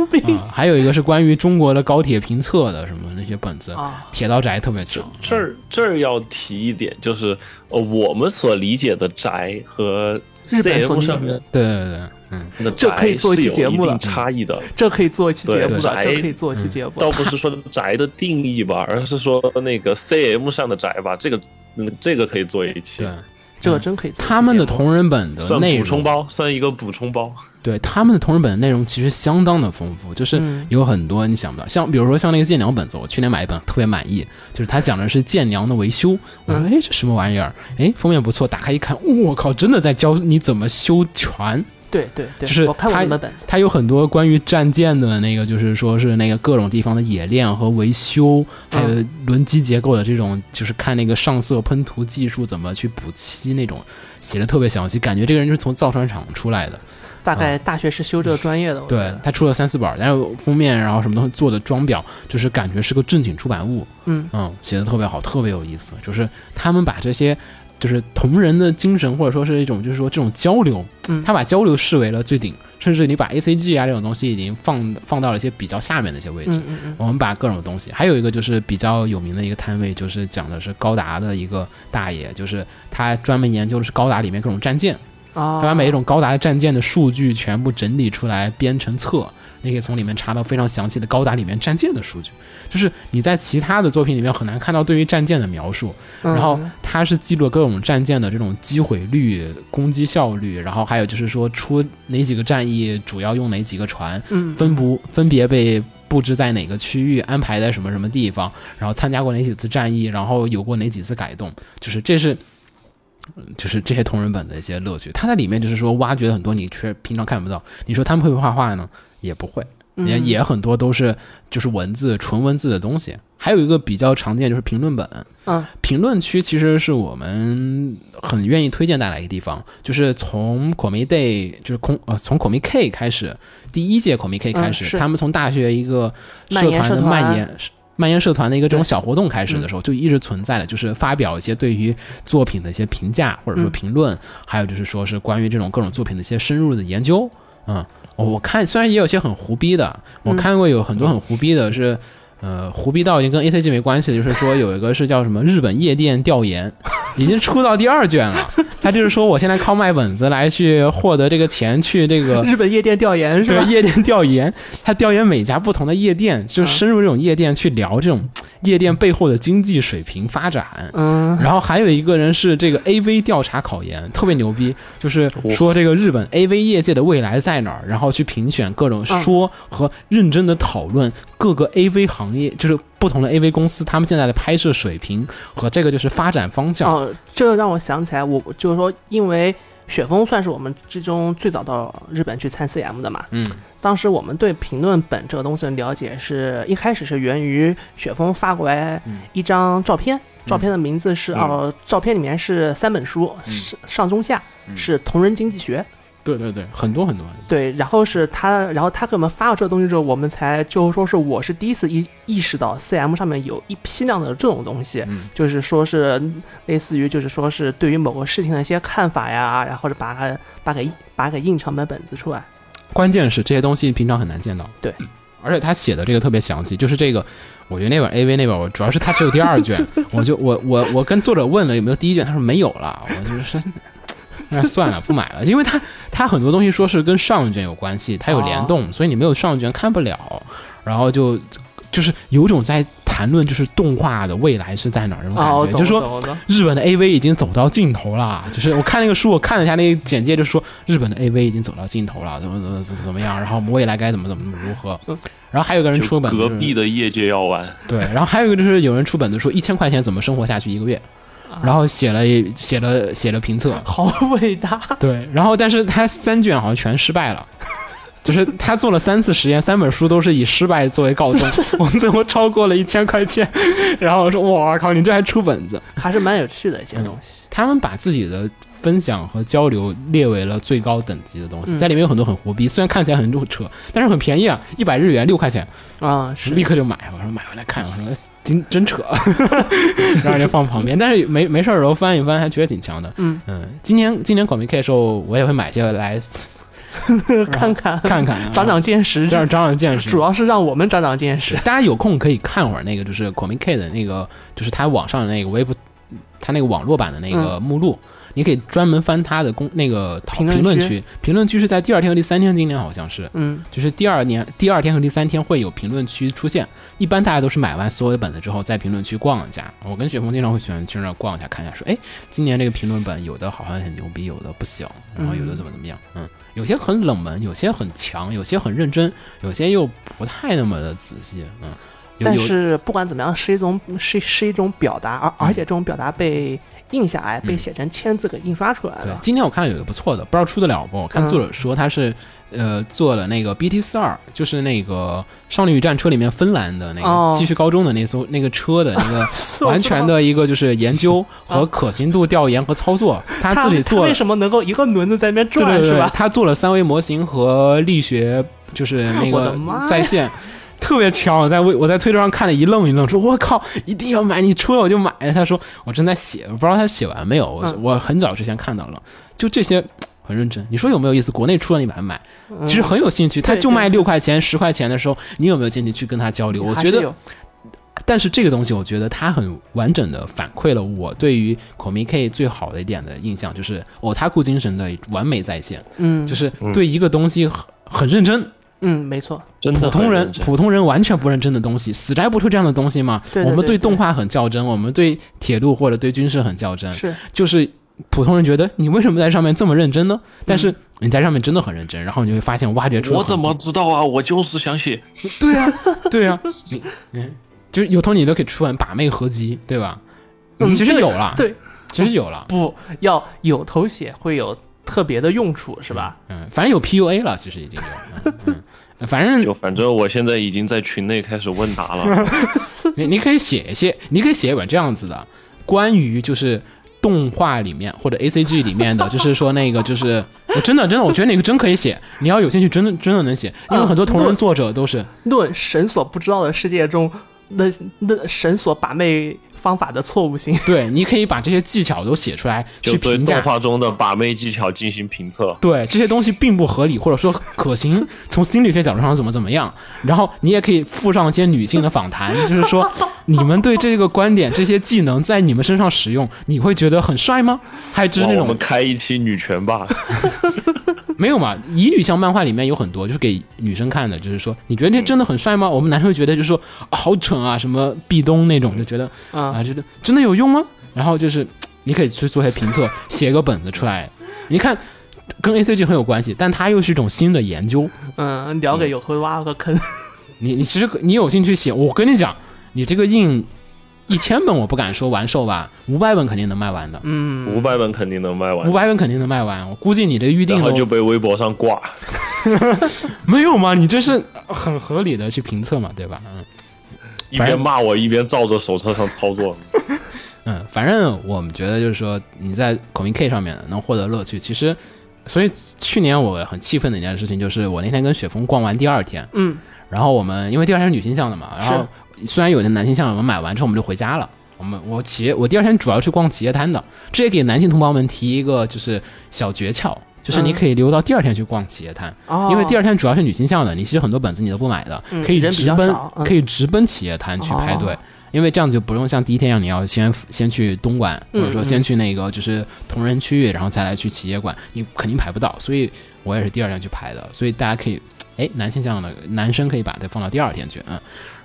Speaker 2: 病
Speaker 1: 啊，还有一个是关于中国的高铁评测的什么那些本子，
Speaker 2: 啊，
Speaker 1: 铁道宅特别强。
Speaker 3: 这儿这儿要提一点，就是呃，我们所理解的宅和
Speaker 2: 日本所
Speaker 3: CM
Speaker 2: 理解
Speaker 3: 上
Speaker 2: 的
Speaker 3: 面
Speaker 1: 对对对，嗯，
Speaker 3: 的
Speaker 2: 这可以做一期节目了
Speaker 3: 宅是有一定差 异的，
Speaker 2: 这可以做一期节目
Speaker 3: 对
Speaker 2: 了，
Speaker 3: 对
Speaker 2: 这可以做一期节目了
Speaker 1: 哎嗯
Speaker 3: 倒不是说宅的定义吧，而是说那个 CM 上的宅吧，这个嗯，这个可以做一期
Speaker 1: 对，。嗯
Speaker 2: 这个真可以做一期节目。
Speaker 1: 他们的同人本的
Speaker 3: 算
Speaker 1: 内
Speaker 3: 补充
Speaker 1: 容，
Speaker 3: 包，算一个补充包。
Speaker 1: 对他们的同人本的内容其实相当的丰富，就是
Speaker 2: 嗯
Speaker 1: 有很多你想不到，像比如说像那个剑娘本子，我去年买一本特别满意，就是他讲的是剑娘的维修，我说哎这什么玩意儿？哎封面不错，打开一看，我靠，真的在教你怎么修船，
Speaker 2: 对对对，
Speaker 1: 就是
Speaker 2: 我看我
Speaker 1: 他
Speaker 2: 那本本子，
Speaker 1: 它有很多关于战舰的那个，就是说是那个各种地方的冶炼和维修，还有轮机结构的这种，就是看那个上色喷涂技术怎么去补漆那种，写的特别详细，感觉这个人就是从造船厂出来的。
Speaker 2: 大概大学是修这个专业的，我觉
Speaker 1: 嗯对
Speaker 2: 得嗯
Speaker 1: 他出了三四本儿，然后封面，然后什么东西做的装裱，就是感觉是个正经出版物。
Speaker 2: 嗯
Speaker 1: 嗯，写的特别好，特别有意思。就是他们把这些，就是同人的精神，或者说是一种，就是说这种交流，
Speaker 2: 嗯
Speaker 1: 他把交流视为了最顶，甚至你把 A C G 啊这种东西已经放放到了一些比较下面的一些位置。
Speaker 2: 嗯嗯嗯，
Speaker 1: 我们把各种东西，还有一个就是比较有名的一个摊位，就是讲的是高达的一个大爷，就是他专门研究的是高达里面各种战舰，
Speaker 2: 啊，
Speaker 1: 他把每一种高达战舰的数据全部整理出来，编成册，你可以从里面查到非常详细的高达里面战舰的数据。就是你在其他的作品里面很难看到对于战舰的描述，
Speaker 2: 嗯，
Speaker 1: 然后
Speaker 2: 嗯
Speaker 1: 它是记录了各种战舰的这种击毁率、攻击效率，然后还有就是说出哪几个战役主要用哪几个船，
Speaker 2: 嗯
Speaker 1: 分布分别被布置在哪个区域，安排在什么什么地方，然后参加过哪几次战役，然后有过哪几次改动，就是这是。嗯就是这些同人本的一些乐趣，他在里面就是说挖掘了很多你却平常看不到。你说他们会不会画画呢？也不会，也
Speaker 2: 嗯
Speaker 1: 也很多都是就是文字纯文字的东西。还有一个比较常见就是评论本，
Speaker 2: 嗯
Speaker 1: 评论区其实是我们很愿意推荐大家一个地方，就是从 Comic Day，就是空呃从 Comic K 开始，第一届 Comic K 开
Speaker 2: 嗯
Speaker 1: 始，
Speaker 2: 是
Speaker 1: 他们从大学一个
Speaker 2: 蔓
Speaker 1: 社
Speaker 2: 延
Speaker 1: 团
Speaker 2: 社
Speaker 1: 的
Speaker 2: 团啊
Speaker 1: 蔓延。蔓延社团的一个这种
Speaker 2: 对
Speaker 1: 小活动开始的时候，就一直存在的，就是发表一些对于作品的一些评价，或者说
Speaker 2: 嗯
Speaker 1: 评论，还有就是说是关于这种各种作品的一些深入的研究。嗯，我我看虽然也有些很胡逼的，我
Speaker 2: 嗯
Speaker 1: 看过有很多很胡逼的是，呃，胡逼到已经跟 A C G 没关系了，就是说有一个是叫什么日本夜店调研，已经出到第二卷了。他就是说我现在靠卖本子来去获得这个钱，去这个
Speaker 2: 日本夜店调研是
Speaker 1: 对
Speaker 2: 吧？
Speaker 1: 夜店调研，他调研每家不同的夜店，就
Speaker 2: 嗯
Speaker 1: 深入这种夜店去聊这种夜店背后的经济水平发展。
Speaker 2: 嗯，
Speaker 1: 然后还有一个人是这个 A V 调查考研，特别牛逼，就是说这个日本 A V 业界的未来在哪儿，然后去评选各种
Speaker 2: 嗯
Speaker 1: 说和认真的讨论各个 A V 行业，就是不同的 A V 公司他们现在的拍摄水平和这个就是发展方向。
Speaker 2: 哦，这让我想起来，我就是说，因为雪峰算是我们之中最早到日本去参 CM 的嘛，
Speaker 1: 嗯
Speaker 2: 当时我们对评论本这个东西的了解是一开始是源于雪峰发过来
Speaker 1: 嗯
Speaker 2: 一张照片，照片的名字是
Speaker 1: 嗯
Speaker 2: 哦、照片里面是三本书，
Speaker 1: 嗯
Speaker 2: 是上中下
Speaker 1: 嗯
Speaker 2: 是同人经济学，
Speaker 1: 对对对，很多很多。
Speaker 2: 对，然后是他，然后他给我们发了这个东西之后，我们才就是说是我是第一次意意识到 CM 上面有一批量的这种东西，
Speaker 1: 嗯
Speaker 2: 就是说是类似于就是说是对于某个事情的一些看法呀，然后或者把它把给把给印成本本子出来。
Speaker 1: 关键是这些东西平常很难见到。
Speaker 2: 对，
Speaker 1: 而且他写的这个特别详细，就是这个，我觉得那本 AV 那本，我主要是他只有第二 卷，我就我我我跟作者问了有没有第一卷，他说没有了，我就是嗯那算了不买了，因为他他很多东西说是跟上一卷有关系，它有联动，所以你没有上一卷看不了，然后就就是有种在谈论就是动画的未来是在哪儿那种感
Speaker 2: 哦，
Speaker 1: 觉，
Speaker 2: 我
Speaker 1: 就
Speaker 2: 懂
Speaker 1: 是说
Speaker 2: 我懂我懂
Speaker 1: 日本的 AV 已经走到尽头了，就是我看那个书，我看了一下那个简介，就说日本的 AV 已经走到尽头了，怎么怎么怎么怎么样，然后未来该怎么怎么如何。然后还有个人出
Speaker 3: 就
Speaker 1: 本子
Speaker 3: 隔
Speaker 1: 就是
Speaker 3: 壁的业界药丸，
Speaker 1: 对，然后还有一个就是有人出本子说一千块钱怎么生活下去一个月，然后写了写了写了评测，
Speaker 2: 好伟大，
Speaker 1: 对，然后但是他三卷好像全失败了。就是他做了三次实验，三本书都是以失败作为告终。我最后超过了一千块钱，然后我说：“我靠，你这还出本子？”
Speaker 2: 还是蛮有趣的一
Speaker 1: 嗯
Speaker 2: 些东西。
Speaker 1: 他们把自己的分享和交流列为了最高等级的东西，
Speaker 2: 嗯
Speaker 1: 在里面有很多很胡逼，虽然看起来很扯，但是很便宜啊，一百日元六块钱，
Speaker 2: 啊、是
Speaker 1: 立刻就买。我说买回来看，我说真真扯，然后就放旁边。但是没没事儿的时候翻一翻，还觉得挺强的。
Speaker 2: 嗯
Speaker 1: 今年今年广明 K 的时候，我也会买些来
Speaker 2: 看看
Speaker 1: 看看啊，
Speaker 2: 长长见识，
Speaker 1: 长长长见识。
Speaker 2: 主要是让我们长长见识。
Speaker 1: 大家有空可以看会儿那个，就是孔明 K 的那个，就是他网上的那个微博，他那个网络版的那个目录，你可以专门翻他的公那个讨
Speaker 2: 嗯评论
Speaker 1: 评论
Speaker 2: 区
Speaker 1: 区，评论区是在第二天和第三天，今年好像是，
Speaker 2: 嗯，
Speaker 1: 就是第二年第二天和第三天会有评论区出现。一般大家都是买完所有的本子之后，在评论区逛一下。我跟雪峰经常会喜欢去那儿逛一下，看一下，说，哎，今年这个评论本有的好像很牛逼，有的不行，然后有的怎么怎么样，嗯。有些很冷门，有些很强，有些很认真，有些又不太那么的仔细，嗯，有
Speaker 2: 但
Speaker 1: 有
Speaker 2: 是不管怎么样，是一种是是一种表达，
Speaker 1: 嗯
Speaker 2: 而而且这种表达被印下来，被写成签字给印刷出来
Speaker 1: 对
Speaker 2: 了，。
Speaker 1: 今天我看了有一个不错的，不知道出得了不？我看
Speaker 2: 嗯
Speaker 1: 作者说他是、呃做了那个 BT 四二，就是那个《少女与战车》里面芬兰的那
Speaker 2: 哦
Speaker 1: 个继续高中的那艘那个车的那个
Speaker 2: 我
Speaker 1: 完
Speaker 2: 知道
Speaker 1: 全的一个就是研 究和可行度调研和操作，他
Speaker 2: 啊他
Speaker 1: 自己
Speaker 2: 他
Speaker 1: 做
Speaker 2: 为
Speaker 1: 了。
Speaker 2: 什么能够一个轮子在那边
Speaker 1: 对
Speaker 2: 转
Speaker 1: 对对
Speaker 2: 是
Speaker 1: 对
Speaker 2: 吧，？
Speaker 1: 他做了三维模型和力学，就是那
Speaker 2: 我的
Speaker 1: 个
Speaker 2: 妈呀
Speaker 1: 在线，特别强。我在微我在推特上看了一愣一愣，说：“我靠，一定要买！你出了我就买。”他说：“我正在写，不知道他写完没有。我”
Speaker 2: 嗯
Speaker 1: 我很早之前看到了，就这些。很认真，你说有没有意思？国内出了你买不买？其实很有兴趣。他
Speaker 2: 嗯对
Speaker 1: 就卖
Speaker 2: 对
Speaker 1: 六块钱、十块钱的时候，你有没有兴趣去跟他交流？我
Speaker 2: 嗯还
Speaker 1: 觉
Speaker 2: 是
Speaker 1: 得
Speaker 2: 有
Speaker 1: 但是这个东西，我觉得它很完整的反馈了我对于 Komi K 最好的一点的印象，就是 otaku 精神的完美再现，
Speaker 2: 嗯
Speaker 1: 就是对一个东西很很认真。
Speaker 2: 嗯没错，
Speaker 3: 真的
Speaker 1: 普通
Speaker 3: 很
Speaker 1: 人
Speaker 3: 认真
Speaker 1: 普通人完全不认真的东西，死宅不出这样的东西嘛。
Speaker 2: 对对
Speaker 1: 我们
Speaker 2: 对
Speaker 1: 对
Speaker 2: 对
Speaker 1: 动画很较真，我们对铁路或者对军事很较真，
Speaker 2: 是
Speaker 1: 就是普通人觉得你为什么在上面这么认真呢？但是你在上面真的很认真，然后你会发现挖掘出了
Speaker 3: 我
Speaker 1: 很多
Speaker 3: 怎么知道啊？我就是想写，
Speaker 1: 对 啊，对啊，你嗯，就是有头你都可以出完把妹合集，对吧？
Speaker 2: 嗯
Speaker 1: 其实有了，
Speaker 2: 对，
Speaker 1: 其实有了，
Speaker 2: 不要有头血会有特别的用处是吧？
Speaker 1: 嗯，反正有 PUA 了，其实已经有，嗯，嗯反正
Speaker 3: 就反正我现在已经在群内开始问答了。
Speaker 1: 你你可以写一些，你可以写一本这样子的，关于就是动画里面或者 A C G 里面的，就是说那个就是，我真的真的，我觉得那个真可以写，你要有兴趣，真的真的能写，因为很多同人作者都是，
Speaker 2: 论神所不知道的世界中，那那神所把妹方法的错误性，
Speaker 1: 对，你可以把这些技巧都写出来
Speaker 3: 就
Speaker 1: 去
Speaker 3: 对
Speaker 1: 评
Speaker 3: 动
Speaker 1: 价，
Speaker 3: 画中的把妹技巧进行评测。
Speaker 1: 对这些东西并不合理，或者说可 行，从心理学角度上怎么怎么样。然后你也可以附上一些女性的访谈，就是说你们对这个观点、这些技能在你们身上使用，你会觉得很帅吗？还有就是
Speaker 3: 哇
Speaker 1: 那
Speaker 3: 我们
Speaker 1: 种
Speaker 3: 开一期女权吧，
Speaker 1: 没有嘛，乙女向漫画里面有很多就是给女生看的，就是说你觉得这真的很帅吗？我们男生会觉得就是说、啊好蠢啊，什么壁咚那种，就觉得
Speaker 2: 嗯
Speaker 1: 啊，觉得真的有用吗？然后就是你可以去做些评测，写个本子出来，你看。跟 A C G 很有关系，但它又是一种新的研究，
Speaker 2: 嗯，聊给有会挖个坑，
Speaker 1: 你你其实可你有兴趣写，我跟你讲，你这个印一千本我不敢说完售吧，五百本肯定能卖完的，
Speaker 3: 五百本肯定能卖完
Speaker 1: 嗯五，百本肯定能卖完。我估计你的预定
Speaker 3: 然后就
Speaker 1: 了
Speaker 3: 被微博上挂。
Speaker 1: 没有嘛？你这是很合理的去评测嘛，对吧？嗯
Speaker 3: 一边骂我一边照着手册上操 作，
Speaker 1: 嗯，反正我们觉得就是说你在口音 K 上面能获得乐趣，其实。所以去年我很气愤的一件事情就是，我那天跟雪峰逛完第二天，
Speaker 2: 嗯，
Speaker 1: 然后我们因为第二天是女性向的嘛，然后虽然有的男性向我们买完之后我们就回家了。我们我企业我第二天主要去逛企业摊的，这也给男性同胞们提一个就是小诀窍，就是你
Speaker 2: 嗯
Speaker 1: 可以留到第二天去逛企业摊，
Speaker 2: 哦
Speaker 1: 因为第二天主要是女性向的，你其实很多本子你都不买的，
Speaker 2: 嗯
Speaker 1: 可以
Speaker 2: 人比
Speaker 1: 直
Speaker 2: 较
Speaker 1: 奔
Speaker 2: 少、嗯
Speaker 1: 可以直奔企业摊去排队。
Speaker 2: 哦
Speaker 1: 因为这样就不用像第一天一样，你要先先去东莞，或
Speaker 2: 嗯
Speaker 1: 者说先去那个就是同人区，然后再来去企业馆，你肯定排不到。所以我也是第二天去排的，所以大家可以，哎，男性向的男生可以把它放到第二天去，嗯。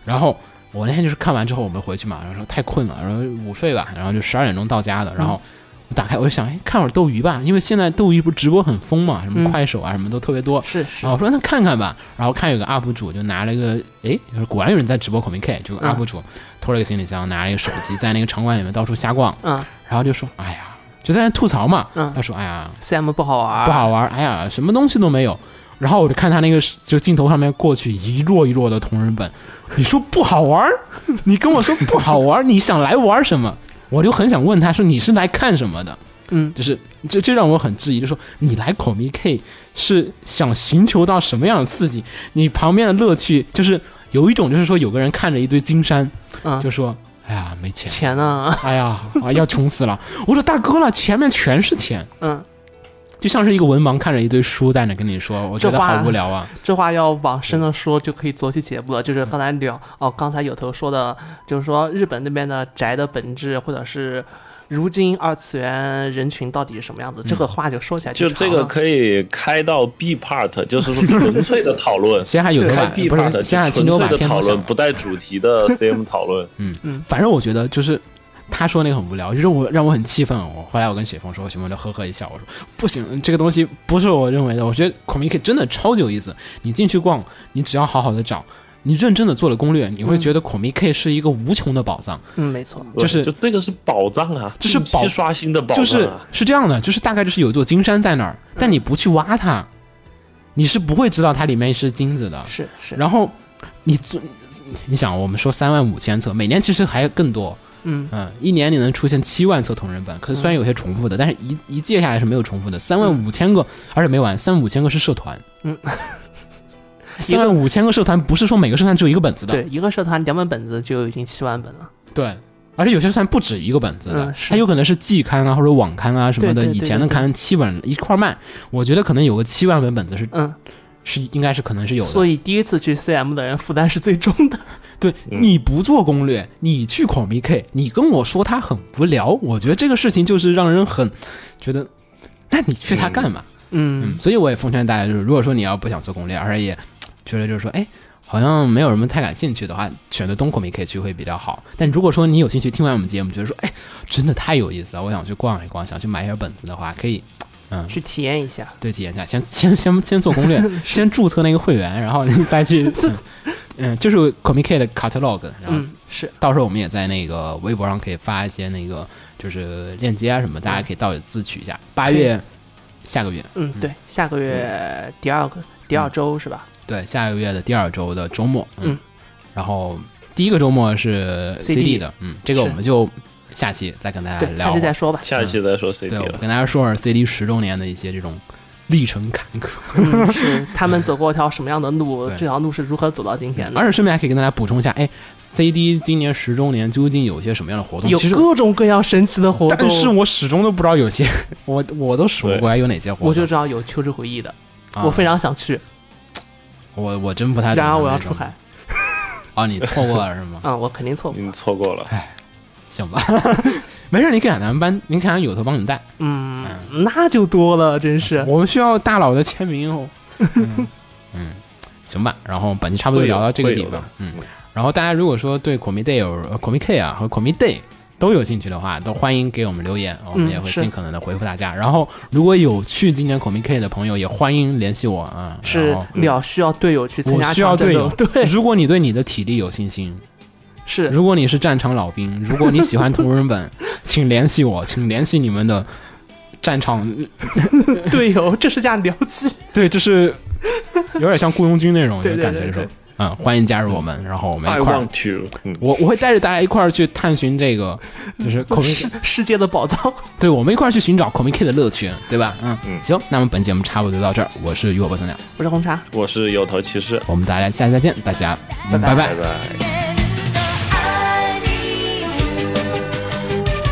Speaker 1: 然后我那天就是看完之后，我们回去嘛，然后说太困了，然后午睡吧，然后就十二点钟到家的，然
Speaker 2: 嗯
Speaker 1: 后我打开我就想，哎，看会儿斗鱼吧，因为现在斗鱼不是直播很疯嘛，什么
Speaker 2: 嗯
Speaker 1: 快手啊什么都特别多，
Speaker 2: 是是
Speaker 1: 然后我说那看看吧，然后看有个 UP 主就拿了一个，诶，果然有人在直播孔明 K，就有个
Speaker 2: 嗯
Speaker 1: UP 主拖了个行李箱，拿了一个手机，在那个场馆里面到处瞎逛，
Speaker 2: 嗯
Speaker 1: 然后就说，哎呀，就在那吐槽嘛，
Speaker 2: 嗯
Speaker 1: 他说，哎呀，
Speaker 2: ，CM 不好玩，
Speaker 1: 不好玩，哎呀，什么东西都没有。然后我就看他那个就镜头上面过去一摞一摞的同人本，你说不好玩儿， 你跟我说不好玩儿，你想来玩什么？我就很想问他说你是来看什么的？
Speaker 2: 嗯
Speaker 1: 就是这这让我很质疑，就说你来口迷 K 是想寻求到什么样的刺激？你旁边的乐趣就是有一种就是说有个人看着一堆金山，
Speaker 2: 嗯
Speaker 1: 就说哎呀没钱，
Speaker 2: 钱呢，
Speaker 1: 哎呀啊要穷死了。我说大哥了，前面全是钱，
Speaker 2: 嗯，
Speaker 1: 就像是一个文盲看着一堆书在那跟你说，我觉得
Speaker 2: 这话
Speaker 1: 好无聊啊。。
Speaker 2: 这话要往深了说就可以做期节目了，就是刚才聊哦，刚才有头说的，就是说日本那边的宅的本质，或者是如今二次元人群到底是什么样子，这个话就说起来
Speaker 3: 就
Speaker 2: 长
Speaker 3: 这
Speaker 2: 了
Speaker 3: 个可以开到 B part，就是说纯粹的讨论
Speaker 1: 现在还有头
Speaker 3: 开
Speaker 1: 版
Speaker 3: B
Speaker 1: 不
Speaker 3: part
Speaker 1: 是
Speaker 3: 就
Speaker 1: 现在还青
Speaker 3: 纯
Speaker 1: 州
Speaker 3: 粹
Speaker 1: 版
Speaker 3: 的
Speaker 1: 片
Speaker 3: 讨
Speaker 1: 头
Speaker 3: 论，
Speaker 1: 想，
Speaker 3: 不带主 题的 CM 讨论。
Speaker 1: 反正我觉得就是。他说那个很无聊，就让我让我很气愤。啊我后来我跟雪峰说，雪峰就呵呵一笑，我说不行，这个东西不是我认为的。我觉得孔明 K 真的超级有意思，你进去逛，你只要好好的找，你认真的做了攻略，你会觉
Speaker 3: 嗯
Speaker 1: 得 Comic K 是一个无穷的宝藏。
Speaker 2: 嗯，没错，
Speaker 3: 对
Speaker 1: 就是
Speaker 3: 就那个是宝 藏啊，
Speaker 1: 这是
Speaker 3: 定期
Speaker 1: 宝
Speaker 3: 刷新的宝
Speaker 1: 就
Speaker 3: 藏
Speaker 1: 是
Speaker 3: 啊，
Speaker 1: 是这样的，就是大概就是有一座金山在那儿，但你不去挖它，你是不会知道它里面是金子的。
Speaker 2: 是是，
Speaker 1: 然后你做，你想我们说三万五千册，每年其实还更多，
Speaker 2: 嗯
Speaker 1: 嗯，一年你能出现七万册同人本，可是虽然有些重复的，但是一一届下来是没有重复的，三万五千个，而且没完，三万五千个是社团，
Speaker 2: 嗯，
Speaker 1: 三万五千个社团不是说每个社团只有一个本子的，
Speaker 2: 对，一个社团两本本子就已经七万本了，
Speaker 1: 对而且有些社团不止一个本子的，
Speaker 2: 嗯是
Speaker 1: 它有可能是季刊啊或者网刊啊什么的，
Speaker 2: 对对对
Speaker 1: 以前的刊七本一块儿卖，我觉得可能有个七万本本子是
Speaker 2: 嗯，
Speaker 1: 是应该是可能是有的，
Speaker 2: 所以第一次去 CM 的人负担是最重的，
Speaker 1: 对，
Speaker 3: 嗯
Speaker 1: 你不做攻略，你去孔明 K，你跟我说他很无聊，我觉得这个事情就是让人很觉得，那你去他干嘛？
Speaker 2: 嗯，
Speaker 1: 所以我也奉劝大家，就是如果说你要不想做攻略，而且也觉得就是说，哎，好像没有什么太感兴趣的话，选择东孔明 K 去会比较好。但如果说你有兴趣，听完我们节目觉得说，哎，真的太有意思了，我想去逛一逛，想去买一点本子的话，可以嗯
Speaker 2: 去体验一下，
Speaker 1: 对体验一下，先先先先做攻 略，先注册那个会员，然后你再去，嗯，嗯就是 Comic K 的 catalog，然后
Speaker 2: 嗯，是，
Speaker 1: 到时候我们也在那个微博上可以发一些那个就是链接啊什么，大家可以到底自取一下。八月，下个月，
Speaker 2: 嗯，对，下个月第二个第二周是吧
Speaker 1: 对，下个月的第二周的周末，
Speaker 2: 嗯，
Speaker 1: 然后第一个周末是
Speaker 2: CD
Speaker 1: CD 的，嗯，这个我们就下期再跟大家
Speaker 2: 对，下
Speaker 1: 啊聊
Speaker 2: 期。再说吧，
Speaker 3: 下一期再说 CD
Speaker 1: 嗯对，我
Speaker 3: 了。
Speaker 1: 跟大家说说 CD 十周年的一些这种历程坎坷，
Speaker 2: 嗯，是他们走过一条什么样的 路，
Speaker 1: 对
Speaker 2: 这条路是如何走到今天的
Speaker 1: 而，且顺便还可以跟大家补充一下，哎，CD 今年十周年究竟有些什么样的活动？
Speaker 2: 有
Speaker 1: 其实，
Speaker 2: 各种各样神奇的活动，
Speaker 1: 但是我始终都不知道有些， 我我都数不过来有哪些活动。
Speaker 2: 我就知道有秋之回忆的，
Speaker 1: 啊
Speaker 2: 我非常想去，
Speaker 1: 我我真不太懂。
Speaker 2: 然而我要出海。，
Speaker 1: 哦，你错过了是吗？
Speaker 2: 嗯，我肯定错过，
Speaker 3: 你错过了，
Speaker 1: 行吧， 没事，你可以喊咱们班，你可以喊有头帮你带。
Speaker 2: 嗯，那就多了，真
Speaker 3: 啊
Speaker 2: 是，
Speaker 1: 我们需要大佬的签名哦。嗯，嗯行吧。然后本期差不多聊到这个地
Speaker 3: 会有
Speaker 1: 方
Speaker 3: 的，
Speaker 1: 嗯。然后大家如果说对 Comi Day 有呃 Comi K 啊和 Comi Day 都有兴趣的话，都欢迎给我们留言，
Speaker 3: 嗯
Speaker 1: 我们也会
Speaker 2: 是
Speaker 1: 尽可能的回复大家。然后如果有去今年 Comi K 的朋友，也欢迎联系我啊。
Speaker 2: 是
Speaker 1: 然后
Speaker 2: 鸟需要队友去参
Speaker 1: 我
Speaker 2: 加
Speaker 1: 需要
Speaker 2: 长征
Speaker 1: 队
Speaker 2: 的
Speaker 1: 友，
Speaker 2: 对，
Speaker 1: 如果你对你的体力有信心，
Speaker 2: 是
Speaker 1: 如果你是战场老兵，如果你喜欢同人 本，请联系我，请联系你们的战场。
Speaker 2: 队友，这是架僚机，
Speaker 1: 对，就是有点像雇佣军那种，就
Speaker 2: 对对
Speaker 1: 感觉
Speaker 2: 对
Speaker 1: 说
Speaker 2: 对，
Speaker 1: 嗯，欢迎加入我们，然后我们
Speaker 3: I
Speaker 1: 一块儿
Speaker 3: want，to，嗯，
Speaker 1: 我我会带着大家一块儿去探寻这个， 就是孔明，
Speaker 2: 世世界的宝藏，
Speaker 1: 对，我们一块儿去寻找孔明 K 的乐趣，对吧？嗯，
Speaker 3: 嗯
Speaker 1: 行，那么本节目差不多就到这儿，我是雨果波森鸟，
Speaker 2: 我是红茶。
Speaker 3: 我是有头骑士，
Speaker 1: 我们大家下期再见，大家，嗯
Speaker 2: 拜拜
Speaker 1: 拜
Speaker 3: 拜拜。
Speaker 4: I need you.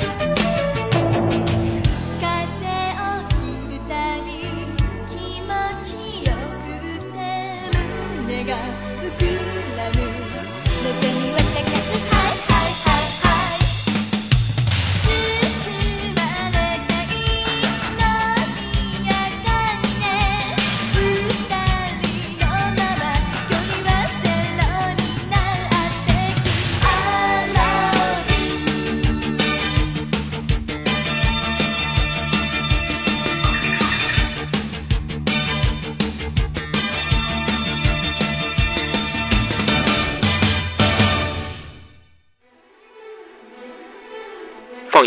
Speaker 4: 「風を切るたび」「気持ちよくって胸が膨らむ」「望みは高くハイハイハイハイ」「包まれたい伸びやかにね」「二人のまま距離はゼロになってく」「I love you」
Speaker 5: 放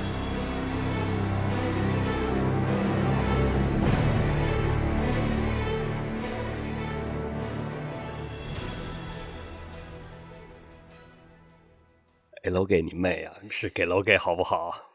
Speaker 6: 哎给楼给你妹啊！是给楼给好不好？